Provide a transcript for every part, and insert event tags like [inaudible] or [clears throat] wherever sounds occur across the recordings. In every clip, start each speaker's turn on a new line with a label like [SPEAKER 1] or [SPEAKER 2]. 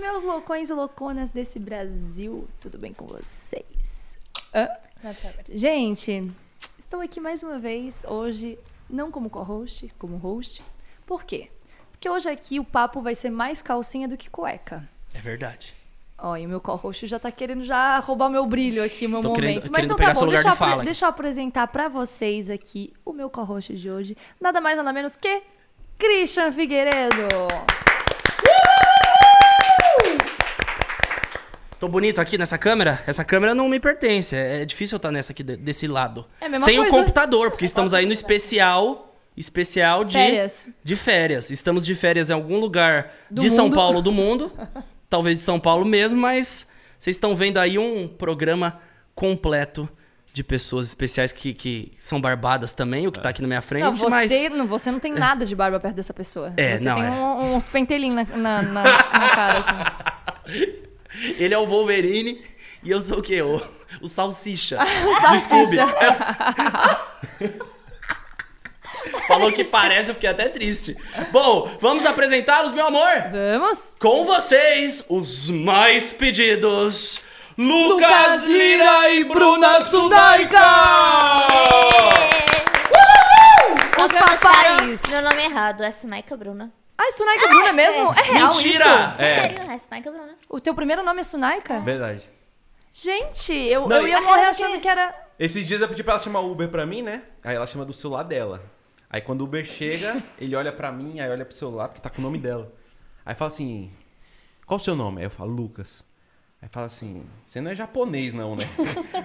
[SPEAKER 1] meus loucões e louconas desse Brasil, tudo bem com vocês? Hã? Gente, estou aqui mais uma vez hoje, não como co-host, como host. Por quê? Porque hoje aqui o papo vai ser mais calcinha do que cueca.
[SPEAKER 2] É verdade.
[SPEAKER 1] Ó, e o meu co-host já tá querendo já roubar meu brilho aqui, o meu
[SPEAKER 2] Tô
[SPEAKER 1] momento.
[SPEAKER 2] querendo-
[SPEAKER 1] Mas
[SPEAKER 2] querendo
[SPEAKER 1] então
[SPEAKER 2] pegar
[SPEAKER 1] tá
[SPEAKER 2] seu
[SPEAKER 1] bom,
[SPEAKER 2] lugar
[SPEAKER 1] deixa eu,
[SPEAKER 2] de fala,
[SPEAKER 1] apre-
[SPEAKER 2] hein?
[SPEAKER 1] deixa eu apresentar pra vocês aqui o meu co-host de hoje. Nada mais, nada menos que Christian Figueiredo.
[SPEAKER 2] Tô bonito aqui nessa câmera? Essa câmera não me pertence. É é difícil eu estar nessa aqui de- desse lado.
[SPEAKER 1] É a mesma
[SPEAKER 2] Sem
[SPEAKER 1] coisa. É
[SPEAKER 2] o computador, porque estamos aí no especial. Especial de
[SPEAKER 1] Férias.
[SPEAKER 2] de férias. Estamos de férias em algum lugar
[SPEAKER 1] Do
[SPEAKER 2] de São
[SPEAKER 1] mundo.
[SPEAKER 2] Paulo
[SPEAKER 1] [laughs]
[SPEAKER 2] do mundo. talvez de São Paulo mesmo, mas vocês estão vendo aí um programa completo de pessoas especiais que, que são barbadas também, o que tá aqui na minha frente.
[SPEAKER 1] Não, [laughs]
[SPEAKER 2] mas...
[SPEAKER 1] você, não, você não tem nada de barba perto dessa pessoa.
[SPEAKER 2] É,
[SPEAKER 1] você
[SPEAKER 2] não,
[SPEAKER 1] tem
[SPEAKER 2] é.
[SPEAKER 1] um- uns pentelinhos na, na- na- na
[SPEAKER 2] [laughs]
[SPEAKER 1] cara, assim.
[SPEAKER 2] Ele é o Wolverine e eu sou o quê? O,
[SPEAKER 1] [laughs]
[SPEAKER 2] o Salsicha. do Scooby.
[SPEAKER 1] Salsicha.
[SPEAKER 2] Falou que parece, eu fiquei até triste. Bom, vamos apresentá-los, meu amor?
[SPEAKER 1] Vamos?
[SPEAKER 2] Com vocês, os mais pedidos. Lucas
[SPEAKER 1] Lucas
[SPEAKER 2] Lira e Bruna
[SPEAKER 1] É,
[SPEAKER 2] Sudaica!
[SPEAKER 1] Os
[SPEAKER 3] Meu nome
[SPEAKER 1] papais.
[SPEAKER 3] certo- Meu nome é errado, é Sunaika Bruna.
[SPEAKER 1] Ah, é Sunaika Bruna mesmo? É, real
[SPEAKER 2] Mentira!
[SPEAKER 1] isso?
[SPEAKER 4] É.
[SPEAKER 3] Sério, é Sunaika
[SPEAKER 1] [laughs]
[SPEAKER 3] Bruna.
[SPEAKER 1] O teu primeiro nome é Sunaika?
[SPEAKER 4] Verdade.
[SPEAKER 1] Gente, eu,
[SPEAKER 4] Não,
[SPEAKER 1] eu
[SPEAKER 4] e-
[SPEAKER 2] é
[SPEAKER 1] ia
[SPEAKER 4] Ah,
[SPEAKER 1] morrer
[SPEAKER 3] que
[SPEAKER 1] achando
[SPEAKER 3] isso?
[SPEAKER 1] que era...
[SPEAKER 4] Esses dias eu pedi pra ela chamar o Uber pra mim, né? Aí ela chama do celular dela. Aí quando o Uber chega, [laughs] ele olha pra mim, aí olha pro celular, porque tá com o nome dela. Aí fala assim: Qual o seu nome? Aí eu falo: Lucas. Aí fala assim: Você não é japonês, não, [laughs] né?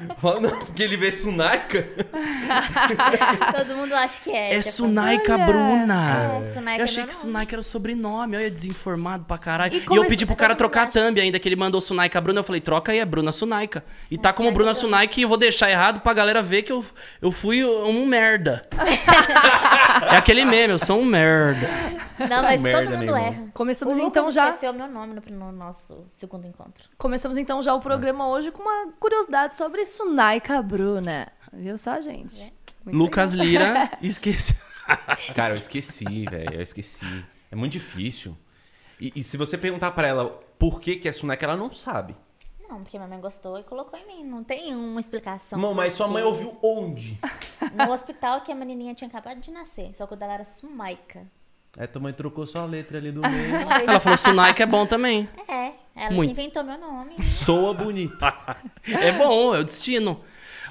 [SPEAKER 4] Eu falo: Não, porque ele vê Sunaika.
[SPEAKER 3] Todo mundo acha que é.
[SPEAKER 2] É
[SPEAKER 3] Depois-
[SPEAKER 2] Sunaika
[SPEAKER 1] Olha!
[SPEAKER 2] Bruna.
[SPEAKER 3] É, Sunaika
[SPEAKER 2] eu achei
[SPEAKER 3] não é
[SPEAKER 2] que
[SPEAKER 3] nome.
[SPEAKER 2] Sunaika era o sobrenome. Olha, desinformado pra caralho.
[SPEAKER 1] E
[SPEAKER 2] E,
[SPEAKER 1] como
[SPEAKER 2] eu pedi
[SPEAKER 1] esse-
[SPEAKER 2] pro cara
[SPEAKER 3] todo mundo
[SPEAKER 2] trocar a
[SPEAKER 3] acha.
[SPEAKER 2] thumb ainda, que ele mandou Sunaika Bruna. Eu falei, troca aí, é Bruna Sunaika. E tá como
[SPEAKER 3] Sunaika
[SPEAKER 2] Bruna
[SPEAKER 3] é Bruna.
[SPEAKER 2] Sunaika e eu vou deixar errado pra galera ver que eu, eu fui um
[SPEAKER 3] [laughs]
[SPEAKER 2] merda. é aquele meme, eu sou um merda.
[SPEAKER 3] Não, mas
[SPEAKER 4] merda,
[SPEAKER 3] todo
[SPEAKER 4] né,
[SPEAKER 3] mundo
[SPEAKER 4] irmão?
[SPEAKER 3] erra.
[SPEAKER 1] Começamos
[SPEAKER 3] o
[SPEAKER 1] então
[SPEAKER 3] Lucas
[SPEAKER 1] já...
[SPEAKER 3] esqueceu meu nome no, no nosso segundo encontro.
[SPEAKER 1] Começamos então já o programa hoje com uma curiosidade sobre Sunaika Bruna. Viu só, gente? Muito
[SPEAKER 2] Lucas Lira, esqueci.
[SPEAKER 4] Cara, eu esqueci, velho. Eu esqueci. É muito difícil. E, e se você perguntar pra ela por que, que é Sunaika, ela não sabe.
[SPEAKER 3] Não, porque minha mãe gostou e colocou em mim. Não tem uma explicação.
[SPEAKER 4] Não, mas sua mãe
[SPEAKER 3] Porque
[SPEAKER 4] ouviu onde?
[SPEAKER 3] No hospital que a menininha tinha acabado de nascer, só que o dela era Sumaika.
[SPEAKER 4] Aí É, tua mãe trocou sua letra ali do meio.
[SPEAKER 3] Uma vez-
[SPEAKER 2] Ela falou, Sunaika é bom também.
[SPEAKER 3] É, ela
[SPEAKER 2] Muito.
[SPEAKER 3] que inventou meu nome.
[SPEAKER 4] Soa bonito.
[SPEAKER 2] É bom, é o destino.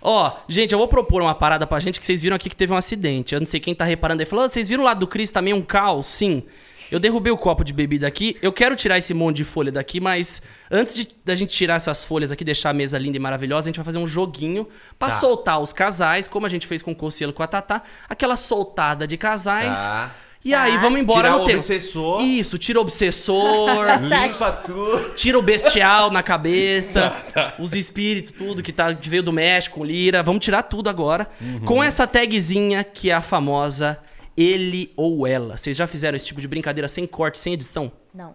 [SPEAKER 2] Ó, gente, eu vou propor uma parada pra gente que vocês viram aqui que teve um acidente. Eu não sei quem tá reparando aí. Falou, "Ah, vocês viram lá do Cris também um caos? Sim. Eu derrubei o copo de bebida aqui. Eu quero tirar esse monte de folha daqui, mas antes de, da gente tirar essas folhas aqui, deixar a mesa linda e maravilhosa, a gente vai fazer um joguinho pra
[SPEAKER 4] Tá.
[SPEAKER 2] soltar os casais, como a gente fez com o Cossielo e com a Tatá. Aquela soltada de casais.
[SPEAKER 4] Tá.
[SPEAKER 2] E aí, vamos embora
[SPEAKER 4] Tirar
[SPEAKER 2] no
[SPEAKER 4] o
[SPEAKER 2] tempo.
[SPEAKER 4] obsessor.
[SPEAKER 2] Isso, tira o obsessor.
[SPEAKER 4] [laughs] Limpa tudo.
[SPEAKER 2] Tira o bestial na
[SPEAKER 4] [laughs]
[SPEAKER 2] cabeça,
[SPEAKER 4] Tá,
[SPEAKER 2] os espíritos, tudo que, tá, que veio do México, Lira. Vamos tirar tudo agora.
[SPEAKER 4] Uhum.
[SPEAKER 2] Com essa tagzinha que é a famosa ele ou ela. Vocês já fizeram esse tipo de brincadeira sem corte, sem edição?
[SPEAKER 3] Não.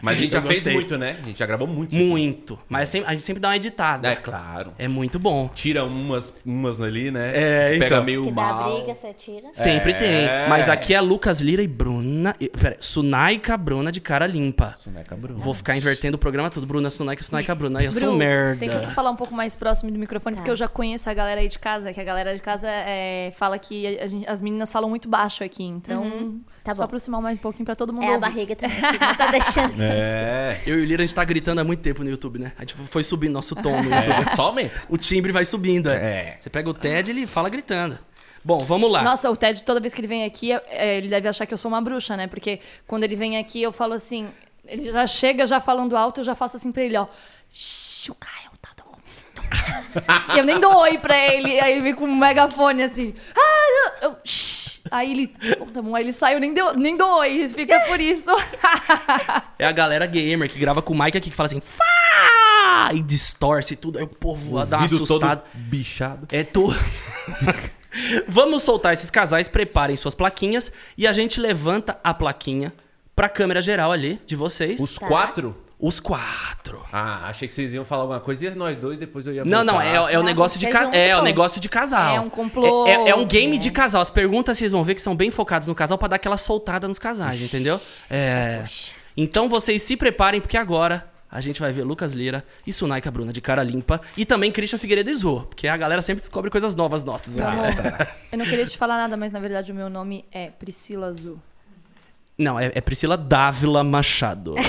[SPEAKER 4] Mas a gente
[SPEAKER 2] Eu
[SPEAKER 4] já fez
[SPEAKER 2] gostei.
[SPEAKER 4] muito, né? A gente já gravou muito. isso aqui.
[SPEAKER 2] Muito. Mas sem- a gente sempre dá uma editada.
[SPEAKER 4] É claro.
[SPEAKER 2] É muito bom.
[SPEAKER 4] Tira umas, umas ali, né?
[SPEAKER 2] É,
[SPEAKER 4] Que Pega
[SPEAKER 2] então.
[SPEAKER 4] meio
[SPEAKER 3] Que dá
[SPEAKER 4] mal.
[SPEAKER 3] briga, você tira.
[SPEAKER 2] Sempre
[SPEAKER 4] É.
[SPEAKER 2] tem. Mas aqui é Lucas Lira e Bruna. e- Pera, Sunaica Bruna de cara limpa.
[SPEAKER 4] Suneca Bruna.
[SPEAKER 2] Vou ficar invertendo o programa tudo. Bruna Sunaica, Sunaica Bruna. Aí eu sou
[SPEAKER 1] Bru,
[SPEAKER 2] um merda.
[SPEAKER 1] Tem que se falar um pouco mais próximo do microfone,
[SPEAKER 3] Tá.
[SPEAKER 1] porque eu já conheço a galera aí de casa, que a galera de casa é, fala que a- a gente- as meninas falam muito baixo aqui. Então,
[SPEAKER 3] Tá
[SPEAKER 1] só
[SPEAKER 3] bom.
[SPEAKER 1] aproximar mais um pouquinho pra todo mundo
[SPEAKER 3] É a
[SPEAKER 1] ouvir.
[SPEAKER 3] barriga também, que não
[SPEAKER 1] [laughs]
[SPEAKER 3] tá deixando.
[SPEAKER 4] É.
[SPEAKER 2] Eu e o Lira, a gente tá gritando há muito tempo no YouTube, né? A gente foi subindo nosso tom
[SPEAKER 4] [laughs]
[SPEAKER 2] no YouTube.
[SPEAKER 4] é. [laughs] Só aumenta.
[SPEAKER 2] O timbre vai subindo, é.
[SPEAKER 4] É.
[SPEAKER 2] Você pega o Ted, ele fala gritando. Bom, vamos lá.
[SPEAKER 1] Nossa, o Ted, toda vez que ele vem aqui, é- é, ele deve achar que eu sou uma bruxa, né? Porque quando ele vem aqui, eu falo assim... Ele já chega já falando alto, eu já faço assim pra ele, ó... "Shh, O Caio tá dormindo. e eu nem dou oi pra ele. Aí ele vem com um megafone assim... Ah, não, eu, "Shh." Aí ele... "Bom, tá bom." Aí ele sai, eu nem, deu, nem dou oi. Explica por isso. [laughs]
[SPEAKER 2] É a galera gamer que grava com o Mike aqui, que fala assim... Fá! E distorce tudo. Aí o povo dá uma
[SPEAKER 4] Ouvido todo
[SPEAKER 2] assustada.
[SPEAKER 4] bichado.
[SPEAKER 2] É
[SPEAKER 4] [laughs]
[SPEAKER 2] tu... Vamos soltar esses casais, preparem suas plaquinhas. E a gente levanta a plaquinha pra câmera geral ali, de vocês.
[SPEAKER 4] Os
[SPEAKER 2] Os,
[SPEAKER 3] Tá.
[SPEAKER 4] quatro?
[SPEAKER 2] quatro.
[SPEAKER 4] Ah, achei que vocês iam falar alguma coisa e nós dois, depois eu ia
[SPEAKER 2] Não,
[SPEAKER 4] voltar.
[SPEAKER 2] não, é, é o
[SPEAKER 1] Não,
[SPEAKER 2] negócio de
[SPEAKER 1] vocês
[SPEAKER 2] ca...
[SPEAKER 1] vão
[SPEAKER 2] é o
[SPEAKER 1] pro-
[SPEAKER 2] negócio de casal.
[SPEAKER 1] É um complô.
[SPEAKER 2] É, é- é um game de casal. As perguntas vocês vão ver que são bem focadas no casal pra dar aquela soltada nos casais, entendeu? É. Então vocês se preparem, porque agora a gente vai ver Lucas Lira e Sunaika Bruna de cara limpa. E também Christian Figueiredo e Zorro, porque a galera sempre descobre coisas novas nossas. né?
[SPEAKER 1] Amor, eu não queria te falar nada, mas na verdade o meu nome é Priscila Azul.
[SPEAKER 2] Não, é, é Priscila Dávila Machado.
[SPEAKER 1] [laughs]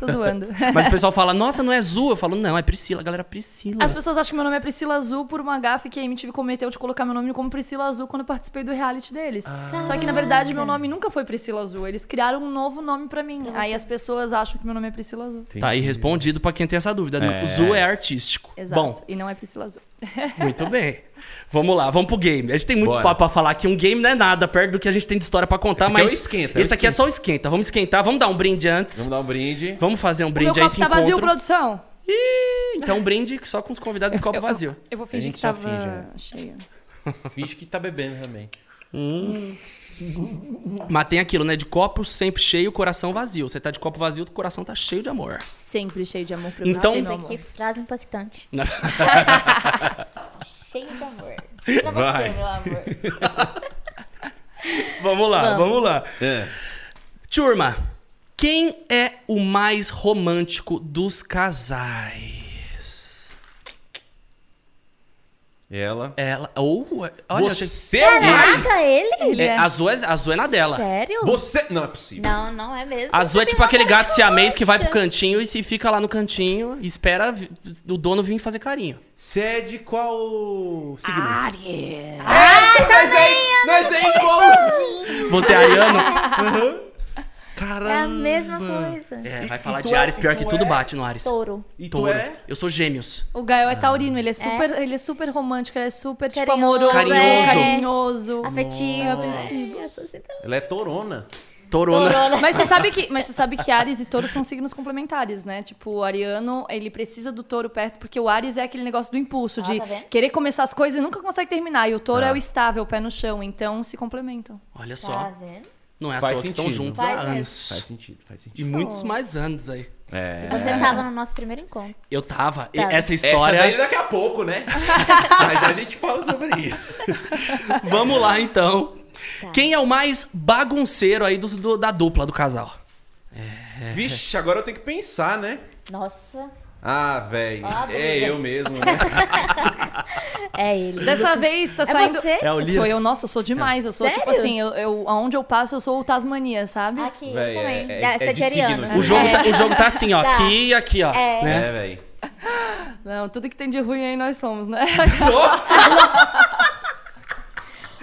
[SPEAKER 1] Tô zoando.
[SPEAKER 2] Mas o pessoal fala, nossa, não é Zu? Eu falo, não, é Priscila, galera, Priscila.
[SPEAKER 1] As pessoas acham que meu nome é Priscila Azul por uma gafe que a MTV cometeu de colocar meu nome como Priscila Azul quando eu participei do reality deles. Só que, na verdade, meu nome nunca foi Priscila Azul. Eles criaram um novo nome pra mim. Aí as pessoas acham que meu nome é Priscila Azul.
[SPEAKER 2] Tá aí respondido pra quem tem essa dúvida.
[SPEAKER 4] É.
[SPEAKER 2] Zu é artístico.
[SPEAKER 1] Exato.
[SPEAKER 2] Bom,
[SPEAKER 1] E não é Priscila Azul.
[SPEAKER 2] muito bem. Vamos lá, vamos pro game. A gente tem muito
[SPEAKER 4] Bora.
[SPEAKER 2] papo pra falar aqui. Um game não é nada perto do que a gente tem de história pra contar,
[SPEAKER 4] Esse aqui é
[SPEAKER 2] mas.
[SPEAKER 4] o esquenta, é o
[SPEAKER 2] esse aqui é
[SPEAKER 4] esquenta.
[SPEAKER 2] só o esquenta. Vamos esquentar, vamos dar um brinde antes.
[SPEAKER 4] Vamos
[SPEAKER 2] Vamos,
[SPEAKER 4] dar um brinde.
[SPEAKER 2] fazer um
[SPEAKER 1] O meu
[SPEAKER 2] brinde aí
[SPEAKER 1] copo
[SPEAKER 2] se
[SPEAKER 1] tá vazio,
[SPEAKER 2] encontro.
[SPEAKER 1] produção.
[SPEAKER 2] Ih, então um brinde só com os convidados e copo
[SPEAKER 1] Eu-
[SPEAKER 2] vazio.
[SPEAKER 1] [laughs] Eu, eu vou fingir
[SPEAKER 4] gente
[SPEAKER 1] que
[SPEAKER 4] só
[SPEAKER 1] tava
[SPEAKER 2] né?
[SPEAKER 1] cheio.
[SPEAKER 4] Finge que tá bebendo também.
[SPEAKER 2] Mas tem aquilo, né? De copo sempre cheio, coração vazio. Você tá de copo vazio, o coração tá cheio de amor.
[SPEAKER 1] Sempre cheio de amor pra
[SPEAKER 2] Então-
[SPEAKER 1] você,
[SPEAKER 3] Nossa,
[SPEAKER 1] meu
[SPEAKER 2] Sim,
[SPEAKER 1] amor.
[SPEAKER 3] que frase impactante.
[SPEAKER 2] Não.
[SPEAKER 3] Cheio de amor. Pra você, meu amor.
[SPEAKER 2] Vamos lá, vamos,
[SPEAKER 3] Vamos.
[SPEAKER 2] lá.
[SPEAKER 4] É.
[SPEAKER 2] Turma, quem é o mais romântico dos casais?
[SPEAKER 4] Ela.
[SPEAKER 2] Ela. Ou. Olha, gente.
[SPEAKER 4] Você é o mais!
[SPEAKER 3] Caraca, ele?
[SPEAKER 1] Ele
[SPEAKER 2] É,
[SPEAKER 1] é-
[SPEAKER 2] a Zoe, é- a Zoe é na dela.
[SPEAKER 3] Sério?
[SPEAKER 4] Você. Não é possível.
[SPEAKER 3] Não, não é mesmo.
[SPEAKER 2] A Zoe é
[SPEAKER 3] Você
[SPEAKER 2] tipo
[SPEAKER 3] tem
[SPEAKER 2] aquele
[SPEAKER 3] uma cara
[SPEAKER 2] gato
[SPEAKER 3] de
[SPEAKER 2] siamês que vai pro
[SPEAKER 3] romântica.
[SPEAKER 2] cantinho e se fica lá no cantinho e espera vi- o dono vir fazer carinho.
[SPEAKER 4] Você é de qual signo?
[SPEAKER 1] Aries.
[SPEAKER 4] nós é, nós é igualzinho!
[SPEAKER 2] Você é ariano?
[SPEAKER 4] Caramba!
[SPEAKER 3] É a mesma coisa.
[SPEAKER 2] É, vai
[SPEAKER 4] E
[SPEAKER 2] falar
[SPEAKER 4] tu
[SPEAKER 2] de
[SPEAKER 4] é-
[SPEAKER 2] Ares, pior
[SPEAKER 4] e
[SPEAKER 2] que
[SPEAKER 4] tu
[SPEAKER 2] tudo
[SPEAKER 4] é?
[SPEAKER 2] bate no Ares.
[SPEAKER 3] Touro.
[SPEAKER 4] E tu
[SPEAKER 2] Touro.
[SPEAKER 4] é?
[SPEAKER 2] Eu sou gêmeos.
[SPEAKER 1] O Gael é
[SPEAKER 2] Ah.
[SPEAKER 1] taurino, ele é super, ele é super romântico, ele é super tipo,
[SPEAKER 3] Carinhoso.
[SPEAKER 1] amoroso,
[SPEAKER 2] Carinhoso.
[SPEAKER 1] carinhoso.
[SPEAKER 3] Afetivo,
[SPEAKER 4] Nossa.
[SPEAKER 3] habilidoso, assim, tá.
[SPEAKER 4] Ela é torona.
[SPEAKER 2] Torona.
[SPEAKER 1] Mas você sabe que, mas você sabe que Ares e Touro são signos complementares, né? Tipo, o Ariano, ele precisa do Touro perto porque o Ares é aquele negócio do impulso,
[SPEAKER 3] Ah,
[SPEAKER 1] de
[SPEAKER 3] tá vendo?
[SPEAKER 1] querer começar as coisas e nunca consegue terminar. E o Touro é o estável, o pé no chão, então se complementam.
[SPEAKER 2] Olha
[SPEAKER 3] Tá
[SPEAKER 2] só.
[SPEAKER 3] vendo?
[SPEAKER 2] Não é à
[SPEAKER 4] Faz
[SPEAKER 2] toa que estão
[SPEAKER 4] sentido.
[SPEAKER 2] juntos há
[SPEAKER 3] Faz mesmo.
[SPEAKER 2] anos.
[SPEAKER 4] Faz sentido, faz
[SPEAKER 2] E
[SPEAKER 4] sentido.
[SPEAKER 2] muitos mais anos aí.
[SPEAKER 4] É.
[SPEAKER 3] Você tava no nosso primeiro encontro.
[SPEAKER 2] Eu tava. E
[SPEAKER 4] Tá.
[SPEAKER 3] Tava.
[SPEAKER 2] essa
[SPEAKER 4] História...
[SPEAKER 2] história.
[SPEAKER 4] Essa daí daqui a pouco, né? Mas já a gente fala sobre isso.
[SPEAKER 2] Vamos lá então.
[SPEAKER 3] Tá.
[SPEAKER 2] Quem é o mais bagunceiro aí do, do- da dupla do casal?
[SPEAKER 4] É. Vixe, agora eu tenho que pensar, né?
[SPEAKER 3] Nossa,
[SPEAKER 4] Ah, velho.
[SPEAKER 3] Ah,
[SPEAKER 4] É
[SPEAKER 3] doida.
[SPEAKER 4] eu mesmo, né?
[SPEAKER 3] é ele.
[SPEAKER 1] Dessa vez tá
[SPEAKER 3] É
[SPEAKER 1] saindo.
[SPEAKER 3] você?
[SPEAKER 2] É o Lira?
[SPEAKER 1] Sou eu, nossa, eu sou demais. Eu sou tipo
[SPEAKER 3] Sério?
[SPEAKER 1] assim, eu, eu- aonde eu passo, eu sou o Tasmania, sabe?
[SPEAKER 3] Aqui,
[SPEAKER 4] Véi,
[SPEAKER 3] eu Ah, também.
[SPEAKER 4] é- é-
[SPEAKER 3] Da-
[SPEAKER 4] é
[SPEAKER 3] Você é
[SPEAKER 4] de
[SPEAKER 3] de Ariano,
[SPEAKER 4] signos,
[SPEAKER 3] né?
[SPEAKER 4] né?
[SPEAKER 2] O jogo,
[SPEAKER 3] É.
[SPEAKER 2] tá, o jogo tá assim, ó.
[SPEAKER 3] Tá.
[SPEAKER 2] Aqui e aqui, ó.
[SPEAKER 3] É.
[SPEAKER 2] Né?
[SPEAKER 4] É, velho.
[SPEAKER 1] Não, tudo que tem de ruim aí nós somos, né?
[SPEAKER 3] [laughs]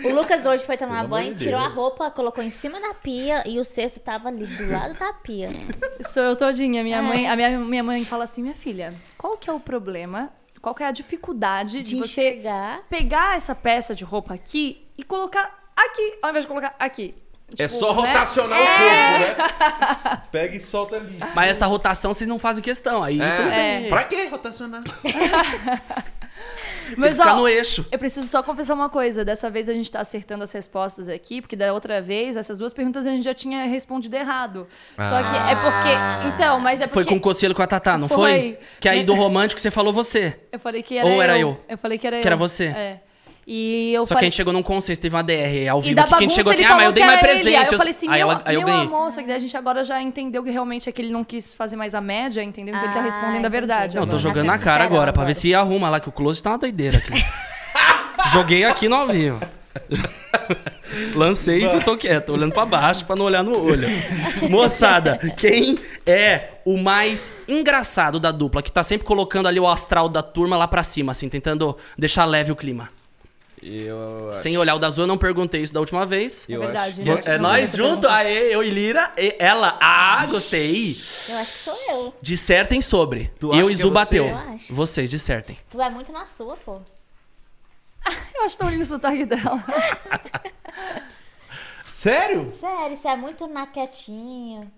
[SPEAKER 3] O Lucas hoje foi tomar
[SPEAKER 4] Pelo
[SPEAKER 3] banho,
[SPEAKER 4] amor de
[SPEAKER 3] tirou a
[SPEAKER 4] Deus.
[SPEAKER 3] roupa, colocou em cima da pia e o cesto tava ali do lado da pia.
[SPEAKER 1] Sou eu todinha. Minha
[SPEAKER 3] É.
[SPEAKER 1] mãe, a minha, minha mãe fala assim, minha filha, qual que é o problema? Qual que é a dificuldade de,
[SPEAKER 3] De
[SPEAKER 1] você
[SPEAKER 3] enxergar.
[SPEAKER 1] pegar essa peça de roupa aqui e colocar aqui, ao invés de colocar aqui?
[SPEAKER 4] É
[SPEAKER 1] Tipo,
[SPEAKER 4] só
[SPEAKER 1] né?
[SPEAKER 4] rotacionar o corpo, né? Pega e solta ali.
[SPEAKER 2] Mas essa rotação vocês não fazem questão. Aí tudo bem.
[SPEAKER 4] É. Pra que rotacionar?
[SPEAKER 1] Mas
[SPEAKER 2] Ficar
[SPEAKER 1] ó,
[SPEAKER 2] no eixo.
[SPEAKER 1] eu preciso só confessar uma coisa. Dessa vez a gente tá acertando as respostas aqui, porque da outra vez essas duas perguntas a gente já tinha respondido errado. Só que é porque, então, mas é
[SPEAKER 2] Ah. Foi
[SPEAKER 1] porque
[SPEAKER 2] com o conselho com a Tatá, não foi?
[SPEAKER 1] Foi. Né?
[SPEAKER 2] Que aí do romântico você falou você.
[SPEAKER 1] eu falei que era
[SPEAKER 2] Ou era
[SPEAKER 1] eu.
[SPEAKER 2] eu?
[SPEAKER 1] falei que era
[SPEAKER 2] Que
[SPEAKER 1] eu.
[SPEAKER 2] era você?
[SPEAKER 1] É. E eu
[SPEAKER 2] Só que a
[SPEAKER 1] falei...
[SPEAKER 2] gente chegou num consenso, teve uma DR ao
[SPEAKER 1] E
[SPEAKER 2] vivo
[SPEAKER 1] da
[SPEAKER 2] aqui, que a
[SPEAKER 1] bagunça
[SPEAKER 2] gente chegou assim,
[SPEAKER 1] ele
[SPEAKER 2] ah,
[SPEAKER 1] falou
[SPEAKER 2] mas eu dei
[SPEAKER 1] que
[SPEAKER 2] mais
[SPEAKER 1] era
[SPEAKER 2] presente.
[SPEAKER 1] Ele. Aí eu
[SPEAKER 2] eu-
[SPEAKER 1] falei assim,
[SPEAKER 2] aí
[SPEAKER 1] meu,
[SPEAKER 2] ela- aí eu
[SPEAKER 1] meu
[SPEAKER 2] ganhei.
[SPEAKER 1] amor, só que daí a gente agora já entendeu que realmente é que ele não quis fazer mais a média, entendeu? Então ele tá
[SPEAKER 3] Ah,
[SPEAKER 1] respondendo a
[SPEAKER 3] entendi.
[SPEAKER 1] verdade.
[SPEAKER 2] Não, eu tô
[SPEAKER 1] agora.
[SPEAKER 2] jogando
[SPEAKER 3] Tá
[SPEAKER 2] na
[SPEAKER 3] sendo
[SPEAKER 2] cara
[SPEAKER 3] sincerão
[SPEAKER 2] agora, pra ver
[SPEAKER 3] agora.
[SPEAKER 2] se arruma lá, que o close tá uma doideira aqui. [laughs] Joguei aqui no ao vivo. [laughs] Lancei e tô quieto, olhando pra baixo pra não olhar no olho. Moçada, quem é o mais engraçado da dupla, que tá sempre colocando ali o astral da turma lá pra cima, assim, tentando deixar leve o clima?
[SPEAKER 4] Eu.
[SPEAKER 2] Sem olhar o da Zoe, eu não perguntei isso da última vez.
[SPEAKER 1] É
[SPEAKER 4] Eu
[SPEAKER 1] verdade.
[SPEAKER 4] acho que-
[SPEAKER 1] eu acho que
[SPEAKER 2] É
[SPEAKER 1] não tem
[SPEAKER 2] nós
[SPEAKER 1] essa
[SPEAKER 2] junto?
[SPEAKER 1] pergunta.
[SPEAKER 2] Aê, eu e Lira, e ela. Ah, gostei.
[SPEAKER 3] Eu acho que sou eu.
[SPEAKER 2] Dissertem sobre.
[SPEAKER 4] Tu acha
[SPEAKER 2] eu e
[SPEAKER 4] que
[SPEAKER 2] Zu
[SPEAKER 4] é você?
[SPEAKER 2] bateu.
[SPEAKER 3] Eu acho.
[SPEAKER 2] Vocês dissertem.
[SPEAKER 3] Tu é muito na sua, pô.
[SPEAKER 1] [laughs] Eu acho que tô olhando o sotaque dela.
[SPEAKER 4] Sério?
[SPEAKER 3] Sério, você é muito na quietinha.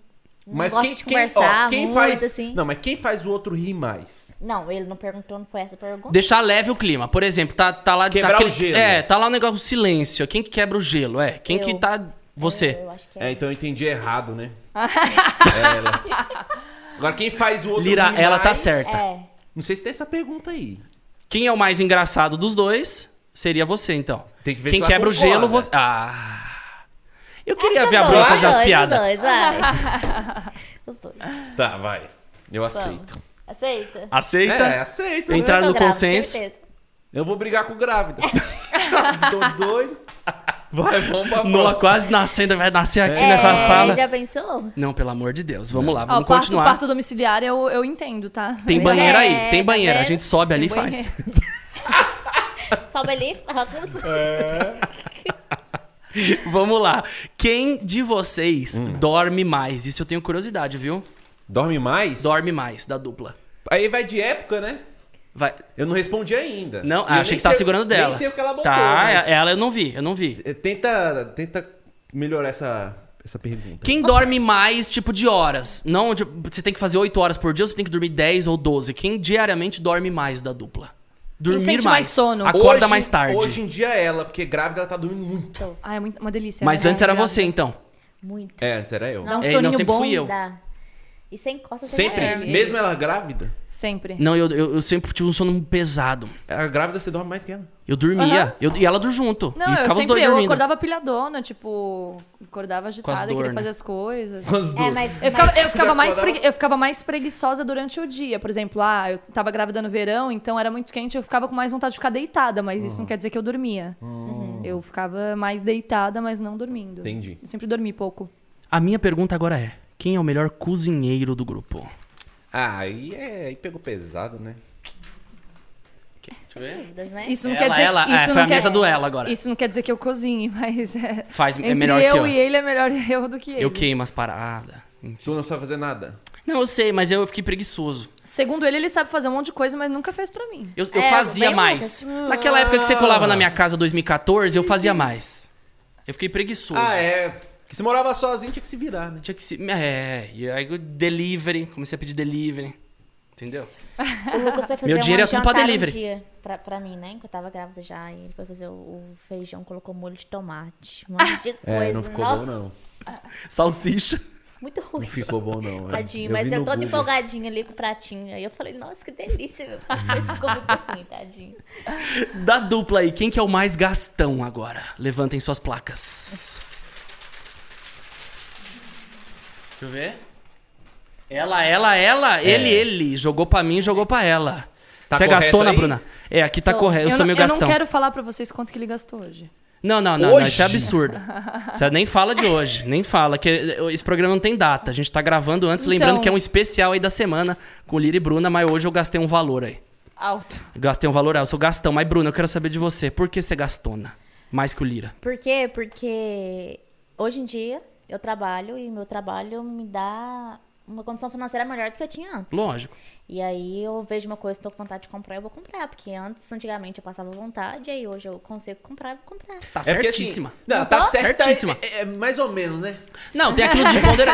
[SPEAKER 3] Não
[SPEAKER 4] Mas
[SPEAKER 3] gosta
[SPEAKER 4] quem,
[SPEAKER 3] de
[SPEAKER 4] quem-
[SPEAKER 3] conversar
[SPEAKER 4] ó, quem
[SPEAKER 3] muito,
[SPEAKER 4] faz,
[SPEAKER 3] assim.
[SPEAKER 4] Não, mas quem faz o outro rir mais?
[SPEAKER 3] Não, ele não perguntou, não foi essa a pergunta.
[SPEAKER 2] Deixar leve o clima. Por exemplo, tá, tá lá...
[SPEAKER 4] Quebrar
[SPEAKER 2] tá
[SPEAKER 4] o gelo.
[SPEAKER 2] É, tá lá o negócio do silêncio. Quem que quebra o gelo? É, quem que
[SPEAKER 3] Eu.
[SPEAKER 2] tá... Você.
[SPEAKER 3] Eu, eu acho que é.
[SPEAKER 4] É, então eu entendi errado,
[SPEAKER 3] [laughs]
[SPEAKER 4] né? É ela. Agora, quem faz o outro
[SPEAKER 2] Lira,
[SPEAKER 4] rir
[SPEAKER 2] ela tá
[SPEAKER 4] mais-
[SPEAKER 2] certa.
[SPEAKER 3] É.
[SPEAKER 4] Não sei se tem essa pergunta aí.
[SPEAKER 2] Quem é o mais engraçado dos dois seria você, então.
[SPEAKER 4] Tem que ver
[SPEAKER 2] quem
[SPEAKER 4] se ela
[SPEAKER 2] quebra o
[SPEAKER 4] concorda.
[SPEAKER 2] gelo, você... Ah... Eu queria
[SPEAKER 3] Acho que é
[SPEAKER 2] ver a
[SPEAKER 3] os
[SPEAKER 2] Bruna
[SPEAKER 3] dois,
[SPEAKER 2] fazer as
[SPEAKER 3] os dois,
[SPEAKER 2] piadas.
[SPEAKER 3] Os dois, vai.
[SPEAKER 2] [laughs]
[SPEAKER 3] os dois.
[SPEAKER 4] Tá, vai. Eu aceito.
[SPEAKER 3] Aceita?
[SPEAKER 4] É,
[SPEAKER 2] Aceita?
[SPEAKER 4] aceito.
[SPEAKER 2] Sim.
[SPEAKER 4] né?
[SPEAKER 2] Ah, Entrar
[SPEAKER 3] Eu
[SPEAKER 2] no
[SPEAKER 3] gravo,
[SPEAKER 2] consenso.
[SPEAKER 3] certeza.
[SPEAKER 4] Eu vou brigar com
[SPEAKER 3] [laughs]
[SPEAKER 4] grávida. Tô doido. Vai, vamos pra
[SPEAKER 2] Nola
[SPEAKER 4] próxima.
[SPEAKER 2] quase nascendo, vai nascer aqui
[SPEAKER 3] É,
[SPEAKER 2] nessa sala.
[SPEAKER 3] já pensou?
[SPEAKER 2] Não, pelo amor de Deus.
[SPEAKER 4] É.
[SPEAKER 2] Vamos lá,
[SPEAKER 1] Ó,
[SPEAKER 2] vamos
[SPEAKER 1] parto,
[SPEAKER 2] continuar.
[SPEAKER 1] parto domiciliar eu, eu entendo, tá?
[SPEAKER 2] Tem
[SPEAKER 1] É.
[SPEAKER 2] banheiro
[SPEAKER 3] É,
[SPEAKER 2] aí, tem
[SPEAKER 3] tá
[SPEAKER 2] banheiro. A
[SPEAKER 3] vendo?
[SPEAKER 2] gente sobe ali e
[SPEAKER 1] Tem
[SPEAKER 2] faz.
[SPEAKER 1] banheiro.
[SPEAKER 3] Sobe ali, [laughs] arranca os
[SPEAKER 2] [laughs] Vamos lá. Quem de vocês
[SPEAKER 4] Hum.
[SPEAKER 2] dorme mais? Isso eu tenho curiosidade, viu?
[SPEAKER 4] Dorme mais?
[SPEAKER 2] Dorme mais da dupla.
[SPEAKER 4] Aí vai de época, né?
[SPEAKER 2] Vai.
[SPEAKER 4] Eu não respondi ainda.
[SPEAKER 2] Não,
[SPEAKER 4] E eu
[SPEAKER 2] ah, achei que
[SPEAKER 4] nem
[SPEAKER 2] você tava
[SPEAKER 4] sei-
[SPEAKER 2] segurando dela.
[SPEAKER 4] Nem sei o que ela botou.
[SPEAKER 2] Tá,
[SPEAKER 4] mas-
[SPEAKER 2] ela eu não vi, eu não vi.
[SPEAKER 4] É, Tenta, tenta melhorar essa, essa pergunta.
[SPEAKER 2] Quem dorme mais, tipo, de horas? Não, tipo, você tem que fazer 8 horas por dia ou você tem que dormir 10 ou 12? Quem diariamente dorme mais da dupla? Dormir
[SPEAKER 1] sente mais sono?
[SPEAKER 2] Acorda
[SPEAKER 4] Hoje-
[SPEAKER 2] mais tarde.
[SPEAKER 4] Hoje em dia é ela, porque grávida ela tá dormindo muito.
[SPEAKER 1] Ah, é muito- uma delícia.
[SPEAKER 2] Mas
[SPEAKER 1] né?
[SPEAKER 2] antes era
[SPEAKER 1] Obrigada.
[SPEAKER 2] você, então.
[SPEAKER 3] Muito.
[SPEAKER 4] É, antes era eu.
[SPEAKER 1] Dá um
[SPEAKER 2] É, não,
[SPEAKER 1] soninho
[SPEAKER 2] sempre
[SPEAKER 1] bom.
[SPEAKER 2] fui eu.
[SPEAKER 3] Dá. E sem costa, sem
[SPEAKER 4] Sempre, É.
[SPEAKER 3] nada.
[SPEAKER 4] mesmo ela grávida,
[SPEAKER 1] Sempre.
[SPEAKER 2] Não, eu, eu, eu sempre tive um sono pesado.
[SPEAKER 4] a grávida você dorme mais que ela. [laughs]
[SPEAKER 2] Eu dormia.
[SPEAKER 1] Aham.
[SPEAKER 2] eu- e ela dormia junto.
[SPEAKER 1] Não,
[SPEAKER 2] e
[SPEAKER 1] eu
[SPEAKER 2] ficava os
[SPEAKER 1] sempre
[SPEAKER 2] dois
[SPEAKER 1] eu
[SPEAKER 2] dormindo.
[SPEAKER 1] acordava pilhadona, tipo, acordava agitada,
[SPEAKER 2] dor,
[SPEAKER 1] queria
[SPEAKER 2] né?
[SPEAKER 1] fazer as
[SPEAKER 2] [laughs]
[SPEAKER 1] coisas.
[SPEAKER 4] Com as duas.
[SPEAKER 3] É, mas...
[SPEAKER 1] Eu ficava, eu,
[SPEAKER 4] Já
[SPEAKER 1] ficava mais
[SPEAKER 4] acordava?
[SPEAKER 1] pregui- eu ficava mais preguiçosa durante o dia. Por exemplo, ah, eu tava grávida no verão, então era muito quente, eu ficava com mais vontade de ficar deitada, mas isso
[SPEAKER 4] Uhum.
[SPEAKER 1] não quer dizer que eu dormia. Eu ficava mais deitada, mas não dormindo.
[SPEAKER 4] Entendi.
[SPEAKER 1] Eu sempre dormi pouco.
[SPEAKER 2] A minha pergunta agora é: quem é o melhor cozinheiro do grupo?
[SPEAKER 4] Ah, aí, é, aí pegou pesado, né?
[SPEAKER 2] Deixa eu ver.
[SPEAKER 3] Dúvidas, né?
[SPEAKER 1] Isso não
[SPEAKER 2] Ela,
[SPEAKER 1] quer dizer
[SPEAKER 2] ela, é,
[SPEAKER 1] isso
[SPEAKER 2] foi
[SPEAKER 1] não
[SPEAKER 2] a
[SPEAKER 1] quer-
[SPEAKER 2] mesa do ela agora.
[SPEAKER 1] Isso não quer dizer que eu cozinhe, [laughs] mas é.
[SPEAKER 2] Faz- é
[SPEAKER 1] entre
[SPEAKER 2] melhor que
[SPEAKER 1] eu
[SPEAKER 2] eu.
[SPEAKER 1] e ele é melhor [laughs] eu do que ele.
[SPEAKER 2] Eu queimo as paradas.
[SPEAKER 4] Tu não sabe fazer nada.
[SPEAKER 2] Não, eu sei, mas eu fiquei preguiçoso.
[SPEAKER 1] Segundo ele, ele sabe fazer um monte de coisa, mas nunca fez pra mim.
[SPEAKER 2] Eu, eu
[SPEAKER 3] É,
[SPEAKER 2] fazia
[SPEAKER 3] bem
[SPEAKER 2] mais.
[SPEAKER 1] assim,
[SPEAKER 2] Naquela época que você colava
[SPEAKER 1] "Ah".
[SPEAKER 2] na minha casa 2014, eu fazia
[SPEAKER 1] Uhum.
[SPEAKER 2] mais. Eu fiquei preguiçoso.
[SPEAKER 4] Ah, é. Porque se morava sozinho, tinha que se virar, né?
[SPEAKER 2] Tinha que se. É, e aí eu- delivery. Comecei a pedir delivery. Entendeu?
[SPEAKER 3] O Lucas foi fazer
[SPEAKER 2] Meu dinheiro
[SPEAKER 3] um
[SPEAKER 2] é tudo pra
[SPEAKER 3] jantar
[SPEAKER 2] delivery.
[SPEAKER 3] um dia pra, pra mim, né? Que eu tava grávida já. E ele foi fazer o, o feijão, colocou molho de tomate. Um monte de coisa.
[SPEAKER 4] É, não ficou
[SPEAKER 3] Nossa,
[SPEAKER 4] bom, não.
[SPEAKER 2] Salsicha.
[SPEAKER 3] Muito ruim.
[SPEAKER 4] Não ficou bom, não. [laughs] é.
[SPEAKER 3] Tadinho,
[SPEAKER 4] vi
[SPEAKER 3] mas eu
[SPEAKER 4] no
[SPEAKER 3] toda
[SPEAKER 4] Google.
[SPEAKER 3] empolgadinha ali com o pratinho. Aí eu falei, nossa, que delícia. meu. Mas ficou muito ruim, tadinho.
[SPEAKER 2] Da dupla aí, quem que é o mais gastão agora? Levantem suas placas. Deixa eu ver. Ela, ela, ela, ele, ele. Jogou pra mim, jogou pra ela.
[SPEAKER 4] É. Tá
[SPEAKER 2] Você é
[SPEAKER 4] correto
[SPEAKER 2] gastona,
[SPEAKER 4] aí?
[SPEAKER 2] Bruna? É, aqui tá
[SPEAKER 3] Sou.
[SPEAKER 2] correto, eu sou
[SPEAKER 1] não-
[SPEAKER 2] meio
[SPEAKER 1] eu
[SPEAKER 2] gastão.
[SPEAKER 1] não quero falar pra vocês quanto que ele gastou hoje.
[SPEAKER 2] Não, não, não, não,
[SPEAKER 4] Hoje?
[SPEAKER 2] isso é absurdo.
[SPEAKER 1] [laughs]
[SPEAKER 2] Você nem fala de hoje, nem fala. Que esse programa não tem data. A gente tá gravando antes, lembrando
[SPEAKER 1] Então.
[SPEAKER 2] que é um especial aí da semana com Lira e Bruna, mas hoje eu gastei um valor aí.
[SPEAKER 1] Alto.
[SPEAKER 2] Eu Gastei um valor, ah, eu sou gastão. Mas, Bruna, eu quero saber de você. Por que você é gastona? Mais que o Lira.
[SPEAKER 3] Por quê? Porque hoje em dia eu trabalho e meu trabalho me dá uma condição financeira melhor do que eu tinha antes.
[SPEAKER 2] Lógico.
[SPEAKER 3] E aí eu vejo uma coisa, tô com vontade de comprar, eu vou comprar. Porque antes, antigamente, eu passava vontade, aí hoje eu consigo comprar, eu vou comprar.
[SPEAKER 2] Tá
[SPEAKER 4] É porque, assim,
[SPEAKER 2] certíssima.
[SPEAKER 4] não, tá
[SPEAKER 2] Não tô?
[SPEAKER 4] certa,
[SPEAKER 2] Certíssima.
[SPEAKER 4] É, é- é mais ou menos, né?
[SPEAKER 2] Não, tem aquilo de ponder.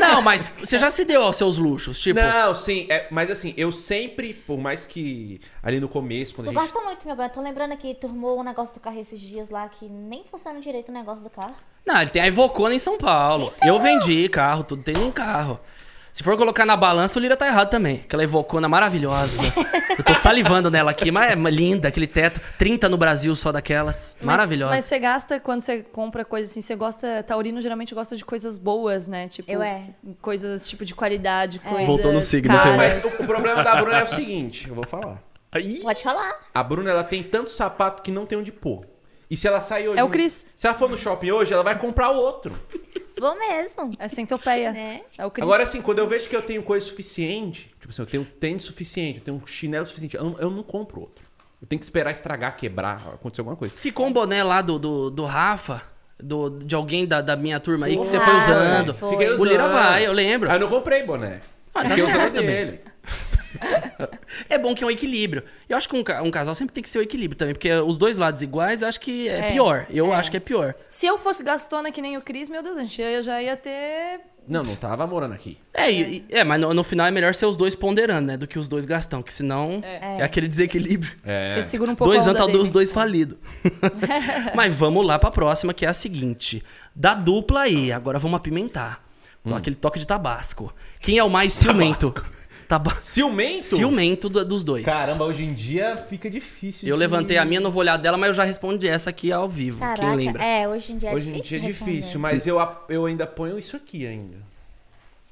[SPEAKER 2] não, mas você já se deu aos seus luxos. Tipo,
[SPEAKER 4] Não, sim. é, mas assim, eu sempre, por mais que ali no começo, quando
[SPEAKER 3] Tu
[SPEAKER 4] a gente...
[SPEAKER 3] gosta muito, meu bem. Eu tô lembrando que turmou um negócio do carro esses dias lá que nem funciona direito o negócio do carro.
[SPEAKER 2] não, ele tem a Evocona em São Paulo. Eu vendi carro, tudo tem um carro. Se for colocar na balança, o Lira tá errado também. Aquela Evocona maravilhosa. Eu tô salivando nela aqui, mas é linda aquele teto. 30 no Brasil só daquelas.
[SPEAKER 1] Mas-
[SPEAKER 2] Maravilhosa.
[SPEAKER 1] Mas você gasta quando você compra coisas assim, você gosta. Taurino geralmente gosta de coisas boas, né? Tipo,
[SPEAKER 3] Eu é.
[SPEAKER 1] coisas tipo de qualidade, coisas.
[SPEAKER 2] Voltou no signo,
[SPEAKER 1] caras.
[SPEAKER 2] você
[SPEAKER 4] Mas o, o problema da Bruna é o seguinte, eu vou falar.
[SPEAKER 2] Aí,
[SPEAKER 3] Pode falar.
[SPEAKER 4] A Bruna, ela tem tanto sapato que não tem onde pôr. E se ela sair hoje...
[SPEAKER 1] É o Cris.
[SPEAKER 4] Se ela for no shopping hoje, ela vai comprar outro.
[SPEAKER 3] Vou mesmo.
[SPEAKER 1] É centopeia.
[SPEAKER 3] Né?
[SPEAKER 1] É o Cris.
[SPEAKER 4] Agora, assim, quando eu vejo que eu tenho coisa suficiente, tipo assim, eu tenho tênis suficiente, eu tenho um chinelo suficiente, eu, não- eu não compro outro. Eu tenho que esperar estragar, quebrar, acontecer alguma coisa.
[SPEAKER 2] ficou um boné lá do, do, do Rafa, do, de alguém da, da minha turma aí, que você
[SPEAKER 3] Ah,
[SPEAKER 2] foi usando.
[SPEAKER 3] foi.
[SPEAKER 4] Fiquei
[SPEAKER 2] O Lira vai, eu lembro.
[SPEAKER 4] Aí eu não comprei boné.
[SPEAKER 2] Ah, dá
[SPEAKER 4] Fiquei usando
[SPEAKER 2] certo também.
[SPEAKER 4] dele.
[SPEAKER 2] É bom que é um equilíbrio. Eu acho que um, ca- um casal sempre tem que ser o equilíbrio também, porque os dois lados iguais eu acho que é,
[SPEAKER 1] É,
[SPEAKER 2] pior. Eu
[SPEAKER 1] é.
[SPEAKER 2] acho que é pior.
[SPEAKER 1] Se eu fosse gastona que nem o Cris, meu Deus, a gente ia- já ia ter.
[SPEAKER 4] Não, não tava morando aqui.
[SPEAKER 2] É, e- e- é mas no, no final é melhor ser os dois ponderando, né? Do que os dois gastão, que senão é, aquele desequilíbrio.
[SPEAKER 4] É.
[SPEAKER 1] Eu seguro um pouco
[SPEAKER 2] Dois
[SPEAKER 1] a onda
[SPEAKER 2] anos, tá
[SPEAKER 1] dele.
[SPEAKER 2] os dois
[SPEAKER 3] [laughs]
[SPEAKER 2] falidos. mas vamos lá pra próxima, que é a seguinte. Da dupla aí, agora vamos apimentar. Com Aquele toque de Hum. tabasco. Quem é o mais ciumento? Tá ba- [laughs]
[SPEAKER 4] Ciumento?
[SPEAKER 2] ciumento do- dos dois.
[SPEAKER 4] Caramba, hoje em dia fica difícil.
[SPEAKER 2] Eu
[SPEAKER 4] de-
[SPEAKER 2] levantei a minha, não vou olhar dela, mas eu já respondi essa aqui ao vivo.
[SPEAKER 3] Caraca,
[SPEAKER 2] quem lembra?
[SPEAKER 3] é, hoje em dia é
[SPEAKER 4] Hoje em
[SPEAKER 3] difícil
[SPEAKER 4] dia é
[SPEAKER 3] responder.
[SPEAKER 4] difícil, mas eu, a- eu ainda ponho isso aqui ainda.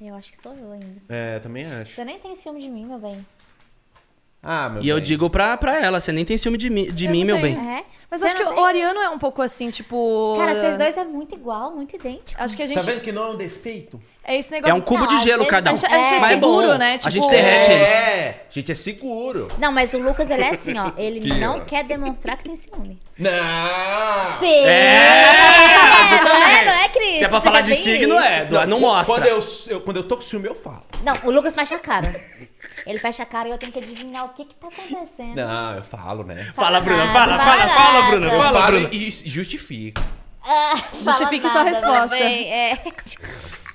[SPEAKER 3] Eu acho que sou eu ainda.
[SPEAKER 4] É, também acho.
[SPEAKER 3] Você nem tem ciúme de mim, meu bem.
[SPEAKER 4] Ah, meu
[SPEAKER 2] E eu
[SPEAKER 4] bem.
[SPEAKER 2] digo pra, pra ela, você nem tem ciúme de, mi, de
[SPEAKER 1] Eu
[SPEAKER 2] mim,
[SPEAKER 1] não
[SPEAKER 2] meu
[SPEAKER 1] tenho.
[SPEAKER 2] bem.
[SPEAKER 3] É?
[SPEAKER 1] Mas
[SPEAKER 3] Você
[SPEAKER 1] acho que
[SPEAKER 3] não
[SPEAKER 1] o
[SPEAKER 3] tem?
[SPEAKER 1] Ariano é um pouco assim, tipo.
[SPEAKER 3] Cara, vocês dois é muito igual, muito idêntico.
[SPEAKER 1] Acho que a gente.
[SPEAKER 4] Tá vendo que não é um defeito?
[SPEAKER 1] É esse negócio.
[SPEAKER 2] É um cubo
[SPEAKER 3] Não,
[SPEAKER 2] de
[SPEAKER 3] às
[SPEAKER 2] gelo
[SPEAKER 3] vezes
[SPEAKER 2] cada um.
[SPEAKER 1] A gente, a gente é
[SPEAKER 3] Mas é
[SPEAKER 1] seguro,
[SPEAKER 2] bom,
[SPEAKER 1] né?
[SPEAKER 2] a
[SPEAKER 1] Tipo,
[SPEAKER 2] gente derrete eles.
[SPEAKER 4] É, gente, é seguro.
[SPEAKER 3] Não, mas o Lucas, ele é assim, ó. Ele
[SPEAKER 4] Que
[SPEAKER 3] não
[SPEAKER 4] ó.
[SPEAKER 3] quer demonstrar que tem ciúme.
[SPEAKER 4] Não!
[SPEAKER 3] Sim!
[SPEAKER 2] É,
[SPEAKER 3] não é,
[SPEAKER 2] também.
[SPEAKER 3] não é, Cris?
[SPEAKER 2] É, Se é pra
[SPEAKER 3] Você
[SPEAKER 2] falar
[SPEAKER 3] quer
[SPEAKER 2] de
[SPEAKER 3] bem
[SPEAKER 2] signo,
[SPEAKER 3] isso?
[SPEAKER 2] é. Não, não mostra.
[SPEAKER 4] Quando eu, eu- quando eu tô com ciúme, eu falo.
[SPEAKER 3] Não, o Lucas fecha a cara. Ele fecha a cara e eu tenho que adivinhar o que que tá
[SPEAKER 1] É.
[SPEAKER 3] acontecendo.
[SPEAKER 4] Não, eu falo, né?
[SPEAKER 2] Fala,
[SPEAKER 3] Fala
[SPEAKER 2] Bruna,
[SPEAKER 3] nada,
[SPEAKER 2] fala,
[SPEAKER 3] fala
[SPEAKER 2] fala, fala,
[SPEAKER 3] nada.
[SPEAKER 2] Bruna,
[SPEAKER 4] Eu
[SPEAKER 2] fala,
[SPEAKER 4] falo
[SPEAKER 2] Bruna.
[SPEAKER 4] e, e justifico.
[SPEAKER 3] Ah, fala
[SPEAKER 1] Justifique sua
[SPEAKER 3] nada,
[SPEAKER 1] resposta.
[SPEAKER 3] meu bem, é. [laughs]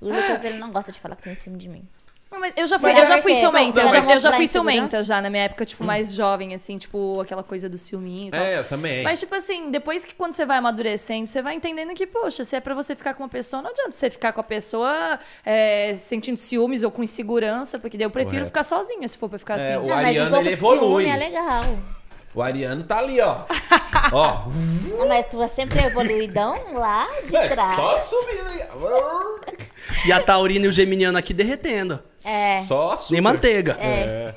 [SPEAKER 3] O Lucas, ele não gosta de falar que tem ciúme de mim.
[SPEAKER 1] Não, Ah, mas eu já fui,
[SPEAKER 3] Será
[SPEAKER 1] eu já
[SPEAKER 3] que
[SPEAKER 1] fui
[SPEAKER 3] é?
[SPEAKER 1] ciumenta.
[SPEAKER 4] Não,
[SPEAKER 1] eu já,
[SPEAKER 4] mas-
[SPEAKER 1] eu já fui
[SPEAKER 3] Mas-
[SPEAKER 1] ciumenta já na minha época, tipo, mais jovem, assim, tipo, aquela coisa do ciúminho e tal.
[SPEAKER 4] É, eu também.
[SPEAKER 1] Então, Mas, tipo assim, depois que quando você vai amadurecendo, você vai entendendo que, poxa, se é pra você ficar com uma pessoa, não adianta você ficar com a pessoa é, sentindo ciúmes ou com insegurança, porque daí eu prefiro
[SPEAKER 4] Correto.
[SPEAKER 1] ficar sozinha se for pra ficar assim.
[SPEAKER 4] É, o
[SPEAKER 3] Não, mas um
[SPEAKER 4] Ariano,
[SPEAKER 3] pouco
[SPEAKER 4] ele
[SPEAKER 3] de ciúme
[SPEAKER 4] evolui.
[SPEAKER 3] é legal.
[SPEAKER 4] O Ariano tá ali,
[SPEAKER 1] [laughs]
[SPEAKER 4] ó. ó.
[SPEAKER 3] Não, mas tu é sempre evoluidão lá de
[SPEAKER 4] É,
[SPEAKER 3] trás.
[SPEAKER 4] só subindo aí.
[SPEAKER 2] E a Taurina e o Geminiano aqui derretendo.
[SPEAKER 3] É.
[SPEAKER 4] Só subindo.
[SPEAKER 2] Nem manteiga.
[SPEAKER 3] É.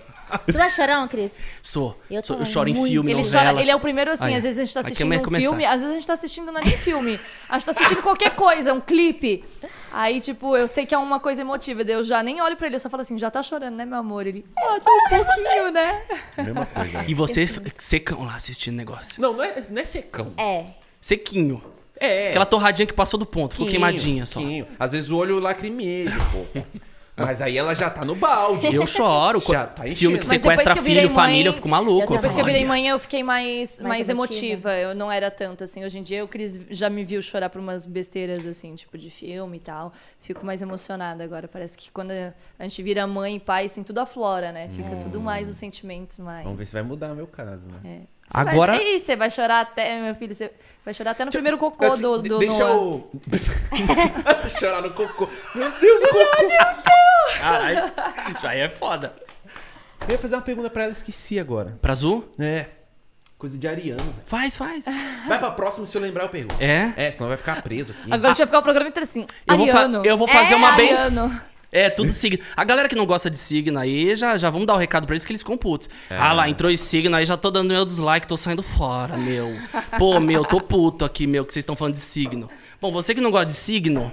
[SPEAKER 3] Tu é chorão, Cris?
[SPEAKER 2] Sou.
[SPEAKER 3] Eu
[SPEAKER 2] Sou- Eu,
[SPEAKER 3] também,
[SPEAKER 2] choro em
[SPEAKER 3] muito.
[SPEAKER 2] filme,
[SPEAKER 1] Ele
[SPEAKER 2] novela.
[SPEAKER 1] chora, ele é o primeiro assim,
[SPEAKER 2] Aí,
[SPEAKER 1] às vezes a gente tá
[SPEAKER 2] aqui
[SPEAKER 1] assistindo
[SPEAKER 2] vai
[SPEAKER 1] um
[SPEAKER 2] começar.
[SPEAKER 1] filme, às vezes a gente tá assistindo não é nem filme, a gente tá assistindo qualquer coisa, um clipe. Aí, tipo, eu sei que é uma coisa emotiva, daí eu já nem olho pra ele, eu só falo assim, já tá chorando, né, meu amor? Ele, ah, tô um pouquinho, né?
[SPEAKER 4] Mesma coisa.
[SPEAKER 2] E você f- secão lá assistindo o negócio.
[SPEAKER 4] Não, não é, não é secão.
[SPEAKER 3] É.
[SPEAKER 2] Sequinho.
[SPEAKER 4] É.
[SPEAKER 2] Aquela torradinha que passou do ponto, ficou queimadinha só.
[SPEAKER 4] pouquinho. Às vezes o olho lacrimeja um pouco. Mas aí ela já tá no
[SPEAKER 1] [laughs]
[SPEAKER 4] balde.
[SPEAKER 2] Eu choro.
[SPEAKER 4] Já
[SPEAKER 2] co-
[SPEAKER 4] tá
[SPEAKER 2] filme
[SPEAKER 4] enchendo.
[SPEAKER 2] que
[SPEAKER 4] Mas
[SPEAKER 1] depois
[SPEAKER 2] sequestra
[SPEAKER 1] que eu virei
[SPEAKER 2] filho,
[SPEAKER 1] mãe-
[SPEAKER 2] família, eu fico maluco.
[SPEAKER 3] Eu
[SPEAKER 1] Depois que eu
[SPEAKER 2] falo,
[SPEAKER 1] virei
[SPEAKER 2] "Olha".
[SPEAKER 1] mãe, eu fiquei mais, mais,
[SPEAKER 3] Mais
[SPEAKER 1] emotiva.
[SPEAKER 3] emotiva.
[SPEAKER 1] Eu não era tanto, assim. Hoje em dia, o Cris já me viu chorar por umas besteiras, assim, tipo de filme e tal. Fico mais emocionada agora. Parece que quando a gente vira mãe e pai, assim, tudo aflora, né? Fica tudo mais os sentimentos mais.
[SPEAKER 4] Vamos ver se vai mudar meu caso, né?
[SPEAKER 1] É.
[SPEAKER 2] Agora-
[SPEAKER 1] Mas, é isso, você vai chorar até, meu filho, você vai chorar até no primeiro cocô
[SPEAKER 4] Assim,
[SPEAKER 1] do,
[SPEAKER 4] de-
[SPEAKER 1] do
[SPEAKER 4] Deixa
[SPEAKER 1] Noah.
[SPEAKER 4] eu... [laughs] Chorar no cocô. Meu Deus, o cocô.
[SPEAKER 2] [laughs] Caralho, já é foda.
[SPEAKER 4] Eu ia fazer uma pergunta pra ela, esqueci agora.
[SPEAKER 2] Pra Azul?
[SPEAKER 4] É. Coisa de Ariano, velho.
[SPEAKER 2] Faz,
[SPEAKER 1] [laughs]
[SPEAKER 2] faz.
[SPEAKER 4] Vai pra próxima, se eu lembrar, eu pergunto.
[SPEAKER 2] É?
[SPEAKER 4] É, senão vai ficar preso aqui.
[SPEAKER 1] Agora a gente vai ficar o programa inteiro assim.
[SPEAKER 2] Eu vou fa-
[SPEAKER 1] Ariano.
[SPEAKER 2] eu vou fazer
[SPEAKER 1] É,
[SPEAKER 2] uma bem-
[SPEAKER 1] Ariano.
[SPEAKER 2] É, tudo signo. A galera que não gosta de signo aí, já, já vamos dar o recado pra eles que eles ficam putos. Ah lá, entrou esse signo aí, já tô dando meu dislike, tô saindo fora, meu. Pô, meu, tô puto aqui, meu, que vocês estão falando de signo. Bom, você que não gosta de signo,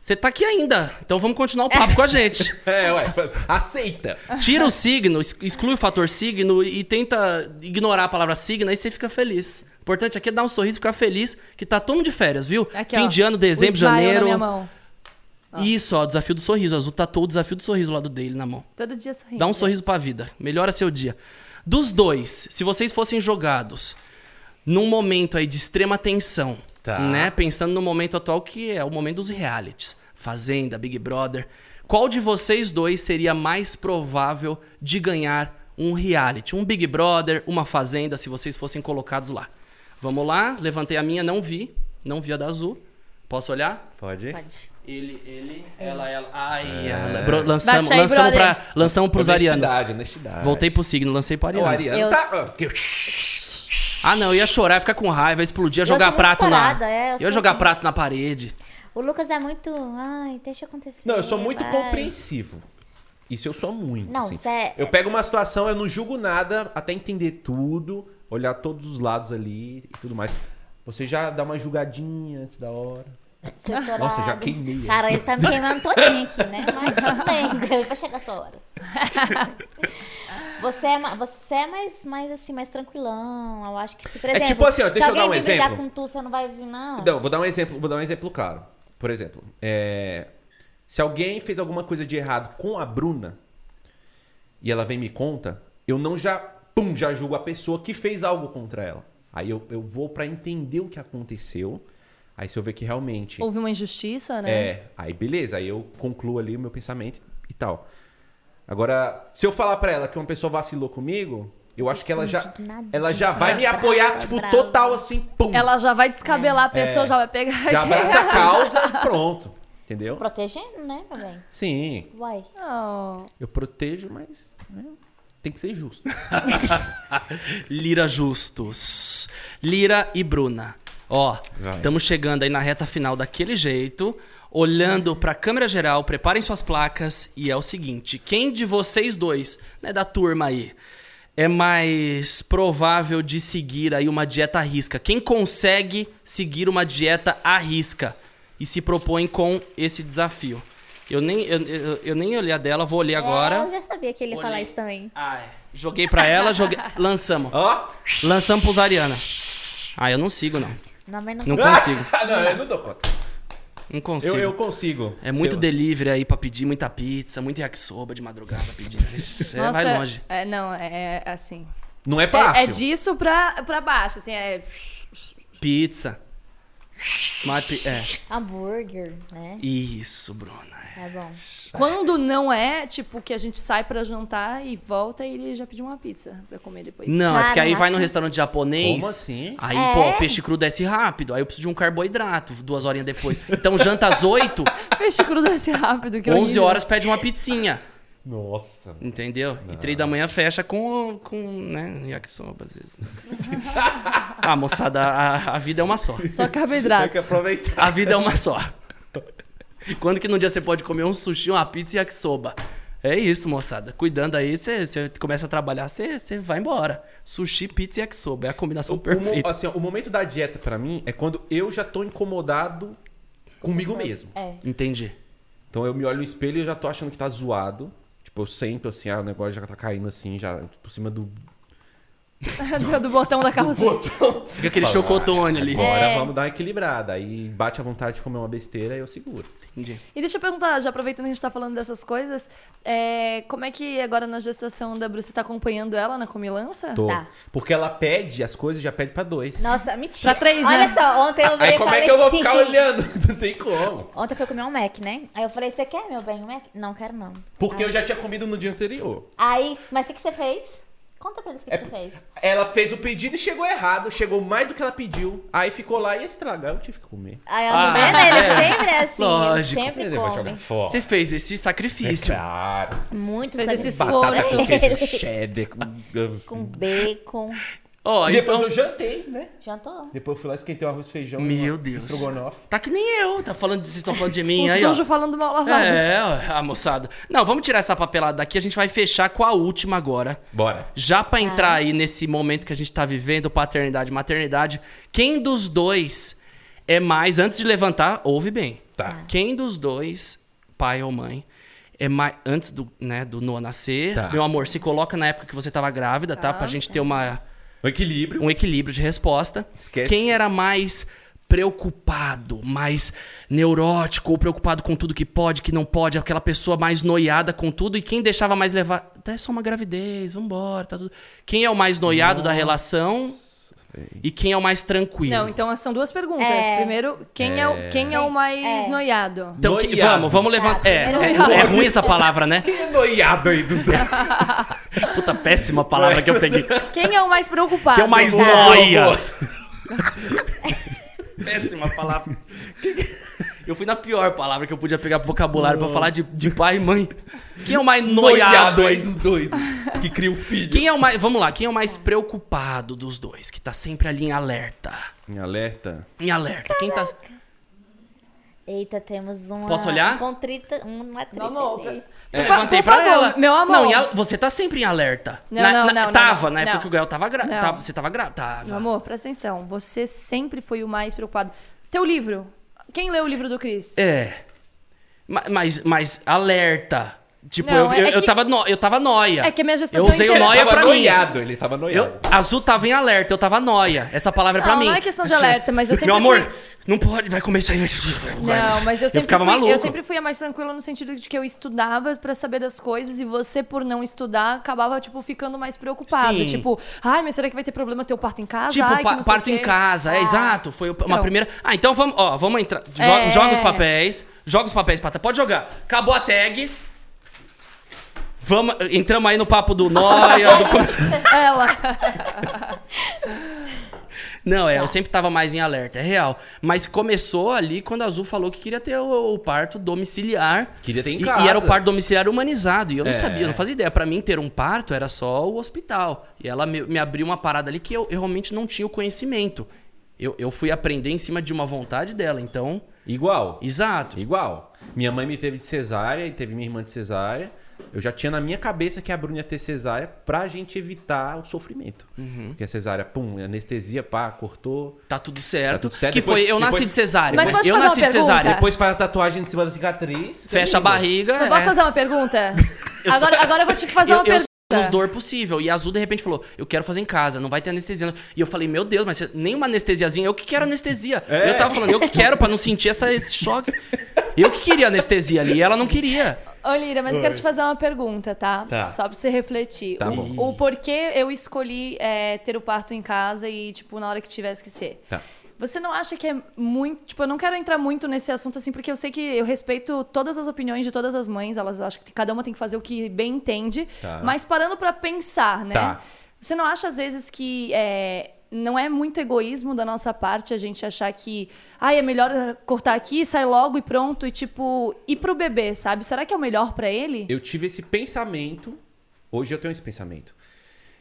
[SPEAKER 2] você tá aqui ainda. Então vamos continuar o papo com a gente.
[SPEAKER 4] É, ué. faz- Aceita.
[SPEAKER 2] Tira o signo, ex- exclui o fator signo e tenta ignorar a palavra signo, aí você fica feliz. O importante aqui é dar um sorriso, ficar feliz, que tá todo mundo de férias, viu?
[SPEAKER 1] Aqui,
[SPEAKER 2] Fim
[SPEAKER 1] ó,
[SPEAKER 2] de ano, dezembro,
[SPEAKER 1] o smile
[SPEAKER 2] janeiro.
[SPEAKER 1] Na minha mão.
[SPEAKER 2] Isso, ó, desafio do sorriso. O Azul tatuou o desafio do sorriso lá do dele na mão.
[SPEAKER 1] Todo dia sorrindo.
[SPEAKER 2] Dá um sorriso pra vida. Melhora seu dia. Dos dois, se vocês fossem jogados num momento aí de extrema tensão,
[SPEAKER 4] Tá.
[SPEAKER 2] né? Pensando no momento atual que é o momento dos realities, Fazenda, Big Brother, qual de vocês dois seria mais provável de ganhar um reality, um Big Brother, uma Fazenda, se vocês fossem colocados lá? Vamos lá, levantei a minha, não vi, não vi a da azul. Posso olhar? É.
[SPEAKER 4] Pode?
[SPEAKER 3] Pode.
[SPEAKER 2] Ele, ele, ela, ela. Ai, ela. Bro, lançamos,
[SPEAKER 1] Bate aí,
[SPEAKER 2] lançamos,
[SPEAKER 1] brother.
[SPEAKER 2] pra, lançamos pros arianos.
[SPEAKER 4] Honestidade, honestidade.
[SPEAKER 2] Voltei pro signo, lancei pro
[SPEAKER 4] O
[SPEAKER 2] ariano.
[SPEAKER 4] Ariano
[SPEAKER 3] Eu-
[SPEAKER 4] tá... ah, que-
[SPEAKER 2] Ah, não, eu ia chorar, ia ficar com raiva, ia explodir, ia
[SPEAKER 3] sou
[SPEAKER 2] jogar
[SPEAKER 3] muito
[SPEAKER 2] prato
[SPEAKER 3] parada,
[SPEAKER 2] na.
[SPEAKER 3] é, eu
[SPEAKER 2] eu
[SPEAKER 3] sou
[SPEAKER 2] ia jogar
[SPEAKER 3] assim.
[SPEAKER 2] prato na parede.
[SPEAKER 3] O Lucas é muito. Ai, deixa acontecer.
[SPEAKER 4] Não, eu sou muito
[SPEAKER 3] vai."
[SPEAKER 4] compreensivo. Isso eu sou muito.
[SPEAKER 3] Não,
[SPEAKER 4] assim.
[SPEAKER 3] cê é-
[SPEAKER 4] Eu pego uma situação, eu não julgo nada, até entender tudo, olhar todos os lados ali e tudo mais. Você já dá uma julgadinha antes da hora.
[SPEAKER 3] Sou estourado.
[SPEAKER 4] Nossa, já queimei.
[SPEAKER 3] Cara, ele tá me queimando todinho aqui, né? Mas tudo bem, [laughs] vai chegar a sua hora. Você é, ma- você é mais, mais assim, mais tranquilão. Eu acho que se, por exemplo,
[SPEAKER 4] tipo assim, ó,
[SPEAKER 3] se
[SPEAKER 4] deixa eu
[SPEAKER 3] alguém
[SPEAKER 4] dar um
[SPEAKER 3] vir brigar
[SPEAKER 4] exemplo.
[SPEAKER 3] com tu, você não vai vir, não.
[SPEAKER 4] Não, vou dar um exemplo, vou dar um exemplo claro. Por exemplo, é, se alguém fez alguma coisa de errado com a Bruna e ela vem e me conta, eu não já pum, já julgo a pessoa que fez algo contra ela. Aí eu, eu vou pra entender o que aconteceu. Aí se eu ver que realmente
[SPEAKER 1] Houve uma injustiça, né?
[SPEAKER 4] É, aí beleza, aí eu concluo ali o meu pensamento e tal. Agora, se eu falar pra ela que uma pessoa vacilou comigo, eu acho que ela já
[SPEAKER 3] Indignadíssima.
[SPEAKER 4] ela já vai me apoiar tipo
[SPEAKER 3] Brava.
[SPEAKER 4] total assim, pum.
[SPEAKER 1] [laughs]
[SPEAKER 2] É.
[SPEAKER 1] Ela já vai descabelar a pessoa, já vai pegar.
[SPEAKER 4] já abraça a causa e pronto. Entendeu?
[SPEAKER 3] Protegendo, né, meu bem?
[SPEAKER 4] Sim,
[SPEAKER 3] Uai.
[SPEAKER 1] Oh.
[SPEAKER 4] eu protejo, mas né, tem que ser
[SPEAKER 1] [laughs]
[SPEAKER 4] justo.
[SPEAKER 2] Lira Justos. Lira e Bruna. Ó,
[SPEAKER 4] Vai.
[SPEAKER 2] estamos chegando aí na reta final daquele jeito, olhando pra câmera geral, preparem suas placas e é o seguinte, quem de vocês dois, né, da turma aí, é mais provável de seguir aí uma dieta à risca? Quem consegue seguir uma dieta à risca e se propõe com esse desafio? Eu nem, eu, eu- eu nem olhei a dela, vou olhar
[SPEAKER 3] É, Eu
[SPEAKER 2] agora.
[SPEAKER 3] já sabia que ele ia falar
[SPEAKER 2] Olhei.
[SPEAKER 3] isso também.
[SPEAKER 2] Ah, é. Joguei pra ela, joguei... lançamos.
[SPEAKER 4] Ó! ah,
[SPEAKER 2] Lançamos pros Ariana. Ah, eu não sigo, não.
[SPEAKER 3] Não, mas não,
[SPEAKER 2] Não consigo.
[SPEAKER 4] não, eu não dou conta.
[SPEAKER 2] Não consigo.
[SPEAKER 4] Ah! Eu, eu consigo.
[SPEAKER 2] É muito
[SPEAKER 4] Seu-
[SPEAKER 2] delivery aí pra pedir muita pizza, muito yakisoba de madrugada
[SPEAKER 4] [laughs]
[SPEAKER 2] pedindo. Isso é, vai longe.
[SPEAKER 1] É, não, é, é assim.
[SPEAKER 4] Não é fácil.
[SPEAKER 1] É, é disso pra, pra baixo, assim, é.
[SPEAKER 2] Pizza. Mas pi- É.
[SPEAKER 3] Hambúrguer, né?
[SPEAKER 2] Isso, Bruna. é.
[SPEAKER 3] Tá bom.
[SPEAKER 1] Quando não é, tipo, que a gente sai pra jantar e volta e ele já pediu uma pizza pra comer depois.
[SPEAKER 2] Não, é porque aí
[SPEAKER 3] Caraca.
[SPEAKER 2] vai no restaurante japonês.
[SPEAKER 4] Como assim?
[SPEAKER 2] Aí,
[SPEAKER 3] É.
[SPEAKER 2] pô, peixe cru desce rápido. Aí eu preciso de um carboidrato duas horinhas depois. Então, janta às 8,
[SPEAKER 1] Peixe cru desce rápido, que é
[SPEAKER 2] 11
[SPEAKER 1] horrível. né?
[SPEAKER 2] horas pede uma pizzinha.
[SPEAKER 4] Nossa.
[SPEAKER 2] Entendeu? E três da manhã fecha com, com né, yakisoba, às vezes. né? ah, moçada, a, a vida é uma
[SPEAKER 1] Só
[SPEAKER 2] só.
[SPEAKER 4] Tem que
[SPEAKER 1] carboidratos.
[SPEAKER 4] aproveitar.
[SPEAKER 2] A vida é uma só. Quando que num dia você pode comer um sushi, uma pizza e yakisoba? É isso, moçada. Cuidando aí, você- você começa a trabalhar, você você vai embora. Sushi, pizza e yakisoba. É a combinação
[SPEAKER 4] O, mo-
[SPEAKER 2] perfeita.
[SPEAKER 4] assim, ó, o momento da dieta pra mim é quando eu já tô incomodado comigo mesmo.
[SPEAKER 3] É.
[SPEAKER 2] Entendi.
[SPEAKER 4] Então eu me olho no espelho e eu já tô achando que tá zoado. Tipo, eu sento assim, ah, o negócio já tá caindo assim, já por cima do.
[SPEAKER 1] [laughs] Do- Do botão da carroceria.
[SPEAKER 2] Fica aquele chocotone ali.
[SPEAKER 4] Agora
[SPEAKER 3] É.
[SPEAKER 4] vamos dar uma equilibrada. Aí bate a vontade de comer uma besteira e eu seguro.
[SPEAKER 2] Entendi.
[SPEAKER 1] E deixa eu perguntar, já aproveitando que a gente tá falando dessas coisas, é, como é que agora na gestação da Bruce, você tá acompanhando ela na comilança?
[SPEAKER 4] Tô.
[SPEAKER 3] Tá.
[SPEAKER 4] Porque ela pede as coisas e já pede pra dois.
[SPEAKER 3] Nossa, mentira.
[SPEAKER 1] Pra três,
[SPEAKER 3] Olha
[SPEAKER 1] né?
[SPEAKER 3] só, ontem eu virei
[SPEAKER 4] Aí
[SPEAKER 3] e
[SPEAKER 4] como
[SPEAKER 3] falei
[SPEAKER 4] é que eu vou
[SPEAKER 3] assim-
[SPEAKER 4] ficar olhando? [laughs] Não tem como.
[SPEAKER 3] Ontem eu fui comer um Mac, né? Aí eu falei, você quer, meu bem, um Mac? Não, quero não.
[SPEAKER 4] Porque eu já tinha comido no dia anterior.
[SPEAKER 3] Aí, mas o que, que você fez? Conta pra eles o que,
[SPEAKER 4] É
[SPEAKER 3] que você
[SPEAKER 4] por-
[SPEAKER 3] fez.
[SPEAKER 4] Ela fez o pedido e chegou errado, chegou mais do que ela pediu. Aí ficou lá e ia estragar. Eu tive que comer.
[SPEAKER 3] Aí ela,
[SPEAKER 2] Ah,
[SPEAKER 3] ah, né? Ele
[SPEAKER 2] é.
[SPEAKER 3] sempre
[SPEAKER 1] [laughs]
[SPEAKER 3] é assim.
[SPEAKER 2] Lógico.
[SPEAKER 3] Ele sempre
[SPEAKER 4] Ele vai jogar
[SPEAKER 3] come.
[SPEAKER 4] fora. É
[SPEAKER 2] Você fez esse sacrifício.
[SPEAKER 4] Claro.
[SPEAKER 3] Muito
[SPEAKER 1] Fez esse
[SPEAKER 3] sacrifício.
[SPEAKER 1] esforço.
[SPEAKER 4] Batata com queijo
[SPEAKER 3] [laughs] Ele-
[SPEAKER 4] cheddar. Com...
[SPEAKER 3] Com bacon.
[SPEAKER 2] Ó,
[SPEAKER 4] E
[SPEAKER 2] então...
[SPEAKER 4] depois eu jantei, né?
[SPEAKER 3] Jantou.
[SPEAKER 4] Depois eu fui lá, esquentei o arroz, feijão.
[SPEAKER 2] Meu
[SPEAKER 4] um
[SPEAKER 2] Deus.
[SPEAKER 4] Estrogonofe.
[SPEAKER 2] Tá que nem eu. Tá falando, vocês estão falando de mim
[SPEAKER 1] O
[SPEAKER 2] aí, ó.
[SPEAKER 1] sujo falando mal lavado.
[SPEAKER 2] É, ó, a moçada. Não, vamos tirar essa papelada daqui. A gente vai fechar com a última agora.
[SPEAKER 4] Bora.
[SPEAKER 2] Já pra entrar aí nesse momento que a gente tá vivendo, paternidade, maternidade, quem dos dois é mais, antes de levantar, ouve bem.
[SPEAKER 4] Tá.
[SPEAKER 2] Quem dos dois, pai ou mãe, é mais, antes do, né, do Noah nascer,
[SPEAKER 4] Tá.
[SPEAKER 2] meu amor, se coloca na época que você tava grávida, tá? Pra gente ter uma,
[SPEAKER 4] O equilíbrio.
[SPEAKER 2] um equilíbrio de resposta.
[SPEAKER 4] Esquece.
[SPEAKER 2] Quem era mais preocupado, mais neurótico, ou preocupado com tudo que pode, que não pode, aquela pessoa mais noiada com tudo, e quem deixava mais levar. "Tá, É só uma gravidez, vambora, tá tudo. Quem é o mais noiado da relação e quem é o mais tranquilo?
[SPEAKER 1] Não, então são duas perguntas.
[SPEAKER 3] É.
[SPEAKER 1] Primeiro, quem é, o, quem é o mais
[SPEAKER 3] É.
[SPEAKER 1] noiado?
[SPEAKER 2] Então, que-
[SPEAKER 4] Noiado.
[SPEAKER 2] vamos, vamos levantar. É,
[SPEAKER 1] Noiado.
[SPEAKER 2] é, é ruim essa palavra, né?
[SPEAKER 4] Que noiado aí dos
[SPEAKER 3] [laughs]
[SPEAKER 4] dois.
[SPEAKER 2] Puta péssima palavra que eu peguei. Que
[SPEAKER 1] Quem é o mais preocupado?
[SPEAKER 2] é o mais
[SPEAKER 4] Boa,
[SPEAKER 2] noia.
[SPEAKER 4] boa.
[SPEAKER 2] péssima palavra. Eu fui na pior palavra que eu podia pegar pro vocabulário pra falar de, de pai e mãe. Quem é o mais noiado aí?
[SPEAKER 4] aí
[SPEAKER 2] [laughs]
[SPEAKER 4] dos dois. Que cria o filho.
[SPEAKER 2] Quem é o mais. Vamos lá, quem é o mais preocupado dos dois? Que tá sempre ali em alerta.
[SPEAKER 4] Em alerta.
[SPEAKER 2] Em alerta. Quem tá.
[SPEAKER 3] Eita, temos uma...
[SPEAKER 2] Posso olhar?
[SPEAKER 3] Um contrita, uma trita
[SPEAKER 1] Vamos,
[SPEAKER 3] ali.
[SPEAKER 2] Eu
[SPEAKER 1] fa-
[SPEAKER 2] levantei
[SPEAKER 1] por favor, meu amor.
[SPEAKER 2] Não, em al- você tá sempre em alerta.
[SPEAKER 1] Não,
[SPEAKER 2] Na-
[SPEAKER 1] não,
[SPEAKER 2] na-
[SPEAKER 1] não, não,
[SPEAKER 2] Tava,
[SPEAKER 1] não,
[SPEAKER 2] na época
[SPEAKER 1] não.
[SPEAKER 2] que o Gael tava grávida.
[SPEAKER 1] Não.
[SPEAKER 2] Você tava grávida? Tava.
[SPEAKER 1] Meu amor, presta atenção. Você sempre foi o mais preocupado. Teu livro. Quem leu o livro do Cris?
[SPEAKER 2] É. Ma- Mas, mas alerta. Tipo,
[SPEAKER 1] Não,
[SPEAKER 2] eu,
[SPEAKER 1] é-
[SPEAKER 2] eu,
[SPEAKER 1] é
[SPEAKER 2] eu
[SPEAKER 1] que-
[SPEAKER 2] tava no- eu tava noia.
[SPEAKER 1] É que a minha gestação
[SPEAKER 2] Eu usei o
[SPEAKER 1] inteira-
[SPEAKER 2] noia
[SPEAKER 4] tava
[SPEAKER 2] pra mim.
[SPEAKER 4] noiado, ele tava noiado.
[SPEAKER 2] Eu, azul tava em alerta, eu tava noia. Essa palavra é pra
[SPEAKER 1] Não,
[SPEAKER 2] mim.
[SPEAKER 1] não é questão de alerta, mas eu sempre
[SPEAKER 2] Meu amor,
[SPEAKER 1] fui-
[SPEAKER 2] não pode, vai comer isso aí.
[SPEAKER 1] Não, mas eu sempre,
[SPEAKER 2] Eu ficava
[SPEAKER 1] fui,
[SPEAKER 2] maluco.
[SPEAKER 1] eu sempre fui a mais tranquila no sentido de que eu estudava pra saber das coisas e você, por não estudar, acabava, tipo, ficando mais preocupado.
[SPEAKER 2] Sim.
[SPEAKER 1] Tipo, ai, mas será que vai ter problema ter o parto em casa?
[SPEAKER 2] Tipo,
[SPEAKER 1] Ai, que
[SPEAKER 2] pa-
[SPEAKER 1] não sei o
[SPEAKER 2] parto em
[SPEAKER 1] quê." Ah.
[SPEAKER 2] casa, é exato. Foi uma
[SPEAKER 1] Então.
[SPEAKER 2] primeira. Ah, então vamos, ó, vamos entrar. Jo-
[SPEAKER 1] É.
[SPEAKER 2] Joga os papéis. Joga os papéis, Pata. Pode jogar. Acabou a tag. Vamos,
[SPEAKER 1] [laughs]
[SPEAKER 2] entramos aí no papo do Noia. do-
[SPEAKER 1] Ela.
[SPEAKER 2] Não, é, eu sempre tava mais em alerta, é real. Mas começou ali quando a Azul falou que queria ter o, o parto domiciliar.
[SPEAKER 4] Queria ter em
[SPEAKER 2] E- E,
[SPEAKER 4] casa.
[SPEAKER 2] era o parto domiciliar humanizado. E eu não
[SPEAKER 4] É.
[SPEAKER 2] sabia, eu não fazia ideia. Pra mim, ter um parto era só o hospital. E ela me, me abriu uma parada ali que eu, eu realmente não tinha o conhecimento. Eu, eu fui aprender em cima de uma vontade dela, então.
[SPEAKER 4] Igual.
[SPEAKER 2] Exato.
[SPEAKER 4] Igual. Minha mãe me teve de cesárea e teve minha irmã de cesárea. Eu já tinha na minha cabeça que a Bruna ia ter cesárea pra gente evitar o sofrimento.
[SPEAKER 2] Uhum.
[SPEAKER 4] Porque a cesárea, pum, anestesia, pá, cortou.
[SPEAKER 2] Tá tudo certo.
[SPEAKER 4] Tá tudo certo,
[SPEAKER 2] Que
[SPEAKER 4] depois-
[SPEAKER 2] foi, eu nasci
[SPEAKER 4] depois-
[SPEAKER 2] de cesárea.
[SPEAKER 1] Mas posso te
[SPEAKER 2] eu
[SPEAKER 1] fazer
[SPEAKER 2] nasci
[SPEAKER 1] uma
[SPEAKER 2] de cesárea.
[SPEAKER 1] pergunta?
[SPEAKER 4] Depois faz a tatuagem em cima da cicatriz.
[SPEAKER 2] É. Fecha a
[SPEAKER 4] Terrível.
[SPEAKER 2] barriga.
[SPEAKER 1] Eu posso
[SPEAKER 2] é.
[SPEAKER 1] fazer uma
[SPEAKER 2] [laughs]
[SPEAKER 1] pergunta? Agora, agora eu vou te fazer
[SPEAKER 2] eu,
[SPEAKER 1] é uma
[SPEAKER 2] eu
[SPEAKER 1] pergunta.
[SPEAKER 2] sou menos dor possível. E a Azul, de repente, falou: Eu quero fazer em casa, não vai ter anestesia. E eu falei: Meu Deus, mas você- nem uma anestesiazinha, eu que quero anestesia.
[SPEAKER 4] É.
[SPEAKER 2] Eu tava falando: Eu que quero pra não sentir essa, esse choque. Eu que queria anestesia ali, e ela não queria.
[SPEAKER 1] Ô, Lira, mas eu quero te fazer uma pergunta, tá?
[SPEAKER 4] Tá.
[SPEAKER 1] Só pra você refletir.
[SPEAKER 4] Tá
[SPEAKER 1] o,
[SPEAKER 4] bom.
[SPEAKER 1] o porquê eu escolhi é, ter o parto em casa e, tipo, na hora que tivesse que ser.
[SPEAKER 4] Tá.
[SPEAKER 1] Você não acha que é muito. Tipo, eu não quero entrar muito nesse assunto, assim, porque eu sei que eu respeito todas as opiniões de todas as mães. Elas eu acho que cada uma tem que fazer o que bem entende.
[SPEAKER 4] Tá.
[SPEAKER 1] Mas parando pra pensar, né?
[SPEAKER 4] Tá.
[SPEAKER 1] Você não acha, às vezes, que. é, Não é muito egoísmo da nossa parte a gente achar que, ai, é melhor eh, cortar aqui, sai logo e pronto, e tipo, ir pro bebê, sabe? Será que é o melhor pra ele?
[SPEAKER 4] Eu tive esse pensamento. Hoje eu tenho esse pensamento.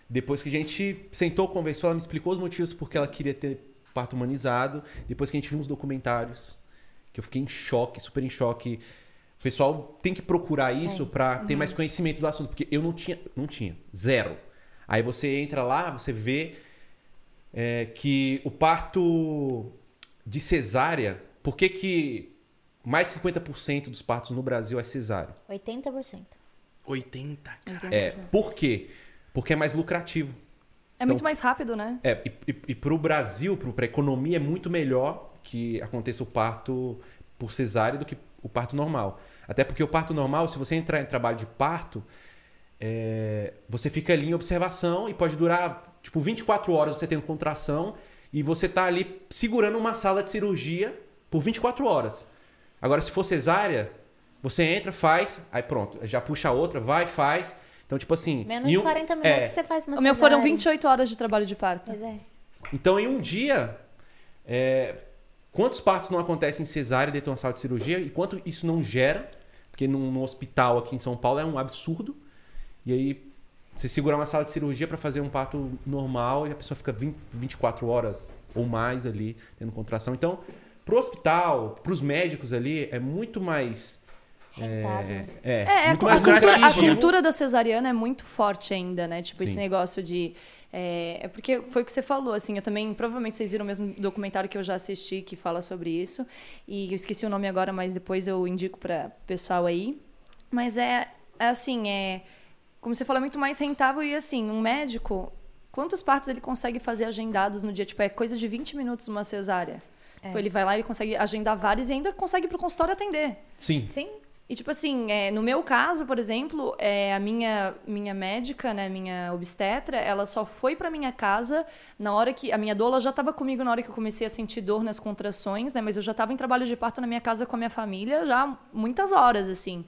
[SPEAKER 4] Depois que a gente sentou, conversou, ela me explicou os motivos porque ela queria ter parto humanizado. Depois que a gente viu uns documentários, que eu fiquei em choque, super em choque. O pessoal tem que procurar isso pra ter mais conhecimento do assunto, porque eu não tinha, não tinha, zero. Aí você entra lá, você vê é, que o parto de cesárea, por que que mais de 50% dos partos no Brasil é cesárea?
[SPEAKER 3] 80%.
[SPEAKER 2] 80, cara.
[SPEAKER 4] É, por quê? Porque é mais lucrativo.
[SPEAKER 1] É muito mais rápido, né?
[SPEAKER 4] É, e, e, e pro Brasil, pro, pra economia, é muito melhor que aconteça o parto por cesárea do que o parto normal. Até porque o parto normal, se você entrar em trabalho de parto, é, você fica ali em observação e pode durar, tipo, 24 horas você tendo contração e você tá ali segurando uma sala de cirurgia por 24 horas. Agora, se for cesárea, você entra, faz, aí pronto, já puxa outra, vai, faz. Então, tipo assim.
[SPEAKER 3] Menos
[SPEAKER 4] em
[SPEAKER 3] de
[SPEAKER 4] um-
[SPEAKER 3] 40
[SPEAKER 4] é,
[SPEAKER 3] minutos você faz uma
[SPEAKER 1] O meu foram
[SPEAKER 3] cesárea.
[SPEAKER 1] 28 horas de trabalho de parto.
[SPEAKER 3] Pois é.
[SPEAKER 4] Então, em um dia, é, quantos partos não acontecem em cesárea dentro de uma sala de cirurgia e quanto isso não gera? Porque num, num hospital aqui em São Paulo é um absurdo. E aí, você segurar uma sala de cirurgia para fazer um parto normal e a pessoa fica 20, 24 horas ou mais ali tendo contração. Então, pro hospital, pros médicos ali, é muito mais.
[SPEAKER 3] Rentável.
[SPEAKER 4] É,
[SPEAKER 1] É, a,
[SPEAKER 4] muito
[SPEAKER 1] cu-
[SPEAKER 4] mais
[SPEAKER 1] a cultura, a
[SPEAKER 4] lucrativo.
[SPEAKER 1] cultura da cesariana é muito forte ainda, né? Tipo, esse
[SPEAKER 4] Sim.
[SPEAKER 1] negócio de. É, é porque foi o que você falou, assim. Eu também. Provavelmente vocês viram o mesmo documentário que eu já assisti que fala sobre isso. E eu esqueci o nome agora, mas depois eu indico pra pessoal aí. Mas é. é assim, é. Como você falou, é muito mais rentável e assim, um médico. Quantos partos ele consegue fazer agendados no dia? Tipo, é coisa de 20 minutos uma cesárea. Tipo, ele vai lá, ele consegue agendar vários e ainda consegue ir pro consultório atender.
[SPEAKER 4] Sim.
[SPEAKER 3] Sim.
[SPEAKER 1] E, tipo assim, é, no meu caso, por exemplo, é, a minha, minha médica, né, minha obstetra, ela só foi pra minha casa na hora que. A minha doula já tava comigo na hora que eu comecei a sentir dor nas contrações, né? Mas eu já tava em trabalho de parto na minha casa com a minha família já há muitas horas, assim.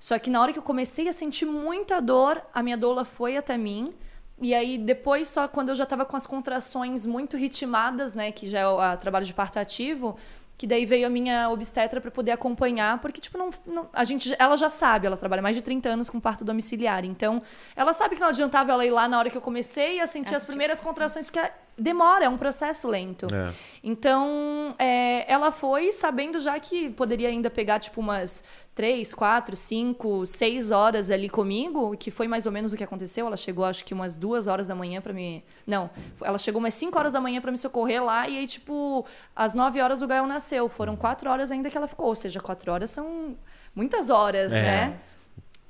[SPEAKER 1] Só que na hora que eu comecei a sentir muita dor, a minha doula foi até mim. E aí, depois, só quando eu já tava com as contrações muito ritmadas, né? Que já é o a, trabalho de parto ativo, que daí veio a minha obstetra para poder acompanhar, porque, tipo, não, não- a gente, ela já sabe, ela trabalha mais de 30 anos com parto domiciliar. Então, ela sabe que não adiantava ela ir lá na hora que eu comecei a sentir as primeiras contrações, porque demora, é um processo lento.
[SPEAKER 4] É.
[SPEAKER 1] Então, é, ela foi sabendo já que poderia ainda pegar, tipo, umas três, quatro, cinco, seis horas ali comigo, que foi mais ou menos o que aconteceu. Ela chegou, acho que umas duas horas da manhã pra me. Não, ela chegou umas cinco horas da manhã pra me socorrer lá, e aí, tipo, às nove horas o Gael nasceu. Foram quatro horas ainda que ela ficou. Ou seja, quatro horas são muitas horas,
[SPEAKER 4] É.
[SPEAKER 1] né?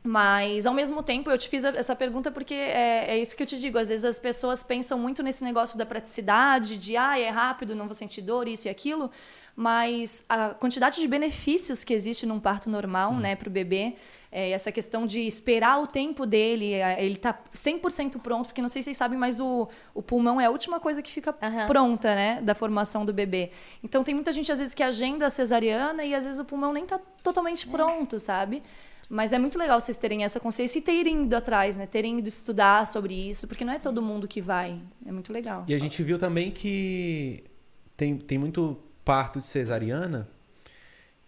[SPEAKER 1] Mas, ao mesmo tempo, eu te fiz a- essa pergunta porque é, é isso que eu te digo. Às vezes as pessoas pensam muito nesse negócio da praticidade, de ah, é rápido, não vou sentir dor, isso e aquilo. Mas a quantidade de benefícios que existe num parto normal, né, pro bebê, é, essa questão de esperar o tempo dele, é, ele tá 100% pronto, porque não sei se vocês sabem, mas o, o pulmão é a última coisa que fica
[SPEAKER 3] Aham.
[SPEAKER 1] pronta, né, da formação do bebê.
[SPEAKER 3] É.
[SPEAKER 1] Então tem muita gente, às vezes, que agenda a cesariana e às vezes o pulmão nem tá totalmente pronto, sabe? Mas é muito legal vocês terem essa consciência e terem ido atrás, né? Terem ido estudar sobre isso, porque não é todo mundo que vai. É muito legal.
[SPEAKER 4] E a gente viu também que tem, tem muito parto de cesariana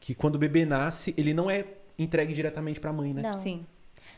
[SPEAKER 4] que quando o bebê nasce, ele não é entregue diretamente pra mãe, né?
[SPEAKER 3] Não.
[SPEAKER 1] Sim.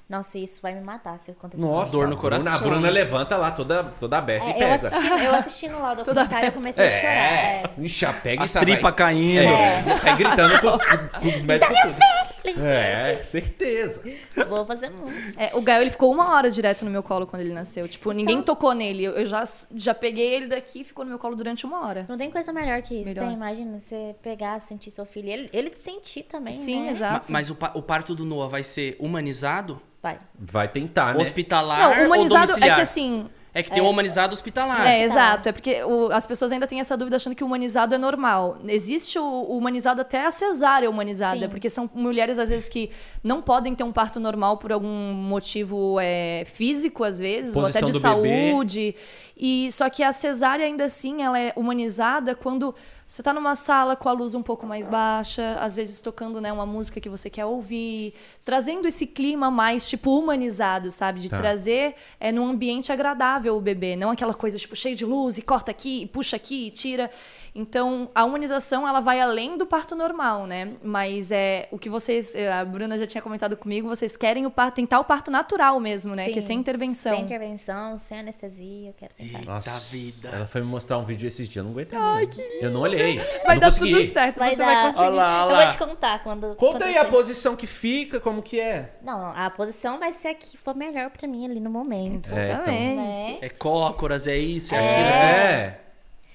[SPEAKER 3] Nossa, isso vai me matar se acontecer.
[SPEAKER 4] Nossa,
[SPEAKER 2] Dor no
[SPEAKER 4] a Bruna-
[SPEAKER 2] coração,
[SPEAKER 4] A Bruna
[SPEAKER 2] né?
[SPEAKER 4] levanta lá toda, toda aberta e
[SPEAKER 3] É, eu,
[SPEAKER 4] pega.
[SPEAKER 3] assisti, eu assistindo lá o
[SPEAKER 1] [laughs]
[SPEAKER 3] documentário, eu comecei a chorar. É.
[SPEAKER 4] Ixi, a pega
[SPEAKER 2] As
[SPEAKER 4] e sai.
[SPEAKER 2] tripas caindo.
[SPEAKER 4] É, sai gritando com, com- com os médicos. tudo. É, certeza.
[SPEAKER 3] Vou fazer muito.
[SPEAKER 1] É, o Gael, ele ficou uma hora direto no meu colo quando ele nasceu. Tipo, ninguém
[SPEAKER 3] Então
[SPEAKER 1] tocou nele. Eu, eu já, já peguei ele daqui e ficou no meu colo durante uma hora.
[SPEAKER 3] Não tem coisa melhor que isso.
[SPEAKER 1] Melhor.
[SPEAKER 3] Tem, imagina você pegar, sentir seu filho. Ele, ele te sentir também.
[SPEAKER 1] Sim,
[SPEAKER 3] né?
[SPEAKER 1] exato.
[SPEAKER 2] Ma- Mas o, pa- o parto do Noah vai ser humanizado,
[SPEAKER 3] Vai.
[SPEAKER 4] Vai tentar, né?
[SPEAKER 2] hospitalar
[SPEAKER 1] Não,
[SPEAKER 2] ou
[SPEAKER 1] humanizado é
[SPEAKER 2] domiciliar?
[SPEAKER 1] que assim.
[SPEAKER 2] É que tem o humanizado hospitalar.
[SPEAKER 1] É, exato. É porque o- as pessoas ainda têm essa dúvida achando que o humanizado é normal. Existe o, o humanizado até a cesárea humanizada,
[SPEAKER 3] Sim.
[SPEAKER 1] porque são mulheres, às vezes, que não podem ter um parto normal por algum motivo é, físico, às vezes, ou até
[SPEAKER 4] Posição
[SPEAKER 1] de
[SPEAKER 4] do bebê.
[SPEAKER 1] saúde. E Só que a cesárea, ainda assim, ela é humanizada quando. Você tá numa sala com a luz um pouco mais baixa, às vezes tocando né, uma música que você quer ouvir, trazendo esse clima mais, tipo, humanizado, sabe? De
[SPEAKER 4] Tá.
[SPEAKER 1] trazer fazer é num ambiente agradável o bebê, não aquela coisa tipo cheia de luz e corta aqui, e puxa aqui, e tira. Então, a humanização ela vai além do parto normal, né? Mas é o que vocês, eh, a Bruna já tinha comentado comigo, vocês querem o parto, tentar o parto natural mesmo, né? que é
[SPEAKER 3] Sim,
[SPEAKER 1] sem intervenção.
[SPEAKER 3] Sem intervenção, sem anestesia. Eu quero tentar.
[SPEAKER 4] Nossa,
[SPEAKER 2] Eita vida.
[SPEAKER 4] Ela foi me mostrar um vídeo esses dias, eu não aguentei. Ai, que eu não olhei.
[SPEAKER 1] Vai
[SPEAKER 4] não
[SPEAKER 1] dar
[SPEAKER 4] consegui.
[SPEAKER 1] tudo certo,
[SPEAKER 3] Vai
[SPEAKER 1] você vai
[SPEAKER 3] dar.
[SPEAKER 1] conseguir.
[SPEAKER 2] Olha lá, olha
[SPEAKER 3] Eu
[SPEAKER 2] lá.
[SPEAKER 3] vou te contar quando. quando
[SPEAKER 4] Conta aí a
[SPEAKER 3] você-
[SPEAKER 4] posição que fica, como que é.
[SPEAKER 3] Não, a posição vai ser a que for melhor pra mim ali no momento.
[SPEAKER 4] É, então.
[SPEAKER 1] Exatamente.
[SPEAKER 3] Né?
[SPEAKER 2] É cócoras, é isso, é, aquilo.
[SPEAKER 4] É.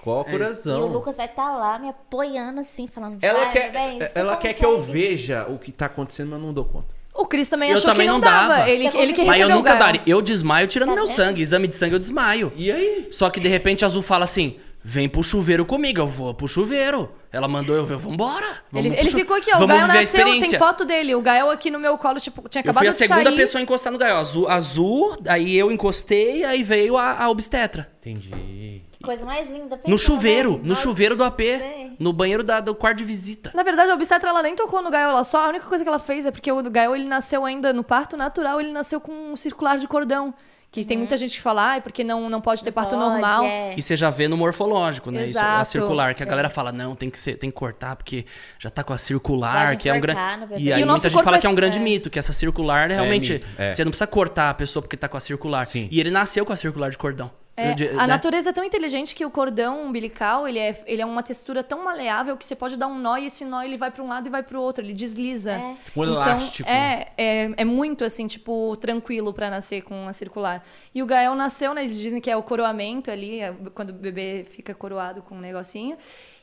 [SPEAKER 4] Qual o
[SPEAKER 3] E
[SPEAKER 4] coração?
[SPEAKER 3] o Lucas vai estar lá me apoiando assim, falando.
[SPEAKER 4] Então. Ela
[SPEAKER 3] vai,
[SPEAKER 4] quer,
[SPEAKER 3] bem, você
[SPEAKER 4] ela quer que eu
[SPEAKER 3] consegue.
[SPEAKER 4] veja o que tá acontecendo, mas eu não dou conta.
[SPEAKER 1] O Cris também
[SPEAKER 2] Eu
[SPEAKER 1] achou
[SPEAKER 2] também
[SPEAKER 1] que não
[SPEAKER 2] não
[SPEAKER 1] dava.
[SPEAKER 2] dava.
[SPEAKER 1] Ele,
[SPEAKER 3] Você
[SPEAKER 1] ele que
[SPEAKER 3] conseguiu.
[SPEAKER 2] Mas eu
[SPEAKER 1] recebeu o
[SPEAKER 2] nunca
[SPEAKER 1] Gael.
[SPEAKER 2] daria. Eu desmaio tirando
[SPEAKER 3] Tá
[SPEAKER 2] meu
[SPEAKER 3] vendo?
[SPEAKER 2] sangue. Exame de sangue, eu desmaio.
[SPEAKER 4] E aí?
[SPEAKER 2] Só que de repente a Azul fala assim: vem pro chuveiro comigo, eu vou pro chuveiro. Ela mandou eu, eu vambora.
[SPEAKER 1] Ele,
[SPEAKER 2] vamos pro
[SPEAKER 1] ele
[SPEAKER 2] chu-
[SPEAKER 1] ficou aqui, ó. O
[SPEAKER 2] vamos
[SPEAKER 1] Gael
[SPEAKER 2] viver a
[SPEAKER 1] nasceu, tem
[SPEAKER 2] experiência."
[SPEAKER 1] foto dele. O Gael aqui no meu colo, tipo, tinha
[SPEAKER 2] Eu
[SPEAKER 1] acabado
[SPEAKER 2] fui a
[SPEAKER 1] de
[SPEAKER 2] segunda
[SPEAKER 1] sair.
[SPEAKER 2] pessoa a encostar no Gael. Azul, azul, aí eu encostei, aí veio a, a obstetra.
[SPEAKER 4] Entendi.
[SPEAKER 3] Que Coisa mais linda.
[SPEAKER 2] No
[SPEAKER 3] pensa,
[SPEAKER 2] chuveiro,
[SPEAKER 3] né?
[SPEAKER 2] no
[SPEAKER 3] Nossa,
[SPEAKER 2] chuveiro do AP,
[SPEAKER 3] Sim.
[SPEAKER 2] no banheiro da- do quarto de visita.
[SPEAKER 1] Na verdade, a obstetra ela nem tocou no Gael, ela só a única coisa que ela fez é porque o Gael ele nasceu ainda no parto natural, ele nasceu com um circular de cordão, que tem muita gente que fala, ah, porque não não pode ter parto
[SPEAKER 3] pode,
[SPEAKER 1] normal.
[SPEAKER 3] é.
[SPEAKER 2] E você já vê no morfológico, né? Isso, a
[SPEAKER 1] Exato. É.
[SPEAKER 2] circular, que a galera fala, não, tem que, ser, tem que cortar, porque já tá com a circular,
[SPEAKER 3] Pode
[SPEAKER 2] que é um grande.
[SPEAKER 3] enforcar no bebê.
[SPEAKER 2] E
[SPEAKER 3] E
[SPEAKER 2] aí
[SPEAKER 1] o nosso
[SPEAKER 2] muita gente
[SPEAKER 1] corpo
[SPEAKER 2] fala
[SPEAKER 1] é-
[SPEAKER 2] que é um grande
[SPEAKER 1] é.
[SPEAKER 2] mito, que essa circular realmente.
[SPEAKER 4] mito, é.
[SPEAKER 2] Você não precisa cortar a pessoa porque tá com a circular.
[SPEAKER 4] Sim.
[SPEAKER 2] E ele nasceu com a circular de cordão.
[SPEAKER 1] É,
[SPEAKER 2] Eu di-
[SPEAKER 1] a
[SPEAKER 2] né?
[SPEAKER 1] natureza é tão inteligente que o cordão umbilical, ele é, ele é uma textura tão maleável que você pode dar um nó e esse nó ele vai para um lado e vai para o outro, ele desliza.
[SPEAKER 3] É.
[SPEAKER 4] Tipo um elástico.
[SPEAKER 1] É, é, é muito assim, tipo, tranquilo pra nascer com a circular. E o Gael nasceu, né? Eles dizem que é o coroamento ali, é quando o bebê fica coroado com um negocinho.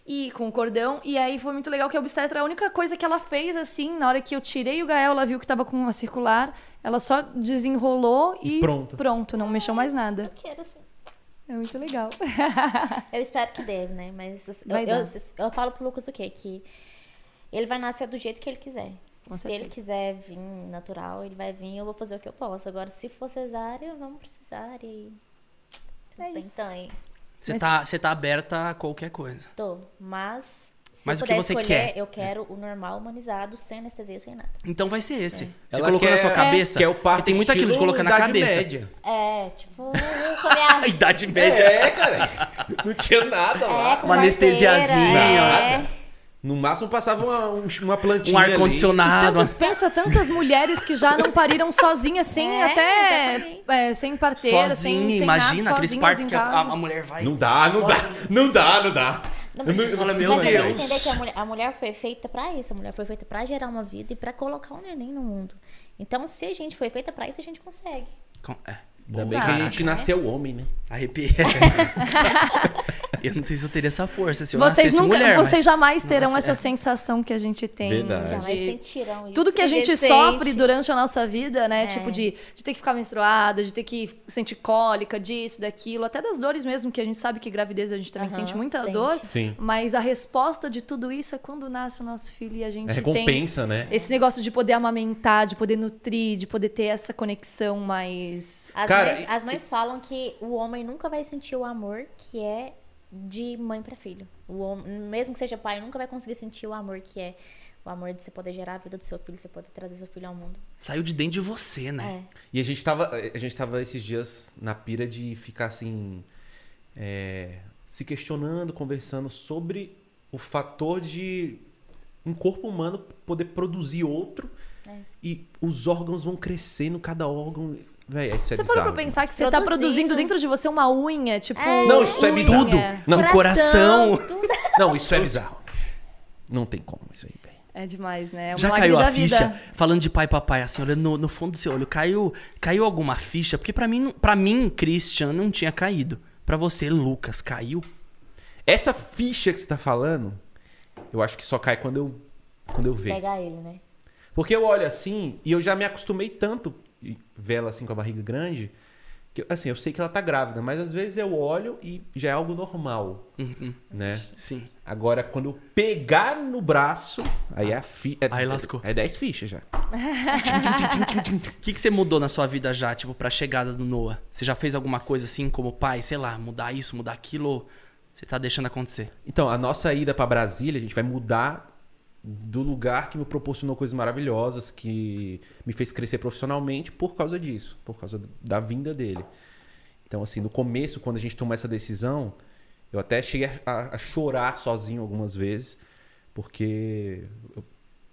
[SPEAKER 1] E com o cordão. E aí foi muito legal que a obstetra, a única coisa que ela fez, assim, na hora que eu tirei o Gael, ela viu que tava com a circular, ela só desenrolou e,
[SPEAKER 4] E pronto.
[SPEAKER 1] pronto, não mexeu mais nada.
[SPEAKER 3] Quero, assim.
[SPEAKER 1] É muito
[SPEAKER 2] [laughs]
[SPEAKER 1] legal.
[SPEAKER 3] Eu espero que deve, né? Mas assim, eu,
[SPEAKER 1] Vai dar.
[SPEAKER 3] eu, eu falo pro Lucas o quê? Que ele vai nascer do jeito que ele quiser.
[SPEAKER 1] Com
[SPEAKER 3] se ele
[SPEAKER 1] certeza.
[SPEAKER 3] quiser vir natural, ele vai vir, eu vou fazer o que eu posso. Agora, se for cesárea, vamos pro cesárea. e
[SPEAKER 1] É
[SPEAKER 3] Tudo bem,
[SPEAKER 1] isso.
[SPEAKER 3] então, hein?
[SPEAKER 2] Você
[SPEAKER 1] Mas-
[SPEAKER 2] tá, você tá aberta a qualquer coisa.
[SPEAKER 3] Tô. Mas, se
[SPEAKER 2] Mas
[SPEAKER 3] eu
[SPEAKER 2] o que
[SPEAKER 3] puder
[SPEAKER 2] você
[SPEAKER 3] escolher,
[SPEAKER 2] quer?
[SPEAKER 3] eu quero o normal humanizado, sem anestesia, sem nada.
[SPEAKER 2] Então vai ser
[SPEAKER 1] É.
[SPEAKER 2] esse. Você
[SPEAKER 4] Ela
[SPEAKER 2] colocou na
[SPEAKER 4] quer-
[SPEAKER 2] sua cabeça.
[SPEAKER 4] Que é o parto
[SPEAKER 2] porque tem muito aquilo de
[SPEAKER 4] estilo
[SPEAKER 2] colocar na
[SPEAKER 4] Idade
[SPEAKER 2] cabeça.
[SPEAKER 4] Média.
[SPEAKER 3] É, tipo, com a minha
[SPEAKER 2] [laughs] A idade média.
[SPEAKER 4] É, cara. [laughs] Não tinha nada
[SPEAKER 3] É,
[SPEAKER 4] lá.
[SPEAKER 3] com
[SPEAKER 2] Uma
[SPEAKER 3] parteira,
[SPEAKER 2] anestesiazinha,
[SPEAKER 3] é.
[SPEAKER 4] No máximo passava uma, um- uma plantinha
[SPEAKER 2] Um ar-condicionado.
[SPEAKER 1] Tantas, pensa tantas mulheres que já não pariram sozinhas, sem
[SPEAKER 3] É,
[SPEAKER 1] até.
[SPEAKER 3] exatamente.
[SPEAKER 1] é, sem parteira, sem,
[SPEAKER 2] Sozinha,
[SPEAKER 1] sem
[SPEAKER 2] imagina
[SPEAKER 1] nada,
[SPEAKER 2] aqueles
[SPEAKER 1] sozinhas
[SPEAKER 2] partes
[SPEAKER 1] em
[SPEAKER 2] que a, a-
[SPEAKER 1] casa.
[SPEAKER 2] a mulher vai.
[SPEAKER 4] ali. Não dá, não dá. Não dá, não dá.
[SPEAKER 3] Não, mas
[SPEAKER 4] Eu
[SPEAKER 3] você assim,
[SPEAKER 4] não- eu
[SPEAKER 2] fala, meu
[SPEAKER 4] não
[SPEAKER 3] Mas é você
[SPEAKER 4] sei não,
[SPEAKER 3] tem que
[SPEAKER 2] Deus.
[SPEAKER 3] entender que a mulher, a mulher foi feita pra isso. A mulher foi feita pra gerar uma vida e pra colocar um neném no mundo. Então, se a gente foi feita pra isso, a gente consegue.
[SPEAKER 2] Com- É.
[SPEAKER 4] Ainda bem que a gente nasceu homem, né?
[SPEAKER 2] Arrepiei. [laughs] eu não sei se eu teria essa força
[SPEAKER 4] um
[SPEAKER 2] se eu
[SPEAKER 1] Vocês
[SPEAKER 2] nascesse
[SPEAKER 1] nunca,
[SPEAKER 2] mulher. mas-
[SPEAKER 1] vocês jamais terão
[SPEAKER 2] Nossa,
[SPEAKER 1] essa
[SPEAKER 2] é.
[SPEAKER 1] sensação que a gente tem.
[SPEAKER 4] Verdade.
[SPEAKER 1] de-
[SPEAKER 3] Jamais sentirão isso.
[SPEAKER 1] Tudo que a gente
[SPEAKER 3] Recente.
[SPEAKER 1] sofre durante a nossa vida, né?
[SPEAKER 3] É.
[SPEAKER 1] Tipo, de, de ter que ficar menstruada, de ter que sentir cólica, disso, daquilo, até das dores mesmo, que a gente sabe que gravidez a gente também
[SPEAKER 3] Aham,
[SPEAKER 1] sente muita
[SPEAKER 3] sente.
[SPEAKER 1] dor.
[SPEAKER 4] Sim.
[SPEAKER 1] Mas a resposta de tudo isso é quando nasce o nosso filho e a gente
[SPEAKER 4] É
[SPEAKER 1] tem
[SPEAKER 4] recompensa, né?
[SPEAKER 1] Esse negócio de poder amamentar, de poder nutrir, de poder ter essa conexão mais.
[SPEAKER 3] As,
[SPEAKER 4] Cara,
[SPEAKER 3] mães,
[SPEAKER 4] e-
[SPEAKER 3] as mães falam que o homem nunca vai sentir o amor que é de mãe pra filho. O homem, mesmo que seja pai, nunca vai conseguir sentir o amor que é O amor de você poder gerar a vida do seu filho, você poder trazer seu filho ao mundo.
[SPEAKER 2] Saiu de dentro de você, né?
[SPEAKER 3] É.
[SPEAKER 4] E a gente tava, a gente tava esses dias na pira de ficar assim. é, se questionando, conversando sobre o fator de um corpo humano poder produzir outro
[SPEAKER 3] É.
[SPEAKER 4] e os órgãos vão crescendo, cada órgão. Véi, isso é
[SPEAKER 1] Você
[SPEAKER 4] bizarro.
[SPEAKER 1] parou pra pensar que você tá
[SPEAKER 3] Produzindo.
[SPEAKER 1] produzindo dentro de você uma unha, tipo.
[SPEAKER 3] É.
[SPEAKER 4] Não, isso é
[SPEAKER 1] unha.
[SPEAKER 4] bizarro.
[SPEAKER 1] um
[SPEAKER 4] Não,
[SPEAKER 2] No coração.
[SPEAKER 3] tudo.
[SPEAKER 4] Não, isso é bizarro. Não tem como isso aí, velho.
[SPEAKER 1] É demais, né? É o
[SPEAKER 2] Já
[SPEAKER 1] milagre
[SPEAKER 2] caiu
[SPEAKER 1] da
[SPEAKER 2] a ficha,
[SPEAKER 1] vida.
[SPEAKER 2] falando de pai e papai, assim, olhando no, no fundo do seu olho, caiu, caiu alguma ficha? Porque pra mim, não- pra mim, Christian, não tinha caído. Pra você, Lucas, caiu?
[SPEAKER 4] Essa ficha que você tá falando, eu acho que só cai quando eu, quando eu vejo.
[SPEAKER 3] Pegar ele, né?
[SPEAKER 4] Porque eu olho assim e eu já me acostumei tanto e ver ela assim com a barriga grande, que eu- assim, eu sei que ela tá grávida, mas às vezes eu olho e já é algo normal,
[SPEAKER 2] Uhum.
[SPEAKER 4] né?
[SPEAKER 2] Sim.
[SPEAKER 4] Agora quando eu pegar no braço, aí é a ficha, é,
[SPEAKER 2] Aí lascou.
[SPEAKER 4] É 10 fichas já.
[SPEAKER 2] O que, que você mudou na sua vida já, tipo, pra chegada do Noah? Você já fez alguma coisa assim, como pai, sei lá, mudar isso, mudar aquilo? ou Você tá deixando acontecer?
[SPEAKER 4] Então, a nossa ida pra Brasília, a gente vai mudar do lugar que me proporcionou coisas maravilhosas, que me fez crescer profissionalmente por causa disso, por causa da vinda dele. Então, assim, no começo, quando a gente tomou essa decisão, eu até cheguei a, a chorar sozinho algumas vezes, porque, eu,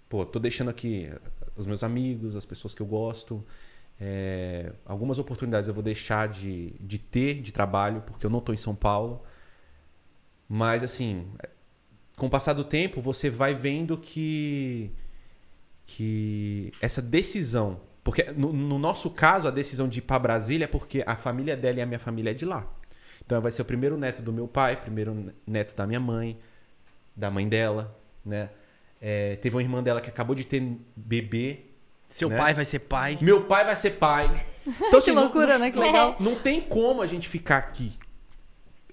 [SPEAKER 4] pô, tô deixando aqui os meus amigos, as pessoas que eu gosto, é, algumas oportunidades eu vou deixar de, de ter de trabalho, porque eu não tô em São Paulo. Mas assim, com o passar do tempo, você vai vendo que que essa decisão, porque no, no nosso caso a decisão de ir para Brasília é porque a família dela e a minha família é de lá. Então vai ser o primeiro neto do meu pai, primeiro neto da minha mãe, da mãe dela, né? É, teve uma irmã dela que acabou de ter bebê.
[SPEAKER 2] Seu
[SPEAKER 4] Né?
[SPEAKER 2] pai vai ser pai?
[SPEAKER 4] Meu pai vai ser
[SPEAKER 1] [laughs]
[SPEAKER 4] pai. Então,
[SPEAKER 1] Que
[SPEAKER 4] assim, não-
[SPEAKER 1] loucura, né? Que legal.
[SPEAKER 4] Não tem como a gente ficar aqui.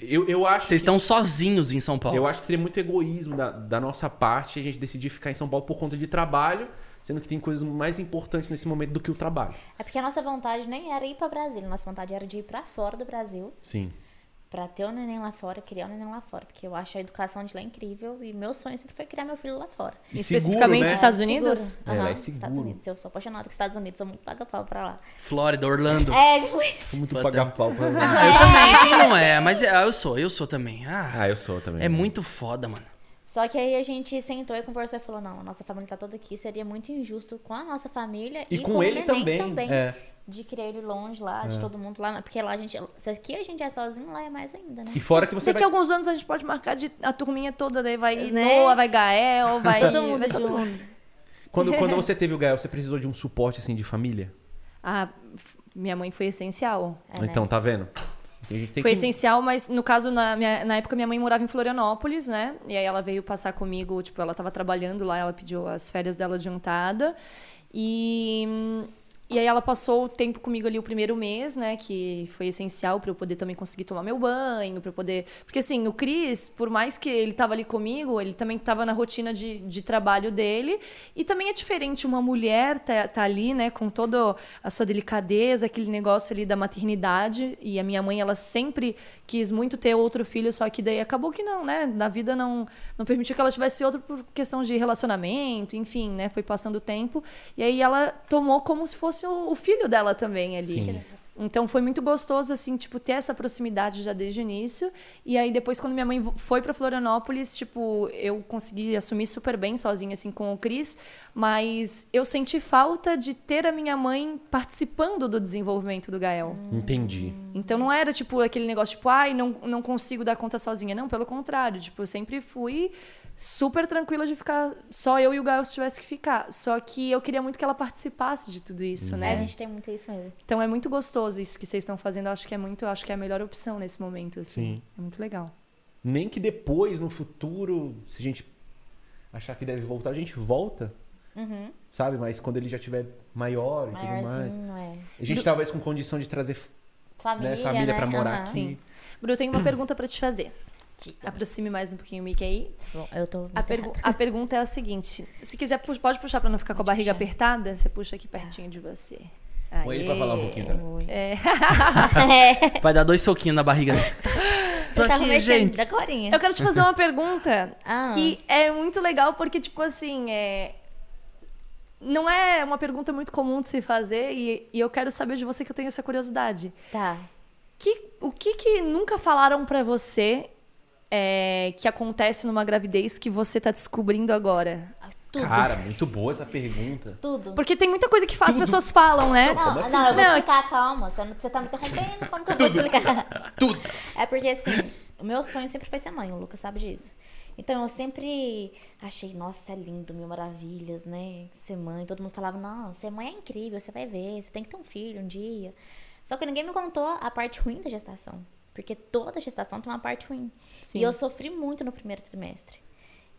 [SPEAKER 4] Eu, eu acho
[SPEAKER 2] Vocês estão sozinhos em São Paulo.
[SPEAKER 4] eu acho que seria muito egoísmo da, da nossa parte a gente decidir ficar em São Paulo por conta de trabalho, sendo que tem coisas mais importantes nesse momento do que o trabalho.
[SPEAKER 3] É porque a nossa vontade nem era ir pra Brasília, nossa vontade era de ir pra fora do Brasil,
[SPEAKER 4] Sim.
[SPEAKER 3] pra ter o neném lá fora, criar o neném lá fora, porque eu acho a educação de lá incrível e meu sonho sempre foi criar meu filho lá fora.
[SPEAKER 4] E
[SPEAKER 1] Especificamente
[SPEAKER 4] seguro, né?
[SPEAKER 1] Estados
[SPEAKER 3] É,
[SPEAKER 1] Unidos?
[SPEAKER 3] seguro.
[SPEAKER 4] É, lá é
[SPEAKER 3] Aham,
[SPEAKER 4] seguro.
[SPEAKER 3] Estados Unidos. Eu sou apaixonada com Estados Unidos, sou muito paga pau pra lá.
[SPEAKER 2] Flórida, Orlando.
[SPEAKER 3] É, [laughs] tipo isso.
[SPEAKER 4] Sou muito
[SPEAKER 2] Puta. [laughs]
[SPEAKER 4] paga-pau. pra-
[SPEAKER 2] Ah, eu também, quem não é? Mas é- ah, eu sou, eu sou também. Ah,
[SPEAKER 4] Ah, eu sou também.
[SPEAKER 2] é muito foda, mano.
[SPEAKER 3] Só que aí a gente sentou e conversou e falou: não, a nossa família tá toda aqui, seria muito injusto com a nossa família
[SPEAKER 4] E,
[SPEAKER 3] e,
[SPEAKER 4] com,
[SPEAKER 3] o
[SPEAKER 4] ele
[SPEAKER 3] neném
[SPEAKER 4] também. é.
[SPEAKER 3] De criar ele longe lá, de todo mundo lá. Porque lá a gente. Se aqui a gente é sozinho, lá é mais ainda, né?
[SPEAKER 4] E fora que você
[SPEAKER 1] Daqui
[SPEAKER 4] vai...
[SPEAKER 1] a alguns anos a gente pode marcar de- a turminha toda, daí vai
[SPEAKER 3] Né?
[SPEAKER 1] Noah, vai [laughs] Gael, vai
[SPEAKER 3] Todo mundo
[SPEAKER 1] vai todo
[SPEAKER 3] junto.
[SPEAKER 1] mundo.
[SPEAKER 4] Quando, quando você teve o Gael, você precisou de um suporte assim de família?
[SPEAKER 1] Ah, f- minha mãe foi essencial.
[SPEAKER 3] É, né?
[SPEAKER 4] Então, tá vendo? A gente tem
[SPEAKER 1] foi
[SPEAKER 4] que-
[SPEAKER 1] essencial, mas no caso, na, minha- na época, minha mãe morava em Florianópolis, né? E aí ela veio passar comigo, tipo, ela tava trabalhando lá, ela pediu as férias dela adiantada. E, e aí ela passou o tempo comigo ali o primeiro mês, né? Que foi essencial pra eu poder também conseguir tomar meu banho, pra eu poder. Porque assim, o Cris, por mais que ele tava ali comigo, ele também tava na rotina de, de trabalho dele. E também é diferente uma mulher tá, tá ali, né, com toda a sua delicadeza, aquele negócio ali da maternidade. E a minha mãe, ela sempre quis muito ter outro filho, só que daí acabou que não, né? Na vida não, não permitiu que ela tivesse outro por questão de relacionamento, enfim, né? Foi passando o tempo. E aí ela tomou como se fosse o o filho dela também ali.
[SPEAKER 4] Sim.
[SPEAKER 1] Então foi muito gostoso, assim, tipo, ter essa proximidade já desde o início. E aí depois, quando minha mãe vo- foi pra Florianópolis, tipo, eu consegui assumir super bem sozinha, assim, com o Cris. Mas eu senti falta de ter a minha mãe participando do desenvolvimento do Gael.
[SPEAKER 4] Entendi.
[SPEAKER 1] Então não era, tipo, aquele negócio, tipo, ai, não, não consigo dar conta sozinha. Não, pelo contrário, tipo, eu sempre fui super tranquila de ficar só eu e o Gael se tivesse que ficar. Só que eu queria muito que ela participasse de tudo isso,
[SPEAKER 3] É,
[SPEAKER 1] né?
[SPEAKER 3] a gente tem muito isso mesmo.
[SPEAKER 1] Então é muito gostoso isso que vocês estão fazendo. Eu acho que é muito, eu acho que é a melhor opção nesse momento, assim.
[SPEAKER 4] Sim.
[SPEAKER 1] É muito legal.
[SPEAKER 4] Nem que depois, no futuro, se a gente achar que deve voltar, a gente volta. Sabe? Mas quando ele já tiver maior e tudo mais.
[SPEAKER 3] Maiorzinho, é.
[SPEAKER 4] A gente tava talvez com condição de trazer f-
[SPEAKER 3] Família.
[SPEAKER 4] né, família
[SPEAKER 3] né?
[SPEAKER 4] pra morar
[SPEAKER 3] Aham.
[SPEAKER 4] aqui.
[SPEAKER 1] Sim. Ah. Bru, eu tenho uma pergunta pra te fazer. Aproxime mais um pouquinho o mic aí.
[SPEAKER 3] Bom, eu tô.
[SPEAKER 1] A, pergu- a pergunta é a seguinte: se quiser, pu- pode puxar Tá. pra não ficar com a barriga
[SPEAKER 3] puxar.
[SPEAKER 1] apertada, você puxa aqui pertinho de você.
[SPEAKER 3] tá? [laughs]
[SPEAKER 4] Põe ele pra falar um pouquinho também.
[SPEAKER 1] É.
[SPEAKER 3] É.
[SPEAKER 2] Vai dar dois soquinhos na barriga.
[SPEAKER 5] Tô
[SPEAKER 3] tava
[SPEAKER 5] aqui,
[SPEAKER 3] mexendo
[SPEAKER 5] gente.
[SPEAKER 3] da corinha.
[SPEAKER 1] Eu quero te fazer uma pergunta
[SPEAKER 3] Ah.
[SPEAKER 1] que é muito legal porque, tipo assim, é... não é uma pergunta muito comum de se fazer e, e eu quero saber de você que eu tenho essa curiosidade.
[SPEAKER 3] Tá.
[SPEAKER 1] Que- o que que nunca falaram pra você é, que acontece numa gravidez que você tá descobrindo agora?
[SPEAKER 3] Tudo.
[SPEAKER 4] Cara, muito boa essa pergunta.
[SPEAKER 3] Tudo.
[SPEAKER 1] Porque tem muita coisa que faz, as pessoas falam, né?
[SPEAKER 3] Não,
[SPEAKER 4] Como assim?
[SPEAKER 3] não, eu vou
[SPEAKER 1] Não, é-
[SPEAKER 3] explicar, calma. Você, não- você tá me interrompendo, como que eu vou explicar?
[SPEAKER 4] Tudo.
[SPEAKER 3] É porque, assim, o meu sonho sempre foi ser mãe, o Lucas sabe disso. Então, eu sempre achei, nossa, é lindo, mil maravilhas, né? Ser mãe. Todo mundo falava, não, ser mãe é incrível, você vai ver, você tem que ter um filho um dia. Só que ninguém me contou a parte ruim da gestação. Porque toda gestação tem uma parte ruim. E eu sofri muito no primeiro trimestre.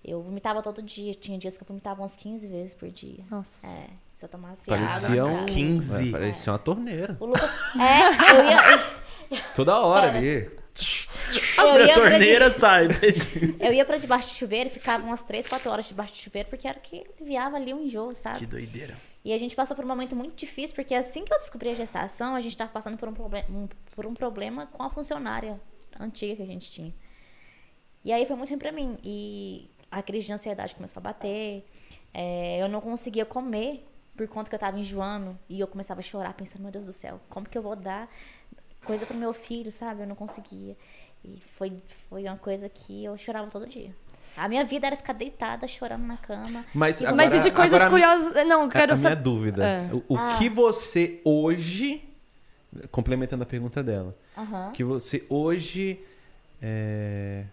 [SPEAKER 3] Eu vomitava todo dia, tinha dias que eu vomitava umas 15 vezes por dia.
[SPEAKER 1] Nossa.
[SPEAKER 3] É, se eu tomasse
[SPEAKER 4] Parecia
[SPEAKER 3] água...
[SPEAKER 4] um...
[SPEAKER 3] cara.
[SPEAKER 5] 15.
[SPEAKER 4] É, Parecia uma torneira.
[SPEAKER 3] O
[SPEAKER 2] [laughs]
[SPEAKER 3] Lucas. É, eu ia,
[SPEAKER 4] Toda hora ali.
[SPEAKER 3] eu,
[SPEAKER 2] Abre
[SPEAKER 3] ia
[SPEAKER 2] a
[SPEAKER 3] pra de-
[SPEAKER 2] torneira, [laughs] sai.
[SPEAKER 3] eu ia pra debaixo de chuveiro e ficava umas 3, 4 horas debaixo de chuveiro, porque era o que aliviava ali o enjoo, sabe?
[SPEAKER 5] Que doideira.
[SPEAKER 3] E a gente passou por um momento muito difícil, porque assim que eu descobri a gestação, a gente tava passando por um, proble- um- por um problema com a funcionária antiga que a gente tinha. E aí foi muito ruim pra mim. E a crise de ansiedade começou a bater. É, eu não conseguia comer por conta que eu tava enjoando. E eu começava a chorar, pensando, meu Deus do céu, como que eu vou dar coisa pro meu filho, sabe? Eu não conseguia. E foi, foi uma coisa que eu chorava todo dia. A minha vida era ficar deitada, chorando na cama.
[SPEAKER 4] Mas
[SPEAKER 3] E
[SPEAKER 4] agora- é-
[SPEAKER 1] Mas e de coisas
[SPEAKER 4] agora-
[SPEAKER 1] curiosas? Não, eu
[SPEAKER 4] A-
[SPEAKER 1] quero
[SPEAKER 4] a minha
[SPEAKER 1] saber.
[SPEAKER 4] dúvida.
[SPEAKER 1] É.
[SPEAKER 4] O, o que você hoje. Complementando a pergunta dela.
[SPEAKER 3] Aham.
[SPEAKER 4] Que você hoje. é,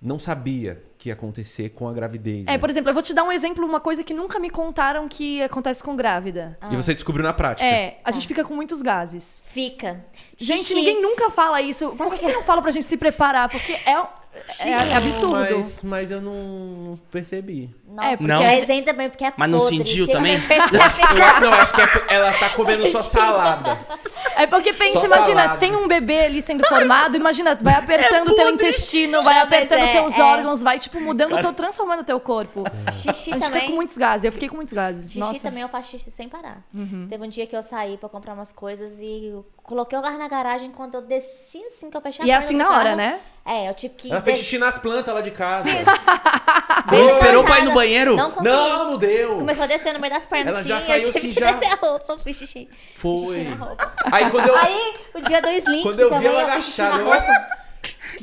[SPEAKER 4] não sabia que ia acontecer com a gravidez.
[SPEAKER 1] É,
[SPEAKER 4] né?
[SPEAKER 1] por exemplo, eu vou te dar um exemplo, uma coisa que nunca me contaram que acontece com grávida.
[SPEAKER 4] E você descobriu na prática.
[SPEAKER 1] Ah. É, a gente fica com muitos gases.
[SPEAKER 3] Fica.
[SPEAKER 1] Gente,
[SPEAKER 3] Tá. Xixi.
[SPEAKER 1] ninguém nunca fala isso. Por que, que não fala pra gente se preparar? Porque é, é- é absurdo.
[SPEAKER 4] Mas, mas eu não
[SPEAKER 1] [laughs]
[SPEAKER 4] percebi.
[SPEAKER 3] Nossa,
[SPEAKER 1] É,
[SPEAKER 3] porque
[SPEAKER 2] Não.
[SPEAKER 3] mas ainda bem, porque é
[SPEAKER 2] Mas não
[SPEAKER 3] podre,
[SPEAKER 2] sentiu
[SPEAKER 3] tinha que
[SPEAKER 2] também?
[SPEAKER 3] ser
[SPEAKER 1] [laughs]
[SPEAKER 3] perce-
[SPEAKER 4] Eu- não, acho que é por- ela tá comendo sua salada.
[SPEAKER 1] É porque pensa,
[SPEAKER 4] Só
[SPEAKER 1] imagina,
[SPEAKER 4] salada.
[SPEAKER 1] se tem um bebê ali sendo formado, imagina,
[SPEAKER 3] [laughs]
[SPEAKER 1] vai apertando o teu intestino, vai
[SPEAKER 3] É Não, mas
[SPEAKER 1] apertando
[SPEAKER 3] é,
[SPEAKER 1] teus
[SPEAKER 3] é.
[SPEAKER 1] órgãos, vai, tipo, mudando, teu, transformando teu corpo.
[SPEAKER 2] É.
[SPEAKER 3] Xixi
[SPEAKER 1] A gente fica
[SPEAKER 3] também.
[SPEAKER 1] com muitos gases, eu fiquei com muitos gases.
[SPEAKER 3] Xixi
[SPEAKER 1] Nossa. Uhum.
[SPEAKER 3] também eu faço xixi sem parar. Teve um dia que eu saí pra comprar umas coisas e eu coloquei o carro na garagem quando eu desci assim que eu fechei a
[SPEAKER 1] E é
[SPEAKER 3] porta
[SPEAKER 1] assim
[SPEAKER 3] do
[SPEAKER 1] na hora,
[SPEAKER 3] carro.
[SPEAKER 1] né?
[SPEAKER 3] É, eu tive que
[SPEAKER 4] Ela fez
[SPEAKER 3] des-
[SPEAKER 4] xixi nas plantas lá de casa.
[SPEAKER 1] [laughs]
[SPEAKER 2] Não esperou pra ir
[SPEAKER 3] Passada.
[SPEAKER 2] no banheiro?
[SPEAKER 3] Não consegui.
[SPEAKER 4] Não, não deu.
[SPEAKER 3] Começou a descer no meio das pernas.
[SPEAKER 4] Ela já
[SPEAKER 3] assim,
[SPEAKER 4] saiu
[SPEAKER 3] eu tive
[SPEAKER 4] assim,
[SPEAKER 3] que
[SPEAKER 4] já-
[SPEAKER 3] descer a roupa, fiz xixi.
[SPEAKER 4] Foi.
[SPEAKER 3] Xixi na roupa.
[SPEAKER 4] Aí quando eu,
[SPEAKER 3] Aí, o dia do Slink
[SPEAKER 4] quando eu vi
[SPEAKER 3] também,
[SPEAKER 4] ela
[SPEAKER 3] eu fiz xixi
[SPEAKER 4] agachada,
[SPEAKER 3] na
[SPEAKER 4] eu.
[SPEAKER 3] roupa.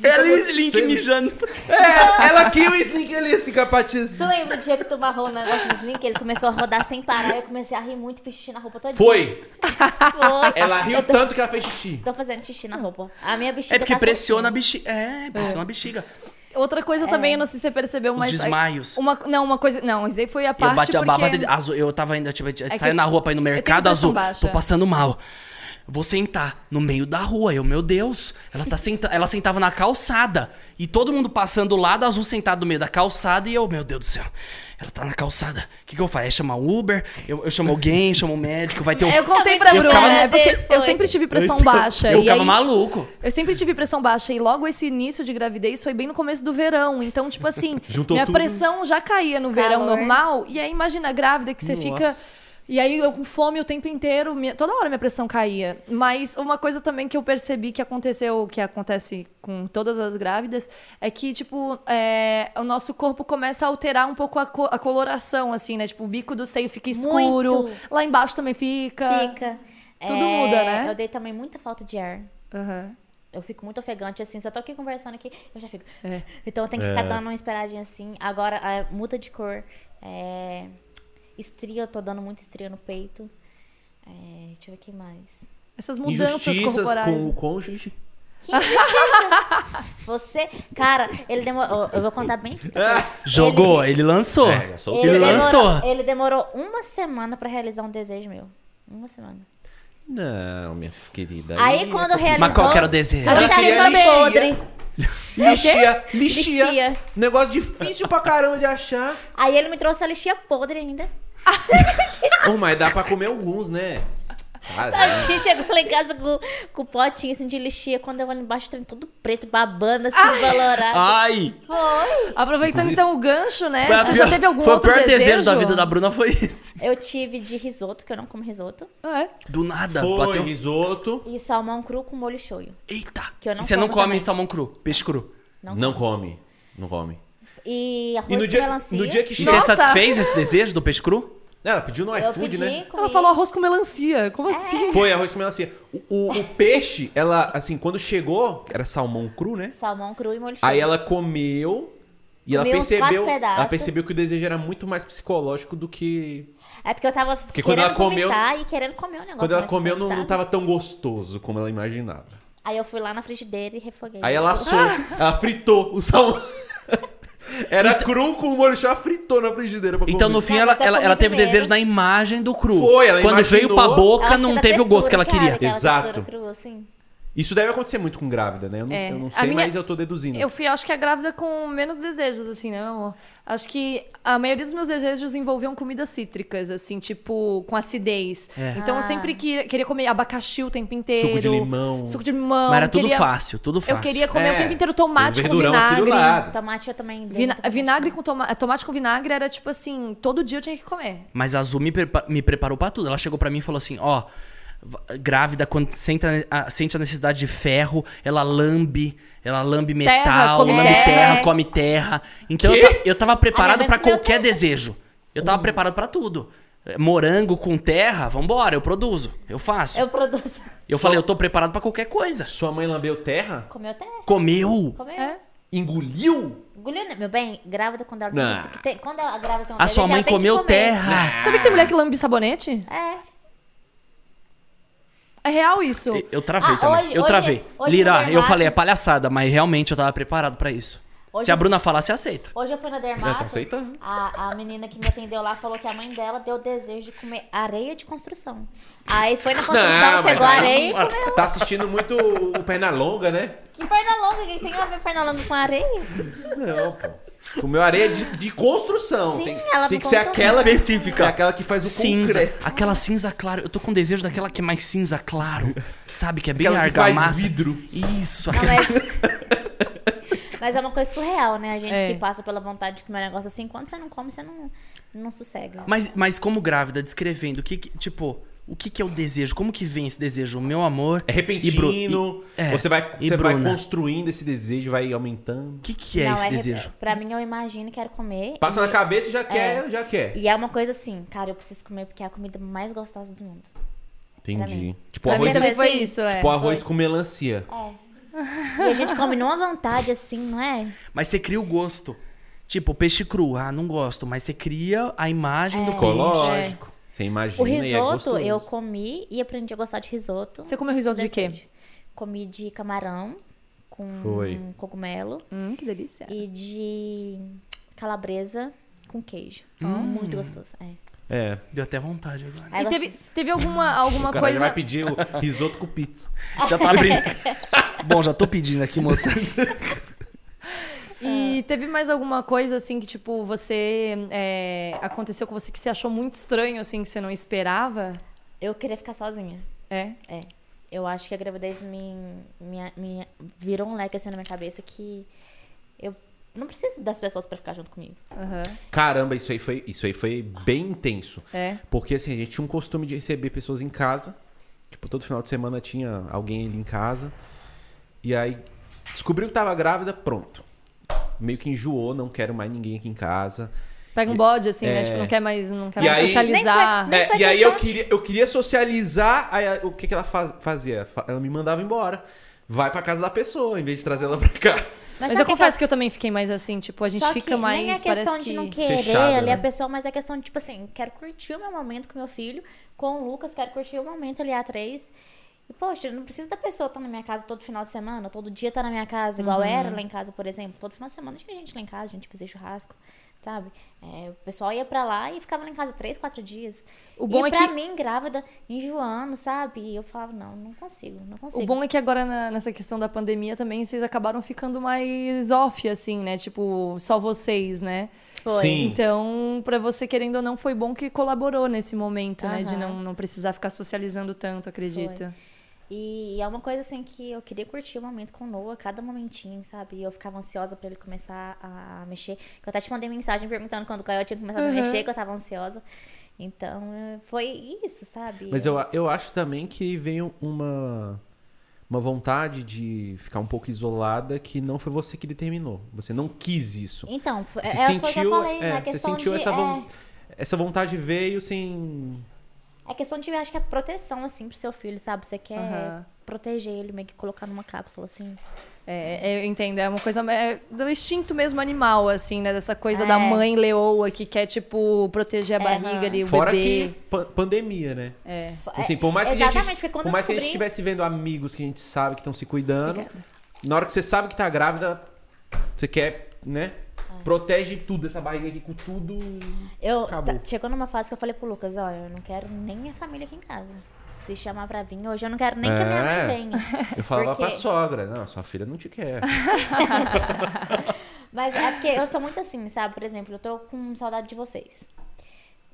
[SPEAKER 2] Ela e o
[SPEAKER 4] acontecendo?
[SPEAKER 2] Slink mijando.
[SPEAKER 4] É, ela aqui e o Slink ali, assim, capatiz.
[SPEAKER 3] Tu lembra do dia que tu marrou o negócio do Slink? Ele começou a rodar sem parar. Eu comecei a rir muito, fiz xixi na roupa toda.
[SPEAKER 4] Foi.
[SPEAKER 3] Foi.
[SPEAKER 4] Ela riu tanto que ela fez xixi.
[SPEAKER 3] Tô fazendo xixi na roupa. A minha bexiga
[SPEAKER 2] É porque
[SPEAKER 3] tá
[SPEAKER 2] pressiona a
[SPEAKER 3] soltinha.
[SPEAKER 2] bexiga. É, pressiona a bexiga.
[SPEAKER 1] Outra
[SPEAKER 3] É.
[SPEAKER 1] coisa também, eu não sei se você percebeu,
[SPEAKER 2] Os
[SPEAKER 1] mas.
[SPEAKER 2] desmaios.
[SPEAKER 1] Uma, não, uma coisa. Não, isso aí foi a
[SPEAKER 2] E eu
[SPEAKER 1] parte.
[SPEAKER 2] bati a baba
[SPEAKER 1] porque- É
[SPEAKER 2] dele. Azul, eu tava ainda, tipo,
[SPEAKER 1] que
[SPEAKER 2] saindo
[SPEAKER 1] eu-
[SPEAKER 2] na rua pra ir no
[SPEAKER 1] eu tenho
[SPEAKER 2] mercado,
[SPEAKER 1] pressão
[SPEAKER 2] azul.
[SPEAKER 1] baixa.
[SPEAKER 2] Tô passando mal. Vou sentar no meio da rua. Eu, meu Deus. Ela, tá senta... ela sentava na calçada. E todo mundo passando do lado, azul sentado no meio da calçada. E eu, meu Deus do céu. Ela tá na calçada. O que, que eu faço? É chamar um Uber? Eu, eu chamo alguém, chamo um médico, vai ter um.
[SPEAKER 3] [laughs]
[SPEAKER 1] Eu contei pra
[SPEAKER 2] Eu
[SPEAKER 1] Bruna,
[SPEAKER 2] ficava-
[SPEAKER 1] né? Porque
[SPEAKER 3] É Foi.
[SPEAKER 1] eu sempre tive pressão baixa.
[SPEAKER 2] Eu
[SPEAKER 1] É, e
[SPEAKER 2] ficava
[SPEAKER 1] aí,
[SPEAKER 2] maluco.
[SPEAKER 1] Eu sempre tive pressão baixa e logo esse início de gravidez foi bem no começo do verão. Então, tipo assim,
[SPEAKER 4] [laughs] Juntou
[SPEAKER 1] minha
[SPEAKER 4] tudo.
[SPEAKER 1] pressão já caía no verão
[SPEAKER 3] Calor.
[SPEAKER 1] normal. E aí, imagina, grávida que você
[SPEAKER 4] Nossa.
[SPEAKER 1] fica. E aí, eu com fome o tempo inteiro, minha- toda hora minha pressão caía. Mas uma coisa também que eu percebi que aconteceu, que acontece com todas as grávidas, é que, tipo, é, o nosso corpo começa a alterar um pouco a, co- a coloração, assim, né? Tipo, o bico do seio fica escuro,
[SPEAKER 3] Muito.
[SPEAKER 1] lá embaixo também fica.
[SPEAKER 3] Fica. É,
[SPEAKER 1] Tudo muda, né?
[SPEAKER 3] Eu dei também muita falta de ar.
[SPEAKER 1] Aham.
[SPEAKER 3] Eu fico muito ofegante, assim. Se eu tô aqui conversando aqui, eu já fico.
[SPEAKER 4] É.
[SPEAKER 3] Então eu tenho que ficar dando uma esperadinha assim. Agora, a muda de cor. É... Estria, eu tô dando muito estria no peito. É... Deixa eu ver o que mais.
[SPEAKER 1] Essas mudanças
[SPEAKER 4] Injustiças
[SPEAKER 1] corporais.
[SPEAKER 4] com
[SPEAKER 1] né?
[SPEAKER 4] o cônjuge.
[SPEAKER 3] Que injustiça! Você. Cara, ele demorou. Eu vou contar bem aqui pra vocês.
[SPEAKER 2] Jogou, ele, lançou.
[SPEAKER 4] É, só o
[SPEAKER 2] ele lançou.
[SPEAKER 3] Demorou, ele demorou uma semana pra realizar um desejo meu. Uma semana.
[SPEAKER 4] Não, minha querida.
[SPEAKER 3] Aí quando realizou...
[SPEAKER 2] Mas qual que era o desejo?
[SPEAKER 3] Eu
[SPEAKER 4] A gente
[SPEAKER 3] tava
[SPEAKER 4] queria
[SPEAKER 3] só
[SPEAKER 4] lixia.
[SPEAKER 3] podre.
[SPEAKER 4] Lixia, lixia,
[SPEAKER 3] Lixia.
[SPEAKER 4] Negócio difícil pra caramba de achar.
[SPEAKER 3] [laughs] Aí ele me trouxe a lixinha podre ainda.
[SPEAKER 4] Oh, mas dá pra comer alguns, né?
[SPEAKER 3] Tá
[SPEAKER 4] Quase.
[SPEAKER 3] Tadinho, chegou lá em casa com, com o potinho assim de lixia. Quando eu olho embaixo, tá todo preto, babando, assim, valorado.
[SPEAKER 2] Ah. Ai!
[SPEAKER 3] Foi!
[SPEAKER 1] Aproveitando então o gancho, né?
[SPEAKER 2] Foi a
[SPEAKER 1] Você
[SPEAKER 2] pior-
[SPEAKER 1] já teve algum
[SPEAKER 2] foi
[SPEAKER 1] outro
[SPEAKER 2] o pior
[SPEAKER 1] desejo?
[SPEAKER 2] desejo? da vida da Bruna foi esse.
[SPEAKER 3] Eu tive de risoto, que eu não como risoto.
[SPEAKER 1] É.
[SPEAKER 2] Do nada,
[SPEAKER 4] Foi
[SPEAKER 2] bateu.
[SPEAKER 4] risoto.
[SPEAKER 3] E salmão cru com molho shoyu.
[SPEAKER 2] Eita!
[SPEAKER 3] Que eu não
[SPEAKER 2] e você não
[SPEAKER 3] como
[SPEAKER 2] come
[SPEAKER 3] também.
[SPEAKER 2] salmão cru, peixe cru.
[SPEAKER 3] Não.
[SPEAKER 4] Não come. Não come. é
[SPEAKER 3] E
[SPEAKER 4] E
[SPEAKER 3] arroz
[SPEAKER 4] no
[SPEAKER 3] com
[SPEAKER 4] dia,
[SPEAKER 3] melancia.
[SPEAKER 4] no dia que
[SPEAKER 2] E
[SPEAKER 4] chega.
[SPEAKER 2] você
[SPEAKER 1] Nossa!
[SPEAKER 2] satisfez esse desejo do peixe
[SPEAKER 4] Tá
[SPEAKER 2] cru?
[SPEAKER 4] Ela pediu no
[SPEAKER 3] eu pedi,
[SPEAKER 4] iFood, né?
[SPEAKER 3] comi.
[SPEAKER 1] Ela falou arroz com melancia. Como assim?
[SPEAKER 4] Foi arroz com melancia. O, o- o peixe, ela, assim, quando chegou, era salmão cru, né?
[SPEAKER 3] Salmão cru e molho shoyu.
[SPEAKER 4] Aí ela comeu e ela
[SPEAKER 3] Comeu uns quatro
[SPEAKER 4] percebeu,
[SPEAKER 3] pedaços.
[SPEAKER 4] ela percebeu que o desejo era muito mais psicológico do que
[SPEAKER 3] É porque eu tava
[SPEAKER 4] quando
[SPEAKER 3] querendo
[SPEAKER 4] ela comeu-
[SPEAKER 3] vomitar e querendo comer o negócio.
[SPEAKER 4] quando ela
[SPEAKER 3] mas
[SPEAKER 4] comeu não,
[SPEAKER 3] sabe?
[SPEAKER 4] não tava tão gostoso como ela imaginava.
[SPEAKER 3] Aí eu fui lá na frigideira e refoguei.
[SPEAKER 4] Aí ela assou, ela fritou o salmão. Era cru com molho chá, fritou na frigideira pra
[SPEAKER 2] Então,
[SPEAKER 4] comer.
[SPEAKER 2] no fim,
[SPEAKER 3] Não,
[SPEAKER 2] ela,
[SPEAKER 3] mas eu
[SPEAKER 2] ela,
[SPEAKER 3] comi
[SPEAKER 2] ela teve
[SPEAKER 3] Tá, primeiro.
[SPEAKER 2] desejo na imagem do cru.
[SPEAKER 4] Foi, ela
[SPEAKER 2] Quando veio
[SPEAKER 4] imaginou.
[SPEAKER 2] pra
[SPEAKER 3] Eu acho
[SPEAKER 2] boca,
[SPEAKER 3] que é
[SPEAKER 2] não
[SPEAKER 3] da
[SPEAKER 2] teve o gosto que ela
[SPEAKER 3] textura,
[SPEAKER 2] queria.
[SPEAKER 3] sabe? Aquela
[SPEAKER 4] Exato.
[SPEAKER 3] textura crua, assim.
[SPEAKER 4] Isso deve acontecer muito com grávida, né? Eu não,
[SPEAKER 1] É.
[SPEAKER 4] eu não
[SPEAKER 1] A
[SPEAKER 4] sei,
[SPEAKER 1] minha-
[SPEAKER 4] mas eu tô deduzindo.
[SPEAKER 1] Eu fui, acho que a grávida com menos desejos, assim, né, meu amor? Acho que a maioria dos meus desejos envolviam comidas cítricas, assim, tipo, com acidez.
[SPEAKER 2] É.
[SPEAKER 1] Então
[SPEAKER 3] Ah.
[SPEAKER 1] eu sempre que- queria comer abacaxi o tempo inteiro.
[SPEAKER 4] Suco de limão.
[SPEAKER 1] Suco de limão.
[SPEAKER 2] Mas era tudo
[SPEAKER 1] queria-
[SPEAKER 2] fácil, tudo fácil.
[SPEAKER 1] Eu queria comer
[SPEAKER 4] É,
[SPEAKER 1] o tempo inteiro tomate
[SPEAKER 4] tem
[SPEAKER 1] com
[SPEAKER 4] verdurão aqui do
[SPEAKER 1] vinagre.
[SPEAKER 4] lado.
[SPEAKER 3] Tomate eu também. dei
[SPEAKER 1] Vina-
[SPEAKER 3] muita vontade.
[SPEAKER 1] vinagre com tomate. Tomate com vinagre era tipo assim, todo dia eu tinha que comer.
[SPEAKER 2] Mas a Azul me, prepa- me preparou pra tudo. Ela chegou pra mim e falou assim: ó, v- grávida, quando sente a, a- sente a necessidade de ferro, ela lambe, ela lambe
[SPEAKER 1] Terra,
[SPEAKER 2] metal,
[SPEAKER 1] come
[SPEAKER 2] lambe
[SPEAKER 1] terra.
[SPEAKER 2] terra, come terra. Então eu, ta- eu tava
[SPEAKER 3] A
[SPEAKER 2] preparado
[SPEAKER 3] minha mãe
[SPEAKER 2] pra
[SPEAKER 3] comeu
[SPEAKER 2] qualquer
[SPEAKER 3] terra.
[SPEAKER 2] desejo. Eu tava preparado pra tudo. Eh, Morango com terra, vambora, eu produzo, eu faço. Eu,
[SPEAKER 3] Eu produzo. [laughs]
[SPEAKER 2] falei, eu tô preparado pra qualquer coisa.
[SPEAKER 4] Sua mãe lambeu terra?
[SPEAKER 3] Comeu até.
[SPEAKER 2] Comeu!
[SPEAKER 3] Comeu.
[SPEAKER 1] É.
[SPEAKER 4] Engoliu?
[SPEAKER 3] Engoliu, né? Meu bem, grávida quando ela
[SPEAKER 4] Não.
[SPEAKER 3] tem, que ter- Quando a grávida tem um
[SPEAKER 2] A sua
[SPEAKER 3] desejo,
[SPEAKER 2] mãe
[SPEAKER 3] ela tem que
[SPEAKER 2] comeu
[SPEAKER 3] comer.
[SPEAKER 2] terra!
[SPEAKER 1] Sabia que tem mulher que lambe sabonete?
[SPEAKER 3] É.
[SPEAKER 1] É real isso.
[SPEAKER 2] Eu- Eu travei
[SPEAKER 3] Ah,
[SPEAKER 2] também.
[SPEAKER 3] hoje-
[SPEAKER 2] eu
[SPEAKER 3] hoje-
[SPEAKER 2] travei.
[SPEAKER 3] hoje no
[SPEAKER 2] Lira,
[SPEAKER 3] Dermato-
[SPEAKER 2] eu falei, é palhaçada, mas realmente eu tava preparado pra isso.
[SPEAKER 3] Hoje-
[SPEAKER 2] Se a Bruna falar, você aceita.
[SPEAKER 3] Hoje eu fui na
[SPEAKER 4] Já tá
[SPEAKER 3] Dermato.
[SPEAKER 4] aceitando.
[SPEAKER 3] A, a menina que me atendeu lá falou que a mãe dela deu o desejo de comer areia de construção. Aí foi na construção,
[SPEAKER 4] mas
[SPEAKER 3] pegou
[SPEAKER 4] aí-
[SPEAKER 3] areia e comeu.
[SPEAKER 4] Tá assistindo muito o Pernalonga, né?
[SPEAKER 3] Que perna longa, o que tem a ver perna longa com areia?
[SPEAKER 4] Não, pô. Comeu areia é de, de construção.
[SPEAKER 3] Sim,
[SPEAKER 4] tem
[SPEAKER 3] ela
[SPEAKER 4] tem
[SPEAKER 3] me
[SPEAKER 4] que ser
[SPEAKER 3] contou.
[SPEAKER 4] aquela que-
[SPEAKER 2] Específica.
[SPEAKER 4] é aquela que faz o
[SPEAKER 2] cinza.
[SPEAKER 4] concreto.
[SPEAKER 2] Aquela cinza claro. Eu tô com desejo daquela que é mais cinza
[SPEAKER 4] [laughs]
[SPEAKER 2] claro. Sabe? Que é bem
[SPEAKER 4] Aquela que faz
[SPEAKER 2] argamassa.
[SPEAKER 4] vidro.
[SPEAKER 2] Isso.
[SPEAKER 3] Não,
[SPEAKER 2] Aquela...
[SPEAKER 3] mas...
[SPEAKER 4] [laughs]
[SPEAKER 3] mas é uma coisa surreal, né? A gente
[SPEAKER 1] É.
[SPEAKER 3] que passa pela vontade de comer um negócio assim, quando você não come, você não, não sossega.
[SPEAKER 2] Mas, mas como grávida, descrevendo, o que, que- tipo, o que que é o desejo? Como que vem esse desejo? Meu amor.
[SPEAKER 4] É
[SPEAKER 2] e Bru-
[SPEAKER 4] repentino.
[SPEAKER 2] e- é,
[SPEAKER 4] você vai,
[SPEAKER 2] e
[SPEAKER 4] você vai
[SPEAKER 2] Bruna?
[SPEAKER 4] construindo esse desejo, vai aumentando.
[SPEAKER 2] O que que é
[SPEAKER 3] não,
[SPEAKER 2] esse
[SPEAKER 3] re-
[SPEAKER 2] desejo?
[SPEAKER 3] Pra mim, eu imagino e quero comer.
[SPEAKER 4] Passa
[SPEAKER 3] e...
[SPEAKER 4] na cabeça e já quer, já quer.
[SPEAKER 3] E é uma coisa assim, cara, eu preciso comer porque é a comida mais gostosa do mundo.
[SPEAKER 4] Entendi. Tipo
[SPEAKER 1] Pra mim
[SPEAKER 4] arroz,
[SPEAKER 1] também foi
[SPEAKER 3] assim,
[SPEAKER 1] isso, é.
[SPEAKER 4] tipo arroz com melancia.
[SPEAKER 3] É. E a gente come numa vontade assim, não é?
[SPEAKER 2] Mas você cria o gosto. Tipo, peixe cru. Ah, não gosto. Mas você cria a
[SPEAKER 3] É.
[SPEAKER 2] imagem do peixe.
[SPEAKER 4] Psicológico. Você imagina.
[SPEAKER 3] O
[SPEAKER 4] e é
[SPEAKER 3] risoto,
[SPEAKER 4] gostoso.
[SPEAKER 3] eu comi e aprendi a gostar de risoto.
[SPEAKER 1] Você comeu risoto de quê?
[SPEAKER 3] Decente. Comi de camarão com
[SPEAKER 4] Foi.
[SPEAKER 3] cogumelo
[SPEAKER 1] Hum, que delícia.
[SPEAKER 3] e de calabresa com queijo.
[SPEAKER 1] Hum.
[SPEAKER 3] Muito gostoso. É.
[SPEAKER 4] É.
[SPEAKER 2] Deu até vontade agora.
[SPEAKER 3] Aí
[SPEAKER 1] E
[SPEAKER 3] eu
[SPEAKER 1] teve,
[SPEAKER 3] gosto-
[SPEAKER 1] teve alguma, alguma
[SPEAKER 4] O cara
[SPEAKER 1] coisa.
[SPEAKER 4] já vai pedir o risoto com pizza.
[SPEAKER 2] Já tá abrindo. [laughs] Bom, já tô pedindo aqui, moça.
[SPEAKER 1] E teve mais alguma coisa, assim, que, tipo, você. é, aconteceu com você que você achou muito estranho, assim, que você não esperava?
[SPEAKER 3] Eu queria ficar sozinha.
[SPEAKER 1] É.
[SPEAKER 3] É. Eu acho que a gravidez me, me, me virou um leque assim na minha cabeça que eu não preciso das pessoas pra ficar junto comigo.
[SPEAKER 1] Aham.
[SPEAKER 4] Caramba, isso aí foi, isso aí foi bem intenso.
[SPEAKER 1] É.
[SPEAKER 4] Porque assim, a gente tinha um costume de receber pessoas em casa. Tipo, todo final de semana tinha alguém ali em casa. E aí descobriu que tava grávida, pronto. Meio que enjoou, não quero mais ninguém aqui em casa.
[SPEAKER 1] Pega um bode, assim,
[SPEAKER 4] É.
[SPEAKER 1] né? Tipo, não quer mais, não quer
[SPEAKER 4] E
[SPEAKER 1] mais
[SPEAKER 4] aí-
[SPEAKER 1] socializar.
[SPEAKER 3] Nem
[SPEAKER 4] É,
[SPEAKER 3] foi
[SPEAKER 4] e aí eu
[SPEAKER 3] questão
[SPEAKER 4] queria, eu queria socializar, aí a- o que, que ela faz- fazia? Fa- Ela me mandava embora. Vai pra casa da pessoa, em vez de trazer ela pra cá.
[SPEAKER 1] Mas,
[SPEAKER 3] sabe
[SPEAKER 1] eu
[SPEAKER 3] o que que
[SPEAKER 1] confesso que eu também fiquei mais assim, tipo, a gente
[SPEAKER 3] Só
[SPEAKER 1] fica
[SPEAKER 3] que
[SPEAKER 1] mais.
[SPEAKER 3] Nem é questão
[SPEAKER 1] parece
[SPEAKER 3] de
[SPEAKER 1] que...
[SPEAKER 3] não querer
[SPEAKER 4] Fechada,
[SPEAKER 3] ali
[SPEAKER 4] né?
[SPEAKER 3] a pessoa, mas é questão de, tipo assim, quero curtir o meu momento com meu filho, com o Lucas, quero curtir o momento ali a três. E, poxa, não precisa da pessoa estar na minha casa todo tá final de semana,
[SPEAKER 1] Uhum.
[SPEAKER 3] todo dia estar na minha casa, igual era lá em casa, por exemplo. Todo final de semana tinha gente lá em casa, a gente fazia churrasco. sabe? É, o pessoal ia pra lá e ficava lá em casa três, quatro dias.
[SPEAKER 1] O bom
[SPEAKER 3] e
[SPEAKER 1] é
[SPEAKER 3] pra
[SPEAKER 1] que-
[SPEAKER 3] mim, grávida, enjoando, sabe? E eu falava, não, não consigo, não consigo.
[SPEAKER 1] O bom é que agora, na- nessa questão da pandemia, também vocês acabaram ficando mais off, assim, né? Tipo, só vocês, né?
[SPEAKER 3] Foi.
[SPEAKER 4] Sim.
[SPEAKER 1] Então, pra você, querendo ou não, foi bom que colaborou nesse momento, né? De
[SPEAKER 3] Aham.
[SPEAKER 1] não, não precisar ficar socializando tanto, acredito.
[SPEAKER 3] E é uma coisa assim que eu queria curtir o momento com o Noah, cada momentinho, sabe? E eu ficava ansiosa pra ele começar a mexer. Eu até te mandei mensagem perguntando quando o Caio tinha começado a mexer, que eu tava ansiosa. Então, eh, foi isso, sabe?
[SPEAKER 4] Mas eu, eu acho também que veio uma, uma vontade de ficar um pouco isolada que não foi você que determinou. Você não quis isso.
[SPEAKER 3] Então, foi,
[SPEAKER 4] Você
[SPEAKER 3] é, foi o que eu
[SPEAKER 4] sentiu,
[SPEAKER 3] falei, né?
[SPEAKER 4] é,
[SPEAKER 3] A
[SPEAKER 4] você
[SPEAKER 3] questão
[SPEAKER 4] sentiu
[SPEAKER 3] de,
[SPEAKER 4] essa,
[SPEAKER 3] é,
[SPEAKER 4] von- essa vontade veio assim, sem.
[SPEAKER 3] É questão de, acho que é proteção, assim, pro seu filho, sabe? Você quer
[SPEAKER 1] Aham.
[SPEAKER 3] proteger ele, meio que colocar numa cápsula, assim.
[SPEAKER 1] É, eu entendo, é uma coisa é do instinto mesmo animal, assim, né? Dessa coisa
[SPEAKER 3] É.
[SPEAKER 1] da mãe leoa que quer, tipo, proteger a barriga ali, o
[SPEAKER 4] Fora
[SPEAKER 1] bebê.
[SPEAKER 4] que pa- pandemia, né?
[SPEAKER 1] É.
[SPEAKER 4] Assim, por mais que a
[SPEAKER 3] Exatamente,
[SPEAKER 4] gente,
[SPEAKER 3] porque quando
[SPEAKER 4] por
[SPEAKER 3] eu
[SPEAKER 4] mais que a gente
[SPEAKER 3] descobri-
[SPEAKER 4] estivesse vendo amigos que a gente sabe que estão se cuidando, na hora que você sabe que tá grávida, você quer, né? Protege tudo, essa barriga aqui com tudo.
[SPEAKER 3] Eu,
[SPEAKER 4] Acabou.
[SPEAKER 3] tá- chegou numa fase que eu falei pro Lucas, olha, eu não quero nem minha família aqui em casa. Se chamar pra vir hoje, eu não quero nem que a minha
[SPEAKER 4] É.
[SPEAKER 3] mãe venha.
[SPEAKER 4] Eu falava
[SPEAKER 3] Porque-
[SPEAKER 4] pra sogra, não, sua filha não te [laughs] quer.
[SPEAKER 3] Mas é porque eu sou muito assim, sabe? Por exemplo, eu tô com saudade de vocês.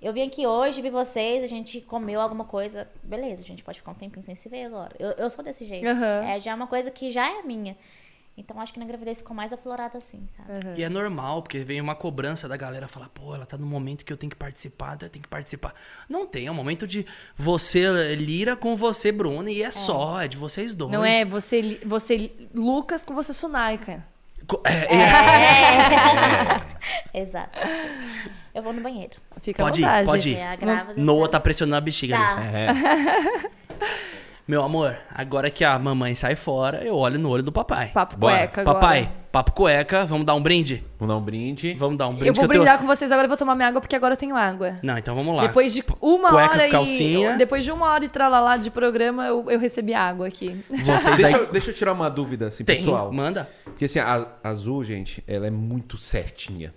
[SPEAKER 3] Eu vim aqui hoje, vi vocês, a gente comeu alguma coisa. Beleza, a gente pode ficar um tempinho sem se ver agora. Eu, eu sou desse jeito.
[SPEAKER 1] Aham.
[SPEAKER 3] É já é uma coisa que já é minha. Então acho que na gravidez ficou mais aflorada assim, sabe?
[SPEAKER 2] E é normal, porque vem uma cobrança da galera falar, pô, ela tá no momento que eu tenho que participar, eu tenho que participar. Não tem, é um momento de você, Lira, com você, Bruna, e é, só, é de vocês dois.
[SPEAKER 1] Não é você, li- você li- Lucas com você Sunaica.
[SPEAKER 2] Co- é, é,
[SPEAKER 3] [laughs] Exato. Eu vou no banheiro.
[SPEAKER 1] Fica
[SPEAKER 2] Pode ir,
[SPEAKER 1] à vontade.
[SPEAKER 2] pode ir.
[SPEAKER 3] É a grávida.
[SPEAKER 2] Noah tá pressionando a bexiga. ali.
[SPEAKER 3] Tá.
[SPEAKER 4] É,
[SPEAKER 1] Tá.
[SPEAKER 2] Meu amor, agora que a mamãe sai fora, eu olho no olho do papai.
[SPEAKER 1] Papo
[SPEAKER 4] Bora.
[SPEAKER 1] cueca agora.
[SPEAKER 2] Papai, papo cueca, vamos dar um brinde?
[SPEAKER 4] Vamos dar um brinde.
[SPEAKER 2] Vamos dar um brinde
[SPEAKER 1] Eu vou
[SPEAKER 2] que eu
[SPEAKER 1] brindar
[SPEAKER 2] tenho...
[SPEAKER 1] com vocês agora, eu vou tomar minha água porque agora eu tenho água.
[SPEAKER 2] Não, então vamos lá.
[SPEAKER 1] Depois de uma
[SPEAKER 2] cueca,
[SPEAKER 1] hora
[SPEAKER 2] calcinha.
[SPEAKER 1] e depois de uma hora e tralalá de programa, eu, eu recebi água aqui. [laughs]
[SPEAKER 2] Vocês
[SPEAKER 4] Deixa,
[SPEAKER 2] aí...
[SPEAKER 4] eu- deixa eu tirar uma dúvida, assim,
[SPEAKER 2] Tem,
[SPEAKER 4] pessoal.
[SPEAKER 2] manda.
[SPEAKER 4] Porque assim, a a Azul, gente, ela é muito certinha.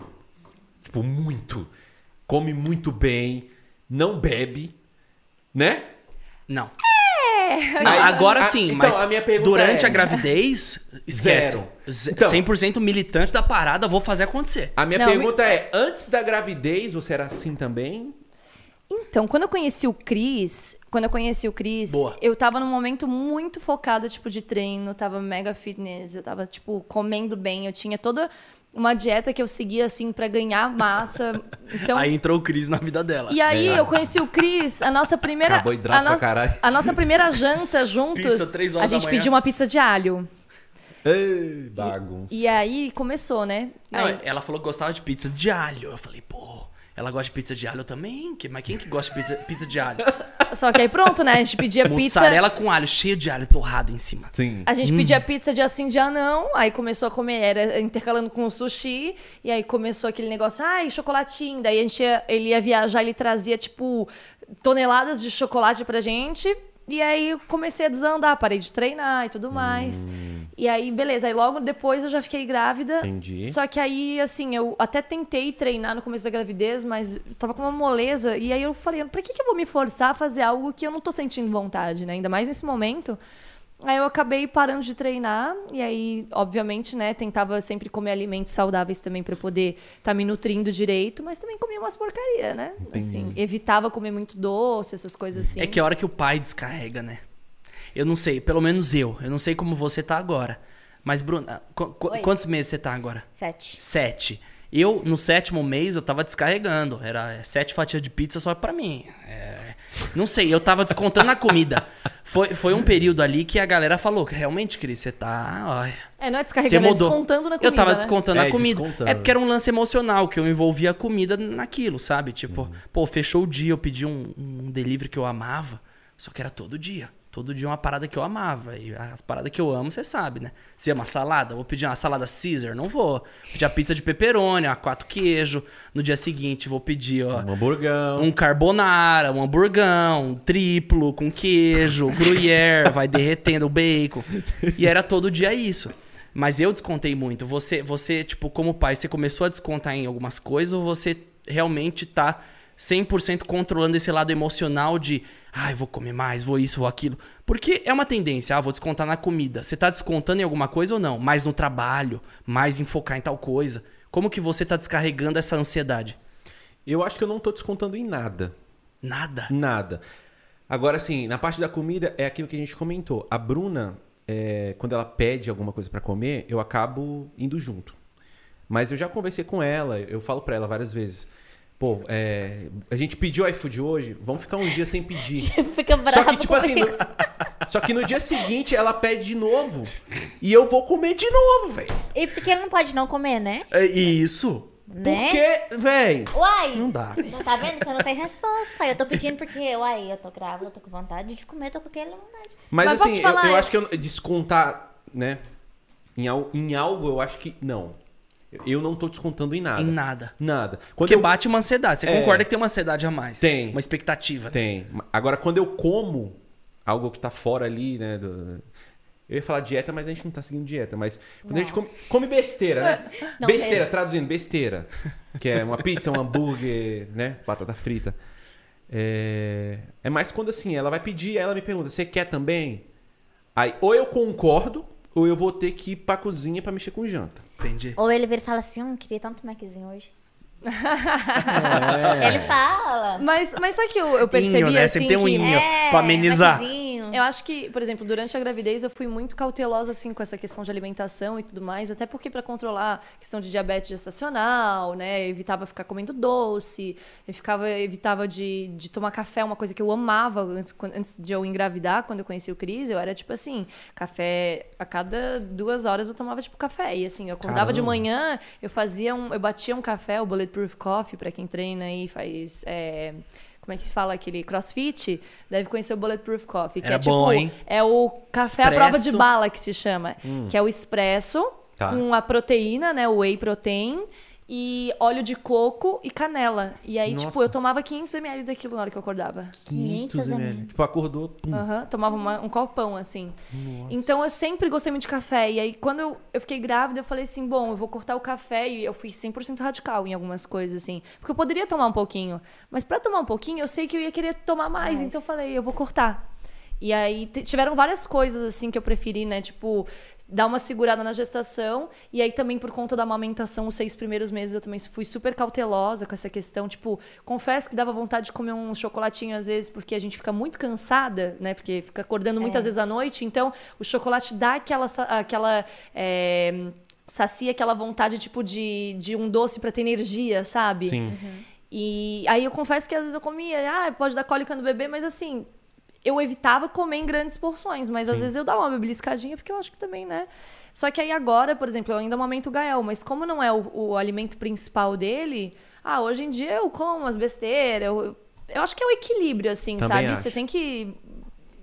[SPEAKER 4] Tipo, muito. Come muito bem, não bebe, né?
[SPEAKER 2] Não.
[SPEAKER 1] É,
[SPEAKER 2] Não, agora
[SPEAKER 4] Ah,
[SPEAKER 2] sim,
[SPEAKER 4] então,
[SPEAKER 2] mas
[SPEAKER 4] a minha pergunta
[SPEAKER 2] durante
[SPEAKER 4] é-
[SPEAKER 2] a gravidez, esquece.
[SPEAKER 4] Zero.
[SPEAKER 2] Ze-
[SPEAKER 4] Então-
[SPEAKER 2] 100% militante da parada, vou fazer acontecer.
[SPEAKER 4] A minha
[SPEAKER 1] Não,
[SPEAKER 4] pergunta é, antes da gravidez, você era assim também?
[SPEAKER 1] Então, quando eu conheci o Cris, quando eu conheci o Cris,
[SPEAKER 2] Boa.
[SPEAKER 1] eu tava num momento muito focada, tipo, de treino, tava mega fitness, eu tava, tipo, comendo bem, eu tinha toda uma dieta que eu seguia, assim, pra ganhar
[SPEAKER 2] [laughs]
[SPEAKER 1] massa. Então,
[SPEAKER 2] Aí entrou o Cris na vida dela.
[SPEAKER 1] E aí eu conheci o Cris, a nossa primeira.
[SPEAKER 4] Carboidrato
[SPEAKER 1] a nossa,
[SPEAKER 4] pra caralho.
[SPEAKER 1] A nossa primeira janta juntos.
[SPEAKER 2] [laughs] Pizza, três horas
[SPEAKER 1] a gente
[SPEAKER 2] da manhã.
[SPEAKER 1] pediu uma pizza de alho.
[SPEAKER 4] Ei, bagunça.
[SPEAKER 1] E aí começou, né?
[SPEAKER 2] Não,
[SPEAKER 1] Aí-
[SPEAKER 2] ela falou que gostava de pizza de alho. Eu falei, pô, ela gosta de pizza de alho também? Que- Mas quem que gosta de pizza, pizza
[SPEAKER 1] [laughs]
[SPEAKER 2] de alho?
[SPEAKER 1] Só que aí pronto, né? A gente pedia pizza.
[SPEAKER 2] Mussarela com alho, cheio de alho torrado em cima.
[SPEAKER 4] Sim.
[SPEAKER 1] A gente pedia pizza de assim, de não. Aí começou a comer, era intercalando com o sushi. E aí começou aquele negócio, ai, chocolatinho. Daí a gente ia- ele ia viajar, ele trazia, tipo, toneladas de chocolate pra gente. E aí eu comecei a desandar, parei de treinar e tudo mais. E aí, beleza. Aí logo depois eu já fiquei grávida.
[SPEAKER 4] Entendi.
[SPEAKER 1] Só que aí, assim, eu até tentei treinar no começo da gravidez, mas eu tava com uma moleza. E aí eu falei, pra que, que eu vou me forçar a fazer algo que eu não tô sentindo vontade, né? Ainda mais nesse momento. Aí eu acabei parando de treinar e aí, obviamente, né, tentava sempre comer alimentos saudáveis também pra poder estar me nutrindo direito, mas também comia umas porcaria, né? Assim, evitava comer muito doce, essas coisas assim.
[SPEAKER 2] É que é a hora que o pai descarrega, né? Eu não sei, pelo menos eu. Eu não sei como você tá agora. Mas, Bruna, qu- qu-
[SPEAKER 3] Oi.
[SPEAKER 2] quantos meses você tá agora?
[SPEAKER 3] Sete.
[SPEAKER 2] Sete. Eu, no sétimo mês, eu tava descarregando. Era é, sete fatias de pizza só pra mim. É, Não sei, eu tava descontando a comida. Foi, foi um período ali que a galera falou que realmente, Cris, você tá. olha,
[SPEAKER 1] É, não é
[SPEAKER 2] Você
[SPEAKER 1] descarregando, é
[SPEAKER 2] mudou.
[SPEAKER 1] descontando na comida.
[SPEAKER 2] Eu tava
[SPEAKER 1] né?
[SPEAKER 2] descontando
[SPEAKER 4] É,
[SPEAKER 2] a comida.
[SPEAKER 4] descontando.
[SPEAKER 2] É porque era um lance emocional, que eu envolvia a comida naquilo, sabe? Tipo,
[SPEAKER 4] Uhum.
[SPEAKER 2] pô, fechou o dia, eu pedi um, um delivery que eu amava, só que era todo dia. Todo dia é uma parada que eu amava. E as paradas que eu amo, você sabe, né? Se é uma salada, vou pedir uma salada Caesar? Não vou. Pedir a pizza de pepperoni, a quatro queijo. No dia seguinte, vou pedir, ó,
[SPEAKER 4] Um hamburgão.
[SPEAKER 2] um carbonara, um hamburgão, um triplo um com queijo, gruyère, vai derretendo o bacon. E era todo dia isso. Mas eu descontei muito. Você, você, tipo, como pai, você começou a descontar em algumas coisas ou você realmente tá 100% controlando esse lado emocional de, ai, vou comer mais, vou isso, vou aquilo? Porque é uma tendência, ah, vou descontar na comida. Você tá descontando em alguma coisa ou não? Mais no trabalho, mais em focar em tal coisa. Como que você tá descarregando essa ansiedade?
[SPEAKER 4] Eu acho que eu não tô descontando em nada.
[SPEAKER 2] Nada.
[SPEAKER 4] Nada. Agora, assim, na parte da comida, é aquilo que a gente comentou. A Bruna, é, quando ela pede alguma coisa pra comer, eu acabo indo junto. Mas eu já conversei com ela, eu falo pra ela várias vezes. Pô, é, a gente pediu iFood hoje, vamos ficar um dia sem pedir.
[SPEAKER 3] Fica bravo.
[SPEAKER 4] Só que, tipo assim, no- só que no dia seguinte ela pede de novo e eu vou comer de novo, velho.
[SPEAKER 3] E porque ele não pode não comer, né?
[SPEAKER 2] É isso.
[SPEAKER 3] Né?
[SPEAKER 4] Porque, velho,
[SPEAKER 3] Uai!
[SPEAKER 4] não dá.
[SPEAKER 3] Não tá vendo? Você não tem resposta. Aí eu tô pedindo porque, uai, eu tô grávida, eu tô com vontade de comer, tô com aquela vontade.
[SPEAKER 4] Mas,
[SPEAKER 1] Mas posso
[SPEAKER 4] assim, eu,
[SPEAKER 1] falar,
[SPEAKER 4] eu
[SPEAKER 3] é-
[SPEAKER 1] eu-
[SPEAKER 4] acho que eu, descontar, né? Em, al- em algo, eu acho que. Não. Eu não tô descontando em nada.
[SPEAKER 2] Em nada.
[SPEAKER 4] Nada. Quando
[SPEAKER 2] Porque
[SPEAKER 4] eu
[SPEAKER 2] bate uma ansiedade. Você
[SPEAKER 4] É.
[SPEAKER 2] concorda que tem uma ansiedade a mais?
[SPEAKER 4] Tem.
[SPEAKER 2] Uma expectativa.
[SPEAKER 4] Tem. Agora, quando eu como algo que tá fora ali, né? do- Eu ia falar dieta, mas a gente não tá seguindo dieta. Mas quando a gente come, come besteira, né?
[SPEAKER 3] [laughs] Não, é.
[SPEAKER 4] besteira,
[SPEAKER 3] mesmo.
[SPEAKER 4] traduzindo, besteira. Que é uma pizza, um hambúrguer, né? Batata frita. É... é mais quando assim, ela vai pedir, aí ela me pergunta, você quer também? Aí, ou eu concordo, ou eu vou ter que ir pra cozinha pra mexer com janta.
[SPEAKER 2] Entendi.
[SPEAKER 3] Ou ele vira e fala assim, hum, queria tanto Maczinho hoje.
[SPEAKER 4] É.
[SPEAKER 3] Ele fala.
[SPEAKER 1] [laughs] Mas, mas sabe que eu, eu percebi
[SPEAKER 2] Inho, né?
[SPEAKER 1] assim
[SPEAKER 2] Sempre tem um
[SPEAKER 1] que...
[SPEAKER 2] inho.
[SPEAKER 3] É,
[SPEAKER 2] pra amenizar.
[SPEAKER 3] Maczinho.
[SPEAKER 1] Eu acho que, por exemplo, durante a gravidez eu fui muito cautelosa assim com essa questão de alimentação e tudo mais, até porque para controlar a questão de diabetes gestacional, né, eu evitava ficar comendo doce, eu ficava evitava de, de tomar café, uma coisa que eu amava antes, quan- antes de eu engravidar, quando eu conheci o Cris, eu era tipo assim, café a cada duas horas eu tomava tipo café e assim, eu acordava de
[SPEAKER 4] Caramba.
[SPEAKER 1] manhã, eu fazia um, eu batia um café, o Bulletproof Coffee para quem treina e faz é, como é que se fala aquele crossfit? Deve conhecer o Bulletproof Coffee, que
[SPEAKER 2] Era
[SPEAKER 1] é tipo.
[SPEAKER 2] bom, hein?
[SPEAKER 1] É o café à
[SPEAKER 2] Expresso. Hum.
[SPEAKER 1] prova de bala que se chama. Que é o expresso
[SPEAKER 4] Tá.
[SPEAKER 1] com a proteína, né? O whey protein. E óleo de coco e canela. E aí, tipo,
[SPEAKER 4] Nossa.
[SPEAKER 1] eu tomava 500ml daquilo na hora que eu acordava.
[SPEAKER 3] 500
[SPEAKER 4] ml.
[SPEAKER 3] ml.
[SPEAKER 4] Tipo, acordou. pum.
[SPEAKER 2] Hum.
[SPEAKER 1] Aham, tomava uma- um copão, assim. Então eu sempre gostei muito de café. E aí, quando eu, eu fiquei grávida, eu falei assim: bom, eu vou cortar o café. E eu fui 100% radical em algumas coisas, assim. Porque eu poderia tomar um pouquinho. Mas pra tomar um pouquinho, eu sei que eu ia querer tomar mais.
[SPEAKER 3] Mais.
[SPEAKER 1] Então eu falei: eu vou cortar. E aí t- tiveram várias coisas, assim, que eu preferi, né? Tipo, dar uma segurada na gestação. E aí também, por conta da amamentação, os seis primeiros meses, eu também fui super cautelosa com essa questão. Tipo, confesso que dava vontade de comer um chocolatinho às vezes, porque a gente fica muito cansada, né? Porque fica acordando muitas vezes à noite. Então, o chocolate dá aquela. sa- aquela é, sacia aquela vontade, tipo, de, de um doce pra ter energia, sabe?
[SPEAKER 4] Sim.
[SPEAKER 1] E aí eu confesso que às vezes eu comia, ah, pode dar cólica no bebê, mas assim, eu evitava comer em grandes porções, mas às vezes eu dava uma beliscadinha, porque eu acho que também, né? Só que aí agora, por exemplo, eu ainda amamento o Gael, mas como não é o, o alimento principal dele, ah, hoje em dia eu como as besteiras, eu, eu acho que é o equilíbrio, assim,
[SPEAKER 4] Também
[SPEAKER 1] sabe?
[SPEAKER 4] acho.
[SPEAKER 1] Você tem que.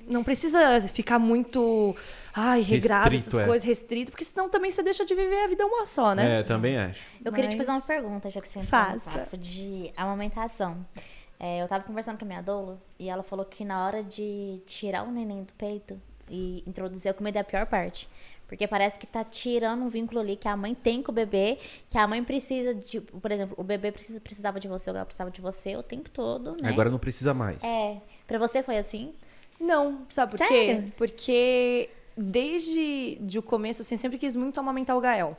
[SPEAKER 1] Não precisa ficar muito. Ai, regrado, essas
[SPEAKER 4] Restrito, é.
[SPEAKER 1] coisas, restrito, porque senão também você deixa de viver a vida uma só, né?
[SPEAKER 4] É, também acho.
[SPEAKER 3] Eu queria te
[SPEAKER 1] Mas-
[SPEAKER 3] fazer uma pergunta, já que você entrou no
[SPEAKER 1] Faça.
[SPEAKER 3] papo de amamentação. É, eu tava conversando com a minha doula e ela falou que na hora de tirar o neném do peito e introduzir a comida é a pior parte. Porque parece que tá tirando um vínculo ali que a mãe tem com o bebê, que a mãe precisa de. Por exemplo, o bebê precisa, precisava de você, o Gabriel precisava de você o tempo todo, né?
[SPEAKER 4] Agora não precisa mais.
[SPEAKER 3] É. Pra você foi assim?
[SPEAKER 1] Não, sabe por
[SPEAKER 3] Sério?
[SPEAKER 1] quê? Porque desde de o começo, assim, eu sempre quis muito amamentar o Gael.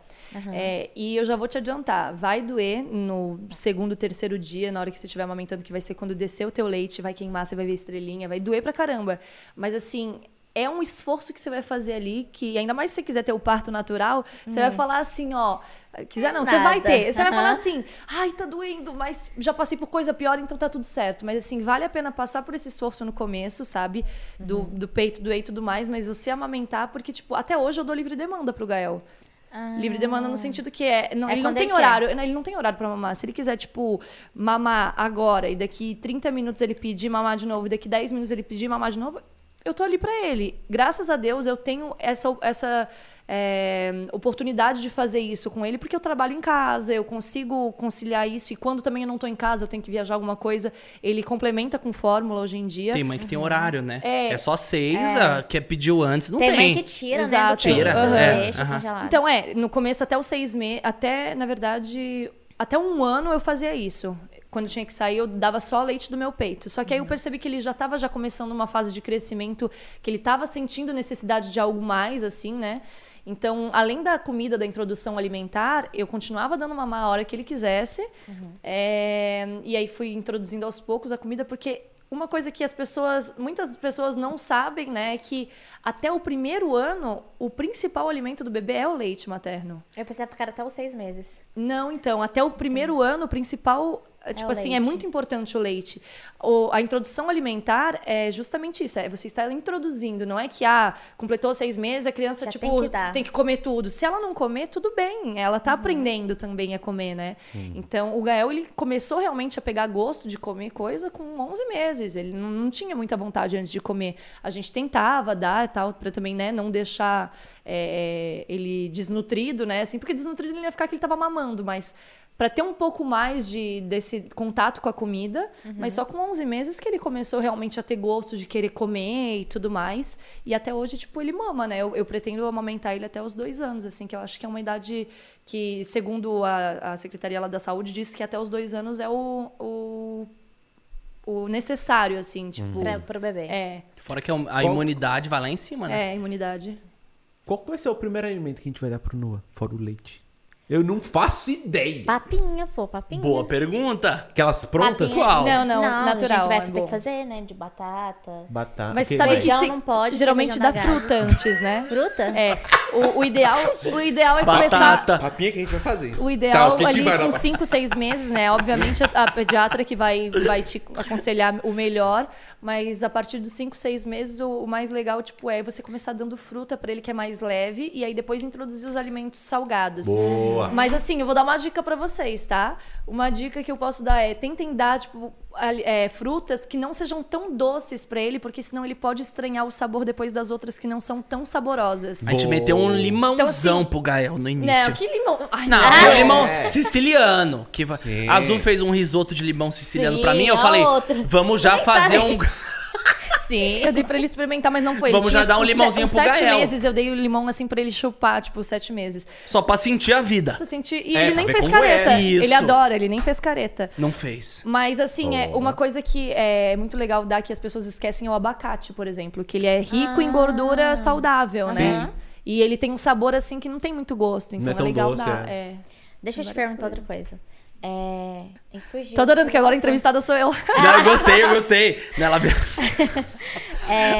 [SPEAKER 1] É, e eu já vou te adiantar, vai doer no segundo, terceiro dia, na hora que você estiver amamentando, que vai ser quando descer o teu leite, vai queimar, você vai ver estrelinha, vai doer pra caramba. Mas assim, é um esforço que você vai fazer ali, que ainda mais se você quiser ter o parto natural, você vai falar assim, ó, quiser não, você vai
[SPEAKER 3] Hum. É Nada.
[SPEAKER 1] ter. Você vai
[SPEAKER 3] Aham.
[SPEAKER 1] falar assim, ai, tá doendo, mas já passei por coisa pior, então tá tudo certo. Mas assim, vale a pena passar por esse esforço no começo, sabe? Do,
[SPEAKER 3] Uhum.
[SPEAKER 1] do peito doer e tudo mais, mas você amamentar, porque, tipo, até hoje eu dou livre demanda pro Gael. Livre demanda no sentido que é. Não,
[SPEAKER 3] É
[SPEAKER 1] ele não
[SPEAKER 3] quando
[SPEAKER 1] tem
[SPEAKER 3] ele quer.
[SPEAKER 1] horário. não, Ele não tem horário pra mamar. Se ele quiser, tipo, mamar agora e daqui 30 minutos ele pedir mamar de novo, e daqui 10 minutos ele pedir mamar de novo, eu tô ali pra ele. Graças a Deus eu tenho essa, essa é, oportunidade de fazer isso com ele, porque eu trabalho em casa, eu consigo conciliar isso. E quando também eu não tô em casa, eu tenho que viajar alguma coisa, ele complementa com fórmula hoje em dia.
[SPEAKER 2] Tem mãe que tem horário, né?
[SPEAKER 1] É.
[SPEAKER 2] É, só seis, ah, que é pediu antes, não tem.
[SPEAKER 3] tem mãe que tira, né? Do
[SPEAKER 1] Exato.
[SPEAKER 3] peito,
[SPEAKER 2] Tira,
[SPEAKER 1] é,
[SPEAKER 3] deixa
[SPEAKER 2] aham.
[SPEAKER 3] congelado.
[SPEAKER 1] Então, é, no começo até os seis meses, até, na verdade, até um ano eu fazia isso. Quando eu tinha que sair, eu dava só leite do meu peito. Só que aí eu percebi que ele já estava já começando uma fase de crescimento, que ele estava sentindo necessidade de algo mais, assim, né? Então, além da comida, da introdução alimentar, eu continuava dando mamar a hora que ele quisesse. É, e aí fui introduzindo aos poucos a comida, porque uma coisa que as pessoas, muitas pessoas não sabem, né, é que até o primeiro ano, o principal alimento do bebê é o leite materno.
[SPEAKER 3] Eu pensei ficar até os seis meses.
[SPEAKER 1] Não, então, até o primeiro ano, o principal, é, tipo
[SPEAKER 3] o
[SPEAKER 1] assim, é
[SPEAKER 3] leite.
[SPEAKER 1] muito importante o leite. O- a introdução alimentar é justamente isso, é você está introduzindo, não é que, ah, completou seis meses, a criança,
[SPEAKER 3] Já
[SPEAKER 1] tipo,
[SPEAKER 3] tem que dar. Uhum.
[SPEAKER 1] comer tudo. Se ela não comer, tudo bem, ela tá aprendendo também a comer, né? Então, o Gael, ele começou realmente a pegar gosto de comer coisa com 11 meses, ele não, não tinha muita vontade antes de comer. A gente tentava dar e tal, pra também, né, não deixar é, ele desnutrido, né, assim, porque desnutrido ele ia ficar que ele tava mamando, mas para ter um pouco mais de, desse contato com a comida, mas só com 11 meses que ele começou realmente a ter gosto de querer comer e tudo mais. E até hoje, tipo, ele mama, né? Eu, eu pretendo amamentar ele até os dois anos, assim, que eu acho que é uma idade que, segundo a, a Secretaria lá da Saúde, diz que até os dois anos é o, o, o necessário, assim, tipo.
[SPEAKER 3] Pra, pro bebê.
[SPEAKER 1] É,
[SPEAKER 2] Fora que a a
[SPEAKER 4] Qual-
[SPEAKER 2] imunidade vai lá em cima, né?
[SPEAKER 1] é, a imunidade.
[SPEAKER 4] Qual que vai ser o primeiro alimento que a gente vai dar pro Noah? Fora o leite. Eu não faço ideia.
[SPEAKER 3] Papinha, pô, papinha.
[SPEAKER 2] Boa pergunta.
[SPEAKER 4] Aquelas prontas?
[SPEAKER 3] Papinha.
[SPEAKER 2] Qual?
[SPEAKER 1] Não, não,
[SPEAKER 3] Não,
[SPEAKER 1] natural.
[SPEAKER 3] a gente vai
[SPEAKER 1] é
[SPEAKER 3] ter
[SPEAKER 1] bom.
[SPEAKER 3] que fazer, né? De batata.
[SPEAKER 4] Batata.
[SPEAKER 1] Mas
[SPEAKER 4] Ok,
[SPEAKER 1] sabe
[SPEAKER 4] vai.
[SPEAKER 1] que
[SPEAKER 3] Feijão
[SPEAKER 1] se-
[SPEAKER 3] não pode, tá
[SPEAKER 1] geralmente dá
[SPEAKER 3] feijão dá
[SPEAKER 1] fruta antes,
[SPEAKER 3] [laughs]
[SPEAKER 1] né?
[SPEAKER 3] Fruta?
[SPEAKER 1] É, o, o ideal, o ideal é começar.
[SPEAKER 2] Batata.
[SPEAKER 4] Papinha que a gente vai fazer.
[SPEAKER 1] O ideal
[SPEAKER 4] Tá, o que que
[SPEAKER 1] ali
[SPEAKER 4] vai na
[SPEAKER 1] com
[SPEAKER 4] ba-
[SPEAKER 1] 5, 6 meses, né? Obviamente a, a pediatra que vai, vai te aconselhar o melhor, mas a partir dos 5, 6 meses o, o mais legal tipo é você começar dando fruta pra ele que é mais leve e aí depois introduzir os alimentos salgados.
[SPEAKER 4] Boa.
[SPEAKER 1] Mas assim, eu vou dar uma dica pra vocês, tá? Uma dica que eu posso dar é tentem dar, tipo, ali- é, frutas que não sejam tão doces pra ele, porque senão ele pode estranhar o sabor depois das outras que não são tão saborosas.
[SPEAKER 2] A gente
[SPEAKER 4] Boa.
[SPEAKER 2] meteu um
[SPEAKER 1] Então,
[SPEAKER 2] limãozão
[SPEAKER 1] assim,
[SPEAKER 2] pro Gael no início.
[SPEAKER 1] Não, que Ah, limão. Ai,
[SPEAKER 2] Não,
[SPEAKER 1] não.
[SPEAKER 2] foi
[SPEAKER 4] é.
[SPEAKER 2] o limão siciliano. Que va-
[SPEAKER 4] Sim.
[SPEAKER 2] Azul fez um risoto de limão siciliano
[SPEAKER 3] Sim,
[SPEAKER 2] pra mim. Eu
[SPEAKER 3] a
[SPEAKER 2] falei,
[SPEAKER 3] outra.
[SPEAKER 2] vamos já fazer
[SPEAKER 3] sabe.
[SPEAKER 2] um.
[SPEAKER 3] Sim.
[SPEAKER 1] Eu dei pra ele experimentar, mas não foi.
[SPEAKER 2] Vamos
[SPEAKER 1] ele tinha
[SPEAKER 2] já dar um
[SPEAKER 1] uns se-
[SPEAKER 2] limãozinho
[SPEAKER 1] uns
[SPEAKER 2] pro
[SPEAKER 1] sete
[SPEAKER 2] Gael.
[SPEAKER 1] meses, eu dei o limão assim pra ele chupar, tipo, sete meses.
[SPEAKER 2] Só pra sentir a vida.
[SPEAKER 1] Pra sentir... E
[SPEAKER 4] É,
[SPEAKER 1] ele
[SPEAKER 4] pra
[SPEAKER 1] nem
[SPEAKER 4] ver
[SPEAKER 1] fez
[SPEAKER 4] como é.
[SPEAKER 1] careta. Ele
[SPEAKER 2] Isso.
[SPEAKER 1] adora, ele nem fez careta.
[SPEAKER 2] Não fez.
[SPEAKER 1] Mas, assim, é uma coisa que é muito legal dar que as pessoas esquecem é o abacate, por exemplo, que ele é rico em gordura saudável, né? E ele tem um sabor, assim, que não tem muito gosto. Então
[SPEAKER 4] Não é
[SPEAKER 1] é,
[SPEAKER 4] tão
[SPEAKER 1] legal
[SPEAKER 4] doce,
[SPEAKER 1] dar.
[SPEAKER 4] é.
[SPEAKER 1] é.
[SPEAKER 3] Deixa eu te
[SPEAKER 1] Várias
[SPEAKER 3] perguntar outra coisa. É. e fugiu.
[SPEAKER 1] Tô adorando que agora a entrevistada sou eu. [laughs]
[SPEAKER 2] Não, eu gostei, eu gostei. Não, Ela...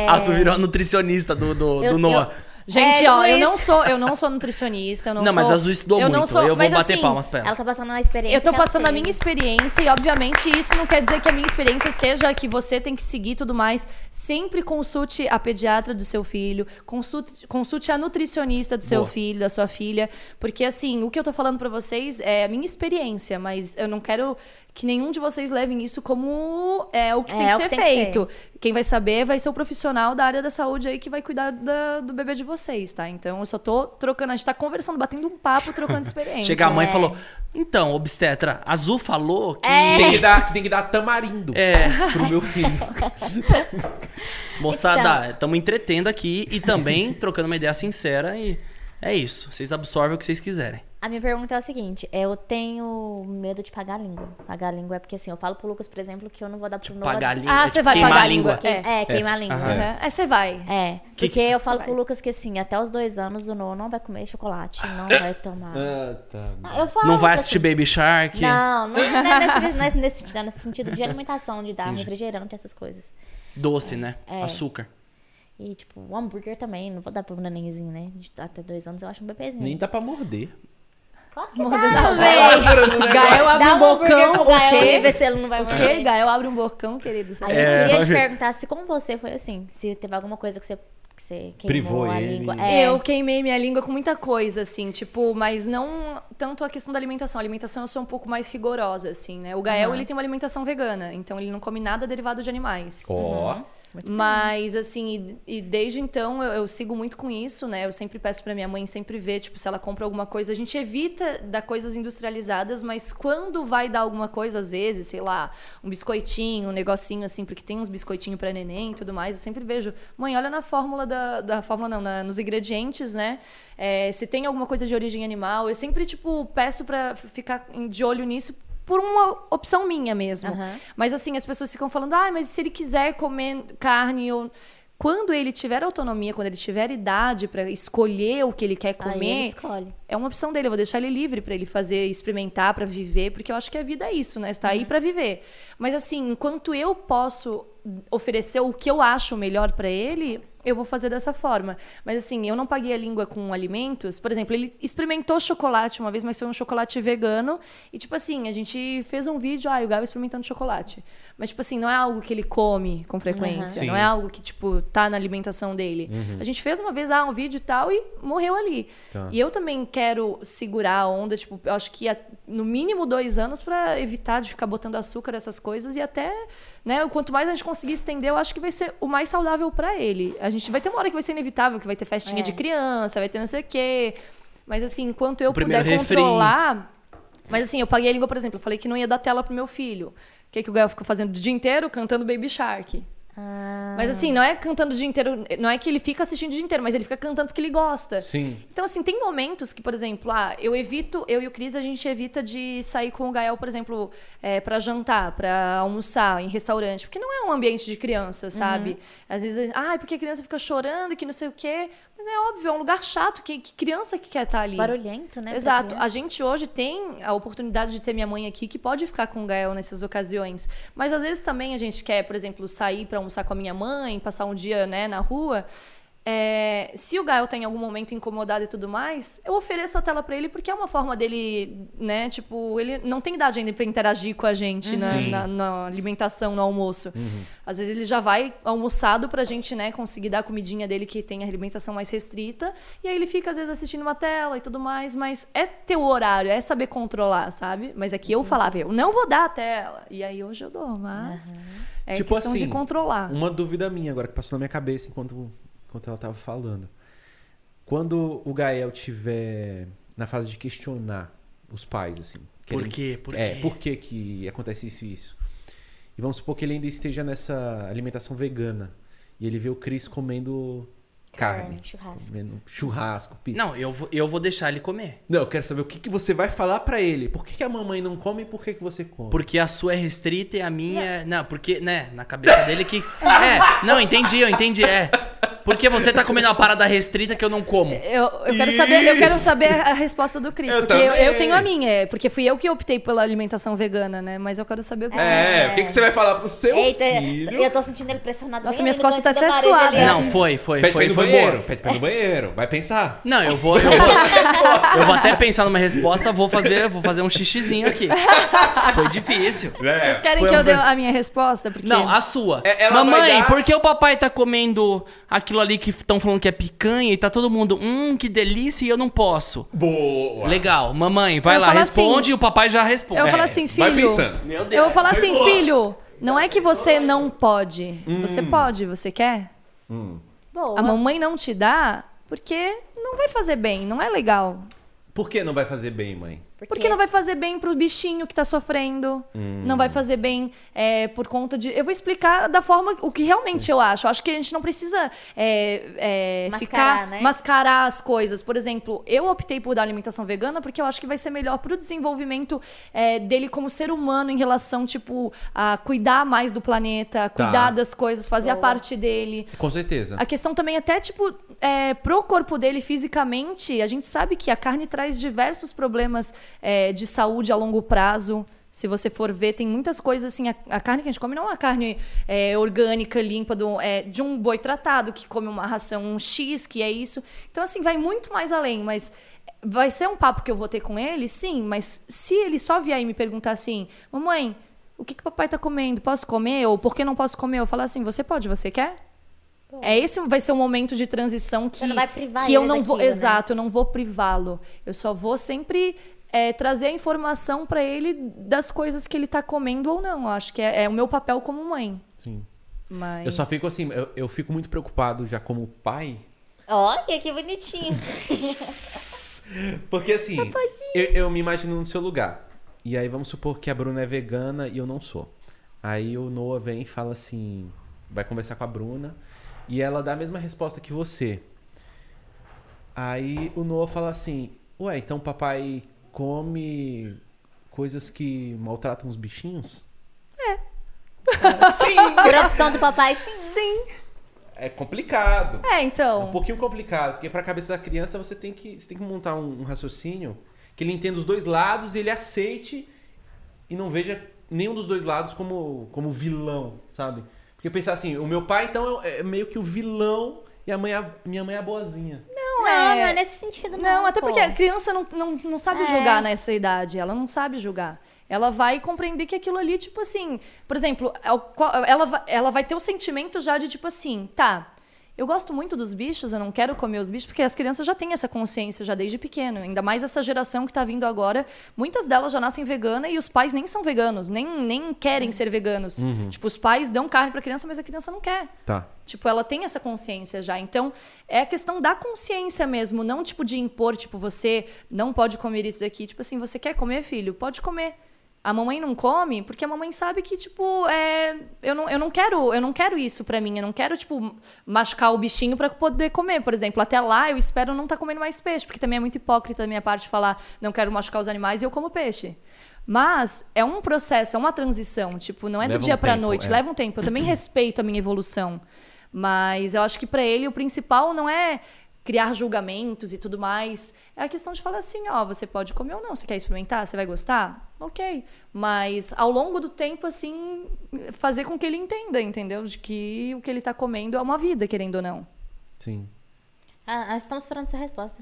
[SPEAKER 2] Azul virou a nutricionista do, do,
[SPEAKER 3] Eu-
[SPEAKER 2] do Noah.
[SPEAKER 1] Gente,
[SPEAKER 3] É,
[SPEAKER 1] ó, eu
[SPEAKER 3] Luiz.
[SPEAKER 1] não sou, eu não sou nutricionista, eu não,
[SPEAKER 2] Não,
[SPEAKER 1] sou.
[SPEAKER 2] mas a Azul estudou
[SPEAKER 1] eu Não
[SPEAKER 2] muito,
[SPEAKER 1] sou,
[SPEAKER 2] eu vou
[SPEAKER 1] mas,
[SPEAKER 2] bater
[SPEAKER 1] assim,
[SPEAKER 2] palmas pra ela.
[SPEAKER 3] Ela tá passando a experiência.
[SPEAKER 1] Eu tô
[SPEAKER 3] que ela
[SPEAKER 1] passando a
[SPEAKER 3] teve.
[SPEAKER 1] minha experiência e, obviamente, isso não quer dizer que a minha experiência seja que você tem que seguir e tudo mais. Sempre consulte a pediatra do seu filho, consulte, consulte a nutricionista do seu
[SPEAKER 2] Boa.
[SPEAKER 1] filho, da sua filha, porque, assim, o que eu tô falando pra vocês é a minha experiência, mas eu não quero que nenhum de vocês levem isso como é o que
[SPEAKER 3] É,
[SPEAKER 1] tem que
[SPEAKER 3] é o
[SPEAKER 1] ser
[SPEAKER 3] que tem que
[SPEAKER 1] feito. Quem vai saber vai ser o profissional da área da saúde aí que vai cuidar da- do bebê de vocês, tá? Então, eu só tô trocando, a gente tá conversando, batendo um papo,
[SPEAKER 2] [laughs]
[SPEAKER 1] trocando experiência.
[SPEAKER 2] Chega a mãe e
[SPEAKER 3] é.
[SPEAKER 2] falou: Então, obstetra, Azul falou que.
[SPEAKER 4] Tem que dar, tem que dar tamarindo
[SPEAKER 2] É,
[SPEAKER 4] pro meu filho.
[SPEAKER 2] moçada, estamos entretendo aqui e também trocando uma ideia sincera e é isso. Vocês absorvem o que vocês quiserem.
[SPEAKER 3] A minha pergunta é a seguinte: eu tenho medo de pagar a língua. Pagar a língua é porque assim, eu falo pro Lucas, por exemplo, que eu não vou dar pro Noah.
[SPEAKER 2] Pagar a língua.
[SPEAKER 1] Ah,
[SPEAKER 2] é
[SPEAKER 1] você
[SPEAKER 2] tipo
[SPEAKER 1] vai
[SPEAKER 2] queimar
[SPEAKER 1] pagar
[SPEAKER 2] a língua.
[SPEAKER 1] língua. É.
[SPEAKER 3] É, queimar a língua.
[SPEAKER 4] Aham.
[SPEAKER 1] Aham. Aí você vai.
[SPEAKER 3] É,
[SPEAKER 2] Que-
[SPEAKER 3] porque eu falo
[SPEAKER 1] Vai.
[SPEAKER 3] pro Lucas que assim, até os dois anos o Noah não vai comer chocolate, não vai tomar.
[SPEAKER 4] [laughs] ah, tá. bom.
[SPEAKER 3] Eu falo,
[SPEAKER 2] Não vai
[SPEAKER 3] Lucas,
[SPEAKER 2] assistir Baby Shark.
[SPEAKER 3] Não, não, não é
[SPEAKER 4] [laughs]
[SPEAKER 3] nesse, não é nesse sentido, é nesse sentido de alimentação, de dar refrigerante, essas coisas.
[SPEAKER 2] Doce, né? Açúcar.
[SPEAKER 3] E, tipo, o hambúrguer também, não vou dar pro nenenzinho, né? De- até dois anos eu acho um bebezinho.
[SPEAKER 4] Nem dá pra morder.
[SPEAKER 3] Claro que
[SPEAKER 1] Mordendo
[SPEAKER 3] dá,
[SPEAKER 1] a
[SPEAKER 3] véi.
[SPEAKER 1] [laughs] Gael abre
[SPEAKER 3] Dá
[SPEAKER 1] um bocão,
[SPEAKER 3] pro
[SPEAKER 1] o
[SPEAKER 3] Gael, né?
[SPEAKER 1] quê?
[SPEAKER 3] vê se ele não vai
[SPEAKER 1] O
[SPEAKER 3] morrer.
[SPEAKER 1] quê? Gael abre um bocão, querido.
[SPEAKER 3] Aí
[SPEAKER 2] É,
[SPEAKER 3] eu queria te
[SPEAKER 2] ok.
[SPEAKER 3] perguntar se com você foi assim, se teve alguma coisa que você, que você queimou
[SPEAKER 4] Privou
[SPEAKER 3] a
[SPEAKER 4] ele.
[SPEAKER 3] língua. É,
[SPEAKER 1] Eu queimei minha língua com muita coisa, assim, tipo, mas não tanto a questão da alimentação. A alimentação eu sou um pouco mais rigorosa, assim, né? O Gael, ele tem uma alimentação vegana, então ele não come nada derivado de animais.
[SPEAKER 4] Ó.
[SPEAKER 1] Mas, assim, e, e desde então eu, eu sigo muito com isso, né? Eu sempre peço pra minha mãe sempre ver, tipo, se ela compra alguma coisa. A gente evita dar coisas industrializadas, mas quando vai dar alguma coisa, às vezes, sei lá, um biscoitinho, um negocinho assim, porque tem uns biscoitinhos pra neném e tudo mais, eu sempre vejo, mãe, olha na fórmula da. da fórmula não, na- nos ingredientes, né? É, se tem alguma coisa de origem animal. Eu sempre, tipo, peço pra ficar em- de olho nisso. Por uma opção minha mesmo.
[SPEAKER 3] Aham.
[SPEAKER 1] Mas assim, as pessoas ficam falando, ah, mas se ele quiser comer carne ou. Quando ele tiver autonomia, quando ele tiver idade pra escolher o que ele quer
[SPEAKER 3] Aí ele
[SPEAKER 1] comer,
[SPEAKER 3] escolhe.
[SPEAKER 1] é uma opção dele. Eu vou deixar ele livre pra ele fazer, experimentar, pra viver, porque eu acho que a vida é isso, né? Está aí pra viver. Mas assim, enquanto eu posso oferecer o que eu acho melhor pra ele, eu vou fazer dessa forma. Mas assim, eu não paguei a língua com alimentos. Por exemplo, ele experimentou chocolate uma vez, mas foi um chocolate vegano. E tipo assim, a gente fez um vídeo, ah, e o Gabo experimentando chocolate. Mas tipo assim, não é algo que ele come com frequência,
[SPEAKER 4] Uhum.
[SPEAKER 1] não
[SPEAKER 4] Sim.
[SPEAKER 1] é algo que tipo tá na alimentação dele.
[SPEAKER 2] Uhum.
[SPEAKER 1] A gente fez uma vez ah, um vídeo e tal e morreu ali.
[SPEAKER 4] Tá.
[SPEAKER 1] E eu também quero segurar a onda, tipo, eu acho que a- no mínimo dois anos pra evitar de ficar botando açúcar, essas coisas, e até, né, quanto mais a gente conseguir estender, eu acho que vai ser o mais saudável pra ele. A gente vai ter uma hora que vai ser inevitável, que vai ter festinha
[SPEAKER 3] É.
[SPEAKER 1] de criança, vai ter não sei o quê. Mas assim, enquanto eu
[SPEAKER 2] O primeiro
[SPEAKER 1] puder
[SPEAKER 2] refri.
[SPEAKER 1] controlar. Ah, Mas assim, eu paguei a língua, por exemplo, eu falei que não ia dar tela pro meu filho. O que, que o Gael ficou fazendo o dia inteiro? Cantando Baby Shark. Mas assim, não é cantando o dia inteiro, não é que ele fica assistindo o dia inteiro, mas ele fica cantando porque ele gosta.
[SPEAKER 4] Sim.
[SPEAKER 1] Então, assim, tem momentos que, por exemplo, ah, eu evito, eu e o Cris, a gente evita de sair com o Gael, por exemplo, é, para jantar, pra almoçar em restaurante, porque não é um ambiente de criança, sabe? Às vezes, ah, porque a criança fica chorando, que não sei o quê. Mas é óbvio, é um lugar chato, que, que criança que quer estar ali?
[SPEAKER 3] Barulhento, né? pra
[SPEAKER 1] Exato.
[SPEAKER 3] criança.
[SPEAKER 1] A gente hoje tem a oportunidade de ter minha mãe aqui que pode ficar com o Gael nessas ocasiões. Mas às vezes também a gente quer, por exemplo, sair para almoçar com a minha mãe, passar um dia né, na rua. É, se o Gael tá em algum momento incomodado e tudo mais, eu ofereço a tela para ele porque é uma forma dele, né? Tipo, ele não tem idade ainda para interagir com a gente na-
[SPEAKER 2] Sim.
[SPEAKER 1] na, na alimentação, no almoço. Às vezes ele já vai almoçado pra gente, né, conseguir dar a comidinha dele que tem a alimentação mais restrita. E aí ele fica, às vezes, assistindo uma tela e tudo mais, mas é teu horário, é saber controlar, sabe? Mas é que eu falava, eu não vou dar a tela. E aí hoje eu dou, mas. É
[SPEAKER 4] Tipo
[SPEAKER 1] questão de
[SPEAKER 4] assim,
[SPEAKER 1] controlar.
[SPEAKER 4] Uma dúvida minha agora que passou na minha cabeça enquanto, enquanto ela tava falando. Quando o Gael tiver na fase de questionar os pais, assim.
[SPEAKER 2] Por
[SPEAKER 4] querendo-
[SPEAKER 2] quê? Por
[SPEAKER 4] é,
[SPEAKER 2] quê?
[SPEAKER 4] por que que acontece isso e isso? E vamos supor que ele ainda esteja nessa alimentação vegana. E ele vê o Cris comendo carne.
[SPEAKER 3] churrasco.
[SPEAKER 4] Comendo churrasco, pizza.
[SPEAKER 2] Não, eu vou, eu vou deixar ele comer.
[SPEAKER 4] Não, eu quero saber o que, que você vai falar pra ele. Por que, que a mamãe não come e por que, que você come?
[SPEAKER 2] Porque a sua é restrita e a minha é. Não, porque, né, na cabeça dele
[SPEAKER 1] [laughs]
[SPEAKER 2] que. É, não, entendi, eu entendi, é. Porque você tá comendo uma parada restrita que eu não como.
[SPEAKER 1] Eu, eu quero saber, eu quero saber a resposta do Cris,
[SPEAKER 4] Eu
[SPEAKER 1] porque eu, eu
[SPEAKER 4] também.
[SPEAKER 1] tenho a minha, é, porque fui eu que optei pela alimentação vegana, né? Mas eu quero saber o que
[SPEAKER 4] É, o que, que você vai falar pro seu
[SPEAKER 3] Eita,
[SPEAKER 4] filho?
[SPEAKER 3] eu tô sentindo ele pressionado.
[SPEAKER 1] Nossa,
[SPEAKER 3] bem
[SPEAKER 1] minhas
[SPEAKER 3] ali no
[SPEAKER 1] costas
[SPEAKER 3] canto
[SPEAKER 1] tá
[SPEAKER 3] da
[SPEAKER 1] até
[SPEAKER 3] parede
[SPEAKER 1] suada.
[SPEAKER 3] ali, ó.
[SPEAKER 2] Não, foi, foi,
[SPEAKER 4] Pede pra
[SPEAKER 2] foi,
[SPEAKER 4] ir no
[SPEAKER 2] foi
[SPEAKER 4] banheiro,
[SPEAKER 2] boa.
[SPEAKER 4] pede pra ir no banheiro, vai pensar.
[SPEAKER 2] Não, eu vou. Eu
[SPEAKER 1] é
[SPEAKER 2] vou, eu vou até pensar numa resposta, vou fazer, vou fazer um xixizinho aqui. Foi difícil.
[SPEAKER 1] Vocês querem
[SPEAKER 2] Foi
[SPEAKER 1] que eu
[SPEAKER 2] um
[SPEAKER 1] dê
[SPEAKER 2] ver-
[SPEAKER 1] a minha resposta? Porque...
[SPEAKER 2] Não, a sua.
[SPEAKER 4] É, ela vai
[SPEAKER 2] Mamãe,
[SPEAKER 4] dar-
[SPEAKER 2] por que o papai tá comendo aquilo ali que estão falando que é picanha e tá todo mundo, hum, que delícia e eu não posso?
[SPEAKER 4] Boa.
[SPEAKER 2] Legal, mamãe, vai
[SPEAKER 1] Eu
[SPEAKER 2] lá,
[SPEAKER 1] falo
[SPEAKER 2] responde
[SPEAKER 1] assim-
[SPEAKER 2] e o papai já responde.
[SPEAKER 1] Eu
[SPEAKER 2] É.
[SPEAKER 1] falo assim,
[SPEAKER 4] Vai
[SPEAKER 1] filho.
[SPEAKER 4] pensando.
[SPEAKER 2] Meu Deus,
[SPEAKER 1] Eu vou falar
[SPEAKER 2] foi
[SPEAKER 1] assim,
[SPEAKER 2] boa.
[SPEAKER 1] filho, não é que você não pode. Você pode, você quer?
[SPEAKER 3] Boa.
[SPEAKER 1] A mamãe não te dá porque não vai fazer bem, não é legal.
[SPEAKER 4] Por que não vai fazer bem, mãe?
[SPEAKER 1] Porque não vai fazer bem pro bichinho que tá sofrendo.
[SPEAKER 3] Hum.
[SPEAKER 1] Não vai fazer bem é, por conta de. Eu vou explicar da forma o que realmente eu acho. Eu acho que a gente não precisa é, é,
[SPEAKER 3] Mascarar,
[SPEAKER 1] ficar
[SPEAKER 3] né?
[SPEAKER 1] mascarar as coisas. Por exemplo, eu optei por dar alimentação vegana porque eu acho que vai ser melhor pro desenvolvimento é, dele como ser humano em relação, tipo, a cuidar mais do planeta, cuidar das coisas, fazer a
[SPEAKER 3] Tá. Boa.
[SPEAKER 1] parte dele.
[SPEAKER 4] Com certeza.
[SPEAKER 1] A questão também até, tipo, é, pro corpo dele fisicamente, a gente sabe que a carne traz diversos problemas é, de saúde a longo prazo. Se você for ver, tem muitas coisas assim. A, a carne que a gente come não é uma carne é, orgânica, limpa, do- é, de um boi tratado, que come uma ração um X, que é isso. Então, assim, vai muito mais além, mas vai ser um papo que eu vou ter com ele, sim, mas se ele só vier e me perguntar assim, mamãe, o que, que papai tá comendo? Posso comer? Ou por que não posso comer? Eu falo assim, você pode, você quer? É esse vai ser um momento de transição que
[SPEAKER 3] Você não vai privar
[SPEAKER 1] que eu
[SPEAKER 3] ele
[SPEAKER 1] não vou,
[SPEAKER 3] daquilo, né?
[SPEAKER 1] exato, eu não vou privá-lo. Eu só vou sempre é, trazer a informação pra ele das coisas que ele tá comendo ou não. Eu acho que é, é o meu papel como mãe.
[SPEAKER 4] Sim.
[SPEAKER 1] Mas...
[SPEAKER 4] Eu só fico assim, eu, eu fico muito preocupado já como pai.
[SPEAKER 3] Olha que bonitinho.
[SPEAKER 4] Porque assim, eu, eu me imagino no seu lugar. E aí vamos supor que a Bruna é vegana e eu não sou. Aí o Noah vem e fala assim, vai conversar com a Bruna e ela dá a mesma resposta que você. Aí o Noah fala assim, ué, então o papai come coisas que maltratam os bichinhos?
[SPEAKER 3] Por opção do papai, sim.
[SPEAKER 1] Sim.
[SPEAKER 4] É complicado.
[SPEAKER 1] É,
[SPEAKER 4] É um
[SPEAKER 1] então.
[SPEAKER 4] pouquinho complicado, porque pra cabeça da criança você tem que, você tem que montar um, um raciocínio que ele entenda os dois lados e ele aceite e não veja nenhum dos dois lados como, como vilão, sabe? Porque pensar assim, o meu pai então é é meio que o vilão e a mãe é a- minha mãe é a boazinha.
[SPEAKER 3] Não,
[SPEAKER 1] é-
[SPEAKER 3] não é nesse sentido, não. é-
[SPEAKER 1] Não, até
[SPEAKER 3] pô.
[SPEAKER 1] porque a criança não, não, não sabe
[SPEAKER 3] É.
[SPEAKER 1] julgar nessa idade. Ela não sabe julgar. Ela vai compreender que aquilo ali, tipo assim. Por exemplo, é o qual- ela, va- ela vai ter o sentimento já de, tipo assim, tá. Eu gosto muito dos bichos, eu não quero comer os bichos, porque as crianças já têm essa consciência já desde pequeno. Ainda mais essa geração que tá vindo agora. Muitas delas já nascem vegana e os pais nem são veganos, nem, nem querem
[SPEAKER 3] Uhum.
[SPEAKER 1] ser veganos. Tipo, os pais dão carne pra criança, mas a criança não quer.
[SPEAKER 4] Tá.
[SPEAKER 1] Tipo, ela tem essa consciência já. Então, é a questão da consciência mesmo, não tipo de impor, tipo, você não pode comer isso daqui. Tipo assim, você quer comer, filho? Pode comer. A mamãe não come porque a mamãe sabe que, tipo, é, eu, não, eu não quero eu não quero isso pra mim. Eu não quero, tipo, machucar o bichinho pra poder comer, por exemplo. Até lá eu espero não estar comendo mais peixe, porque também é muito hipócrita da minha parte falar não quero machucar os animais e eu como peixe. Mas é um processo, é uma transição. Tipo, não é
[SPEAKER 4] Leva
[SPEAKER 1] do
[SPEAKER 4] um
[SPEAKER 1] dia pra
[SPEAKER 4] tempo,
[SPEAKER 1] noite.
[SPEAKER 4] é.
[SPEAKER 1] Leva leva um tempo. Eu também respeito a minha evolução. Mas eu acho que pra ele o principal não é criar julgamentos e tudo mais. É a questão de falar assim, ó, você pode comer ou não, você quer experimentar, você vai gostar? OK. Mas ao longo do tempo assim, fazer com que ele entenda, entendeu? De que o que ele tá comendo é uma vida, querendo ou não.
[SPEAKER 4] Sim.
[SPEAKER 3] Ah, ah, estamos esperando essa resposta.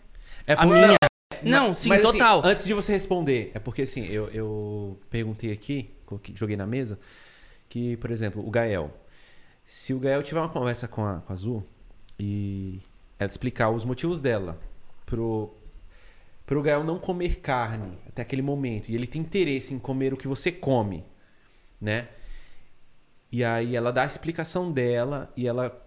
[SPEAKER 4] É
[SPEAKER 2] A minha. Não, sim,
[SPEAKER 4] Mas, assim,
[SPEAKER 2] total.
[SPEAKER 4] antes de você responder, é porque assim, eu, eu perguntei aqui, coloquei- joguei na mesa, que, por exemplo, o Gael. Se o Gael tiver uma conversa com a, com a Azul e ela explicar os motivos dela pro, pro Gael não comer carne até aquele momento, e ele tem interesse em comer o que você come, né? E aí ela dá a explicação dela e ela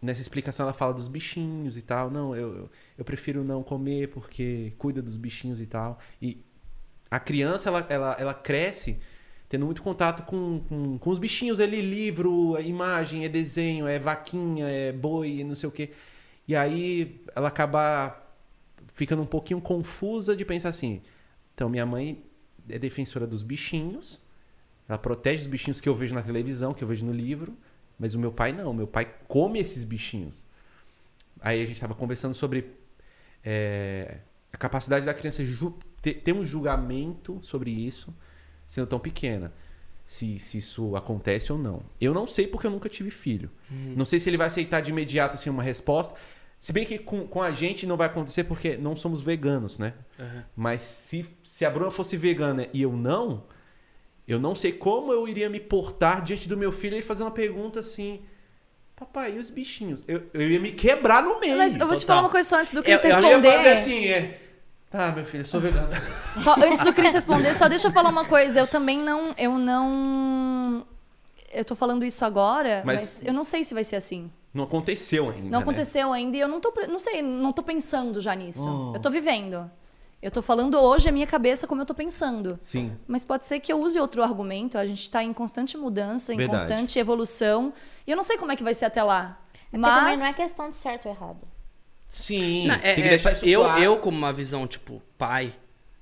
[SPEAKER 4] nessa explicação ela fala dos bichinhos e tal. Não, eu, eu- eu prefiro não comer porque cuida dos bichinhos e tal. E a criança, ela, ela, ela cresce tendo muito contato com, com, com os bichinhos ali, livro, é imagem, é desenho, é vaquinha, é boi, é não sei o quê. E aí ela acaba ficando um pouquinho confusa de pensar assim, então minha mãe é defensora dos bichinhos, ela protege os bichinhos que eu vejo na televisão, que eu vejo no livro, mas o meu pai não. Meu pai come esses bichinhos. Aí a gente estava conversando sobre é, a capacidade da criança ju- ter, ter um julgamento sobre isso, sendo tão pequena. Se, se isso acontece ou não. Eu não sei porque eu nunca tive filho. Não sei se ele vai aceitar de imediato assim, uma resposta. Se bem que com, com a gente não vai acontecer porque não somos veganos, né?
[SPEAKER 2] Aham.
[SPEAKER 4] Mas se, se a Bruna fosse vegana e eu não, eu não sei como eu iria me portar diante do meu filho e fazer uma pergunta assim. Papai, e os bichinhos? Eu, eu ia me quebrar no meio.
[SPEAKER 1] Mas eu vou te
[SPEAKER 2] total.
[SPEAKER 1] falar uma coisa só antes do Cris
[SPEAKER 2] Eu- eu ia
[SPEAKER 4] ia
[SPEAKER 1] responder.
[SPEAKER 4] fazer assim, é. Tá, meu filho, eu sou vegano.
[SPEAKER 1] Só, antes do Cris responder, só deixa eu falar uma coisa. Eu também não. Eu não. Eu tô falando isso agora,
[SPEAKER 4] Mas-
[SPEAKER 1] mas eu não sei se vai ser assim.
[SPEAKER 4] Não aconteceu ainda.
[SPEAKER 1] Não
[SPEAKER 4] né?
[SPEAKER 1] aconteceu ainda e eu não tô, pre- não sei, não tô pensando já nisso. Eu tô vivendo. Eu tô falando hoje a minha cabeça como eu tô pensando.
[SPEAKER 4] Sim.
[SPEAKER 1] Mas pode ser que eu use outro argumento. A gente tá em constante mudança, em
[SPEAKER 4] Verdade.
[SPEAKER 1] constante evolução. E eu não sei como é que vai ser até lá.
[SPEAKER 3] Mas... Porque também
[SPEAKER 1] Mas
[SPEAKER 3] não é questão de certo ou errado.
[SPEAKER 4] Sim.
[SPEAKER 2] Não, é-
[SPEAKER 4] tem que
[SPEAKER 2] é,
[SPEAKER 4] deixar isso
[SPEAKER 2] eu,
[SPEAKER 4] claro.
[SPEAKER 2] eu, como uma visão, tipo, pai,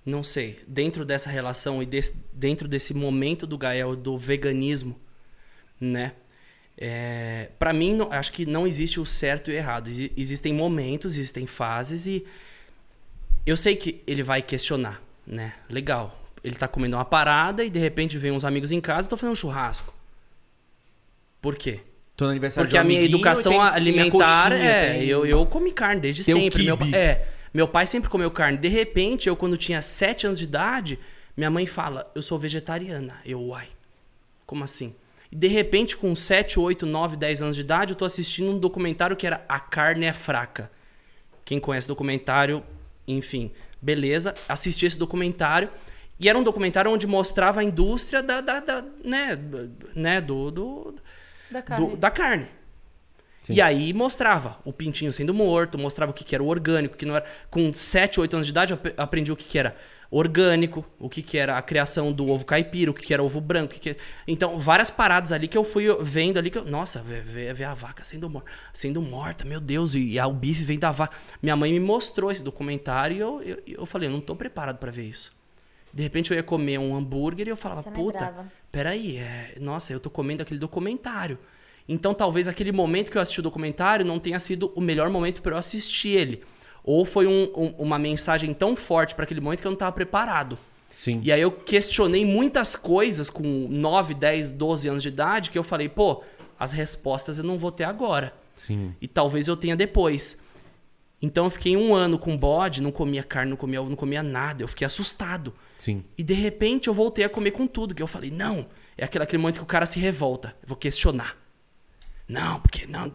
[SPEAKER 2] não sei, dentro dessa relação e desse- dentro desse momento do Gael do veganismo, né? É, para mim, não- acho que não existe o certo e o errado. Exi- Existem momentos, existem fases e eu sei que ele vai questionar, né? Legal. Ele tá comendo uma parada e de repente vem uns amigos em casa e tô fazendo um churrasco. Por quê?
[SPEAKER 4] Tô no aniversário um
[SPEAKER 2] Porque a minha educação alimentar é. Eu, eu comi carne desde
[SPEAKER 4] tem um
[SPEAKER 2] sempre. meu,
[SPEAKER 4] quibe.
[SPEAKER 2] pa- é, meu pai sempre comeu carne. De repente, eu, quando tinha 7 anos de idade, minha mãe fala: Eu sou vegetariana. Eu, uai. Como assim? E de repente, com 7, 8, 9, 10 anos de idade, eu tô assistindo um documentário que era A Carne é Fraca. Quem conhece o documentário, enfim, beleza. Assisti esse documentário. E era um documentário onde mostrava a indústria da, da, da- né, da- né, do, do,
[SPEAKER 3] é
[SPEAKER 1] Da carne.
[SPEAKER 2] do- da carne.
[SPEAKER 4] Sim.
[SPEAKER 2] E aí mostrava o pintinho sendo morto, mostrava o que, que era o orgânico, o que não era. Com 7, 8 anos de idade, eu ap- aprendi o que, que era orgânico, o que, que era a criação do ovo caipira, o que, que era ovo branco. o que que- Então, várias paradas ali que eu fui vendo ali que eu. Nossa, ver, ver- ver a vaca sendo, mor- sendo morta, meu Deus, e, e a- o bife vem da vaca. Minha mãe me mostrou esse documentário e eu, eu, eu falei, eu não tô preparado pra ver isso. De repente eu ia comer um hambúrguer e eu falava,
[SPEAKER 3] Você não é
[SPEAKER 2] puta,
[SPEAKER 3] brava.
[SPEAKER 2] peraí, é, nossa, eu tô comendo aquele documentário. Então talvez aquele momento que eu assisti o documentário não tenha sido o melhor momento para eu assistir ele. Ou foi um- um- uma mensagem tão forte para aquele momento que eu não tava preparado.
[SPEAKER 4] Sim.
[SPEAKER 2] E aí eu questionei muitas coisas com 9, 10, 12 anos de idade que eu falei, pô, as respostas eu não vou ter agora.
[SPEAKER 4] Sim.
[SPEAKER 2] E talvez eu tenha depois. Então eu fiquei um ano com bode, não comia carne, não comia ovo, não comia nada. Eu fiquei assustado.
[SPEAKER 4] Sim.
[SPEAKER 2] E de repente eu voltei a comer com tudo, que eu falei, não, é aquele, aquele momento que o cara se revolta, eu vou questionar. Não, porque não.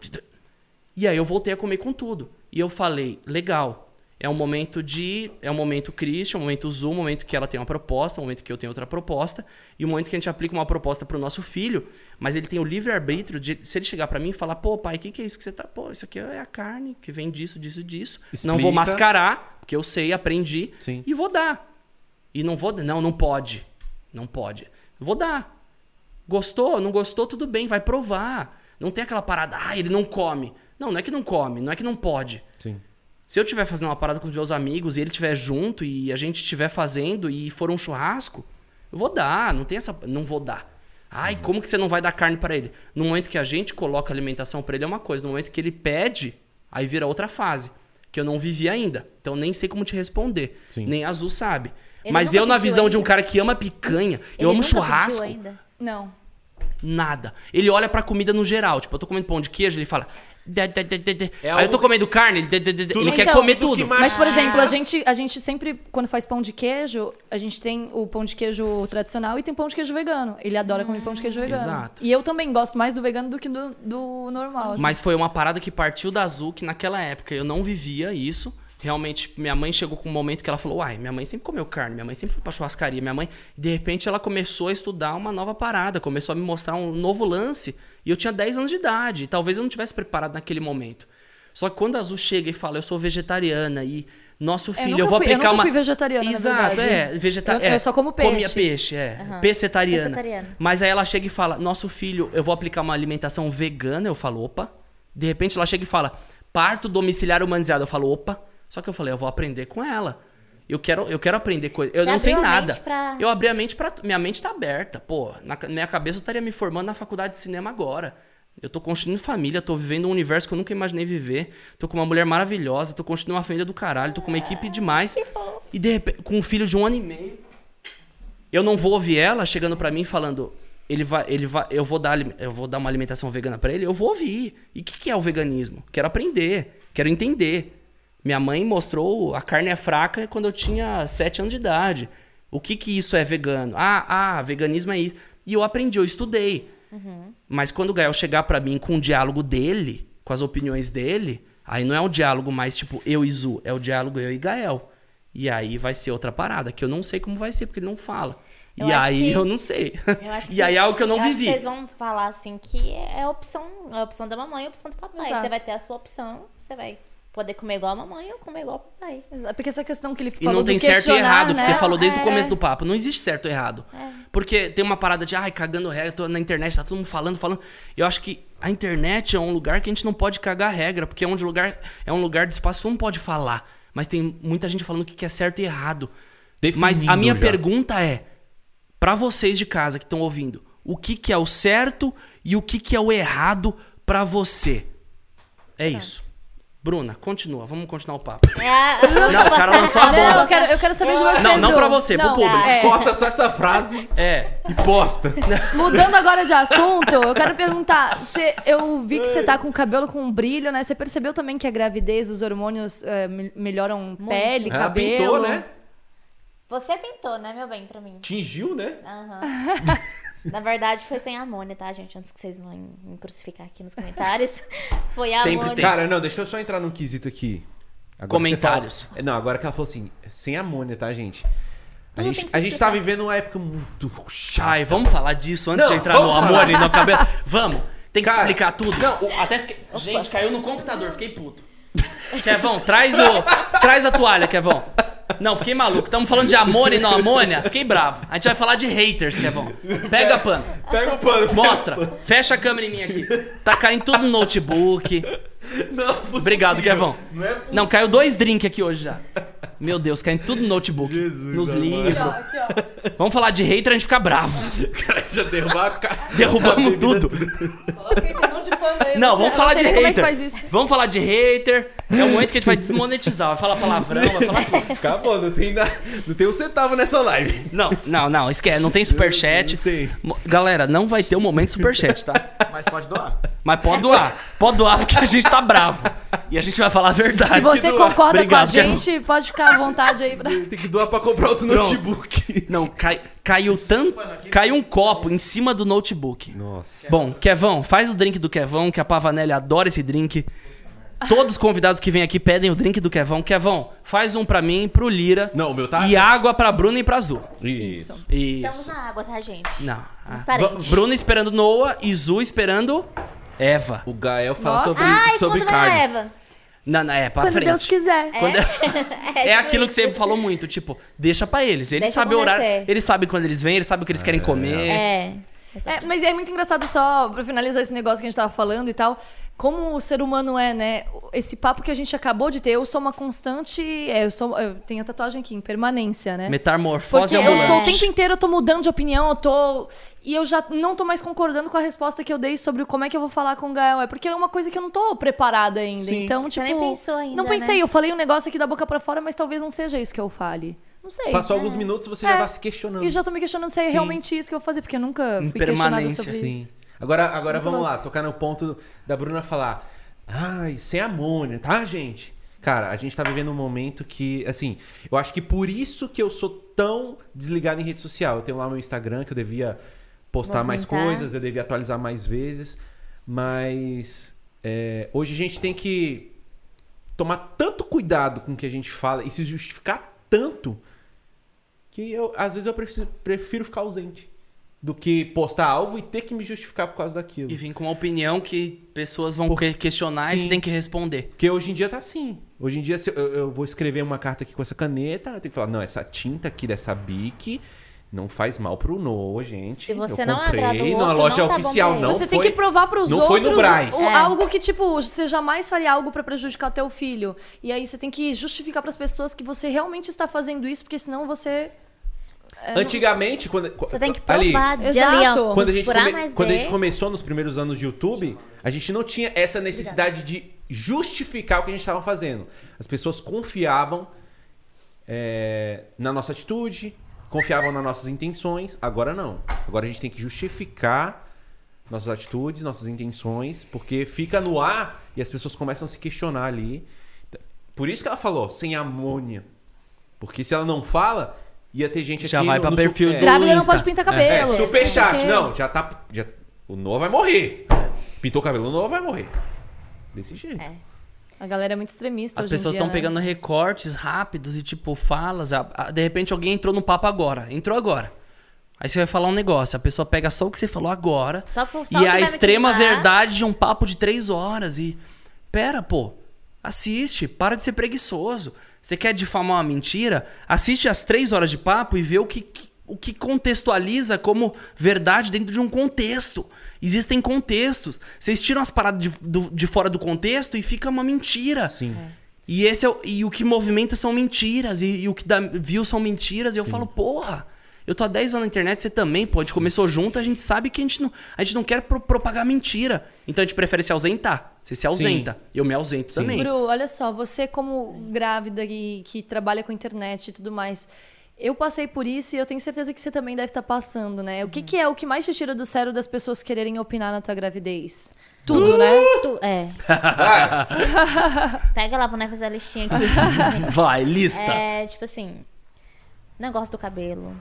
[SPEAKER 2] E aí eu voltei a comer com tudo. E eu falei, legal. É um momento de. É um momento Christian, um momento Zoom, um momento que ela tem uma proposta, um momento que eu tenho outra proposta, e um momento que a gente aplica uma proposta pro nosso filho, mas ele tem o livre-arbítrio de. Se ele chegar pra mim e falar, pô, pai, o que, que é isso que você tá. Pô, isso aqui é a carne que vem disso, disso, disso. Não vou
[SPEAKER 4] Explica.
[SPEAKER 2] mascarar, porque eu sei, aprendi,
[SPEAKER 4] Sim.
[SPEAKER 2] e vou dar. E não vou. Não, não pode. Não pode. Vou dar. Gostou? Não gostou? Tudo bem, vai provar. Não tem aquela parada, ah, ele não come. Não, não é que não come, não é que não pode.
[SPEAKER 4] Sim.
[SPEAKER 2] Se eu estiver fazendo uma parada com os meus amigos e ele estiver junto e a gente estiver fazendo e for um churrasco, eu vou dar, não tem essa. Não vou dar. Ai,
[SPEAKER 4] Uhum.
[SPEAKER 2] como que você não vai dar carne pra ele? No momento que a gente coloca alimentação pra ele é uma coisa, no momento que ele pede, aí vira outra fase, que eu não vivi ainda. Então eu nem sei como te responder.
[SPEAKER 4] Sim.
[SPEAKER 2] Nem Azul sabe.
[SPEAKER 3] Ele
[SPEAKER 2] Mas
[SPEAKER 3] nunca
[SPEAKER 2] eu, na
[SPEAKER 3] pediu
[SPEAKER 2] visão de um
[SPEAKER 3] ainda.
[SPEAKER 2] cara que ama picanha, eu
[SPEAKER 3] Ele
[SPEAKER 2] amo
[SPEAKER 3] nunca pediu
[SPEAKER 2] churrasco.
[SPEAKER 3] ainda.
[SPEAKER 1] Não.
[SPEAKER 2] Nada. Ele olha pra comida no geral. Tipo, eu tô comendo pão de queijo, ele fala. "Dé, dé, dé, dé, dé."
[SPEAKER 4] É
[SPEAKER 2] Aí eu tô
[SPEAKER 4] algo-
[SPEAKER 2] comendo carne, ele, dé, dé, dé, dé.
[SPEAKER 4] Tudo
[SPEAKER 2] ele
[SPEAKER 1] que-
[SPEAKER 3] Então,
[SPEAKER 2] quer comer
[SPEAKER 4] tudo que
[SPEAKER 2] tudo.
[SPEAKER 4] mais-
[SPEAKER 1] Então, Mas, por
[SPEAKER 4] Ah.
[SPEAKER 1] exemplo, a gente, a gente sempre, quando faz pão de queijo, a gente tem o pão de queijo tradicional e tem pão de queijo vegano. Ele adora comer pão de queijo vegano.
[SPEAKER 2] Exato.
[SPEAKER 1] E eu também gosto mais do vegano do que do, do normal. assim.
[SPEAKER 2] Mas foi uma parada que partiu da Azul, que naquela época eu não vivia isso. Realmente, minha mãe chegou com um momento que ela falou: Uai, minha mãe sempre comeu carne, minha mãe sempre foi pra churrascaria, minha mãe. De repente, ela começou a estudar uma nova parada, começou a me mostrar um novo lance. E eu tinha 10 anos de idade, e talvez eu não tivesse preparado naquele momento. Só que quando a Azul chega e fala: Eu sou vegetariana e nosso filho, eu,
[SPEAKER 1] nunca
[SPEAKER 2] vou
[SPEAKER 1] fui- eu
[SPEAKER 2] aplicar
[SPEAKER 1] nunca
[SPEAKER 2] uma.
[SPEAKER 1] fui vegetariana, na
[SPEAKER 2] Exato,
[SPEAKER 1] verdade.
[SPEAKER 2] é. Vegeta...
[SPEAKER 1] Eu-
[SPEAKER 2] é,
[SPEAKER 1] eu só como
[SPEAKER 2] Comia
[SPEAKER 1] peixe.
[SPEAKER 2] peixe, é.
[SPEAKER 3] Aham.
[SPEAKER 2] Pescetariana.
[SPEAKER 3] Pescetariana.
[SPEAKER 2] Mas aí ela chega e fala: Nosso filho, eu vou aplicar uma alimentação vegana. Eu falo: opa. De repente ela chega e fala: Parto domiciliar humanizado. Eu falo: opa. Só que eu falei: Eu vou aprender com ela. Eu quero, eu quero aprender coisas. Eu
[SPEAKER 3] Você
[SPEAKER 2] não sei
[SPEAKER 3] abriu a
[SPEAKER 2] nada.
[SPEAKER 3] mente pra-
[SPEAKER 2] Eu abri a mente pra. Minha mente tá aberta. Pô, na ca- minha cabeça eu estaria me formando na faculdade de cinema agora. Eu tô construindo família, tô vivendo um universo que eu nunca imaginei viver. Tô com uma mulher maravilhosa, tô construindo uma família do caralho, tô com uma equipe demais. E de repente, com um filho de um ano e meio. Eu não vou ouvir ela chegando pra mim falando, ele vai, ele vai, eu vou dar, ali- eu vou dar uma alimentação vegana pra ele, eu vou ouvir. E o que, que é o veganismo? Quero aprender, quero entender. Minha mãe mostrou a carne é fraca quando eu tinha 7 anos de idade. O que que isso é vegano? Ah, ah, veganismo é isso. E eu aprendi, eu estudei. Mas quando o Gael chegar pra mim com o diálogo dele, com as opiniões dele, aí não é um diálogo mais tipo eu e Zu, é o diálogo eu e Gael. E aí vai ser outra parada, que eu não sei como vai ser, porque ele não fala.
[SPEAKER 3] Eu
[SPEAKER 2] e
[SPEAKER 3] acho
[SPEAKER 2] aí
[SPEAKER 3] que-
[SPEAKER 2] eu não sei.
[SPEAKER 3] Eu acho
[SPEAKER 2] [laughs]
[SPEAKER 3] que
[SPEAKER 2] e aí é
[SPEAKER 3] vocês-
[SPEAKER 2] algo que eu não
[SPEAKER 3] acho
[SPEAKER 2] vivi.
[SPEAKER 3] vocês vão falar assim que é a opção, é a opção da mamãe e a opção do papai.
[SPEAKER 1] Exato.
[SPEAKER 3] Você vai ter a sua opção, você vai poder comer igual a mamãe ou comer igual ao [laughs] papai.
[SPEAKER 1] Porque essa questão que ele
[SPEAKER 2] E
[SPEAKER 1] falou
[SPEAKER 2] não
[SPEAKER 1] do
[SPEAKER 2] tem certo e
[SPEAKER 1] questionar,
[SPEAKER 2] errado, que
[SPEAKER 1] né?
[SPEAKER 2] você falou desde
[SPEAKER 1] É,
[SPEAKER 2] o começo
[SPEAKER 1] é.
[SPEAKER 2] do papo. Não existe certo e errado. Porque tem uma parada de, ai, cagando regra, tô na internet, tá todo mundo falando, falando. Eu acho que a internet é um lugar que a gente não pode cagar regra, porque é um de lugar, é um lugar de espaço que todo mundo pode falar. Mas tem muita gente falando o que que é certo e errado. Mas a
[SPEAKER 4] Definido
[SPEAKER 2] minha
[SPEAKER 4] já.
[SPEAKER 2] pergunta é, pra vocês de casa que estão ouvindo, o que que é o certo e o que que é o errado pra você? É isso. Bruna, continua, vamos continuar o papo.
[SPEAKER 3] É, Não,
[SPEAKER 2] o cara lançou a bomba.
[SPEAKER 1] Não, eu quero, eu quero saber de você,
[SPEAKER 2] Não, não
[SPEAKER 1] Bru.
[SPEAKER 2] pra você, pro público.
[SPEAKER 1] é.
[SPEAKER 4] Corta só essa frase
[SPEAKER 2] É,
[SPEAKER 4] e
[SPEAKER 3] [laughs]
[SPEAKER 4] posta.
[SPEAKER 1] Mudando agora de assunto, eu
[SPEAKER 4] [laughs]
[SPEAKER 1] quero perguntar. Você, eu vi que você tá com o cabelo com brilho, né? Você percebeu também que a gravidez, os hormônios eh, me- melhoram pele,
[SPEAKER 4] Ela
[SPEAKER 1] cabelo?
[SPEAKER 4] Hum. Ah, pintou,
[SPEAKER 1] [laughs]
[SPEAKER 4] né?
[SPEAKER 3] Você pintou, né, meu bem, pra mim?
[SPEAKER 4] Tingiu, né?
[SPEAKER 3] [laughs] Aham. Na verdade, foi sem amônia, tá, gente? Antes que vocês vão me crucificar aqui nos comentários. [laughs] Foi a
[SPEAKER 2] Sempre
[SPEAKER 3] amônia.
[SPEAKER 2] tem.
[SPEAKER 4] Cara, não, deixa eu só entrar num quesito aqui. Agora
[SPEAKER 2] Comentários.
[SPEAKER 4] que você fala- Não, agora que ela falou assim, sem amônia, tá, gente? A
[SPEAKER 3] Tudo
[SPEAKER 4] gente,
[SPEAKER 3] tem que
[SPEAKER 4] a
[SPEAKER 3] se
[SPEAKER 4] gente tá
[SPEAKER 3] explicar.
[SPEAKER 4] vivendo uma época muito chata.
[SPEAKER 2] Ai, vamos falar disso antes
[SPEAKER 4] Não,
[SPEAKER 2] de entrar no
[SPEAKER 4] vamos
[SPEAKER 2] amor
[SPEAKER 4] falar.
[SPEAKER 2] e no cabelo. Vamos. Tem que
[SPEAKER 4] Cara,
[SPEAKER 2] explicar tudo.
[SPEAKER 4] não, o-
[SPEAKER 2] até fiquei... Gente, caiu no computador, fiquei puto. Kevão, traz o traz a toalha, Kevão. Não, fiquei maluco. Estamos falando de amônia e não amônia? Fiquei bravo. A gente vai falar de haters, Kevão. Pega a pano.
[SPEAKER 4] Pega o pano.
[SPEAKER 2] Mostra. Fecha a câmera em mim aqui. Tá caindo tudo no notebook.
[SPEAKER 4] Não, é possível.
[SPEAKER 2] Obrigado, Kevão.
[SPEAKER 4] Não é possível.
[SPEAKER 2] Não, caiu dois drinks aqui hoje já. Meu Deus, caindo tudo no notebook.
[SPEAKER 4] Jesus,
[SPEAKER 2] nos
[SPEAKER 4] amor.
[SPEAKER 2] livros.
[SPEAKER 1] ó, aqui, ó.
[SPEAKER 2] Vamos falar de hater, a gente fica bravo.
[SPEAKER 4] Cara, já derrubaram a ca- [laughs] a
[SPEAKER 2] [laughs] Derrubamos
[SPEAKER 4] bebida
[SPEAKER 2] tudo.
[SPEAKER 1] Coloquei um monte de pano aí. eu
[SPEAKER 2] Não,
[SPEAKER 1] sei-
[SPEAKER 2] vamos falar
[SPEAKER 1] eu não sei
[SPEAKER 2] de
[SPEAKER 1] nem Como é que
[SPEAKER 2] hater.
[SPEAKER 1] faz isso?
[SPEAKER 2] Vamos falar de hater. É o momento que a gente vai desmonetizar. Vai falar palavrão, vai falar tudo.
[SPEAKER 4] Acabou, não tem, nada- não tem um centavo nessa live.
[SPEAKER 2] Não, não, não. Esquece. Não tem superchat.
[SPEAKER 4] Não tem.
[SPEAKER 2] Mo- Galera, não vai ter o momento superchat, tá?
[SPEAKER 5] Mas pode doar.
[SPEAKER 2] Mas pode doar. Pode doar porque a gente tá bravo. E a gente vai falar a verdade.
[SPEAKER 1] Se você
[SPEAKER 4] doar.
[SPEAKER 1] concorda
[SPEAKER 2] Obrigado,
[SPEAKER 1] com a
[SPEAKER 2] Kevão.
[SPEAKER 1] gente, pode ficar à vontade aí. Pra...
[SPEAKER 4] Tem que doar pra comprar outro
[SPEAKER 2] Pronto.
[SPEAKER 4] notebook.
[SPEAKER 2] Não, cai- caiu tanto. Caiu um copo em cima do notebook.
[SPEAKER 4] Nossa.
[SPEAKER 2] Bom, Kevão, faz o drink do Kevão, que a Pavanelli adora esse drink. Todos os convidados que vêm aqui pedem o drink do Kevão. Kevão, faz um pra mim, pro Lira.
[SPEAKER 4] Não, o meu tá-
[SPEAKER 2] E água pra Bruna e pra Azul.
[SPEAKER 4] Isso.
[SPEAKER 3] Estamos
[SPEAKER 2] Isso.
[SPEAKER 3] na água, tá, gente?
[SPEAKER 2] Não. Ah.
[SPEAKER 3] Transparente.
[SPEAKER 2] Bruna esperando Noah e Zu esperando Eva.
[SPEAKER 4] O Gael fala
[SPEAKER 1] Nossa.
[SPEAKER 4] sobre,
[SPEAKER 3] Ai,
[SPEAKER 4] sobre
[SPEAKER 3] quando vai a
[SPEAKER 4] carne.
[SPEAKER 3] Eva?
[SPEAKER 2] Não, não, é, pra
[SPEAKER 1] Quando
[SPEAKER 2] frente.
[SPEAKER 1] Deus quiser.
[SPEAKER 2] Quando-
[SPEAKER 3] É,
[SPEAKER 2] É,
[SPEAKER 3] tipo
[SPEAKER 2] aquilo que
[SPEAKER 3] isso.
[SPEAKER 2] você falou muito, tipo, deixa pra eles. Eles
[SPEAKER 3] Deixa
[SPEAKER 2] sabem o horário,
[SPEAKER 3] acontecer.
[SPEAKER 2] eles sabem quando eles vêm, eles sabem o que eles querem comer.
[SPEAKER 3] É.
[SPEAKER 1] É, mas é muito engraçado só pra finalizar esse negócio que a gente tava falando e tal. Como o ser humano é, né? Esse papo que a gente acabou de ter, eu sou uma constante. é, eu, sou, eu tenho a tatuagem aqui, em permanência, né?
[SPEAKER 2] Metamorfose
[SPEAKER 1] Porque
[SPEAKER 2] é
[SPEAKER 1] eu
[SPEAKER 2] ambulante.
[SPEAKER 1] sou o tempo inteiro, eu tô mudando de opinião, eu tô. E eu já não tô mais concordando com a resposta que eu dei sobre como é que eu vou falar com o Gael. É porque é uma coisa que eu não tô preparada ainda.
[SPEAKER 4] Sim.
[SPEAKER 1] Então,
[SPEAKER 3] Você
[SPEAKER 1] tipo.
[SPEAKER 3] nem pensou ainda,
[SPEAKER 1] Não pensei,
[SPEAKER 3] né?
[SPEAKER 1] eu falei um negócio aqui da boca pra fora, mas talvez não seja isso que eu fale. Não sei.
[SPEAKER 4] Passou
[SPEAKER 3] Ah.
[SPEAKER 4] alguns minutos você já
[SPEAKER 1] É.
[SPEAKER 4] tá se questionando.
[SPEAKER 1] E já tô me questionando se é
[SPEAKER 4] Sim.
[SPEAKER 1] realmente isso que eu vou fazer, porque eu nunca
[SPEAKER 2] Em
[SPEAKER 1] fui questionada
[SPEAKER 2] permanência,
[SPEAKER 1] sobre
[SPEAKER 4] Sim.
[SPEAKER 1] isso.
[SPEAKER 4] Agora, agora
[SPEAKER 1] Muito
[SPEAKER 4] vamos
[SPEAKER 1] louco.
[SPEAKER 4] lá, tocar no ponto da Bruna falar. Ai, sem amônia, tá, gente? Cara, a gente tá vivendo um momento que, assim, eu acho que por isso que eu sou tão desligado em rede social. Eu tenho lá meu Instagram que eu devia postar mais
[SPEAKER 3] Movimentar.
[SPEAKER 4] coisas, eu devia atualizar mais vezes. Mas é, hoje a gente tem que tomar tanto cuidado com o que a gente fala e se justificar tanto que eu, às vezes eu prefiro, prefiro ficar ausente do que postar algo e ter que me justificar por causa daquilo.
[SPEAKER 2] E vim com uma opinião que pessoas vão
[SPEAKER 4] Por-
[SPEAKER 2] que- questionar e
[SPEAKER 4] Sim.
[SPEAKER 2] você tem que responder.
[SPEAKER 4] Porque hoje em dia tá assim. Hoje em dia, se eu, eu vou escrever uma carta aqui com essa caneta, eu tenho que falar, não, essa tinta aqui dessa Bic não faz mal pro Noah, gente.
[SPEAKER 3] Se você
[SPEAKER 4] eu
[SPEAKER 3] não
[SPEAKER 4] comprei
[SPEAKER 3] agrada o outro,
[SPEAKER 4] numa loja
[SPEAKER 3] não tá bom
[SPEAKER 4] oficial,
[SPEAKER 3] pra ele.
[SPEAKER 4] não
[SPEAKER 1] Você
[SPEAKER 4] Então foi...
[SPEAKER 1] tem que provar pros
[SPEAKER 4] não foi no
[SPEAKER 1] outros
[SPEAKER 4] Braz.
[SPEAKER 1] o-
[SPEAKER 3] É.
[SPEAKER 1] algo que, tipo, você jamais faria algo pra prejudicar teu filho. E aí você tem que justificar pras pessoas que você realmente está fazendo isso, porque senão você.
[SPEAKER 4] Antigamente, quando...
[SPEAKER 3] É, Você tem que
[SPEAKER 4] ali,
[SPEAKER 3] provar de
[SPEAKER 1] Exato.
[SPEAKER 3] ali, ó.
[SPEAKER 4] Quando a, gente
[SPEAKER 3] por A
[SPEAKER 4] come-
[SPEAKER 3] mais
[SPEAKER 4] quando a
[SPEAKER 3] B.
[SPEAKER 4] gente começou nos primeiros anos de YouTube, a gente não tinha essa necessidade de justificar o que a gente estava fazendo. As pessoas confiavam é, na nossa atitude, confiavam nas nossas intenções. Agora não. Agora a gente tem que justificar nossas atitudes, nossas intenções, porque fica no ar e as pessoas começam a se questionar ali. Por isso que ela falou, sem amônia. Porque se ela não fala, ia ter gente
[SPEAKER 2] Já
[SPEAKER 4] aqui
[SPEAKER 2] vai
[SPEAKER 4] no,
[SPEAKER 2] pra
[SPEAKER 4] no
[SPEAKER 2] perfil
[SPEAKER 4] super-
[SPEAKER 2] do
[SPEAKER 1] Grávida não
[SPEAKER 2] Insta.
[SPEAKER 1] pode pintar
[SPEAKER 2] É.
[SPEAKER 4] é,
[SPEAKER 1] cabelo.
[SPEAKER 4] superchat,
[SPEAKER 1] Porque-
[SPEAKER 4] não, já tá. já- o Noah vai morrer. Pintou o cabelo, o Noah vai morrer. Desse jeito.
[SPEAKER 3] É.
[SPEAKER 1] A galera é muito extremista.
[SPEAKER 2] As
[SPEAKER 1] hoje em
[SPEAKER 2] pessoas
[SPEAKER 1] dia,
[SPEAKER 2] estão
[SPEAKER 1] né?
[SPEAKER 2] pegando recortes rápidos e, tipo, falas. a- a- de repente alguém entrou no papo agora. Entrou agora. Aí você vai falar um negócio, a pessoa pega só o que você falou agora.
[SPEAKER 3] Só por- só o
[SPEAKER 2] e
[SPEAKER 3] que
[SPEAKER 2] a
[SPEAKER 3] vai me
[SPEAKER 2] extrema
[SPEAKER 3] queimar.
[SPEAKER 2] verdade de um papo de três horas. E. Pera, pô. Assiste, para de ser preguiçoso. Você quer difamar uma mentira? Assiste as três horas de papo e vê o que, que- o que contextualiza como verdade dentro de um contexto. Existem contextos. Vocês tiram as paradas de, do- de fora do contexto e fica uma mentira.
[SPEAKER 4] Sim.
[SPEAKER 2] E, esse Ah, é o, e o que movimenta são mentiras, e, e o que dá view são mentiras, e eu falo, porra, eu tô há 10 anos na internet, você também, pô, a gente começou junto, a gente sabe que a gente não, a gente não quer pro- propagar mentira. Então a gente prefere se ausentar. Você se ausenta. Eu me ausento também.
[SPEAKER 4] assim.
[SPEAKER 1] Bru, olha só, você como grávida e que trabalha com internet e tudo mais, eu passei por isso e eu tenho certeza que você também deve estar passando, né? O
[SPEAKER 4] Hum.
[SPEAKER 1] que, que é o que mais te tira do sério das pessoas quererem opinar na tua gravidez? Tudo, né?
[SPEAKER 3] Tu- é. Pega lá, vou né, fazer a listinha aqui.
[SPEAKER 4] [laughs]
[SPEAKER 2] Vai, lista.
[SPEAKER 4] Tá.
[SPEAKER 3] é, tipo assim, negócio do cabelo,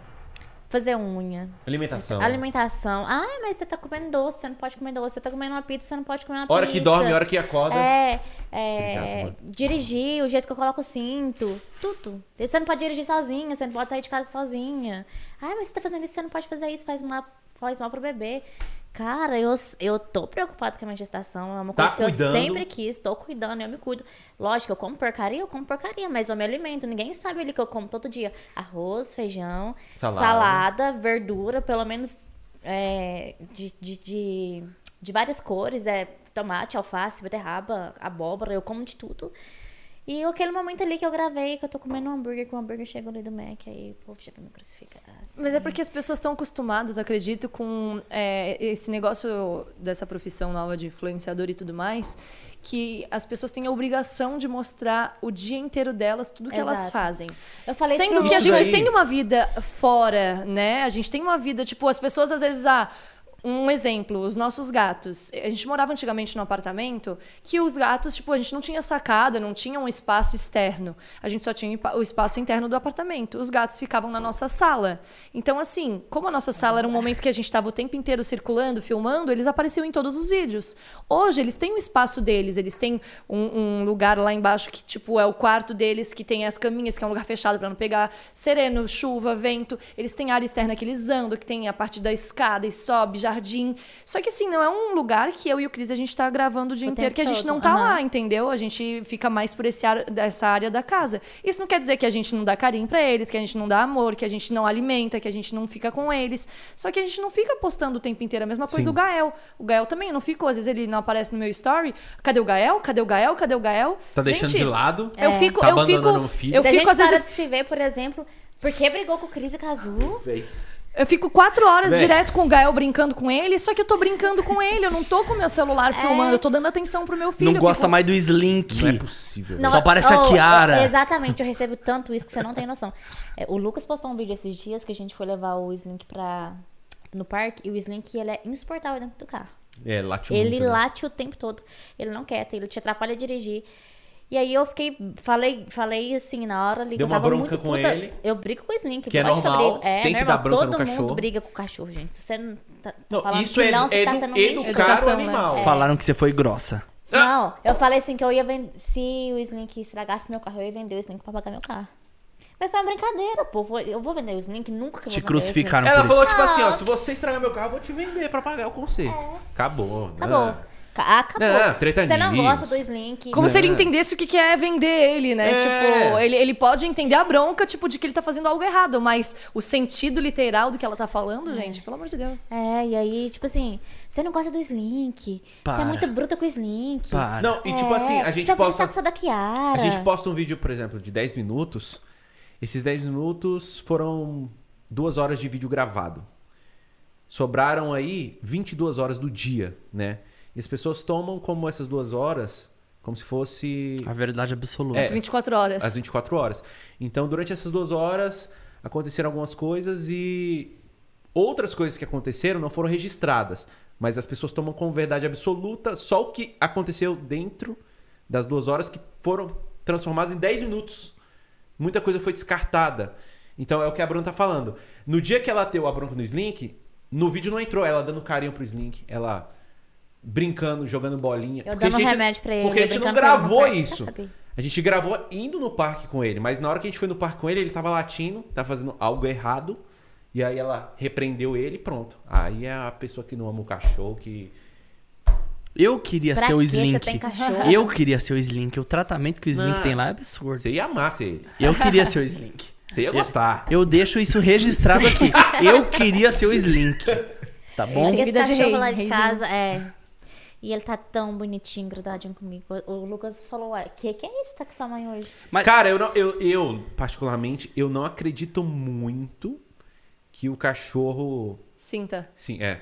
[SPEAKER 3] fazer unha,
[SPEAKER 4] Alimentação.
[SPEAKER 3] alimentação. Ah, mas você tá comendo doce, você não pode comer doce. Você tá comendo uma pizza, você não pode comer uma
[SPEAKER 4] Hora
[SPEAKER 3] pizza.
[SPEAKER 4] que dorme, hora que acorda.
[SPEAKER 3] É, é,
[SPEAKER 4] Obrigado, mano.
[SPEAKER 3] dirigir, o jeito que eu coloco o cinto, tudo. Você não pode dirigir sozinha, você não pode sair de casa sozinha. Ai, mas você tá fazendo isso, você não pode fazer isso, faz uma faz mal pro bebê. Cara, eu, eu tô preocupada com a minha gestação. É uma
[SPEAKER 4] Tá
[SPEAKER 3] coisa que
[SPEAKER 4] cuidando.
[SPEAKER 3] eu sempre quis, tô cuidando, eu me cuido. Lógico, eu como porcaria, eu como porcaria, mas eu me alimento. Ninguém sabe ali que eu como todo dia. Arroz, feijão,
[SPEAKER 4] Salada.
[SPEAKER 3] salada, verdura, pelo menos é, de, de, de, de várias cores. É tomate, alface, beterraba, abóbora, eu como de tudo. E aquele momento ali que eu gravei, que eu tô comendo um hambúrguer, que o hambúrguer chegou ali do Mac, aí o povo já me crucificar. assim.
[SPEAKER 1] Mas é porque as pessoas estão acostumadas, acredito, com é, esse negócio dessa profissão nova de influenciador e tudo mais, que as pessoas têm a obrigação de mostrar o dia inteiro delas, tudo que elas
[SPEAKER 3] Exato.
[SPEAKER 1] fazem.
[SPEAKER 3] Eu falei isso
[SPEAKER 1] Sendo
[SPEAKER 3] pro
[SPEAKER 1] que a
[SPEAKER 4] Isso
[SPEAKER 1] gente
[SPEAKER 4] daí-
[SPEAKER 1] tem uma vida fora, né? A gente tem uma vida, tipo, as pessoas às vezes, ah, um exemplo, os nossos gatos. A gente morava antigamente num apartamento que os gatos, tipo, a gente não tinha sacada, não tinha um espaço externo. A gente só tinha o espaço interno do apartamento. Os gatos ficavam na nossa sala. Então, assim, como a nossa sala era um momento que a gente estava o tempo inteiro circulando, filmando, eles apareciam em todos os vídeos. Hoje, eles têm um espaço deles, eles têm um, um lugar lá embaixo que, tipo, é o quarto deles, que tem as caminhas, que é um lugar fechado para não pegar sereno, chuva, vento. Eles têm área externa que eles andam, que tem a parte da escada e sobe, jardim. Só que, assim, não é um lugar que eu e o Cris a gente tá gravando o dia
[SPEAKER 3] O
[SPEAKER 1] inteiro,
[SPEAKER 3] tempo
[SPEAKER 1] que a gente
[SPEAKER 3] todo,
[SPEAKER 1] não tá
[SPEAKER 3] aham.
[SPEAKER 1] lá, entendeu? A gente fica mais por esse ar- essa área da casa. Isso não quer dizer que a gente não dá carinho pra eles, que a gente não dá amor, que a gente não alimenta, que a gente não fica com eles. Só que a gente não fica postando o tempo inteiro. A mesma coisa
[SPEAKER 4] Sim.
[SPEAKER 1] o Gael. O Gael também não ficou. Às vezes ele não aparece no meu story. Cadê o Gael? Cadê o Gael? Cadê o Gael?
[SPEAKER 4] Tá deixando
[SPEAKER 1] Gente,
[SPEAKER 4] de lado.
[SPEAKER 1] Eu fico,
[SPEAKER 4] Tá
[SPEAKER 1] eu fico,
[SPEAKER 4] abandonando o filho.
[SPEAKER 1] eu
[SPEAKER 3] Se a
[SPEAKER 1] fico
[SPEAKER 3] gente
[SPEAKER 1] às
[SPEAKER 3] para
[SPEAKER 1] vezes,
[SPEAKER 3] de se ver, por exemplo, porque brigou com o Cris e com a Azul?
[SPEAKER 4] Véi.
[SPEAKER 1] eu fico quatro horas
[SPEAKER 4] Véi.
[SPEAKER 1] direto com o Gael brincando com ele, só que eu tô brincando com ele, eu não tô com meu
[SPEAKER 4] É.
[SPEAKER 1] celular filmando, eu tô dando atenção pro meu filho.
[SPEAKER 2] não
[SPEAKER 1] eu
[SPEAKER 2] gosta
[SPEAKER 1] fico-
[SPEAKER 2] mais do Slink.
[SPEAKER 4] Não é possível.
[SPEAKER 2] Só aparece a Kiara.
[SPEAKER 3] oh, exatamente, eu recebo tanto isso que você não tem noção. É, o Lucas postou um vídeo esses dias que a gente foi levar o Slink pra, no parque e o Slink ele é insuportável dentro do carro.
[SPEAKER 4] É, late
[SPEAKER 3] Ele
[SPEAKER 4] muito, né?
[SPEAKER 3] late o tempo todo. Ele não quer, ele te atrapalha a dirigir. E aí eu fiquei, falei, falei assim, na hora ali, que
[SPEAKER 4] Deu
[SPEAKER 3] eu
[SPEAKER 4] uma
[SPEAKER 3] tava
[SPEAKER 4] bronca
[SPEAKER 3] muito
[SPEAKER 4] com
[SPEAKER 3] puta.
[SPEAKER 4] ele.
[SPEAKER 3] Eu brigo com o Slink,
[SPEAKER 4] Que é
[SPEAKER 3] lógico
[SPEAKER 4] normal,
[SPEAKER 3] eu brigo. É,
[SPEAKER 4] tem que
[SPEAKER 3] normal,
[SPEAKER 4] dar bronca no
[SPEAKER 3] todo mundo
[SPEAKER 4] cachorro.
[SPEAKER 3] briga com o cachorro, gente. Se você não tá tá
[SPEAKER 4] Não,
[SPEAKER 3] falando
[SPEAKER 4] isso
[SPEAKER 3] que
[SPEAKER 4] é,
[SPEAKER 3] não, você
[SPEAKER 4] é
[SPEAKER 3] tá
[SPEAKER 4] edu- Ah!
[SPEAKER 3] sendo um gentil.
[SPEAKER 4] educar o
[SPEAKER 1] Educação, né?
[SPEAKER 4] animal.
[SPEAKER 2] Falaram que você foi grossa.
[SPEAKER 3] Não, É. eu falei assim que eu ia vender. Se o Slink estragasse meu carro, eu ia vender o Slink pra pagar meu carro. Mas foi uma brincadeira, pô. Vou- Eu vou vender o Slink, nunca que
[SPEAKER 2] Te
[SPEAKER 3] eu vou vender o Slink.
[SPEAKER 2] crucificaram
[SPEAKER 4] Ela
[SPEAKER 2] por
[SPEAKER 4] falou,
[SPEAKER 2] isso.
[SPEAKER 4] tipo assim, ó, se
[SPEAKER 3] Nossa.
[SPEAKER 4] você estragar meu carro, eu vou te vender pra pagar o conselho. Acabou. né?
[SPEAKER 3] Acabou. Ca- Acabou.
[SPEAKER 4] Não, é, treta
[SPEAKER 3] Você não
[SPEAKER 4] nisso.
[SPEAKER 3] gosta do Slink.
[SPEAKER 1] Como se ele
[SPEAKER 4] É.
[SPEAKER 1] entendesse o que que é vender ele, né?
[SPEAKER 4] É.
[SPEAKER 1] Tipo, ele, ele pode entender a bronca, tipo, de que ele tá fazendo algo errado, mas o sentido literal do que ela tá falando, gente, pelo amor de Deus.
[SPEAKER 3] É, e aí, tipo assim, você não gosta do Slink. Você
[SPEAKER 2] Para.
[SPEAKER 3] é muito bruta com o Slink.
[SPEAKER 2] Para.
[SPEAKER 4] Não, e tipo
[SPEAKER 3] É,
[SPEAKER 4] assim, a gente
[SPEAKER 3] Você
[SPEAKER 4] posta.
[SPEAKER 3] é muito saco da Kiara.
[SPEAKER 4] A gente posta um vídeo, por exemplo, de 10 minutos. Esses 10 minutos foram duas horas de vídeo gravado. Sobraram aí 22 horas do dia, né? E as pessoas tomam como essas duas horas, como se fosse
[SPEAKER 2] A verdade absoluta.
[SPEAKER 4] É.
[SPEAKER 1] As 24 horas.
[SPEAKER 4] às 24 horas. Então, durante essas duas horas, aconteceram algumas coisas e outras coisas que aconteceram não foram registradas. Mas as pessoas tomam como verdade absoluta só o que aconteceu dentro das duas horas que foram transformadas em 10 minutos. Muita coisa foi descartada. Então é o que a Bruna tá falando. No dia que ela deu a bronca no Slink, no vídeo não entrou ela dando carinho pro Slink, ela brincando, jogando bolinha.
[SPEAKER 3] Eu
[SPEAKER 4] Porque a
[SPEAKER 3] dando
[SPEAKER 4] gente-
[SPEAKER 3] remédio pra ele.
[SPEAKER 4] Porque a gente não
[SPEAKER 3] brincando com ele no
[SPEAKER 4] gravou
[SPEAKER 3] parque,
[SPEAKER 4] isso.
[SPEAKER 3] sabe?
[SPEAKER 4] A gente gravou indo no parque com ele, mas na hora que a gente foi no parque com ele, ele tava latindo, tava fazendo algo errado. E aí ela repreendeu ele e pronto. Aí é a pessoa que não ama o cachorro, que.
[SPEAKER 2] Eu queria
[SPEAKER 3] Pra
[SPEAKER 2] ser o
[SPEAKER 3] que você
[SPEAKER 2] Slink.
[SPEAKER 4] [laughs] É
[SPEAKER 3] tem cachorro?
[SPEAKER 2] Eu queria ser o Slink. O tratamento que o Slink
[SPEAKER 4] Não.
[SPEAKER 2] tem lá é absurdo.
[SPEAKER 4] Você ia amar ser ele.
[SPEAKER 2] Eu queria ser o Slink.
[SPEAKER 4] Você ia gostar.
[SPEAKER 2] Eu deixo isso registrado aqui. Eu queria ser o Slink. Tá bom?
[SPEAKER 3] Porque
[SPEAKER 1] Vida de
[SPEAKER 3] esse cachorro
[SPEAKER 1] rei,
[SPEAKER 3] lá de
[SPEAKER 1] reizinho.
[SPEAKER 3] casa, é. E ele tá tão bonitinho, grudadinho comigo. O o Lucas falou, ué, que que é isso? Tá com sua mãe hoje?
[SPEAKER 2] Mas-
[SPEAKER 4] Cara, eu, não- eu, eu, particularmente, eu não acredito muito que o cachorro.
[SPEAKER 1] Sinta.
[SPEAKER 4] Sim, é.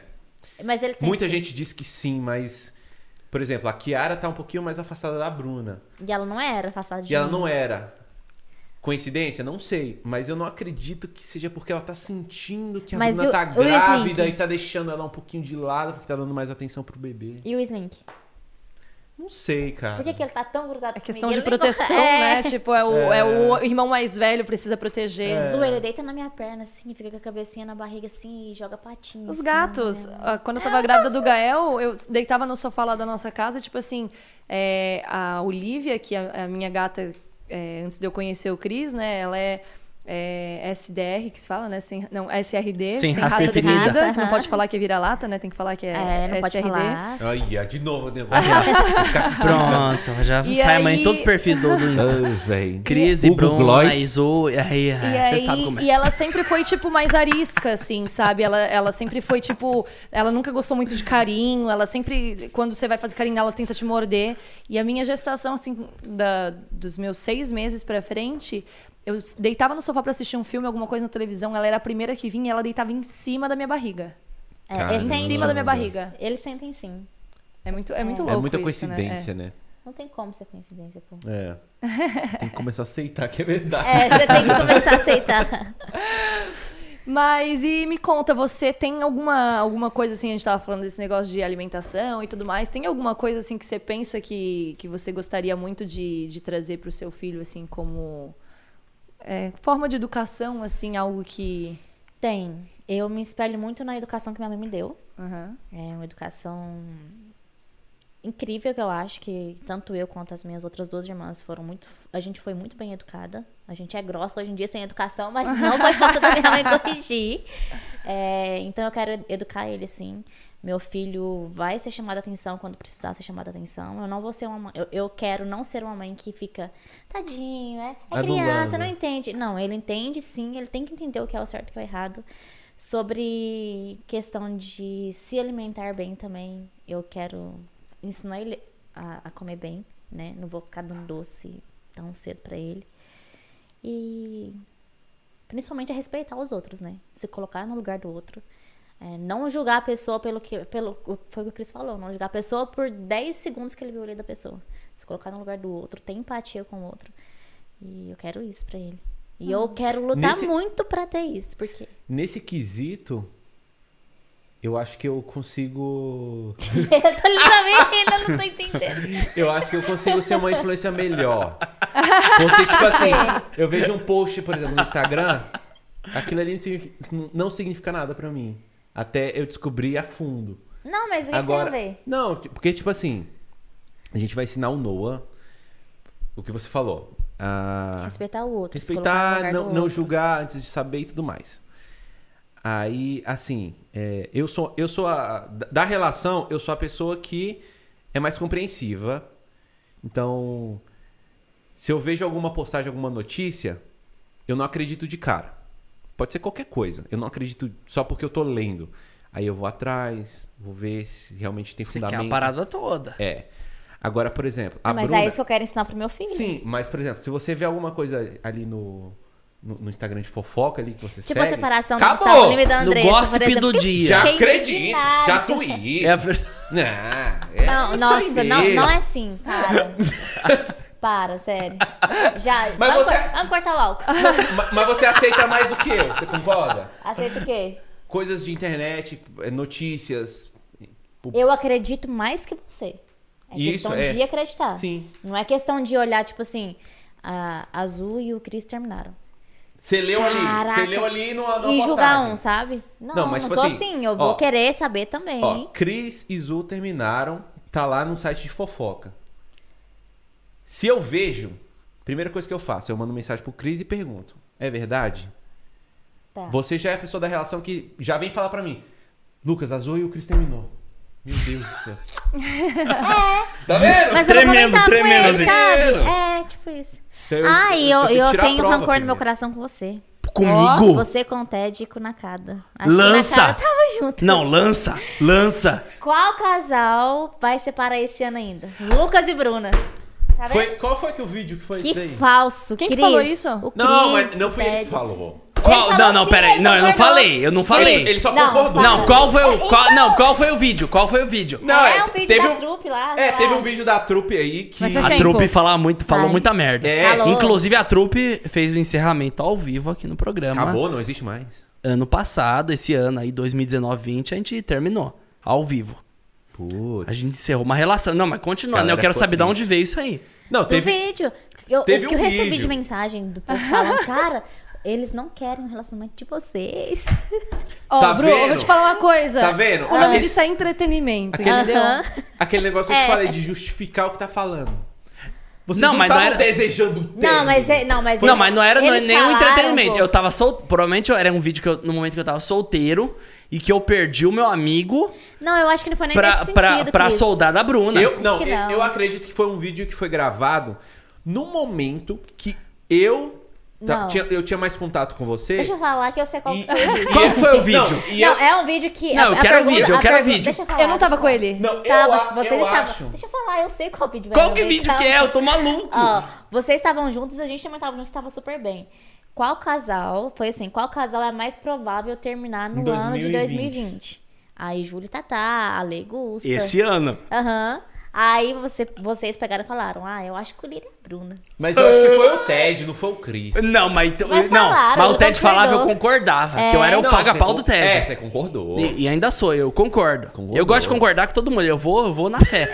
[SPEAKER 3] Mas ele tem
[SPEAKER 4] Muita
[SPEAKER 3] sim.
[SPEAKER 4] gente diz que sim, mas. Por exemplo, a Kiara tá um pouquinho mais afastada da Bruna.
[SPEAKER 3] E ela não era afastada de
[SPEAKER 4] E ela
[SPEAKER 3] mim.
[SPEAKER 4] não é. era. Coincidência? Não sei. Mas eu não acredito que seja porque ela tá sentindo que a
[SPEAKER 3] Mas
[SPEAKER 4] Bruna
[SPEAKER 3] o-
[SPEAKER 4] tá
[SPEAKER 3] o Slink?
[SPEAKER 4] grávida e tá deixando ela um pouquinho de lado porque tá dando mais atenção pro bebê.
[SPEAKER 3] E o Slink?
[SPEAKER 4] Não sei, cara.
[SPEAKER 3] Por que, que ele tá tão grudado
[SPEAKER 1] É
[SPEAKER 3] comigo?
[SPEAKER 1] questão
[SPEAKER 3] Ele
[SPEAKER 1] de
[SPEAKER 3] nem gosta-
[SPEAKER 1] proteção,
[SPEAKER 3] [laughs] É.
[SPEAKER 1] né? Tipo, é o, é o irmão mais velho, precisa
[SPEAKER 4] É.
[SPEAKER 1] proteger.
[SPEAKER 3] Zoa, ele deita na minha perna, assim, fica com a cabecinha na barriga, assim, e joga patinho.
[SPEAKER 1] Os
[SPEAKER 3] assim,
[SPEAKER 1] gatos,
[SPEAKER 3] né?
[SPEAKER 1] ah, quando eu tava grávida do Gael, eu deitava no sofá lá da nossa casa, tipo assim, é, a Olivia, que é a minha gata, é, antes de eu conhecer o Cris, né, ela é, é, SDR, que se fala, né? Sem, não, SRD, sem,
[SPEAKER 2] Sem raça
[SPEAKER 1] raça definida.
[SPEAKER 3] definida.
[SPEAKER 1] que Não pode falar que é vira-lata, né? Tem que falar que é,
[SPEAKER 3] É, não
[SPEAKER 1] SRD.
[SPEAKER 3] pode falar.
[SPEAKER 4] Olha, de novo, né? Vai lá. Ficar se-
[SPEAKER 2] Pronto, já
[SPEAKER 1] E
[SPEAKER 2] sai amanhã em
[SPEAKER 1] aí-
[SPEAKER 2] todos os perfis do, do Insta.
[SPEAKER 4] [laughs] [laughs] Ai, véi.
[SPEAKER 2] Cris,
[SPEAKER 4] Hugo
[SPEAKER 2] Bruno,
[SPEAKER 4] Gloss.
[SPEAKER 2] Iso, aí,
[SPEAKER 1] E
[SPEAKER 2] é,
[SPEAKER 1] aí,
[SPEAKER 2] você sabe como é.
[SPEAKER 1] e ela sempre foi, tipo, mais arisca, assim, sabe? Ela, ela sempre foi, tipo, ela nunca gostou muito de carinho, ela sempre, quando você vai fazer carinho nela, ela tenta te morder. E a minha gestação, assim, da, dos meus seis meses pra frente, eu deitava no sofá pra assistir um filme, alguma coisa na televisão, ela era a primeira que vinha e ela deitava em cima da minha barriga.
[SPEAKER 3] É,
[SPEAKER 4] Caramba.
[SPEAKER 3] esse
[SPEAKER 1] Em
[SPEAKER 3] é
[SPEAKER 1] cima da minha barriga.
[SPEAKER 3] Eles sentem sim.
[SPEAKER 1] É muito, é muito
[SPEAKER 3] É
[SPEAKER 4] É
[SPEAKER 1] louco
[SPEAKER 4] muita
[SPEAKER 1] isso, né?
[SPEAKER 4] coincidência, né?
[SPEAKER 3] Não tem como ser coincidência, pô.
[SPEAKER 4] É. Tem que começar a aceitar que é verdade.
[SPEAKER 3] É, você tem que começar a aceitar.
[SPEAKER 1] Mas e me conta, você tem alguma, alguma coisa assim, a gente tava falando desse negócio de alimentação e tudo mais, tem alguma coisa assim que você pensa que, que você gostaria muito de, de trazer pro seu filho, assim, como é, forma de educação, assim, algo que.
[SPEAKER 3] [laughs] Tem. Eu me espelho muito na educação que minha mãe me deu.
[SPEAKER 1] Aham.
[SPEAKER 3] É uma educação incrível que eu acho que tanto eu quanto as minhas outras duas irmãs foram muito. A gente foi muito bem educada. A gente é grossa hoje em dia sem educação, mas não foi falta da minha mãe corrigir. É, então eu quero educar ele assim. Meu filho vai ser chamado a atenção quando precisar ser chamado a atenção. Eu não vou ser uma mãe. Eu, eu quero não ser uma mãe que fica tadinho, é, é criança,
[SPEAKER 4] Adulando.
[SPEAKER 3] não entende. Não, ele entende sim, ele tem que entender o que é o certo e o que é o errado. Sobre questão de se alimentar bem também, eu quero ensinar ele a, a comer bem, né? Não vou ficar dando doce tão cedo pra ele. E principalmente a respeitar os outros, né? Se colocar no lugar do outro. É, não julgar a pessoa pelo que. Pelo, o- foi o que o Cris falou, não julgar a pessoa por 10 segundos que ele viu o olho da pessoa. Se colocar no lugar do outro, ter empatia com o outro. E eu quero isso pra ele. E eu quero lutar
[SPEAKER 4] Nesse-
[SPEAKER 3] muito pra ter isso, porque.
[SPEAKER 4] Nesse quesito, eu acho que eu consigo.
[SPEAKER 3] eu tô ali pra mim, ainda não tô entendendo.
[SPEAKER 4] Eu acho que eu consigo ser uma influência melhor. Porque, tipo assim, eu vejo um post, por exemplo, no Instagram, aquilo ali não signi- não significa nada pra mim. Até eu descobrir a fundo.
[SPEAKER 3] Não, mas o que
[SPEAKER 4] Agora,
[SPEAKER 3] que tem a ver?
[SPEAKER 4] não, ti- porque tipo assim, a gente vai ensinar o Noah o que você falou.
[SPEAKER 2] Ah.
[SPEAKER 4] Ah, a
[SPEAKER 3] Respeitar o outro. se colocar no
[SPEAKER 4] respeitar,
[SPEAKER 3] lugar
[SPEAKER 4] não,
[SPEAKER 3] do
[SPEAKER 4] não
[SPEAKER 3] outro.
[SPEAKER 4] julgar antes de saber e tudo mais. Aí, assim, é, eu sou, eu sou a, da- da relação, eu sou a pessoa que é mais compreensiva. Então, se eu vejo alguma postagem, alguma notícia, eu não acredito de cara. Pode ser qualquer coisa. Eu não acredito só porque eu tô lendo. Aí eu vou atrás, vou ver se realmente tem
[SPEAKER 2] Você quer
[SPEAKER 4] fundamento.
[SPEAKER 2] a é parada toda.
[SPEAKER 4] É. Agora, por exemplo, a
[SPEAKER 3] é Não, mas
[SPEAKER 4] Bruna...
[SPEAKER 3] é isso que eu quero ensinar pro meu filho.
[SPEAKER 4] Sim, mas, por exemplo, se você vê alguma coisa ali no, no, no Instagram de fofoca ali que você
[SPEAKER 3] Tipo
[SPEAKER 4] segue...
[SPEAKER 3] a separação do
[SPEAKER 4] acabou!
[SPEAKER 3] Gustavo Lima e da
[SPEAKER 2] No
[SPEAKER 3] Andressa. por
[SPEAKER 2] gossip
[SPEAKER 3] exemplo,
[SPEAKER 2] do
[SPEAKER 3] que-
[SPEAKER 2] dia.
[SPEAKER 4] Já
[SPEAKER 3] fiquei
[SPEAKER 4] acredito,
[SPEAKER 3] indignada.
[SPEAKER 4] já tuí.
[SPEAKER 2] É a verdade.
[SPEAKER 4] Não, é
[SPEAKER 3] Não,
[SPEAKER 4] isso
[SPEAKER 3] nossa,
[SPEAKER 4] aí
[SPEAKER 3] não,
[SPEAKER 4] [laughs] mesmo.
[SPEAKER 3] não é assim. Para.
[SPEAKER 4] [laughs]
[SPEAKER 3] Para, sério. Já.
[SPEAKER 4] Mas
[SPEAKER 3] vamos,
[SPEAKER 4] você-
[SPEAKER 3] cor- vamos cortar o álcool.
[SPEAKER 4] Ma- Mas você aceita mais do que eu, você concorda?
[SPEAKER 3] Aceita o quê?
[SPEAKER 4] Coisas de internet, eh, notícias... pu-
[SPEAKER 3] Eu acredito mais que você. É
[SPEAKER 4] Isso,
[SPEAKER 3] questão
[SPEAKER 4] é.
[SPEAKER 3] de acreditar.
[SPEAKER 4] Sim.
[SPEAKER 3] Não é questão de olhar, tipo assim, a Azul e o Cris terminaram.
[SPEAKER 4] Você leu ali,
[SPEAKER 3] Caraca.
[SPEAKER 4] você leu ali numa, numa
[SPEAKER 3] e julgar
[SPEAKER 4] postagem.
[SPEAKER 3] um, sabe? Não,
[SPEAKER 4] Não,
[SPEAKER 3] não,
[SPEAKER 4] mas, tipo
[SPEAKER 3] sou
[SPEAKER 4] assim,
[SPEAKER 3] assim, eu vou
[SPEAKER 4] ó,
[SPEAKER 3] querer saber também.
[SPEAKER 4] Ó, Cris e Zu terminaram, tá lá no site de fofoca. Se eu vejo, primeira coisa que eu faço, eu mando mensagem pro Cris e pergunto: É verdade?
[SPEAKER 3] Tá.
[SPEAKER 4] Você já é a pessoa da relação que já vem falar pra mim: Lucas, a Zu e o Cris terminou. Meu Deus do
[SPEAKER 3] [laughs]
[SPEAKER 4] céu. Tá vendo?
[SPEAKER 3] Mas eu vou
[SPEAKER 2] Tremendo,
[SPEAKER 3] comentar
[SPEAKER 2] tremendo,
[SPEAKER 3] com ele,
[SPEAKER 2] assim.
[SPEAKER 3] sabe? É, tipo isso.
[SPEAKER 4] Então eu-
[SPEAKER 3] ah, e
[SPEAKER 4] eu
[SPEAKER 3] eu,
[SPEAKER 4] tenho que
[SPEAKER 3] eu,
[SPEAKER 4] tirar a
[SPEAKER 3] tenho
[SPEAKER 4] prova
[SPEAKER 3] rancor no
[SPEAKER 4] primeiro.
[SPEAKER 3] meu coração com você.
[SPEAKER 2] Comigo?
[SPEAKER 3] Você com o Ted e com o Nakada. Acho
[SPEAKER 2] Lança!
[SPEAKER 3] Que o Nakada tava
[SPEAKER 2] [laughs]
[SPEAKER 3] junto.
[SPEAKER 2] Não, lança, lança.
[SPEAKER 3] Qual casal vai separar esse ano ainda? Lucas e Bruna. Tá vendo?
[SPEAKER 4] Foi- qual foi que o vídeo que foi
[SPEAKER 3] Que
[SPEAKER 4] isso aí?
[SPEAKER 3] falso.
[SPEAKER 1] Quem que
[SPEAKER 3] Cris.
[SPEAKER 1] falou isso?
[SPEAKER 3] O
[SPEAKER 4] Não,
[SPEAKER 3] Cris,
[SPEAKER 4] mas não
[SPEAKER 3] o
[SPEAKER 4] foi ele
[SPEAKER 3] Ted.
[SPEAKER 4] que falou.
[SPEAKER 2] Qual?
[SPEAKER 3] falou
[SPEAKER 2] Não, não,
[SPEAKER 3] sim,
[SPEAKER 2] peraí.
[SPEAKER 3] ele
[SPEAKER 2] Não, eu não
[SPEAKER 3] concordou.
[SPEAKER 2] falei, eu não
[SPEAKER 4] Ele,
[SPEAKER 2] falei.
[SPEAKER 4] ele só
[SPEAKER 3] Não,
[SPEAKER 4] concordou.
[SPEAKER 2] Não,
[SPEAKER 3] para.
[SPEAKER 2] qual foi o. Qual, não, qual foi o vídeo? Qual foi o vídeo?
[SPEAKER 4] Não,
[SPEAKER 3] É, o vídeo da trupe lá,
[SPEAKER 4] É,
[SPEAKER 3] sei
[SPEAKER 4] teve
[SPEAKER 3] lá.
[SPEAKER 4] um vídeo da trupe aí que.
[SPEAKER 1] Mas
[SPEAKER 2] A
[SPEAKER 1] Tempo.
[SPEAKER 2] trupe fala muito, falou
[SPEAKER 3] Vai.
[SPEAKER 2] muita merda.
[SPEAKER 4] É.
[SPEAKER 3] Falou.
[SPEAKER 2] Inclusive, a trupe fez o encerramento ao vivo aqui no programa.
[SPEAKER 4] Acabou, não existe mais.
[SPEAKER 2] Ano passado, esse ano aí, 2019, 20, a gente terminou. Ao vivo. A
[SPEAKER 4] Putz.
[SPEAKER 2] gente encerrou uma relação. Não, mas continua, né? Eu
[SPEAKER 4] Galera,
[SPEAKER 2] quero
[SPEAKER 4] ficou
[SPEAKER 2] saber de
[SPEAKER 4] triste.
[SPEAKER 2] onde veio isso aí.
[SPEAKER 4] Não,
[SPEAKER 3] Do
[SPEAKER 4] teve.
[SPEAKER 3] vídeo. Eu,
[SPEAKER 4] teve
[SPEAKER 3] o que
[SPEAKER 4] um
[SPEAKER 3] eu recebi
[SPEAKER 4] vídeo.
[SPEAKER 3] de mensagem do povo
[SPEAKER 2] [laughs]
[SPEAKER 3] falando, cara, eles não querem um relacionamento de vocês.
[SPEAKER 1] Ó,
[SPEAKER 4] Tá
[SPEAKER 1] Bru, eu vou
[SPEAKER 4] vendo?
[SPEAKER 1] te falar uma coisa.
[SPEAKER 4] Tá vendo?
[SPEAKER 1] O nome
[SPEAKER 4] Aquele-
[SPEAKER 1] disso é entretenimento,
[SPEAKER 4] Aquele-
[SPEAKER 1] entendeu?
[SPEAKER 3] Aham.
[SPEAKER 4] Aquele negócio que eu te
[SPEAKER 3] É.
[SPEAKER 4] falei de justificar o que tá falando. Vocês
[SPEAKER 2] Não,
[SPEAKER 4] não,
[SPEAKER 2] mas
[SPEAKER 4] mas
[SPEAKER 2] não era-
[SPEAKER 4] desejando ter.
[SPEAKER 3] Não, mas, é- não, mas
[SPEAKER 2] Não,
[SPEAKER 3] eles-
[SPEAKER 2] mas não era
[SPEAKER 3] eles
[SPEAKER 2] nenhum
[SPEAKER 3] falaram,
[SPEAKER 2] entretenimento.
[SPEAKER 3] pô.
[SPEAKER 2] Eu tava solto. Provavelmente era um vídeo que eu, no momento que eu tava solteiro e que eu perdi o meu amigo
[SPEAKER 3] Não, eu acho que não foi nem
[SPEAKER 2] pra,
[SPEAKER 3] nesse
[SPEAKER 2] pra,
[SPEAKER 3] sentido,
[SPEAKER 2] pra
[SPEAKER 3] Cris.
[SPEAKER 2] soldada Bruna.
[SPEAKER 4] Eu, não,
[SPEAKER 3] que
[SPEAKER 4] eu-
[SPEAKER 3] não.
[SPEAKER 4] eu acredito que foi um vídeo que foi gravado no momento que eu. ta-
[SPEAKER 3] Não.
[SPEAKER 4] tinha- eu tinha mais contato com você.
[SPEAKER 3] Deixa eu falar que eu sei qual
[SPEAKER 4] E-
[SPEAKER 3] que foi
[SPEAKER 2] [laughs]
[SPEAKER 3] o vídeo.
[SPEAKER 2] Qual que foi o
[SPEAKER 4] Não,
[SPEAKER 2] vídeo?
[SPEAKER 4] e eu-
[SPEAKER 3] Não, é um vídeo que...
[SPEAKER 2] Não, eu quero o vídeo, eu quero o
[SPEAKER 3] pergunta-
[SPEAKER 2] vídeo.
[SPEAKER 3] Deixa eu falar.
[SPEAKER 1] Eu não tava
[SPEAKER 3] deixa
[SPEAKER 1] com
[SPEAKER 3] eu
[SPEAKER 1] ele.
[SPEAKER 4] Não, eu,
[SPEAKER 3] falar. Tava,
[SPEAKER 4] a-
[SPEAKER 3] vocês
[SPEAKER 4] eu
[SPEAKER 3] estavam...
[SPEAKER 4] acho.
[SPEAKER 3] Deixa eu falar, eu sei qual vídeo. vai,
[SPEAKER 2] Qual
[SPEAKER 3] eu
[SPEAKER 2] que
[SPEAKER 3] vou
[SPEAKER 2] vídeo
[SPEAKER 3] brincar.
[SPEAKER 2] que é? Eu tô maluco.
[SPEAKER 3] Ó, vocês estavam juntos, a gente também tava junto, tava super bem. Qual casal, foi assim, qual casal é mais provável terminar no
[SPEAKER 4] Em
[SPEAKER 3] ano de
[SPEAKER 4] 2020?
[SPEAKER 3] 2020? Aí Júlia e Tatá, Ale Gusta.
[SPEAKER 2] Esse é ano.
[SPEAKER 3] Aham. Aí você, vocês pegaram e falaram, ah, eu acho que o Lira é a Bruna.
[SPEAKER 4] Mas eu acho que foi o Ted, não foi o Chris.
[SPEAKER 2] Não, mas, então-
[SPEAKER 3] Mas
[SPEAKER 2] não,
[SPEAKER 3] falaram,
[SPEAKER 2] mas o
[SPEAKER 3] ele
[SPEAKER 2] Ted
[SPEAKER 3] concordou.
[SPEAKER 2] falava, eu concordava. Que eu
[SPEAKER 3] É.
[SPEAKER 2] era o
[SPEAKER 4] Não,
[SPEAKER 2] paga-pau
[SPEAKER 4] você
[SPEAKER 2] do
[SPEAKER 4] con-
[SPEAKER 2] Ted.
[SPEAKER 4] É, você concordou.
[SPEAKER 2] E, e ainda sou eu, concordo.
[SPEAKER 4] Concordou.
[SPEAKER 2] Eu gosto de concordar com todo mundo. Eu vou, eu vou na
[SPEAKER 3] [laughs]
[SPEAKER 2] fé.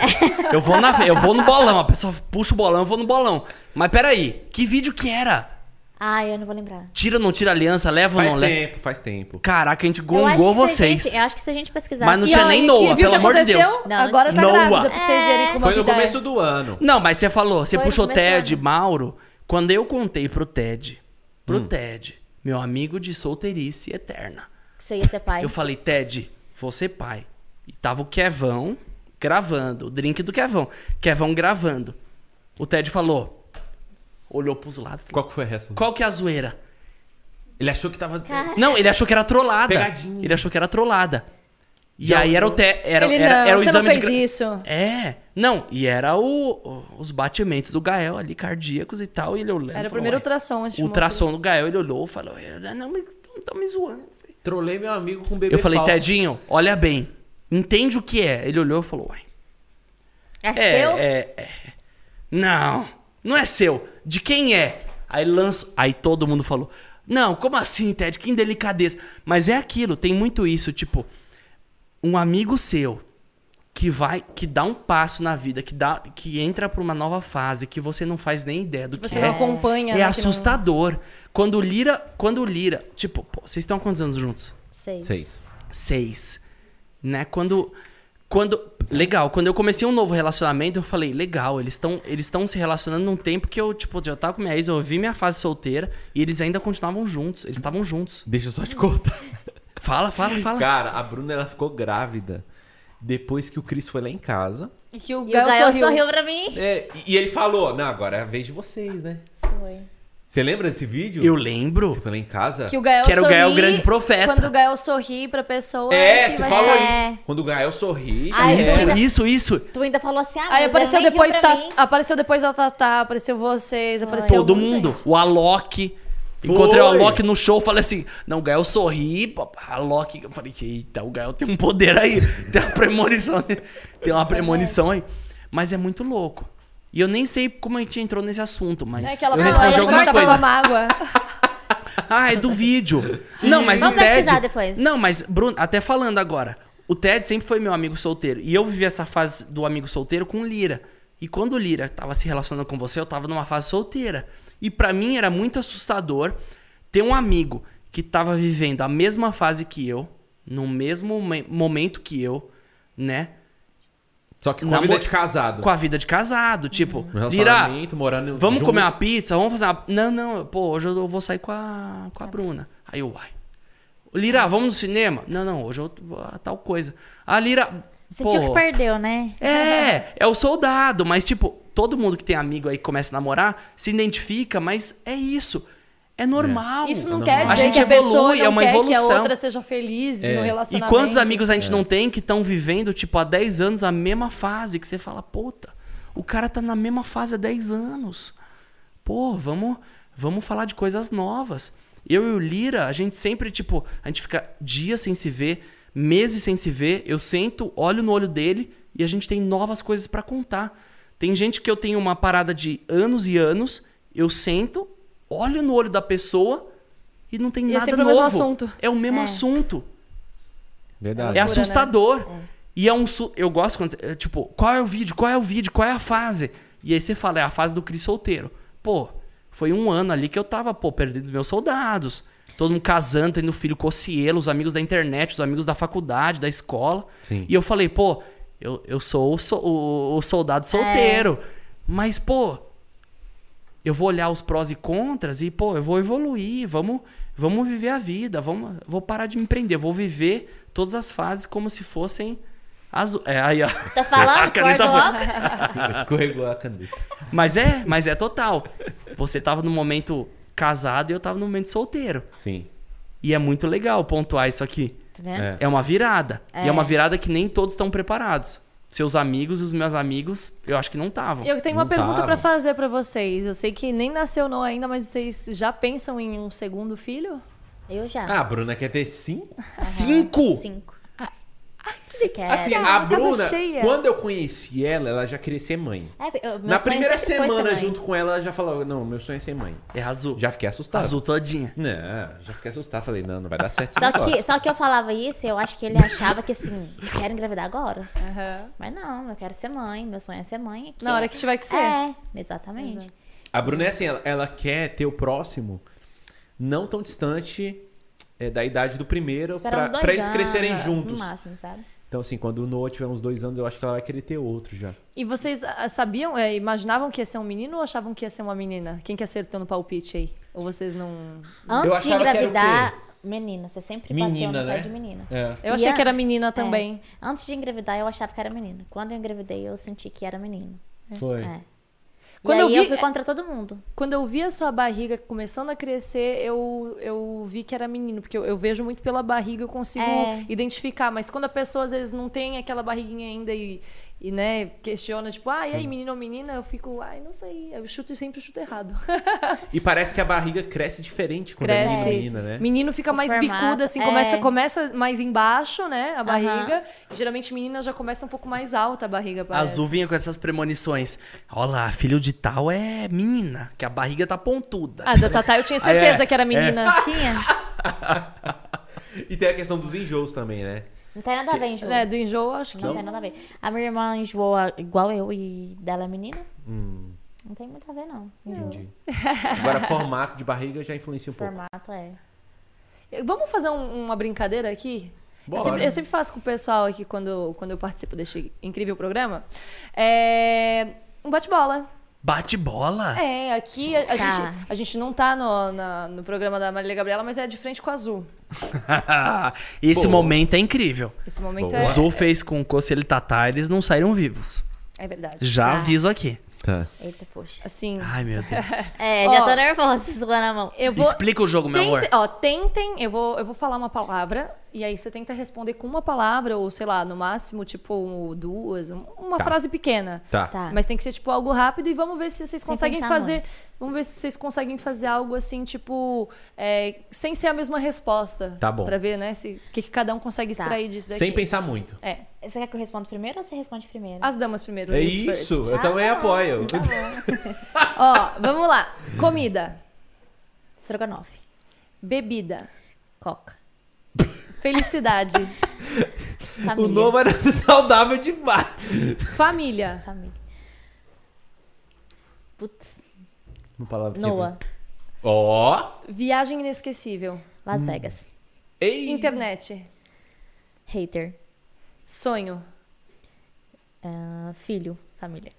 [SPEAKER 2] eu vou na fé, eu vou no bolão. A pessoa puxa o bolão, eu vou no bolão. Mas peraí, que vídeo que era?
[SPEAKER 3] Ah, eu não vou lembrar.
[SPEAKER 2] Tira ou não tira aliança, leva ou
[SPEAKER 4] Faz
[SPEAKER 2] não né? leva?
[SPEAKER 4] tempo, faz tempo.
[SPEAKER 2] Caraca, a gente
[SPEAKER 3] eu acho
[SPEAKER 2] gongou
[SPEAKER 3] que se a
[SPEAKER 2] vocês.
[SPEAKER 3] gente- eu acho que se a gente pesquisasse...
[SPEAKER 2] Mas não
[SPEAKER 1] E
[SPEAKER 2] tinha
[SPEAKER 1] ó,
[SPEAKER 2] nem
[SPEAKER 1] e
[SPEAKER 2] Noah,
[SPEAKER 1] viu
[SPEAKER 2] pelo
[SPEAKER 1] que
[SPEAKER 2] amor de Deus.
[SPEAKER 1] aconteceu?
[SPEAKER 3] Não, não
[SPEAKER 1] Agora tá
[SPEAKER 2] tinha. Noah.
[SPEAKER 1] grávida, pra vocês verem como a
[SPEAKER 4] Foi no
[SPEAKER 1] vida é.
[SPEAKER 4] começo do ano.
[SPEAKER 2] Não, mas você falou, você
[SPEAKER 3] Foi no
[SPEAKER 2] puxou
[SPEAKER 3] começo do
[SPEAKER 2] Ted,
[SPEAKER 3] ano.
[SPEAKER 2] Mauro. Quando eu contei pro Ted, pro
[SPEAKER 4] Hum.
[SPEAKER 2] Ted, meu amigo de solteirice eterna,
[SPEAKER 3] que você ia ser pai.
[SPEAKER 2] eu falei, Ted, vou ser pai. E tava o Kevão gravando, o drink do Kevão. Kevão gravando. O Ted falou, olhou pros lados, falou,
[SPEAKER 4] Qual que foi a reação?
[SPEAKER 2] qual que é a zoeira?
[SPEAKER 4] Ele achou que tava.
[SPEAKER 2] Não, ele achou que era trollada.
[SPEAKER 4] Pegadinha.
[SPEAKER 2] Ele achou que era trollada. E
[SPEAKER 4] Não,
[SPEAKER 2] aí era o te, era,
[SPEAKER 1] Ele
[SPEAKER 2] era,
[SPEAKER 1] não,
[SPEAKER 2] era o
[SPEAKER 1] você
[SPEAKER 2] exame
[SPEAKER 1] não
[SPEAKER 2] de
[SPEAKER 1] fez
[SPEAKER 2] gra-
[SPEAKER 1] isso.
[SPEAKER 2] É, não, e era o, o- os batimentos do Gael ali, cardíacos e tal, e ele olhando.
[SPEAKER 1] Era o
[SPEAKER 2] falou,
[SPEAKER 1] primeiro
[SPEAKER 2] "Ué."
[SPEAKER 1] ultrassom. a gente
[SPEAKER 2] O ultrassom do Gael, ele olhou e falou, "É, não, mas não tá me zoando.
[SPEAKER 4] Trolei meu amigo com bebê.
[SPEAKER 2] Eu falei,
[SPEAKER 4] falso.
[SPEAKER 2] Tedinho, olha bem, entende o que é. Ele olhou e falou, uai,
[SPEAKER 3] É,
[SPEAKER 2] é,
[SPEAKER 3] seu?
[SPEAKER 2] é, é. Não, não é seu. De quem é? Aí lanço. Aí todo mundo falou: Não, como assim, Ted? Que indelicadeza. Mas é aquilo, tem muito isso. Tipo, um amigo seu que vai, que dá um passo na vida, que, dá, que entra pra uma nova fase, que você não faz nem ideia do que,
[SPEAKER 1] Você
[SPEAKER 2] é.
[SPEAKER 1] não acompanha, né,
[SPEAKER 2] É
[SPEAKER 1] que não-
[SPEAKER 2] assustador. Quando o Lira. Quando o Lira. Tipo, pô, vocês estão há quantos anos juntos?
[SPEAKER 3] Seis.
[SPEAKER 4] Seis.
[SPEAKER 2] seis, né? Quando quando legal, quando eu comecei um novo relacionamento, eu falei, legal, eles estão eles estão se relacionando num tempo que eu, tipo, já tava com minha ex, eu vi minha fase solteira e eles ainda continuavam juntos, eles estavam juntos.
[SPEAKER 4] Deixa eu só te contar.
[SPEAKER 2] Fala, fala, fala.
[SPEAKER 4] Cara, a Bruna ela ficou grávida depois que o Cris foi lá em casa.
[SPEAKER 1] E que o
[SPEAKER 3] E o
[SPEAKER 1] Gael
[SPEAKER 3] Gael
[SPEAKER 1] sorriu.
[SPEAKER 3] sorriu pra mim.
[SPEAKER 4] É, e- e ele falou: Não, agora é a vez de vocês, né?
[SPEAKER 3] Foi.
[SPEAKER 4] Você lembra desse vídeo?
[SPEAKER 2] Eu lembro.
[SPEAKER 4] Você foi lá em casa?
[SPEAKER 1] Que o Gael
[SPEAKER 2] Que era o Gael
[SPEAKER 1] sorri-
[SPEAKER 2] grande profeta.
[SPEAKER 1] Quando o Gael sorri pra pessoa.
[SPEAKER 4] É,
[SPEAKER 1] aí que
[SPEAKER 4] você
[SPEAKER 1] vai-
[SPEAKER 4] falou
[SPEAKER 3] É.
[SPEAKER 4] isso. Quando o Gael sorri.
[SPEAKER 3] Ah, eu
[SPEAKER 2] isso,
[SPEAKER 4] é.
[SPEAKER 3] ainda-
[SPEAKER 2] isso, isso.
[SPEAKER 3] Tu ainda falou assim, ah, mas
[SPEAKER 1] Aí apareceu
[SPEAKER 3] ela nem riu
[SPEAKER 1] depois, tá,
[SPEAKER 3] pra mim.
[SPEAKER 1] apareceu depois a Tatá, apareceu vocês, apareceu.
[SPEAKER 2] Todo
[SPEAKER 1] um monte de
[SPEAKER 2] mundo.
[SPEAKER 1] gente.
[SPEAKER 2] O Alok. Encontrei o
[SPEAKER 4] Foi.
[SPEAKER 2] Alok no show, falei assim: não, o Gael sorri, pô, Alok. Eu falei: eita, o Gael tem um poder aí, [laughs] tem uma premonição, né? tem uma premonição aí. Mas é muito louco. E eu nem sei como a gente entrou nesse assunto, mas
[SPEAKER 1] É que ela
[SPEAKER 2] eu
[SPEAKER 1] falou,
[SPEAKER 2] respondi
[SPEAKER 1] ela
[SPEAKER 2] alguma
[SPEAKER 1] corta
[SPEAKER 2] coisa.
[SPEAKER 1] pela mágoa.
[SPEAKER 2] Ah, é do vídeo. Não, mas
[SPEAKER 3] Vamos
[SPEAKER 2] o Ted.
[SPEAKER 3] pesquisar depois.
[SPEAKER 2] Não, mas, Bruno, até falando agora. O Ted sempre foi meu amigo solteiro. E eu vivi essa fase do amigo solteiro com o Lira. E quando o Lira tava se relacionando com você, eu tava numa fase solteira. E pra mim era muito assustador ter um amigo que tava vivendo a mesma fase que eu, no mesmo me- momento que eu, né?
[SPEAKER 4] Só que com a
[SPEAKER 2] Namo-
[SPEAKER 4] vida de casado.
[SPEAKER 2] Com a vida de casado. Tipo,
[SPEAKER 4] Um
[SPEAKER 2] Lira,
[SPEAKER 4] relacionamento, morando
[SPEAKER 2] Vamos
[SPEAKER 4] junto.
[SPEAKER 2] comer uma pizza? Vamos fazer uma. Não, não, pô, hoje eu vou sair com a,
[SPEAKER 1] Tá.
[SPEAKER 2] com a Bruna. Aí eu, uai. Lira, vamos no cinema? Não, não, hoje eu. ah, tal coisa. A Lira.
[SPEAKER 3] Sentiu
[SPEAKER 2] pô,
[SPEAKER 3] que perdeu, né?
[SPEAKER 2] É, é o soldado, mas tipo, todo mundo que tem amigo aí que começa a namorar se identifica, mas é isso. É normal.
[SPEAKER 1] Isso
[SPEAKER 4] não
[SPEAKER 1] não quer dizer
[SPEAKER 4] dá.
[SPEAKER 2] A gente
[SPEAKER 1] que a pessoa
[SPEAKER 2] evolui, é
[SPEAKER 1] não
[SPEAKER 2] uma
[SPEAKER 1] quer que a
[SPEAKER 2] evolução.
[SPEAKER 1] outra seja feliz
[SPEAKER 4] É.
[SPEAKER 1] no
[SPEAKER 2] E
[SPEAKER 1] relacionamento.
[SPEAKER 2] quantos amigos a gente não tem que estão vivendo, tipo, há 10 anos a mesma fase, que você fala, puta, o cara tá na mesma fase há 10 anos. Pô, vamos, vamos falar de coisas novas. Eu e o Lira, a gente sempre, tipo, a gente fica dias sem se ver, meses sem se ver, eu sento, olho no olho dele e a gente tem novas coisas pra contar. Tem gente que eu tenho uma parada de anos e anos, eu sento, olho no olho da pessoa e não tem
[SPEAKER 1] E é
[SPEAKER 2] nada
[SPEAKER 1] sempre o
[SPEAKER 2] novo.
[SPEAKER 1] mesmo assunto.
[SPEAKER 2] É o mesmo
[SPEAKER 3] É.
[SPEAKER 2] assunto.
[SPEAKER 4] Verdade.
[SPEAKER 2] É
[SPEAKER 1] né?
[SPEAKER 2] assustador. E é um. su- Eu gosto quando. é, Tipo, qual é o vídeo? Qual é o vídeo? Qual é a fase? E aí você fala, é a fase do Cris solteiro. Pô, foi um ano ali que eu tava, pô, perdendo meus soldados. Todo mundo casando, tendo filho com Cielo, os amigos da internet, os amigos da faculdade, da escola.
[SPEAKER 4] Sim.
[SPEAKER 2] E eu falei, pô, eu, eu sou o, so- o- o soldado solteiro. Mas, pô, eu vou olhar os prós e contras e, pô, eu vou evoluir, vamos, vamos viver a vida, vamos, vou parar de me prender, vou viver todas as fases como se fossem as. É, aí, ó.
[SPEAKER 3] Tá falando?
[SPEAKER 2] [laughs] A caneta
[SPEAKER 3] Corta
[SPEAKER 2] foi-
[SPEAKER 3] logo.
[SPEAKER 4] [laughs] Escorregou a caneta.
[SPEAKER 2] Mas é, mas é total. Você tava no momento casado e eu tava no momento solteiro.
[SPEAKER 4] Sim.
[SPEAKER 2] E é muito legal pontuar isso aqui.
[SPEAKER 3] Tá vendo?
[SPEAKER 4] É.
[SPEAKER 2] É uma virada. E
[SPEAKER 3] É.
[SPEAKER 2] é uma virada que nem todos estão preparados. Seus amigos, os meus amigos, eu acho que não estavam.
[SPEAKER 1] Eu tenho
[SPEAKER 4] Não
[SPEAKER 1] uma pergunta
[SPEAKER 4] tava.
[SPEAKER 1] pra fazer pra vocês. Eu sei que nem nasceu não ainda, mas vocês já pensam em um segundo filho?
[SPEAKER 3] Eu já.
[SPEAKER 4] Ah, a Bruna quer ter cinco?
[SPEAKER 2] Cinco?
[SPEAKER 3] Cinco. Quero.
[SPEAKER 1] Essa
[SPEAKER 4] Assim,
[SPEAKER 1] é
[SPEAKER 4] a
[SPEAKER 1] uma casa
[SPEAKER 4] Bruna,
[SPEAKER 1] cheia.
[SPEAKER 4] quando eu conheci ela, ela já queria ser mãe.
[SPEAKER 3] É, eu- meu
[SPEAKER 4] Na
[SPEAKER 3] sonho
[SPEAKER 4] primeira
[SPEAKER 3] sempre foi ser
[SPEAKER 4] semana
[SPEAKER 3] mãe.
[SPEAKER 4] junto com ela, ela já falou: Não, meu sonho é ser mãe.
[SPEAKER 2] É azul.
[SPEAKER 4] Já fiquei assustado.
[SPEAKER 2] Azul todinha.
[SPEAKER 4] Não, já fiquei assustado. Falei: Não, não vai dar certo. esse
[SPEAKER 3] Só
[SPEAKER 4] negócio."
[SPEAKER 3] que, só que eu falava isso, eu acho que ele achava que assim, quero engravidar agora.
[SPEAKER 1] Aham.
[SPEAKER 3] Mas não, eu quero ser mãe, meu sonho é ser mãe. Aqui.
[SPEAKER 1] Na hora que tiver que ser.
[SPEAKER 3] É, exatamente.
[SPEAKER 4] A Bruna é assim: ela, ela quer ter o próximo não tão distante é, da idade do primeiro,
[SPEAKER 3] Esperar
[SPEAKER 4] Então, pra,
[SPEAKER 3] uns dois
[SPEAKER 4] pra eles
[SPEAKER 3] anos,
[SPEAKER 4] crescerem juntos.
[SPEAKER 3] No máximo, sabe?
[SPEAKER 4] Então, assim, quando o Noah tiver uns dois anos, eu acho que ela vai querer ter outro já.
[SPEAKER 1] E vocês ah, sabiam, eh, imaginavam que ia ser um menino ou achavam que ia ser uma menina? Quem que acertou no palpite aí? Ou vocês não...
[SPEAKER 3] Antes de
[SPEAKER 4] achava que era o
[SPEAKER 3] engravidar, menina, você sempre bateu no pé de menina.
[SPEAKER 4] É.
[SPEAKER 1] Eu
[SPEAKER 3] E
[SPEAKER 1] achei
[SPEAKER 3] a-
[SPEAKER 1] que era menina
[SPEAKER 3] É.
[SPEAKER 1] também.
[SPEAKER 3] Antes de engravidar, eu achava que era menina. Quando eu engravidei, eu senti que era menino.
[SPEAKER 4] Foi.
[SPEAKER 3] É.
[SPEAKER 1] Quando
[SPEAKER 3] e
[SPEAKER 1] eu
[SPEAKER 3] aí
[SPEAKER 1] vi- é
[SPEAKER 3] eu fui contra todo mundo.
[SPEAKER 1] Quando eu vi a sua barriga começando a crescer, eu, eu vi que era menino, porque eu, eu vejo muito pela barriga, eu consigo
[SPEAKER 3] É.
[SPEAKER 1] identificar. Mas quando a pessoa às vezes não tem aquela barriguinha ainda e, e né, questiona, tipo, ah, e aí, menino ou menina, eu fico, ai, não sei. Eu chuto e sempre chuto errado.
[SPEAKER 4] E parece que a barriga cresce diferente quando é
[SPEAKER 1] Cresce.
[SPEAKER 4] menina, né?
[SPEAKER 1] Menino fica
[SPEAKER 3] O
[SPEAKER 1] mais
[SPEAKER 3] formato,
[SPEAKER 1] bicudo, assim,
[SPEAKER 3] é.
[SPEAKER 1] começa, começa mais embaixo, né? A
[SPEAKER 3] Aham.
[SPEAKER 1] barriga. E, geralmente menina já começa um pouco mais alta a barriga. Parece.
[SPEAKER 2] Azul vinha com essas premonições. Olha lá, filho de tal é menina, que a barriga tá pontuda.
[SPEAKER 1] Ah, da Tatá eu
[SPEAKER 4] [laughs]
[SPEAKER 1] tinha certeza
[SPEAKER 4] é.
[SPEAKER 1] que era menina.
[SPEAKER 3] Tinha.
[SPEAKER 4] E tem a questão dos enjoos também, né?
[SPEAKER 3] Não tem nada a ver, Ju.
[SPEAKER 1] Né, do enjoo, acho que.
[SPEAKER 3] Não tem nada a ver. A minha irmã enjoou a- igual eu e dela é menina. Não tem muito a ver, não. [laughs]
[SPEAKER 4] Hum. Entendi. Agora, formato de barriga já influencia um
[SPEAKER 3] O
[SPEAKER 4] pouco.
[SPEAKER 3] formato é.
[SPEAKER 1] Vamos fazer um- uma brincadeira aqui? Eu
[SPEAKER 4] Bora.
[SPEAKER 1] sempre, eu sempre faço com o pessoal aqui quando, quando eu participo deste incrível programa. É. Um bate-bola.
[SPEAKER 2] Bate bola?
[SPEAKER 1] É, aqui a, a
[SPEAKER 3] Tá.
[SPEAKER 1] gente, a gente não tá no, na- no programa da Marília Gabriela, mas é de frente com a Azul.
[SPEAKER 2] [laughs] Esse
[SPEAKER 4] Boa.
[SPEAKER 2] momento é incrível.
[SPEAKER 1] Esse momento
[SPEAKER 4] Boa.
[SPEAKER 1] é,
[SPEAKER 2] Zou fez com o Conselho Tatá, eles não saíram vivos.
[SPEAKER 1] é verdade.
[SPEAKER 2] Já
[SPEAKER 3] Tá.
[SPEAKER 2] aviso aqui.
[SPEAKER 4] Tá.
[SPEAKER 3] Eita, poxa.
[SPEAKER 1] Assim,
[SPEAKER 2] Ai,
[SPEAKER 1] [laughs]
[SPEAKER 2] meu Deus.
[SPEAKER 3] É,
[SPEAKER 1] Ó.
[SPEAKER 3] já tô nervosa, [laughs] suando a mão.
[SPEAKER 1] eu vou.
[SPEAKER 2] Explica o jogo, meu amor.
[SPEAKER 1] Tentem, ó, tentem, eu vou, eu vou falar uma palavra, e aí você tenta responder com uma palavra, ou sei lá, no máximo, tipo, duas, um- uma frase pequena.
[SPEAKER 4] Tá.
[SPEAKER 3] Tá.
[SPEAKER 1] Mas tem que ser, tipo, algo rápido e vamos ver se vocês
[SPEAKER 3] Sem
[SPEAKER 1] conseguem
[SPEAKER 3] pensar
[SPEAKER 1] fazer.
[SPEAKER 3] muito.
[SPEAKER 1] Vamos ver se vocês conseguem fazer algo assim, tipo, é, sem ser a mesma resposta.
[SPEAKER 4] Tá bom.
[SPEAKER 1] Pra ver, né? se- O que, que cada um consegue
[SPEAKER 3] Tá.
[SPEAKER 1] extrair disso daqui.
[SPEAKER 4] Sem pensar muito.
[SPEAKER 1] É.
[SPEAKER 3] Você quer que eu responda primeiro ou você responde primeiro?
[SPEAKER 1] As damas primeiro.
[SPEAKER 4] É
[SPEAKER 1] ladies
[SPEAKER 4] isso,
[SPEAKER 1] first.
[SPEAKER 4] eu também apoio.
[SPEAKER 3] Tá bom.
[SPEAKER 1] Ó, vamos lá. Comida.
[SPEAKER 3] Estrogonofe.
[SPEAKER 1] Bebida.
[SPEAKER 3] Coca.
[SPEAKER 1] Felicidade.
[SPEAKER 3] Família.
[SPEAKER 4] [laughs] O novo era [laughs] saudável demais.
[SPEAKER 1] família.
[SPEAKER 3] Família. Putz.
[SPEAKER 4] Uma palavra
[SPEAKER 3] Noah.
[SPEAKER 4] Ó.
[SPEAKER 1] Viagem inesquecível.
[SPEAKER 3] Las
[SPEAKER 4] Hum.
[SPEAKER 3] Vegas.
[SPEAKER 4] Ei.
[SPEAKER 1] Internet.
[SPEAKER 3] Hater.
[SPEAKER 1] Sonho.
[SPEAKER 3] Ah, filho. Família.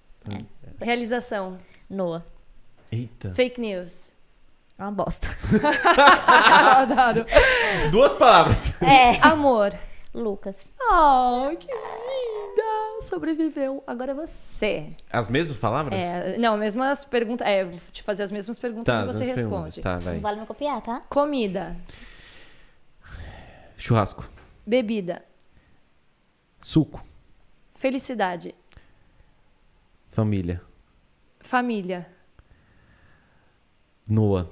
[SPEAKER 3] É.
[SPEAKER 1] Realização.
[SPEAKER 3] Noah.
[SPEAKER 4] Eita.
[SPEAKER 1] Fake [laughs] news.
[SPEAKER 3] É uma bosta. [laughs]
[SPEAKER 1] Adoro.
[SPEAKER 4] Duas palavras.
[SPEAKER 1] [laughs]
[SPEAKER 3] É.
[SPEAKER 1] Amor.
[SPEAKER 3] Lucas.
[SPEAKER 1] Oh, que linda! Sobreviveu. Agora é você.
[SPEAKER 4] As mesmas palavras?
[SPEAKER 1] É, não, mesmas perguntas. É, vou te fazer as mesmas perguntas e
[SPEAKER 4] Tá, as
[SPEAKER 1] você
[SPEAKER 4] mesmas
[SPEAKER 1] responde.
[SPEAKER 4] perguntas. Tá,
[SPEAKER 3] Não
[SPEAKER 4] vai.
[SPEAKER 3] vale me copiar, tá?
[SPEAKER 1] Comida.
[SPEAKER 4] Churrasco.
[SPEAKER 1] Bebida.
[SPEAKER 4] Suco.
[SPEAKER 1] Felicidade.
[SPEAKER 4] Família.
[SPEAKER 1] Família.
[SPEAKER 4] Noah.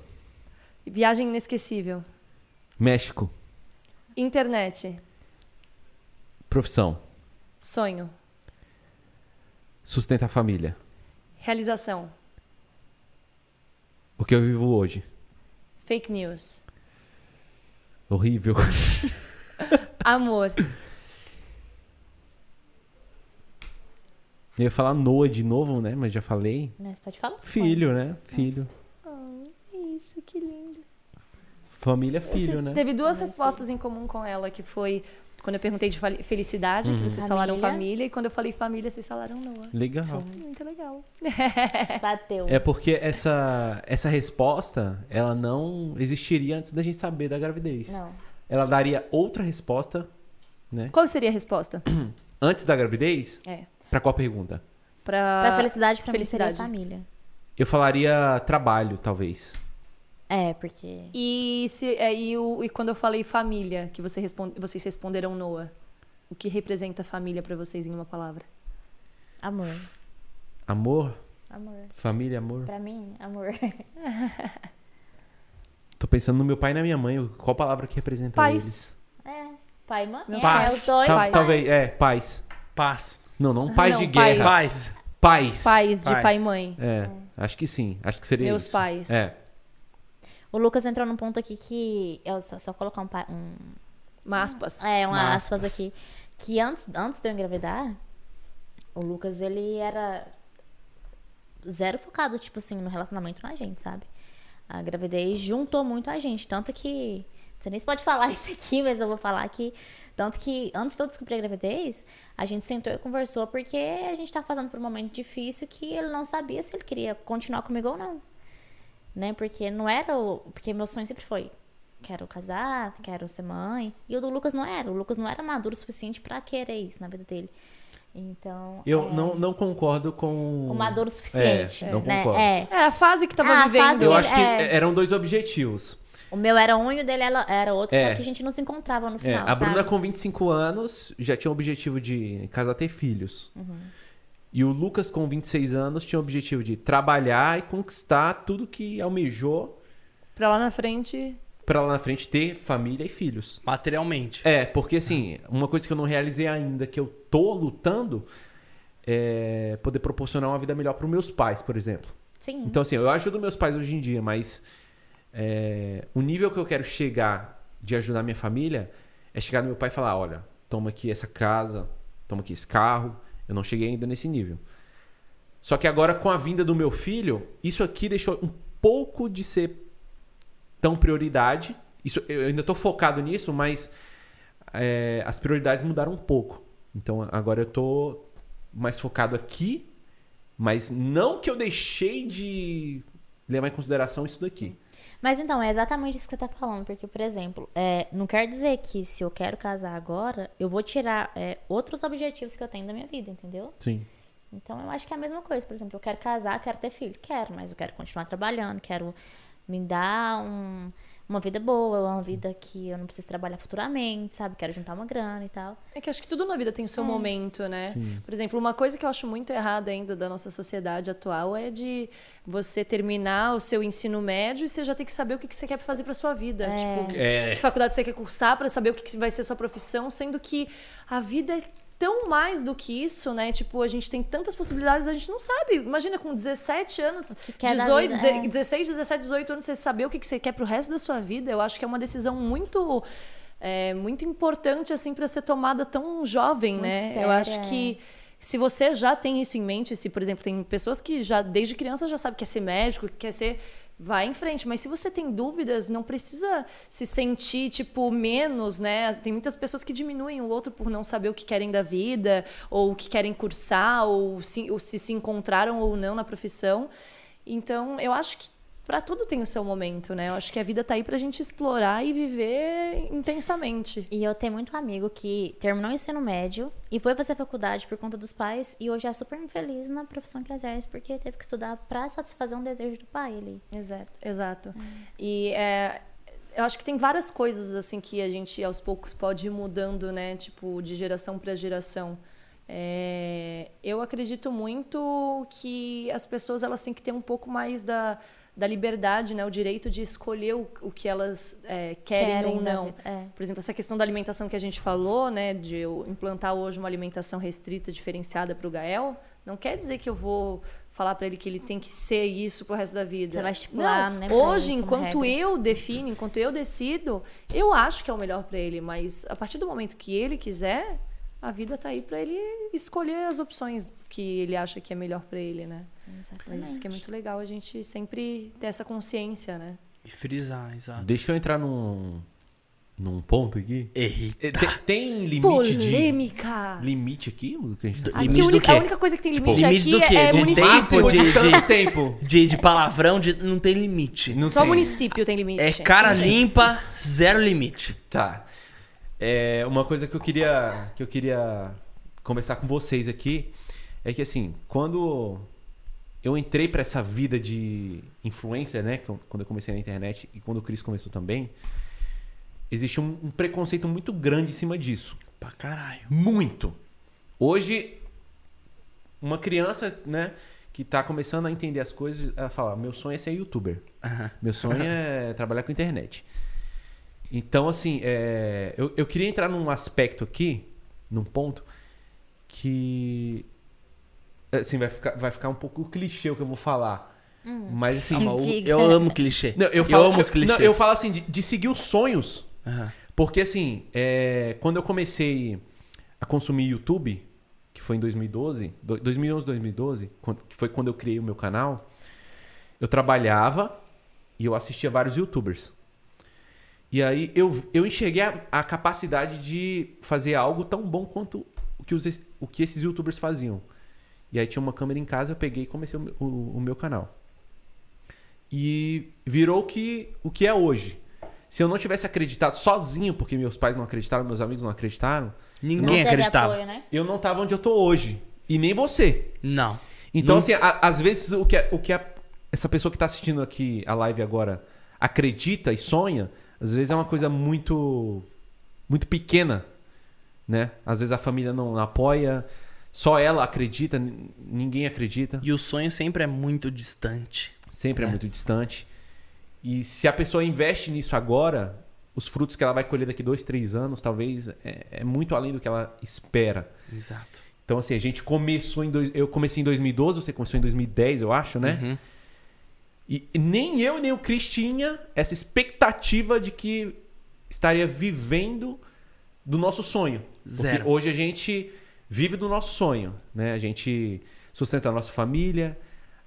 [SPEAKER 1] Viagem inesquecível.
[SPEAKER 4] México.
[SPEAKER 1] Internet.
[SPEAKER 4] Profissão.
[SPEAKER 1] Sonho.
[SPEAKER 4] Sustenta a família.
[SPEAKER 1] Realização.
[SPEAKER 4] O que eu vivo hoje.
[SPEAKER 1] Fake news.
[SPEAKER 4] Horrível. [laughs]
[SPEAKER 1] Amor.
[SPEAKER 4] Eu ia falar Noah de novo, né? Mas já falei.
[SPEAKER 3] Mas pode falar.
[SPEAKER 4] Filho, né? Filho.
[SPEAKER 1] É. Oh, Isso, que lindo.
[SPEAKER 4] Família, filho, né?
[SPEAKER 1] Teve duas respostas em comum com ela, que foi Quando eu perguntei de fali- felicidade,
[SPEAKER 4] Uhum.
[SPEAKER 1] que vocês falaram
[SPEAKER 3] Família.
[SPEAKER 1] família, e quando eu falei família, vocês falaram Noah.
[SPEAKER 4] Legal.
[SPEAKER 1] Muito legal.
[SPEAKER 3] Bateu.
[SPEAKER 4] É porque essa, essa resposta, ela não existiria antes da gente saber da gravidez.
[SPEAKER 3] Não.
[SPEAKER 4] Ela daria outra resposta, né?
[SPEAKER 1] Qual seria a resposta?
[SPEAKER 4] Antes da gravidez,
[SPEAKER 1] É.
[SPEAKER 4] pra qual pergunta?
[SPEAKER 1] Pra,
[SPEAKER 3] Pra felicidade, pra
[SPEAKER 1] Ah, felicidade.
[SPEAKER 3] mim, seria família.
[SPEAKER 4] Eu falaria trabalho, talvez.
[SPEAKER 3] É, porque...
[SPEAKER 1] E, se, é, e, o- e quando eu falei família, que você responde, vocês responderam Noah. O que representa família pra vocês em uma palavra?
[SPEAKER 3] Amor.
[SPEAKER 4] Amor,
[SPEAKER 3] Amor.
[SPEAKER 4] família, amor.
[SPEAKER 3] Pra mim, amor. [laughs]
[SPEAKER 4] Tô pensando no meu pai e na minha mãe. Qual palavra que representa
[SPEAKER 1] Paz.
[SPEAKER 4] eles?
[SPEAKER 3] É. Pai e mãe.
[SPEAKER 1] Meus
[SPEAKER 3] É,
[SPEAKER 2] pais.
[SPEAKER 3] os dois.
[SPEAKER 4] Tal-
[SPEAKER 1] pais.
[SPEAKER 4] Talvez, é, paz.
[SPEAKER 2] Paz.
[SPEAKER 4] Não, não paz
[SPEAKER 1] Não,
[SPEAKER 4] de
[SPEAKER 1] paz.
[SPEAKER 4] guerra.
[SPEAKER 2] Paz.
[SPEAKER 4] Paz.
[SPEAKER 1] Pais de
[SPEAKER 2] Pais.
[SPEAKER 1] pai e mãe.
[SPEAKER 4] É, acho que sim. Acho que seria
[SPEAKER 1] Meus
[SPEAKER 4] isso.
[SPEAKER 1] pais.
[SPEAKER 4] É.
[SPEAKER 3] O Lucas entrou num ponto aqui que... Eu só, só colocar um, pa- um,
[SPEAKER 1] Maspas.
[SPEAKER 3] É, uma
[SPEAKER 2] Uma aspas.
[SPEAKER 3] aspas, aqui. Que antes, antes de eu engravidar, o Lucas, ele era zero focado, tipo assim, no relacionamento com a gente, sabe? A gravidez juntou muito a gente. Tanto que. Você nem pode [laughs] falar isso aqui, mas eu vou falar que. Tanto que antes de eu descobrir a gravidez, a gente sentou e conversou porque a gente tá fazendo por um momento difícil que ele não sabia se ele queria continuar comigo ou não né? Porque não era o. Porque meu sonho sempre foi: quero casar, quero ser mãe. E o do Lucas não era. O Lucas não era maduro o suficiente pra querer isso na vida dele. Então.
[SPEAKER 4] Eu
[SPEAKER 3] é,
[SPEAKER 4] não, não concordo com.
[SPEAKER 3] O maduro o suficiente.
[SPEAKER 4] É, não
[SPEAKER 3] né?
[SPEAKER 4] concordo.
[SPEAKER 3] É.
[SPEAKER 1] É a fase que tava
[SPEAKER 3] Ah, a
[SPEAKER 1] vivendo.
[SPEAKER 3] fase
[SPEAKER 4] Eu
[SPEAKER 3] Ele-
[SPEAKER 4] acho que
[SPEAKER 3] é.
[SPEAKER 4] eram dois objetivos.
[SPEAKER 3] O meu era um e o dele era- era outro,
[SPEAKER 4] É.
[SPEAKER 3] só que a gente não se encontrava no
[SPEAKER 4] É,
[SPEAKER 3] final.
[SPEAKER 4] a Bruna,
[SPEAKER 3] sabe?
[SPEAKER 4] com 25 anos, já tinha o objetivo de casar ter filhos.
[SPEAKER 3] Uhum.
[SPEAKER 4] E o Lucas, com 26 anos, tinha o objetivo de trabalhar e conquistar tudo que almejou
[SPEAKER 1] Pra lá na frente.
[SPEAKER 4] pra lá na frente ter família e filhos.
[SPEAKER 2] Materialmente.
[SPEAKER 4] É, porque assim, uma coisa que eu não realizei ainda, que eu tô lutando, é poder proporcionar uma vida melhor pros meus pais, por exemplo.
[SPEAKER 3] Sim.
[SPEAKER 4] Então, assim, eu ajudo meus pais hoje em dia, mas é, o nível que eu quero chegar de ajudar minha família é chegar no meu pai e falar: olha, toma aqui essa casa, toma aqui esse carro. Eu não cheguei ainda nesse nível. Só que agora, com a vinda do meu filho, isso aqui deixou um pouco de ser tão prioridade. Isso, eu ainda tô focado nisso, mas é, as prioridades mudaram um pouco. Então agora eu tô mais focado aqui, mas não que eu deixei de levar em consideração isso daqui.
[SPEAKER 3] Mas então, é exatamente isso que você tá falando. Porque, por exemplo, é, não quer dizer que se eu quero casar agora, eu vou tirar é, outros objetivos que eu tenho da minha vida, entendeu?
[SPEAKER 4] Sim.
[SPEAKER 3] Então eu acho que é a mesma coisa. Por exemplo, eu quero casar, quero ter filho, quero, mas eu quero continuar trabalhando, quero me dar um- uma vida boa, uma vida que eu não preciso trabalhar futuramente, sabe? Quero juntar uma grana e tal.
[SPEAKER 1] É que acho que tudo na vida tem o seu
[SPEAKER 3] É.
[SPEAKER 1] momento, né? Por exemplo, uma coisa que eu acho muito errada ainda da nossa sociedade atual é de você terminar o seu ensino médio e você já tem que saber o que que você quer fazer pra sua vida. Tipo,
[SPEAKER 4] É.
[SPEAKER 1] que faculdade você quer cursar pra saber o que que vai ser sua profissão, sendo que a vida é tão mais do que isso, né? Tipo, a gente tem tantas possibilidades, a gente não sabe. Imagina com 17 anos,
[SPEAKER 3] quer da
[SPEAKER 1] 18,
[SPEAKER 3] vida,
[SPEAKER 1] deze-
[SPEAKER 3] é.
[SPEAKER 1] 16, 17, 18 anos, você saber o que que você quer pro resto da sua vida, eu acho que é uma decisão muito é, muito importante assim para ser tomada tão jovem,
[SPEAKER 3] Muito
[SPEAKER 1] né?
[SPEAKER 3] séria,
[SPEAKER 1] eu acho
[SPEAKER 3] é.
[SPEAKER 1] que se você já tem isso em mente, se por exemplo, tem pessoas que já desde criança já sabe que quer ser médico, que quer ser vai em frente, mas se você tem dúvidas, não precisa se sentir tipo menos, né? Tem muitas pessoas que diminuem o outro por não saber o que querem da vida, ou o que querem cursar, ou se, ou se se encontraram ou não na profissão. Então, eu acho que Pra tudo tem o seu momento, né? Eu acho que a vida tá aí pra gente explorar e viver intensamente.
[SPEAKER 3] E eu tenho muito amigo que terminou o ensino médio e foi fazer faculdade por conta dos pais e hoje é super infeliz na profissão que exerce porque teve que estudar pra satisfazer um desejo do pai ali.
[SPEAKER 1] Exato. Exato.
[SPEAKER 3] Hum.
[SPEAKER 1] E é, eu acho que tem várias coisas assim que a gente aos poucos pode ir mudando, né? Tipo, de geração pra geração. É, eu acredito muito que as pessoas elas têm que ter um pouco mais da, da liberdade, né? O direito de escolher o, o que elas é, querem, ou
[SPEAKER 3] da
[SPEAKER 1] não.
[SPEAKER 3] vida, É.
[SPEAKER 1] Por exemplo, essa questão da alimentação que a gente falou, né, de eu implantar hoje uma alimentação restrita, diferenciada para o Gael, não quer dizer que eu vou falar para ele que ele tem que ser isso pro resto da vida.
[SPEAKER 3] Você vai estipular,
[SPEAKER 1] não.
[SPEAKER 3] né, pra
[SPEAKER 1] Hoje,
[SPEAKER 3] ele como
[SPEAKER 1] enquanto
[SPEAKER 3] regra.
[SPEAKER 1] eu defino, enquanto eu decido, eu acho que é o melhor para ele, mas a partir do momento que ele quiser, a vida tá aí para ele escolher as opções que ele acha que é melhor para ele, né? Mas
[SPEAKER 3] Exatamente.
[SPEAKER 1] isso que é muito legal a gente sempre ter essa consciência, né?
[SPEAKER 2] E frisar, exato.
[SPEAKER 4] Deixa eu entrar num, num ponto aqui?
[SPEAKER 2] Eita.
[SPEAKER 4] Eh, Tem, tem limite de.
[SPEAKER 1] Polêmica.
[SPEAKER 4] Limite aqui? do que a gente tá-
[SPEAKER 1] Aqui
[SPEAKER 2] Limite
[SPEAKER 1] a
[SPEAKER 2] do
[SPEAKER 1] única,
[SPEAKER 2] quê?
[SPEAKER 1] a única coisa que tem
[SPEAKER 2] Tipo,
[SPEAKER 1] limite aqui
[SPEAKER 2] limite do quê?
[SPEAKER 1] é
[SPEAKER 2] De
[SPEAKER 1] município. então.
[SPEAKER 2] tempo, de- de-
[SPEAKER 4] tempo.
[SPEAKER 2] De, de palavrão, de, não tem limite.
[SPEAKER 4] Não
[SPEAKER 1] Só
[SPEAKER 4] tem.
[SPEAKER 1] município tem limite.
[SPEAKER 2] É cara limpa, zero limite.
[SPEAKER 4] Tá. É, uma coisa que eu queria que eu queria conversar com vocês aqui é que assim, quando eu entrei pra essa vida de influencer, né, que eu- quando eu comecei na internet e quando o Cris começou também, existe um, um preconceito muito grande em cima disso.
[SPEAKER 2] Pra caralho.
[SPEAKER 4] Muito. Hoje uma criança, né, que tá começando a entender as coisas, ela fala: "Meu sonho é ser youtuber".
[SPEAKER 2] [laughs]
[SPEAKER 4] Meu sonho é trabalhar com internet. Então, assim, é, eu, eu queria entrar num aspecto aqui, num ponto, que. Assim, vai ficar, vai ficar um pouco clichê o que eu vou falar. Mas, assim.
[SPEAKER 2] Ah, mas o-
[SPEAKER 3] Diga.
[SPEAKER 2] eu amo clichê.
[SPEAKER 4] não, eu, falo,
[SPEAKER 2] amo os
[SPEAKER 4] eu-
[SPEAKER 2] clichês.
[SPEAKER 4] Não, eu falo assim, de, de seguir os sonhos.
[SPEAKER 2] Aham.
[SPEAKER 4] Porque, assim, é, quando eu comecei a consumir YouTube, que foi em 2012, do- 2011, 2012, quando- que foi quando eu criei o meu canal, eu trabalhava e eu assistia vários YouTubers. E aí eu, eu enxerguei a, a capacidade de fazer algo tão bom quanto o que, os, o que esses YouTubers faziam. E aí tinha uma câmera em casa, eu peguei e comecei o, meu- o- o meu canal. E virou o que, o que é hoje. Se eu não tivesse acreditado sozinho, porque meus pais não acreditaram, meus amigos não acreditaram,
[SPEAKER 3] Não
[SPEAKER 2] Ninguém
[SPEAKER 3] teve
[SPEAKER 2] acreditava.
[SPEAKER 3] apoio, né? [laughs]
[SPEAKER 4] eu não tava onde eu tô hoje. E nem você.
[SPEAKER 2] Não.
[SPEAKER 4] Então,
[SPEAKER 2] Não-
[SPEAKER 4] assim, a- às vezes o que, a- o que a- essa pessoa que tá assistindo aqui a live agora acredita e sonha, às vezes é uma coisa muito muito pequena, né? Às vezes a família não apoia, só ela acredita, n- ninguém acredita,
[SPEAKER 2] E o sonho sempre é muito distante.
[SPEAKER 4] sempre é muito distante. E se a pessoa investe nisso agora, os frutos que ela vai colher daqui dois, três anos, talvez, é- é muito além do que ela espera.
[SPEAKER 2] Exato.
[SPEAKER 4] Então, assim, a gente começou em. Dois, eu comecei em 2012, você começou em 2010, eu acho, né?
[SPEAKER 2] Uhum.
[SPEAKER 4] E nem eu, nem o Cris tinha essa expectativa de que estaria vivendo do nosso sonho.
[SPEAKER 2] Zero.
[SPEAKER 4] Porque hoje a gente vive do nosso sonho, né? A gente sustenta a nossa família,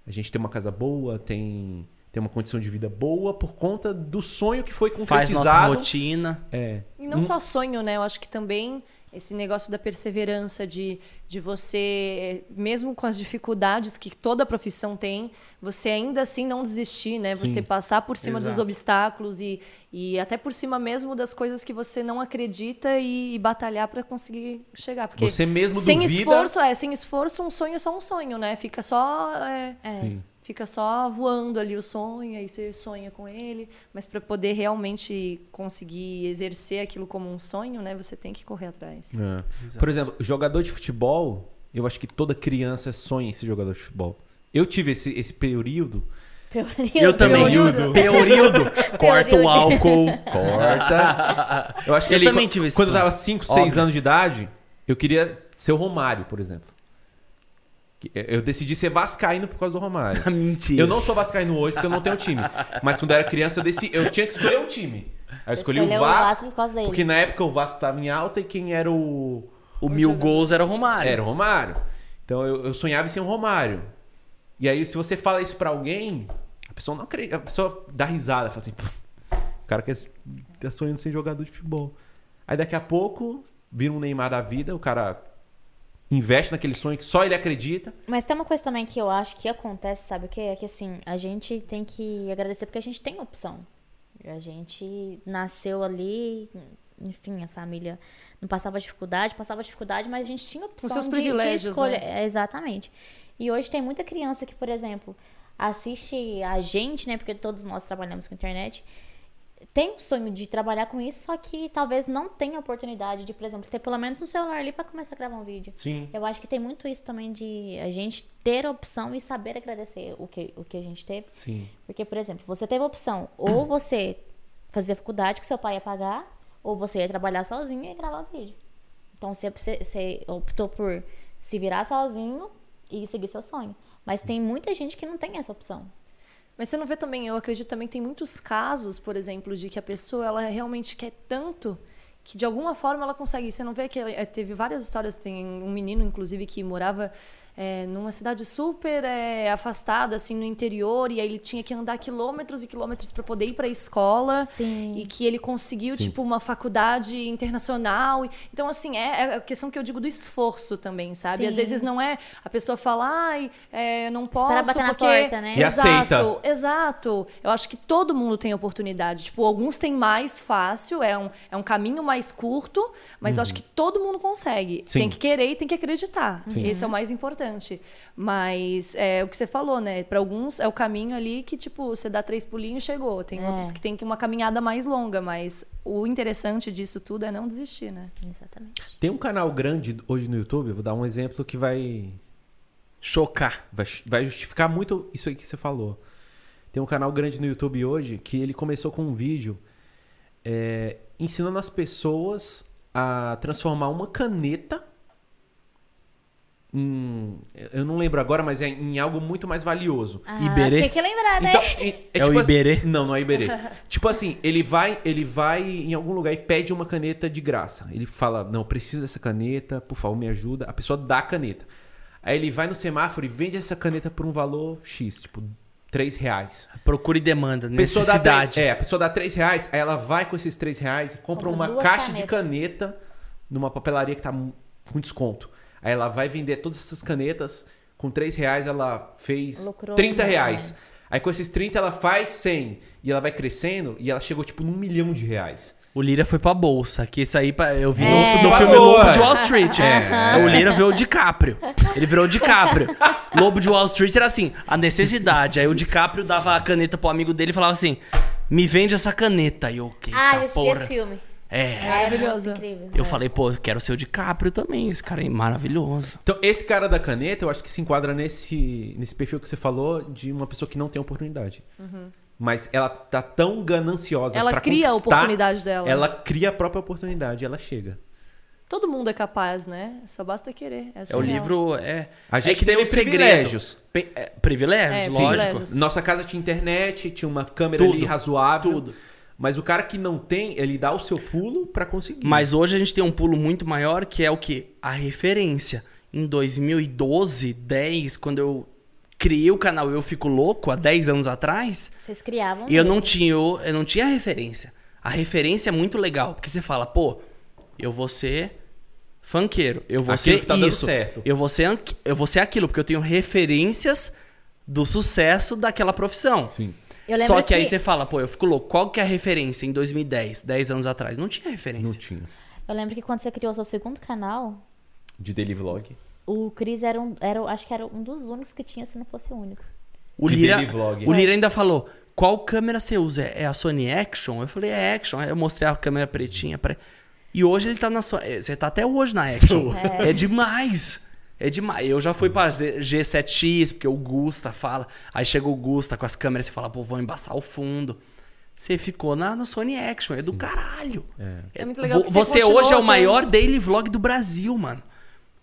[SPEAKER 4] a gente tem uma casa boa, tem, tem uma condição de vida boa por conta do sonho que foi
[SPEAKER 2] Faz
[SPEAKER 4] concretizado.
[SPEAKER 2] nossa rotina.
[SPEAKER 4] É.
[SPEAKER 1] E não só sonho, né? Eu acho que também esse negócio da perseverança, de, de você, eh, mesmo com as dificuldades que toda profissão tem, você ainda assim não desistir, né? Você
[SPEAKER 4] Sim.
[SPEAKER 1] passar por cima dos
[SPEAKER 2] Exato.
[SPEAKER 1] obstáculos e, e até por cima mesmo das coisas que você não acredita e, e batalhar para conseguir chegar. Porque
[SPEAKER 4] Você mesmo
[SPEAKER 1] sem
[SPEAKER 4] duvida.
[SPEAKER 1] esforço, é, sem esforço, um sonho é só um sonho, né? Fica só. é,
[SPEAKER 3] É.
[SPEAKER 4] Sim.
[SPEAKER 1] Fica só voando ali o sonho, aí você sonha com ele, mas para poder realmente conseguir exercer aquilo como um sonho, né, você tem que correr atrás.
[SPEAKER 4] É. Por exemplo, jogador de futebol, eu acho que toda criança sonha em ser jogador de futebol. Eu tive esse, esse período.
[SPEAKER 2] Eu também.
[SPEAKER 1] Período.
[SPEAKER 2] Período.
[SPEAKER 3] [laughs]
[SPEAKER 2] Corta o
[SPEAKER 3] Período.
[SPEAKER 2] álcool.
[SPEAKER 3] [laughs]
[SPEAKER 4] Corta. [laughs] Eu acho que
[SPEAKER 2] Eu
[SPEAKER 4] ali,
[SPEAKER 2] também
[SPEAKER 4] quan-
[SPEAKER 2] tive esse
[SPEAKER 4] Quando eu
[SPEAKER 2] sonho.
[SPEAKER 4] tava 5,
[SPEAKER 2] Óbvio.
[SPEAKER 4] 6 anos de idade, eu queria ser o Romário, por exemplo. Que- eh, Eu decidi ser vascaíno por causa do Romário.
[SPEAKER 2] [laughs] Mentira.
[SPEAKER 4] Eu não sou vascaíno hoje porque eu não tenho time. Mas quando eu era criança, eu, decidi, eu tinha que escolher um time. Aí eu escolhi o
[SPEAKER 3] Escolheu
[SPEAKER 4] Vasco,
[SPEAKER 3] o Vasco por causa dele.
[SPEAKER 4] porque na época o Vasco tava em alta e quem era o...
[SPEAKER 2] O mil gols era o Romário.
[SPEAKER 4] Era um- o Romário. Então eu, eu sonhava em ser um Romário. E aí, se você fala isso pra alguém, a pessoa não acredita. A pessoa dá risada, fala assim, "Pô, o cara quer, s- tá sonhando em ser jogador de futebol. Aí daqui a pouco, vira um Neymar da vida, o cara investe naquele sonho que só ele acredita.
[SPEAKER 3] Mas tem uma coisa também que eu acho que acontece, sabe o quê? É que assim, a gente tem que agradecer porque a gente tem opção. A gente nasceu ali, enfim, a família não passava dificuldade, passava dificuldade, mas a gente tinha opção
[SPEAKER 1] seus
[SPEAKER 3] de,
[SPEAKER 1] privilégios, né?
[SPEAKER 3] de escolha. É, Exatamente. E hoje tem muita criança que, por exemplo, assiste a gente, né? Porque todos nós trabalhamos com internet. Tem um sonho de trabalhar com isso, só que talvez não tenha oportunidade de, por exemplo, ter pelo menos um celular ali pra começar a gravar um vídeo.
[SPEAKER 4] Sim.
[SPEAKER 3] Eu acho que tem muito isso também de a gente ter opção e saber agradecer o que, o que a gente teve.
[SPEAKER 4] Sim.
[SPEAKER 3] Porque, por exemplo, você teve a opção [clears throat] ou você fazer a faculdade que seu pai ia pagar, ou você ia trabalhar sozinho e gravar vídeo. Então você, você- você optou por se virar sozinho e seguir seu sonho. Mas tem muita gente que não tem essa opção.
[SPEAKER 1] Mas você não vê também, eu acredito também que tem muitos casos, por exemplo, de que a pessoa ela realmente quer tanto que de alguma forma ela consegue. Você não vê que eh, teve várias histórias, tem um menino inclusive que morava é, numa cidade super é, afastada, assim, no interior, e aí ele tinha que andar quilômetros e quilômetros para poder ir para a escola.
[SPEAKER 3] Sim.
[SPEAKER 1] E que ele conseguiu, tipo, uma faculdade internacional. E- Então, assim, é, é a questão que eu digo do esforço também, sabe? Às
[SPEAKER 3] Sim.
[SPEAKER 1] vezes não é a pessoa falar, ai, é, eu não posso.
[SPEAKER 3] Esperar bater na
[SPEAKER 1] porque...
[SPEAKER 3] porta, né?
[SPEAKER 4] E
[SPEAKER 1] Exato,
[SPEAKER 4] aceita.
[SPEAKER 1] exato. Eu acho que todo mundo tem oportunidade. Tipo, alguns têm mais fácil, é um, é um caminho mais curto, mas
[SPEAKER 2] Uhum.
[SPEAKER 1] eu acho que todo mundo consegue.
[SPEAKER 4] Sim.
[SPEAKER 1] Tem que querer e tem que acreditar.
[SPEAKER 4] Sim.
[SPEAKER 1] Esse é o mais importante. Mas é o que você falou, né? Para alguns é o caminho ali que, tipo, você dá três pulinhos e chegou. Tem
[SPEAKER 3] É.
[SPEAKER 1] outros que tem que uma caminhada mais longa, mas o interessante disso tudo é não desistir, né?
[SPEAKER 3] Exatamente.
[SPEAKER 4] Tem um canal grande hoje no YouTube, eu vou dar um exemplo que vai
[SPEAKER 2] Chocar.
[SPEAKER 4] Vai, vai justificar muito isso aí que você falou. Tem um canal grande no YouTube hoje que ele começou com um vídeo é, ensinando as pessoas a transformar uma caneta em. Eu não lembro agora, mas é em algo muito mais valioso.
[SPEAKER 3] Ah,
[SPEAKER 2] Iberê.
[SPEAKER 3] tinha que lembrar, né?
[SPEAKER 4] Então, e-
[SPEAKER 2] É o
[SPEAKER 4] tipo assim-
[SPEAKER 2] Iberê?
[SPEAKER 4] não, não é Iberê. tipo assim, ele vai, ele vai em algum lugar e pede uma caneta de graça. Ele fala: "Não, eu preciso dessa caneta, por favor, me ajuda". A pessoa dá a caneta. Aí ele vai no semáforo e vende essa caneta por um valor X, tipo 3 reais.
[SPEAKER 2] Procura e demanda.
[SPEAKER 4] Pessoa dá
[SPEAKER 2] necessidade.
[SPEAKER 4] três- é, a pessoa dá 3 reais, aí ela vai com esses 3 reais e compra
[SPEAKER 3] Compra
[SPEAKER 4] uma
[SPEAKER 3] duas
[SPEAKER 4] caixa de caneta numa papelaria que tá mu- com desconto. Aí ela vai vender todas essas canetas, com 3 reais ela fez
[SPEAKER 3] Lucrou,
[SPEAKER 4] 30
[SPEAKER 3] né?
[SPEAKER 4] reais. Aí com esses 30 ela faz 100 e ela vai crescendo e ela chegou tipo num milhão de reais.
[SPEAKER 2] O Lira foi pra bolsa, que isso aí pra- eu vi no-
[SPEAKER 4] É.
[SPEAKER 2] no, filme
[SPEAKER 4] Valor.
[SPEAKER 2] Lobo de Wall Street. é. O Lira virou o DiCaprio. Ele virou o DiCaprio. Lobo de Wall Street era assim, a necessidade. Aí o DiCaprio dava a caneta pro amigo dele e falava assim, me vende essa caneta. E eu, que
[SPEAKER 3] Ah, eu
[SPEAKER 2] tá
[SPEAKER 3] assisti esse
[SPEAKER 2] porra.
[SPEAKER 3] filme.
[SPEAKER 2] É.
[SPEAKER 1] Maravilhoso.
[SPEAKER 3] Incrível.
[SPEAKER 2] Eu falei, pô, eu quero ser o DiCaprio também. Esse cara é maravilhoso.
[SPEAKER 4] Então esse cara da caneta eu acho que se enquadra nesse, nesse perfil que você falou de uma pessoa que não tem oportunidade. Mas ela tá tão gananciosa
[SPEAKER 1] Uhum. Ela
[SPEAKER 4] pra
[SPEAKER 1] cria a
[SPEAKER 4] conquistar,
[SPEAKER 1] oportunidade dela.
[SPEAKER 4] Ela cria a própria oportunidade, ela chega.
[SPEAKER 1] Todo mundo é capaz, né? Só basta querer. É,
[SPEAKER 2] É o
[SPEAKER 1] surreal.
[SPEAKER 2] livro, é...
[SPEAKER 4] A gente
[SPEAKER 2] é que
[SPEAKER 4] teve
[SPEAKER 2] tem um segredo.
[SPEAKER 4] privilégios.
[SPEAKER 2] Pe- é, privilégios,
[SPEAKER 1] É,
[SPEAKER 2] lógico.
[SPEAKER 1] privilégios.
[SPEAKER 4] Tipo, Nossa casa tinha internet, tinha uma câmera
[SPEAKER 2] Tudo.
[SPEAKER 4] ali razoável.
[SPEAKER 2] Tudo.
[SPEAKER 4] Mas o cara que não tem, ele dá o seu pulo pra conseguir.
[SPEAKER 2] Mas hoje a gente tem um pulo muito maior que é o que? A referência. Em 2012, 10, quando eu criei o canal Eu Fico Louco, há 10 anos atrás,
[SPEAKER 3] Vocês criavam.
[SPEAKER 2] e eu não
[SPEAKER 3] mesmo.
[SPEAKER 2] tinha, eu eu não tinha referência. A referência é muito legal, porque você fala, pô, eu vou ser funkeiro, eu vou
[SPEAKER 4] Aquilo
[SPEAKER 2] ser
[SPEAKER 4] que tá dando
[SPEAKER 2] isso,
[SPEAKER 4] certo.
[SPEAKER 2] eu vou ser anqui- eu vou ser aquilo, porque eu tenho referências do sucesso daquela profissão.
[SPEAKER 4] Sim.
[SPEAKER 3] Eu lembro
[SPEAKER 2] Só que, aí você fala, pô, eu fico louco, qual que é a referência em 2010, 10 anos atrás? Não tinha referência.
[SPEAKER 4] Não tinha.
[SPEAKER 3] Eu lembro que quando você criou seu segundo canal,
[SPEAKER 4] De daily vlog.
[SPEAKER 3] o Cris era um. Era, acho que era um dos únicos que tinha, se não fosse o único.
[SPEAKER 2] O
[SPEAKER 4] De
[SPEAKER 2] Lira,
[SPEAKER 4] daily vlog.
[SPEAKER 2] o Lira ainda falou: qual câmera você usa? É a Sony Action? Eu falei: é Action. Aí Eu mostrei a câmera pretinha. pra- E hoje ele tá na Sony. eh, Você tá até hoje na Action. É, demais. É demais. Eu já fui pra Z- G7X, porque o Gusta fala. Aí chega o Gusta com as câmeras e fala: pô, vão embaçar o fundo. Você ficou na, na Sony Action. É do caralho.
[SPEAKER 1] É muito legal
[SPEAKER 2] vo-
[SPEAKER 1] que você
[SPEAKER 2] você hoje é
[SPEAKER 1] continuou
[SPEAKER 2] o
[SPEAKER 1] sendo-
[SPEAKER 2] maior daily vlog do Brasil, mano.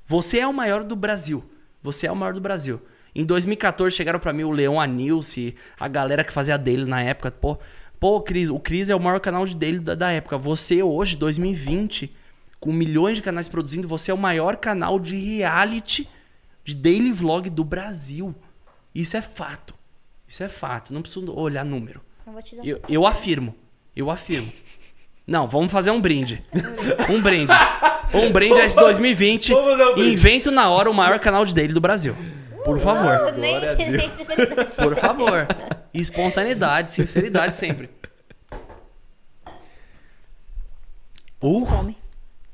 [SPEAKER 2] Você é o maior do Brasil. Você é o maior do Brasil. Em 2014 chegaram pra mim o Leon, a Nilce, a galera que fazia dele na época. Pô, pô Cris, o Cris é o maior canal de dele da, da época. Você hoje, 2020, com milhões de canais produzindo, você é o maior canal de reality de daily vlog do Brasil. Isso é fato. Isso é fato. Não preciso olhar número.
[SPEAKER 3] Não vou te dar.
[SPEAKER 2] Eu, eu afirmo. Eu afirmo. Não, vamos fazer um brinde. Um brinde. Um brinde a esse 2020.
[SPEAKER 4] Vamos fazer um brinde.
[SPEAKER 2] Invento na hora o maior canal de dele do Brasil. Por favor.
[SPEAKER 3] [laughs] nem,
[SPEAKER 4] Glória a Deus.
[SPEAKER 3] nem de verdade.
[SPEAKER 2] Por favor. Espontaneidade, sinceridade sempre. Uh,
[SPEAKER 3] Fome.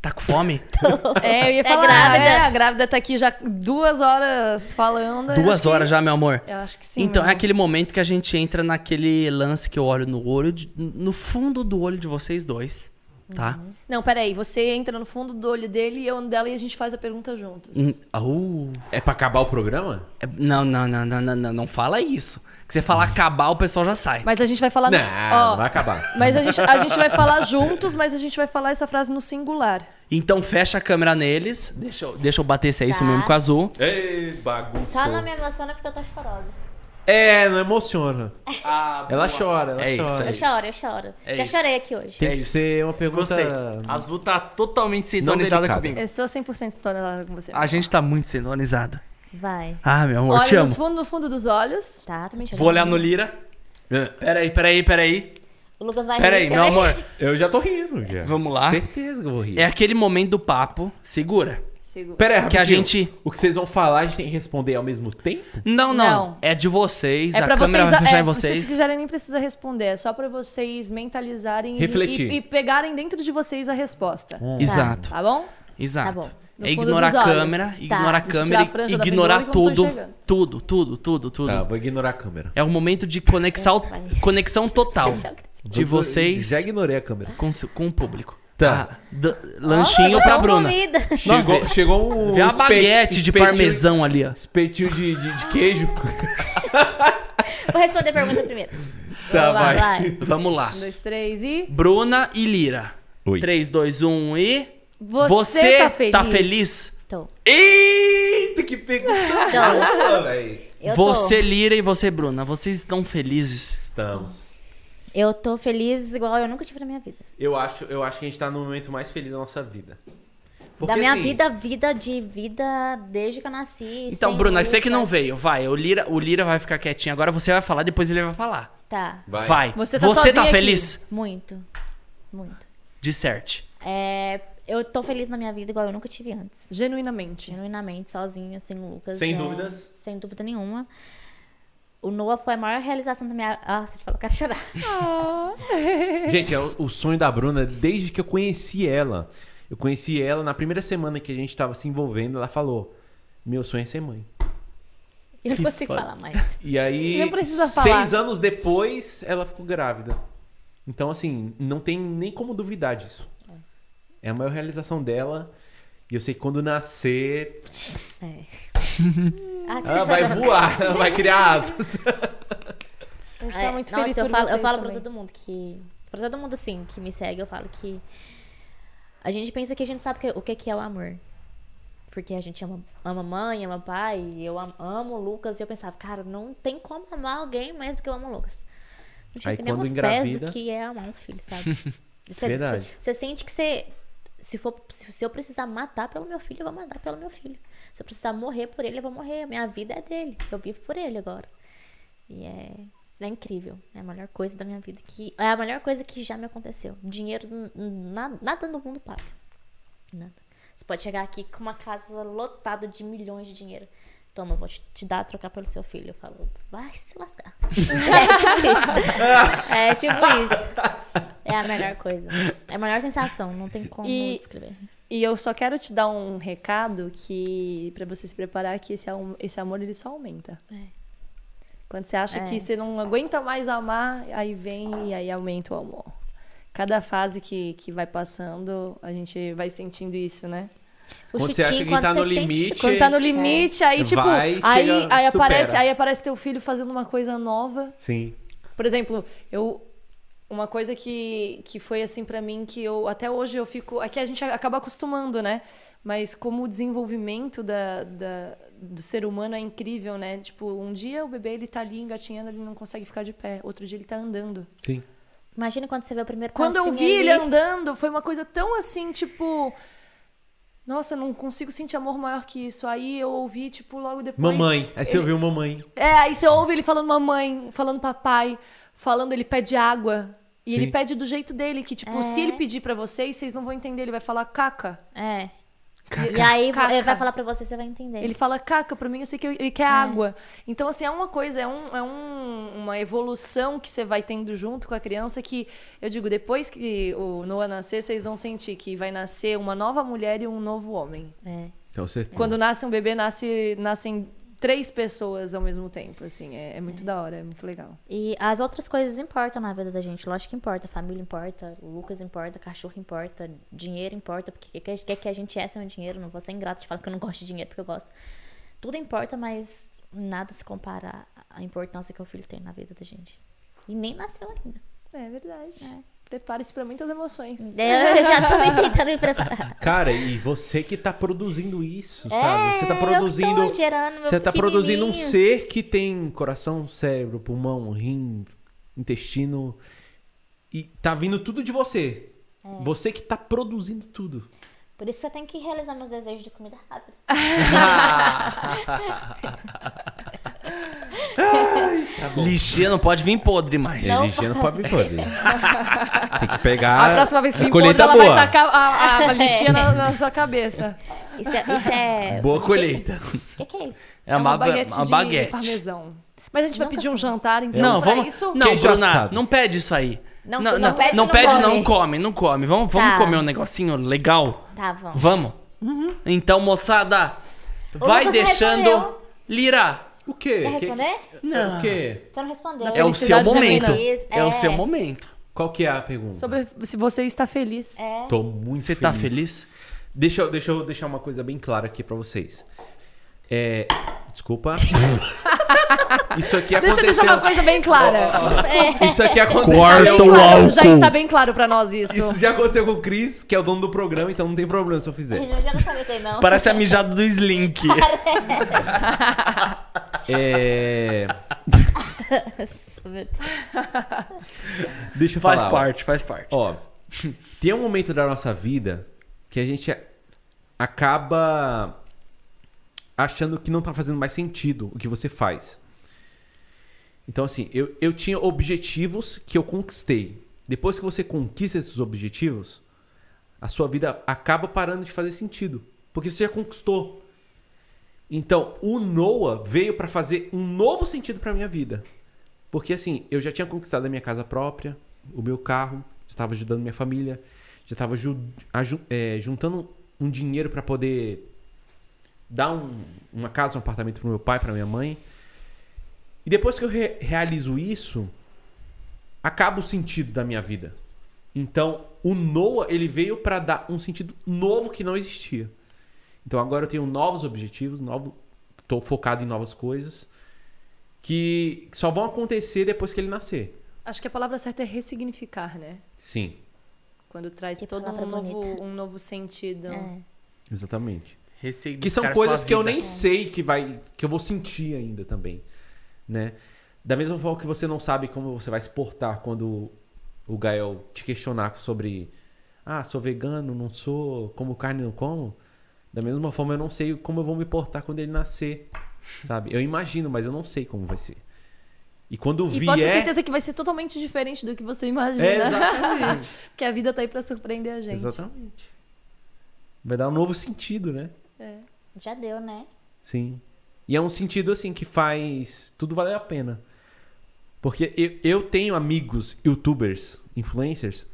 [SPEAKER 2] tá com fome?
[SPEAKER 1] [laughs] É, eu ia
[SPEAKER 3] Tá
[SPEAKER 1] falar.
[SPEAKER 3] grávida.
[SPEAKER 1] é, a grávida tá aqui já duas horas falando. eu acho
[SPEAKER 2] Duas
[SPEAKER 1] que-
[SPEAKER 2] horas já, meu amor.
[SPEAKER 1] Eu acho que sim. né?
[SPEAKER 2] então,
[SPEAKER 1] meu
[SPEAKER 2] é aquele momento que a gente entra naquele lance que eu olho no olho, de- no fundo do olho de vocês dois, tá?
[SPEAKER 1] amor. Não, peraí. Você entra no fundo do olho dele e eu no dela e a gente faz a pergunta juntos.
[SPEAKER 2] Hum, Uh,
[SPEAKER 4] É pra acabar o programa?
[SPEAKER 2] É, Não, não, não, não, não, não, não fala isso. Que você fala acabar, o pessoal já sai.
[SPEAKER 1] Mas a gente vai falar
[SPEAKER 4] não,
[SPEAKER 1] no.
[SPEAKER 4] não
[SPEAKER 1] ó,
[SPEAKER 4] vai acabar.
[SPEAKER 1] Mas a gente, a gente vai falar juntos, mas a gente vai falar essa frase no singular.
[SPEAKER 2] Então fecha a câmera neles. Deixa eu, deixa eu bater se é isso
[SPEAKER 3] Tá.
[SPEAKER 2] mesmo com o azul.
[SPEAKER 4] Ei, bagunça.
[SPEAKER 3] Só não me emociona né, porque eu tô chorosa.
[SPEAKER 4] É, não emociona. Ela
[SPEAKER 2] boa.
[SPEAKER 4] chora, ela
[SPEAKER 2] É isso,
[SPEAKER 4] chora.
[SPEAKER 2] é
[SPEAKER 3] Eu
[SPEAKER 2] isso.
[SPEAKER 3] choro, eu choro.
[SPEAKER 2] É
[SPEAKER 3] Já
[SPEAKER 2] isso.
[SPEAKER 3] chorei aqui hoje.
[SPEAKER 4] Tem
[SPEAKER 2] É
[SPEAKER 4] que
[SPEAKER 2] isso.
[SPEAKER 4] ser uma pergunta.
[SPEAKER 2] Gostei. Azul tá totalmente sintonizada
[SPEAKER 4] delicada.
[SPEAKER 2] comigo.
[SPEAKER 1] Eu sou 100% sintonizada com você.
[SPEAKER 2] A gente tá muito sintonizado.
[SPEAKER 3] Vai.
[SPEAKER 2] Ah, meu amor, te
[SPEAKER 1] Olha
[SPEAKER 2] amo.
[SPEAKER 1] no fundo, no fundo dos olhos.
[SPEAKER 3] Tá, tô mentindo.
[SPEAKER 2] Vou olhar no Lira.
[SPEAKER 4] É,
[SPEAKER 2] Peraí, peraí, peraí.
[SPEAKER 3] O Lucas vai
[SPEAKER 2] Peraí,
[SPEAKER 3] rir,
[SPEAKER 2] meu
[SPEAKER 3] peraí. [laughs]
[SPEAKER 2] amor.
[SPEAKER 4] Eu já tô rindo. Já.
[SPEAKER 2] Vamos lá.
[SPEAKER 4] Certeza que eu vou rir.
[SPEAKER 2] É aquele momento do papo. Segura.
[SPEAKER 1] Segura.
[SPEAKER 4] Pera aí,
[SPEAKER 2] Que a
[SPEAKER 4] rapidinho.
[SPEAKER 2] gente-
[SPEAKER 4] O que vocês vão falar, a gente tem que responder ao mesmo tempo?
[SPEAKER 2] Não, não.
[SPEAKER 1] Não.
[SPEAKER 2] É de vocês.
[SPEAKER 1] É
[SPEAKER 2] a
[SPEAKER 1] pra
[SPEAKER 2] câmera
[SPEAKER 1] vocês,
[SPEAKER 2] vai fechar
[SPEAKER 1] é,
[SPEAKER 2] em vocês.
[SPEAKER 1] se vocês quiserem nem precisa responder, é só pra vocês mentalizarem e-
[SPEAKER 4] Refletir.
[SPEAKER 1] E, e pegarem dentro de vocês a resposta,
[SPEAKER 2] Exato,
[SPEAKER 1] tá bom?
[SPEAKER 2] exato.
[SPEAKER 3] bom.
[SPEAKER 1] No
[SPEAKER 2] É
[SPEAKER 1] fundo
[SPEAKER 2] ignorar a
[SPEAKER 1] dos olhos.
[SPEAKER 2] câmera,
[SPEAKER 1] Tá,
[SPEAKER 2] ignorar
[SPEAKER 1] deixa eu
[SPEAKER 2] a câmera,
[SPEAKER 1] tirar a franja da
[SPEAKER 2] ignorar
[SPEAKER 1] pendura enquanto
[SPEAKER 2] tudo,
[SPEAKER 1] eu tô chegando.
[SPEAKER 2] tudo, tudo, tudo, tudo.
[SPEAKER 4] Tá, vou ignorar a câmera.
[SPEAKER 2] É um momento de conexão, conexão total de
[SPEAKER 4] Vou-
[SPEAKER 2] vocês
[SPEAKER 4] Já ignorei a câmera.
[SPEAKER 2] com, seu- com o público.
[SPEAKER 4] Tá.
[SPEAKER 2] Ah, d- lanchinho
[SPEAKER 3] Olha,
[SPEAKER 2] pra
[SPEAKER 3] duas
[SPEAKER 2] Bruna. [laughs]
[SPEAKER 3] Comida.
[SPEAKER 4] Chegou, chegou um.
[SPEAKER 2] Vê uma
[SPEAKER 4] espe-
[SPEAKER 2] baguete de
[SPEAKER 4] espetinho-
[SPEAKER 2] parmesão ali, ó.
[SPEAKER 4] Espetinho de, de, de
[SPEAKER 2] [laughs]
[SPEAKER 4] queijo.
[SPEAKER 3] Vou responder a pergunta primeiro.
[SPEAKER 4] tá,
[SPEAKER 3] Vai,
[SPEAKER 4] vai.
[SPEAKER 3] vai.
[SPEAKER 2] Vamos lá.
[SPEAKER 1] Um, dois, três e...
[SPEAKER 2] Bruna e Lira.
[SPEAKER 4] Oi.
[SPEAKER 2] 3, 2, 1 e...
[SPEAKER 1] Você, tá feliz?
[SPEAKER 2] feliz?
[SPEAKER 3] Tô.
[SPEAKER 4] Eita, que pegou. Caramba, velho.
[SPEAKER 3] Eu
[SPEAKER 2] você,
[SPEAKER 3] tô.
[SPEAKER 2] Lira, e você, Bruna. Vocês estão felizes?
[SPEAKER 4] Estamos.
[SPEAKER 3] Eu tô feliz igual eu nunca tive na minha vida.
[SPEAKER 4] Eu acho, eu acho que a gente tá no momento mais feliz da nossa vida.
[SPEAKER 3] da minha
[SPEAKER 4] assim,
[SPEAKER 3] vida, vida de vida desde que eu nasci.
[SPEAKER 2] Então,
[SPEAKER 3] sem
[SPEAKER 2] Bruna, você
[SPEAKER 3] lutas.
[SPEAKER 2] que não veio, vai. O Lira, o Lira vai ficar quietinho agora, você vai falar, depois ele vai falar.
[SPEAKER 3] Tá.
[SPEAKER 4] Vai.
[SPEAKER 2] Vai.
[SPEAKER 1] Você tá sozinha aqui.
[SPEAKER 2] feliz?
[SPEAKER 3] Muito. Muito.
[SPEAKER 2] De certo.
[SPEAKER 3] É, eu tô feliz na minha vida igual eu nunca tive antes.
[SPEAKER 1] Genuinamente.
[SPEAKER 3] Genuinamente, sozinha, sem o Lucas.
[SPEAKER 4] Sem
[SPEAKER 3] é,
[SPEAKER 4] dúvidas.
[SPEAKER 3] Sem dúvida nenhuma. O Noah foi a maior realização da minha. Ah, você falou, eu quero chorar. [laughs]
[SPEAKER 2] Ah.
[SPEAKER 4] Gente, é o, o sonho da Bruna, desde que eu conheci ela. Eu conheci ela na primeira semana que a gente tava se envolvendo, ela falou: Meu sonho é ser mãe.
[SPEAKER 3] Eu não consigo falar mais.
[SPEAKER 4] E aí,
[SPEAKER 1] Não precisa
[SPEAKER 4] seis
[SPEAKER 1] falar.
[SPEAKER 4] anos depois, ela ficou grávida. Então, assim, não tem nem como duvidar disso. É a maior realização dela. E eu sei que quando nascer,
[SPEAKER 3] É. Ah, [laughs]
[SPEAKER 4] ela vai voar, ela vai criar asas.
[SPEAKER 1] A gente
[SPEAKER 3] É,
[SPEAKER 1] tá muito
[SPEAKER 3] nossa,
[SPEAKER 1] feliz
[SPEAKER 3] eu
[SPEAKER 1] por
[SPEAKER 3] falo, eu
[SPEAKER 1] vocês
[SPEAKER 3] falo pra
[SPEAKER 1] também.
[SPEAKER 3] todo mundo que. Pra todo mundo, assim, que me segue, eu falo que. A gente pensa que a gente sabe que- o que, que é o amor. Porque a gente ama, ama mãe, ama pai, e eu am- amo o Lucas. E eu pensava, cara, não tem como amar alguém mais do que eu amo o Lucas. Não
[SPEAKER 4] Aí
[SPEAKER 3] chega nem
[SPEAKER 4] quando
[SPEAKER 3] aos pés
[SPEAKER 4] engravida-
[SPEAKER 3] do que é amar um filho, sabe? Você-
[SPEAKER 4] Verdade.
[SPEAKER 3] você- Você sente que você. Se, for, se se eu precisar matar pelo meu filho, eu vou matar pelo meu filho. Se eu precisar morrer por ele, eu vou morrer. Minha vida é dele. Eu vivo por ele agora. E é, é incrível. É a melhor coisa da minha vida. Que, é a melhor coisa que já me aconteceu. Dinheiro, n- n- na- nada no mundo paga. Nada. Você pode chegar aqui com uma casa lotada de milhões de dinheiro. Toma, eu vou te, te dar a trocar pelo seu filho. Eu falo, vai se lascar. [laughs] é tipo isso. É tipo isso. É a melhor coisa. É a melhor sensação. Não tem como
[SPEAKER 1] E-
[SPEAKER 3] descrever.
[SPEAKER 1] E eu só quero te dar um recado que para você se preparar que esse, am- esse amor ele só aumenta.
[SPEAKER 3] É.
[SPEAKER 1] Quando você acha
[SPEAKER 3] É.
[SPEAKER 1] que você não aguenta mais amar, aí vem e aí aumenta o amor. Cada fase que, que vai passando, a gente vai sentindo isso, né?
[SPEAKER 3] O
[SPEAKER 4] Quando você acha que
[SPEAKER 3] quando
[SPEAKER 4] tá no
[SPEAKER 3] você sente-
[SPEAKER 4] limite,
[SPEAKER 1] Quando tá no limite, aí tipo,
[SPEAKER 4] é. Vai,
[SPEAKER 1] aí,
[SPEAKER 4] chega,
[SPEAKER 1] aí, aparece,
[SPEAKER 4] supera.
[SPEAKER 1] aí aparece teu filho fazendo uma coisa nova.
[SPEAKER 4] [laughs] Sim.
[SPEAKER 1] Por exemplo, eu uma coisa que, que foi assim pra mim que eu até hoje eu fico, é que a gente acaba acostumando, né? Mas como o desenvolvimento da, da- do ser humano é incrível, né? Tipo, um dia o bebê ele tá ali engatinhando, ele não consegue ficar de pé. Outro dia ele tá andando.
[SPEAKER 4] Sim.
[SPEAKER 3] É. Imagina quando você vê o primeiro
[SPEAKER 1] Quando eu
[SPEAKER 3] passinho
[SPEAKER 1] vi ele
[SPEAKER 3] assim ali.
[SPEAKER 1] andando, foi uma coisa tão assim, tipo, nossa, não consigo sentir amor maior que isso. Aí eu ouvi tipo logo depois
[SPEAKER 4] Mamãe. Aí você ouviu mamãe.
[SPEAKER 1] é, aí você ouve ele falando mamãe, falando papai, falando ele pede água. E ele
[SPEAKER 4] Sim.
[SPEAKER 1] pede do jeito dele, que tipo,
[SPEAKER 3] É.
[SPEAKER 1] se ele pedir pra vocês, vocês não vão entender, ele vai falar caca.
[SPEAKER 3] É.
[SPEAKER 2] Cacá.
[SPEAKER 3] [laughs] E aí
[SPEAKER 1] Caca.
[SPEAKER 3] ele vai falar pra você, você vai entender.
[SPEAKER 1] Ele fala caca pra mim, eu sei que eu- ele
[SPEAKER 3] É.
[SPEAKER 1] quer água. Então, assim, é uma coisa, é, um, é um- uma evolução que você vai tendo junto com a criança que, eu digo, depois que o Noah nascer, vocês vão sentir que vai nascer uma nova mulher e um novo homem.
[SPEAKER 3] É.
[SPEAKER 4] Então você.
[SPEAKER 1] Quando nasce um bebê, nasce, nascem três pessoas ao mesmo tempo, assim. É, é muito da hora, é muito legal.
[SPEAKER 3] E as outras coisas importam na vida da gente. Lógico que importa. Família importa, o Lucas importa, cachorro importa, dinheiro importa. Porque o que, que, que a gente é sem o dinheiro? Não vou ser ingrato de falar que eu não gosto de dinheiro, porque eu gosto. Tudo importa, mas nada se compara à importância que o filho tem na vida da gente. E nem nasceu ainda.
[SPEAKER 1] É verdade. Prepare-se para muitas emoções.
[SPEAKER 3] Eu [laughs] já tô me tentando me preparar.
[SPEAKER 4] Cara, e você que tá produzindo isso,
[SPEAKER 1] É,
[SPEAKER 4] sabe? Você tá
[SPEAKER 3] É, eu que tô
[SPEAKER 4] produzindo.
[SPEAKER 3] gerando meu
[SPEAKER 4] Você tá produzindo um
[SPEAKER 3] pequenininho.
[SPEAKER 4] ser que tem coração, cérebro, pulmão, rim, intestino.
[SPEAKER 1] É.
[SPEAKER 4] E tá vindo tudo de você. Você que tá produzindo tudo.
[SPEAKER 3] Por isso que eu tenho que realizar meus desejos de comida rápido.
[SPEAKER 5] Tá
[SPEAKER 2] Lixeira não pode vir podre mais.
[SPEAKER 3] Não.
[SPEAKER 5] Exigir não pode me foder. Tem que
[SPEAKER 1] A
[SPEAKER 4] Ah,
[SPEAKER 5] pegar.
[SPEAKER 1] próxima vez que
[SPEAKER 5] a
[SPEAKER 1] me encontra,
[SPEAKER 5] colheita
[SPEAKER 1] ela
[SPEAKER 5] boa.
[SPEAKER 1] vai tacar a, a,
[SPEAKER 3] [laughs] É.
[SPEAKER 1] a lixinha na, na sua cabeça.
[SPEAKER 3] Isso é. Isso é...
[SPEAKER 5] Boa
[SPEAKER 3] o que que é isso?
[SPEAKER 5] colheita.
[SPEAKER 3] O que, que é isso?
[SPEAKER 2] É uma, ba- uma
[SPEAKER 1] de
[SPEAKER 2] baguete.
[SPEAKER 1] parmesão. Mas a gente vai
[SPEAKER 3] Nunca
[SPEAKER 1] pedir um jantar, então,
[SPEAKER 2] Não,
[SPEAKER 1] pra
[SPEAKER 2] vamos.
[SPEAKER 1] isso?
[SPEAKER 2] Não,
[SPEAKER 5] Quem já
[SPEAKER 2] Bruna,
[SPEAKER 5] sabe?
[SPEAKER 2] não pede isso aí.
[SPEAKER 3] Não, não pede,
[SPEAKER 2] não
[SPEAKER 3] não
[SPEAKER 2] pede,
[SPEAKER 3] come.
[SPEAKER 2] não come, não come. Vamos, vamos
[SPEAKER 3] Tá.
[SPEAKER 2] comer um negocinho legal.
[SPEAKER 3] Tá, vamos.
[SPEAKER 2] Vamos. Então, moçada,
[SPEAKER 3] O
[SPEAKER 2] vai
[SPEAKER 3] Lucas
[SPEAKER 2] deixando.
[SPEAKER 3] respondeu.
[SPEAKER 2] Lira,
[SPEAKER 4] O
[SPEAKER 3] Quer
[SPEAKER 4] quê? Que- É
[SPEAKER 3] responder?
[SPEAKER 2] Não.
[SPEAKER 4] O quê?
[SPEAKER 3] Você não respondeu.
[SPEAKER 2] é o seu
[SPEAKER 1] Felicidade
[SPEAKER 2] momento.
[SPEAKER 3] genuína.
[SPEAKER 2] É o seu
[SPEAKER 3] É.
[SPEAKER 2] momento.
[SPEAKER 4] Qual que é a pergunta?
[SPEAKER 1] Sobre se você está feliz.
[SPEAKER 3] É.
[SPEAKER 4] Tô muito
[SPEAKER 2] Você tá feliz?
[SPEAKER 4] Deixa eu, deixa eu deixar uma coisa bem clara aqui pra vocês. É...
[SPEAKER 1] [laughs]
[SPEAKER 4] Desculpa. Isso aqui aconteceu...
[SPEAKER 1] Deixa eu deixar uma coisa bem clara.
[SPEAKER 4] Isso aqui aconteceu...
[SPEAKER 1] Bem
[SPEAKER 5] Corta o
[SPEAKER 1] claro, já
[SPEAKER 5] álcool.
[SPEAKER 1] está bem claro pra nós isso.
[SPEAKER 4] Isso já aconteceu com o Cris, que é o dono do programa, então não tem problema se eu fizer.
[SPEAKER 3] [laughs] Eu já não comentei, não.
[SPEAKER 2] Parece a mijada do [laughs] Slink.
[SPEAKER 4] É... Deixa eu
[SPEAKER 2] faz
[SPEAKER 4] falar. ó.
[SPEAKER 2] parte, faz parte.
[SPEAKER 4] Ó, tem um momento da nossa vida que a gente a- acaba achando que não tá fazendo mais sentido o que você faz. Então, assim, eu, eu tinha objetivos que eu conquistei. Depois que você conquista esses objetivos, a sua vida acaba parando de fazer sentido. Porque você já conquistou. Então, o Noah veio pra fazer um novo sentido pra minha vida. Porque assim, eu já tinha conquistado a minha casa própria, o meu carro, já estava ajudando minha família, já estava juntando um dinheiro para poder dar um- uma casa, um apartamento para meu pai, para minha mãe. E depois que eu re- realizo isso, acaba o sentido da minha vida. Então, o Noah, ele veio para dar um sentido novo que não existia. Então, agora eu tenho novos objetivos, novo, tô focado em novas coisas que só vão acontecer depois que ele nascer.
[SPEAKER 1] Acho que a palavra certa é ressignificar, né?
[SPEAKER 4] Sim,
[SPEAKER 1] Quando traz
[SPEAKER 3] Que
[SPEAKER 1] todo um
[SPEAKER 3] palavra
[SPEAKER 1] novo,
[SPEAKER 3] bonita.
[SPEAKER 1] um novo sentido.
[SPEAKER 3] É.
[SPEAKER 4] exatamente.
[SPEAKER 2] Ressignificar
[SPEAKER 4] Que são
[SPEAKER 2] sua
[SPEAKER 4] coisas que eu
[SPEAKER 2] vida.
[SPEAKER 4] nem sei que vai que eu vou sentir ainda também, né? Da mesma forma que você não sabe como você vai se portar quando o Gael te questionar sobre ah, sou vegano, não sou, como carne não como. Da mesma forma eu não sei como eu vou me portar quando ele nascer, sabe? Eu imagino, mas eu não sei como vai ser. E quando
[SPEAKER 1] E
[SPEAKER 4] vier,
[SPEAKER 1] pode ter certeza que vai ser totalmente diferente do que você imagina.
[SPEAKER 4] É,
[SPEAKER 1] [laughs]
[SPEAKER 4] exatamente.
[SPEAKER 1] Porque a vida tá aí pra surpreender a gente.
[SPEAKER 4] Exatamente. Vai dar um novo sentido, né?
[SPEAKER 1] É.
[SPEAKER 3] Já deu, né?
[SPEAKER 4] Sim. E é um sentido assim que faz tudo valer a pena. Porque eu, eu tenho amigos youtubers, influencers,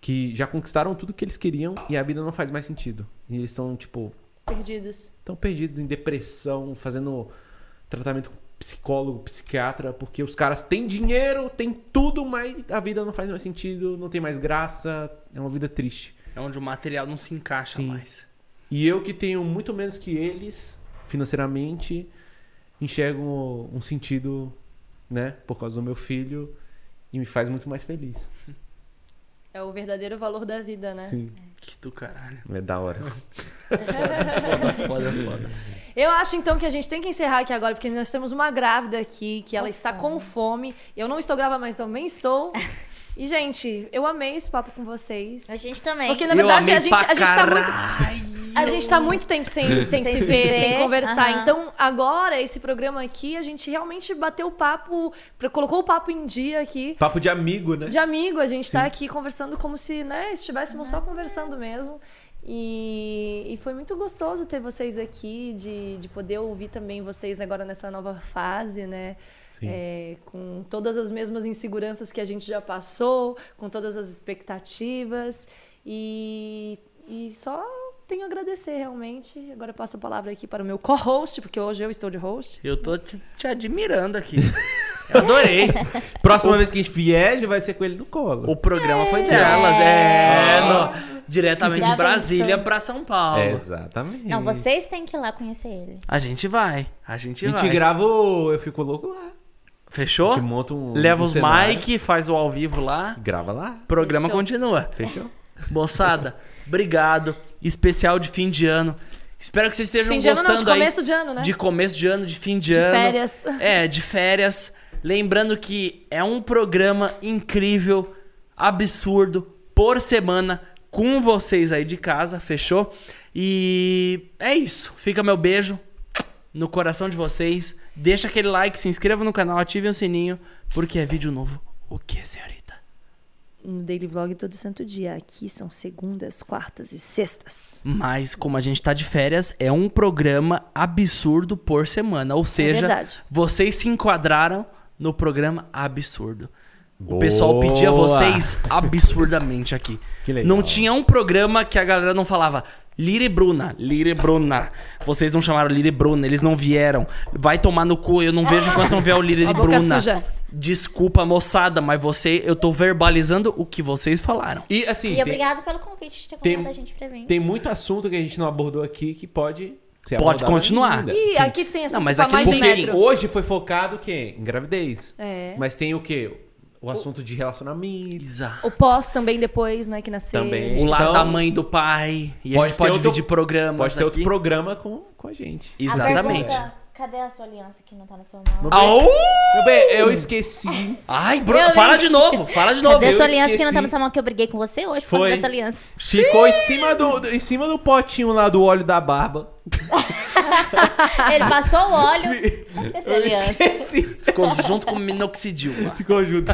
[SPEAKER 4] que já conquistaram tudo que eles queriam e a vida não faz mais sentido. E eles estão, tipo,
[SPEAKER 1] Perdidos.
[SPEAKER 4] tão perdidos em depressão, fazendo tratamento com psicólogo, psiquiatra, porque os caras têm dinheiro, têm tudo, mas a vida não faz mais sentido, não tem mais graça, é uma vida triste.
[SPEAKER 2] É onde o material não se encaixa
[SPEAKER 4] Sim.
[SPEAKER 2] mais.
[SPEAKER 4] E eu que tenho muito menos que eles, financeiramente, enxergo um sentido, né, por causa do meu filho e me faz muito mais feliz.
[SPEAKER 1] É o verdadeiro valor da vida, né?
[SPEAKER 4] Sim,
[SPEAKER 2] Que do caralho.
[SPEAKER 4] é da hora.
[SPEAKER 2] [laughs] Foda, foda.
[SPEAKER 1] Eu acho então que a gente tem que encerrar aqui agora, porque nós temos uma grávida aqui, que ela está com fome. Eu não estou grávida, mas também estou. E, gente, eu amei esse papo com vocês.
[SPEAKER 3] A gente também.
[SPEAKER 1] Porque, na verdade, a gente, a gente tá muito.
[SPEAKER 2] muito.
[SPEAKER 1] A gente tá muito tempo sem, sem, se
[SPEAKER 3] se
[SPEAKER 1] ver,
[SPEAKER 3] ver,
[SPEAKER 1] sem conversar.
[SPEAKER 3] aham.
[SPEAKER 1] Então, agora, esse programa aqui, a gente realmente bateu o papo, pra- colocou o papo em dia aqui.
[SPEAKER 4] Papo de amigo, né?
[SPEAKER 1] De amigo, a gente tá aqui conversando como se, né, estivéssemos só conversando mesmo. E, e foi muito gostoso ter vocês aqui, de, de poder ouvir também vocês agora nessa nova fase, né?
[SPEAKER 4] Sim.
[SPEAKER 1] É, com todas as mesmas inseguranças que a gente já passou, com todas as expectativas. E, e só tenho a agradecer realmente. Agora eu passo a palavra aqui para o meu co-host, porque hoje eu estou de host.
[SPEAKER 2] Eu tô te, te admirando aqui. Eu
[SPEAKER 1] [laughs]
[SPEAKER 2] adorei.
[SPEAKER 4] Próxima vez que a gente vier, já vai ser com ele no colo.
[SPEAKER 2] O programa foi delas. É, no- diretamente
[SPEAKER 3] Já
[SPEAKER 2] de Brasília
[SPEAKER 3] pensou.
[SPEAKER 2] pra São Paulo.
[SPEAKER 4] É, Exatamente.
[SPEAKER 3] Não, vocês têm que ir lá conhecer ele.
[SPEAKER 2] A gente vai. A gente
[SPEAKER 4] A gente
[SPEAKER 2] vai.
[SPEAKER 4] grava o Eu Fico Louco lá.
[SPEAKER 2] Fechou?
[SPEAKER 4] A gente monta um.
[SPEAKER 2] Leva
[SPEAKER 4] um
[SPEAKER 2] os
[SPEAKER 4] cenário,
[SPEAKER 2] mic, faz o ao vivo lá.
[SPEAKER 4] Grava lá.
[SPEAKER 2] Programa
[SPEAKER 1] Fechou.
[SPEAKER 2] continua.
[SPEAKER 4] Fechou?
[SPEAKER 2] Moçada, obrigado. Especial de fim de ano. Espero que vocês estejam
[SPEAKER 1] Fim de ano
[SPEAKER 2] gostando
[SPEAKER 1] não, de
[SPEAKER 2] aí.
[SPEAKER 1] começo de ano, né?
[SPEAKER 2] De começo de ano, de fim de,
[SPEAKER 1] De
[SPEAKER 2] ano.
[SPEAKER 1] férias.
[SPEAKER 2] É, de férias. Lembrando que é um programa incrível, absurdo, por semana, com vocês aí de casa, fechou? E é isso. Fica meu beijo no coração de vocês. Deixa aquele like, se inscreva no canal, ative o sininho, porque é vídeo novo. O que, senhorita?
[SPEAKER 1] No Daily Vlog todo santo dia. Aqui são segundas, quartas e sextas.
[SPEAKER 2] Mas como a gente tá de férias, é um programa absurdo por semana. Ou
[SPEAKER 1] É
[SPEAKER 2] seja,
[SPEAKER 1] verdade.
[SPEAKER 2] vocês se enquadraram no programa absurdo. O pessoal pedia
[SPEAKER 5] Boa.
[SPEAKER 2] vocês absurdamente aqui.
[SPEAKER 5] Que legal.
[SPEAKER 2] Não tinha um programa que a galera não falava Lira e Bruna, Lira e Bruna. Vocês não chamaram Lira e Bruna, eles não vieram. Vai tomar no cu, eu não vejo enquanto não vier o Lira
[SPEAKER 1] [laughs] A
[SPEAKER 2] e
[SPEAKER 1] boca
[SPEAKER 2] Bruna.
[SPEAKER 1] suja.
[SPEAKER 2] Desculpa, moçada, mas você, eu tô verbalizando o que vocês falaram.
[SPEAKER 4] E assim,
[SPEAKER 3] E
[SPEAKER 4] tem,
[SPEAKER 3] obrigado pelo convite de ter
[SPEAKER 4] tem-
[SPEAKER 3] convidado a gente pra vir.
[SPEAKER 4] tem muito assunto que a gente não abordou aqui que pode ser
[SPEAKER 2] Pode
[SPEAKER 4] abordado
[SPEAKER 5] é
[SPEAKER 2] continuar.
[SPEAKER 4] ainda.
[SPEAKER 1] Ih,
[SPEAKER 4] Sim.
[SPEAKER 1] aqui tem assunto
[SPEAKER 2] Não, mas
[SPEAKER 1] pra
[SPEAKER 2] aqui
[SPEAKER 1] mais de
[SPEAKER 2] não
[SPEAKER 4] Porque
[SPEAKER 2] tem.
[SPEAKER 1] metro.
[SPEAKER 4] hoje foi focado o quê? Em gravidez.
[SPEAKER 1] É.
[SPEAKER 4] Mas tem o quê? O assunto de relacionamento.
[SPEAKER 2] Isa.
[SPEAKER 1] O pós também depois, né? Que nasceu.
[SPEAKER 4] Também.
[SPEAKER 2] O Um lado
[SPEAKER 4] Então,
[SPEAKER 2] da mãe e do pai. E a
[SPEAKER 4] pode
[SPEAKER 2] gente pode
[SPEAKER 4] ter outro-
[SPEAKER 2] dividir programas
[SPEAKER 4] Pode ter outro
[SPEAKER 2] aqui.
[SPEAKER 4] programa com, com a gente.
[SPEAKER 3] A
[SPEAKER 2] Exatamente.
[SPEAKER 3] pergunta, cadê a sua aliança que não tá na sua mão?
[SPEAKER 4] Não-
[SPEAKER 2] Au!
[SPEAKER 4] Meu bem, eu esqueci.
[SPEAKER 2] Ai, Bruno,
[SPEAKER 3] Meu
[SPEAKER 2] fala
[SPEAKER 3] Deus.
[SPEAKER 2] de novo, fala de novo.
[SPEAKER 3] Cadê a sua
[SPEAKER 4] eu
[SPEAKER 3] aliança que não tá
[SPEAKER 4] esqueci.
[SPEAKER 3] na sua mão que eu briguei com você hoje por
[SPEAKER 4] Foi.
[SPEAKER 3] causa dessa aliança?
[SPEAKER 4] Ficou em cima, do, em cima do potinho lá do óleo da barba.
[SPEAKER 3] Ele passou o óleo. Esqueci a
[SPEAKER 4] [laughs] Eu
[SPEAKER 3] aliança.
[SPEAKER 4] esqueci.
[SPEAKER 2] Ficou junto com minoxidil. lá.
[SPEAKER 4] Ficou junto.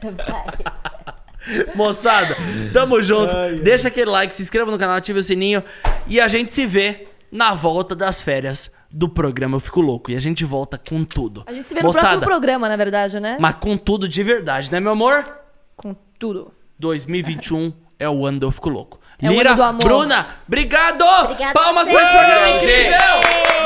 [SPEAKER 3] Vai.
[SPEAKER 2] Moçada, tamo junto.
[SPEAKER 4] Ai, ai.
[SPEAKER 2] Deixa aquele like, se inscreva no canal, ative o sininho. E a gente se vê na volta das férias do programa Eu Fico Louco. E a gente volta com tudo.
[SPEAKER 1] A gente se vê
[SPEAKER 2] Moçada,
[SPEAKER 1] no próximo programa, na verdade, né?
[SPEAKER 2] Mas com tudo de verdade, né, meu amor?
[SPEAKER 1] Com tudo.
[SPEAKER 2] 2021 é o ano do Eu Fico Louco.
[SPEAKER 1] É o
[SPEAKER 2] Mira,
[SPEAKER 1] ano do amor.
[SPEAKER 2] Bruna, obrigado!
[SPEAKER 3] Obrigada a
[SPEAKER 2] Palmas
[SPEAKER 3] vocês.
[SPEAKER 2] pra esse programa incrível!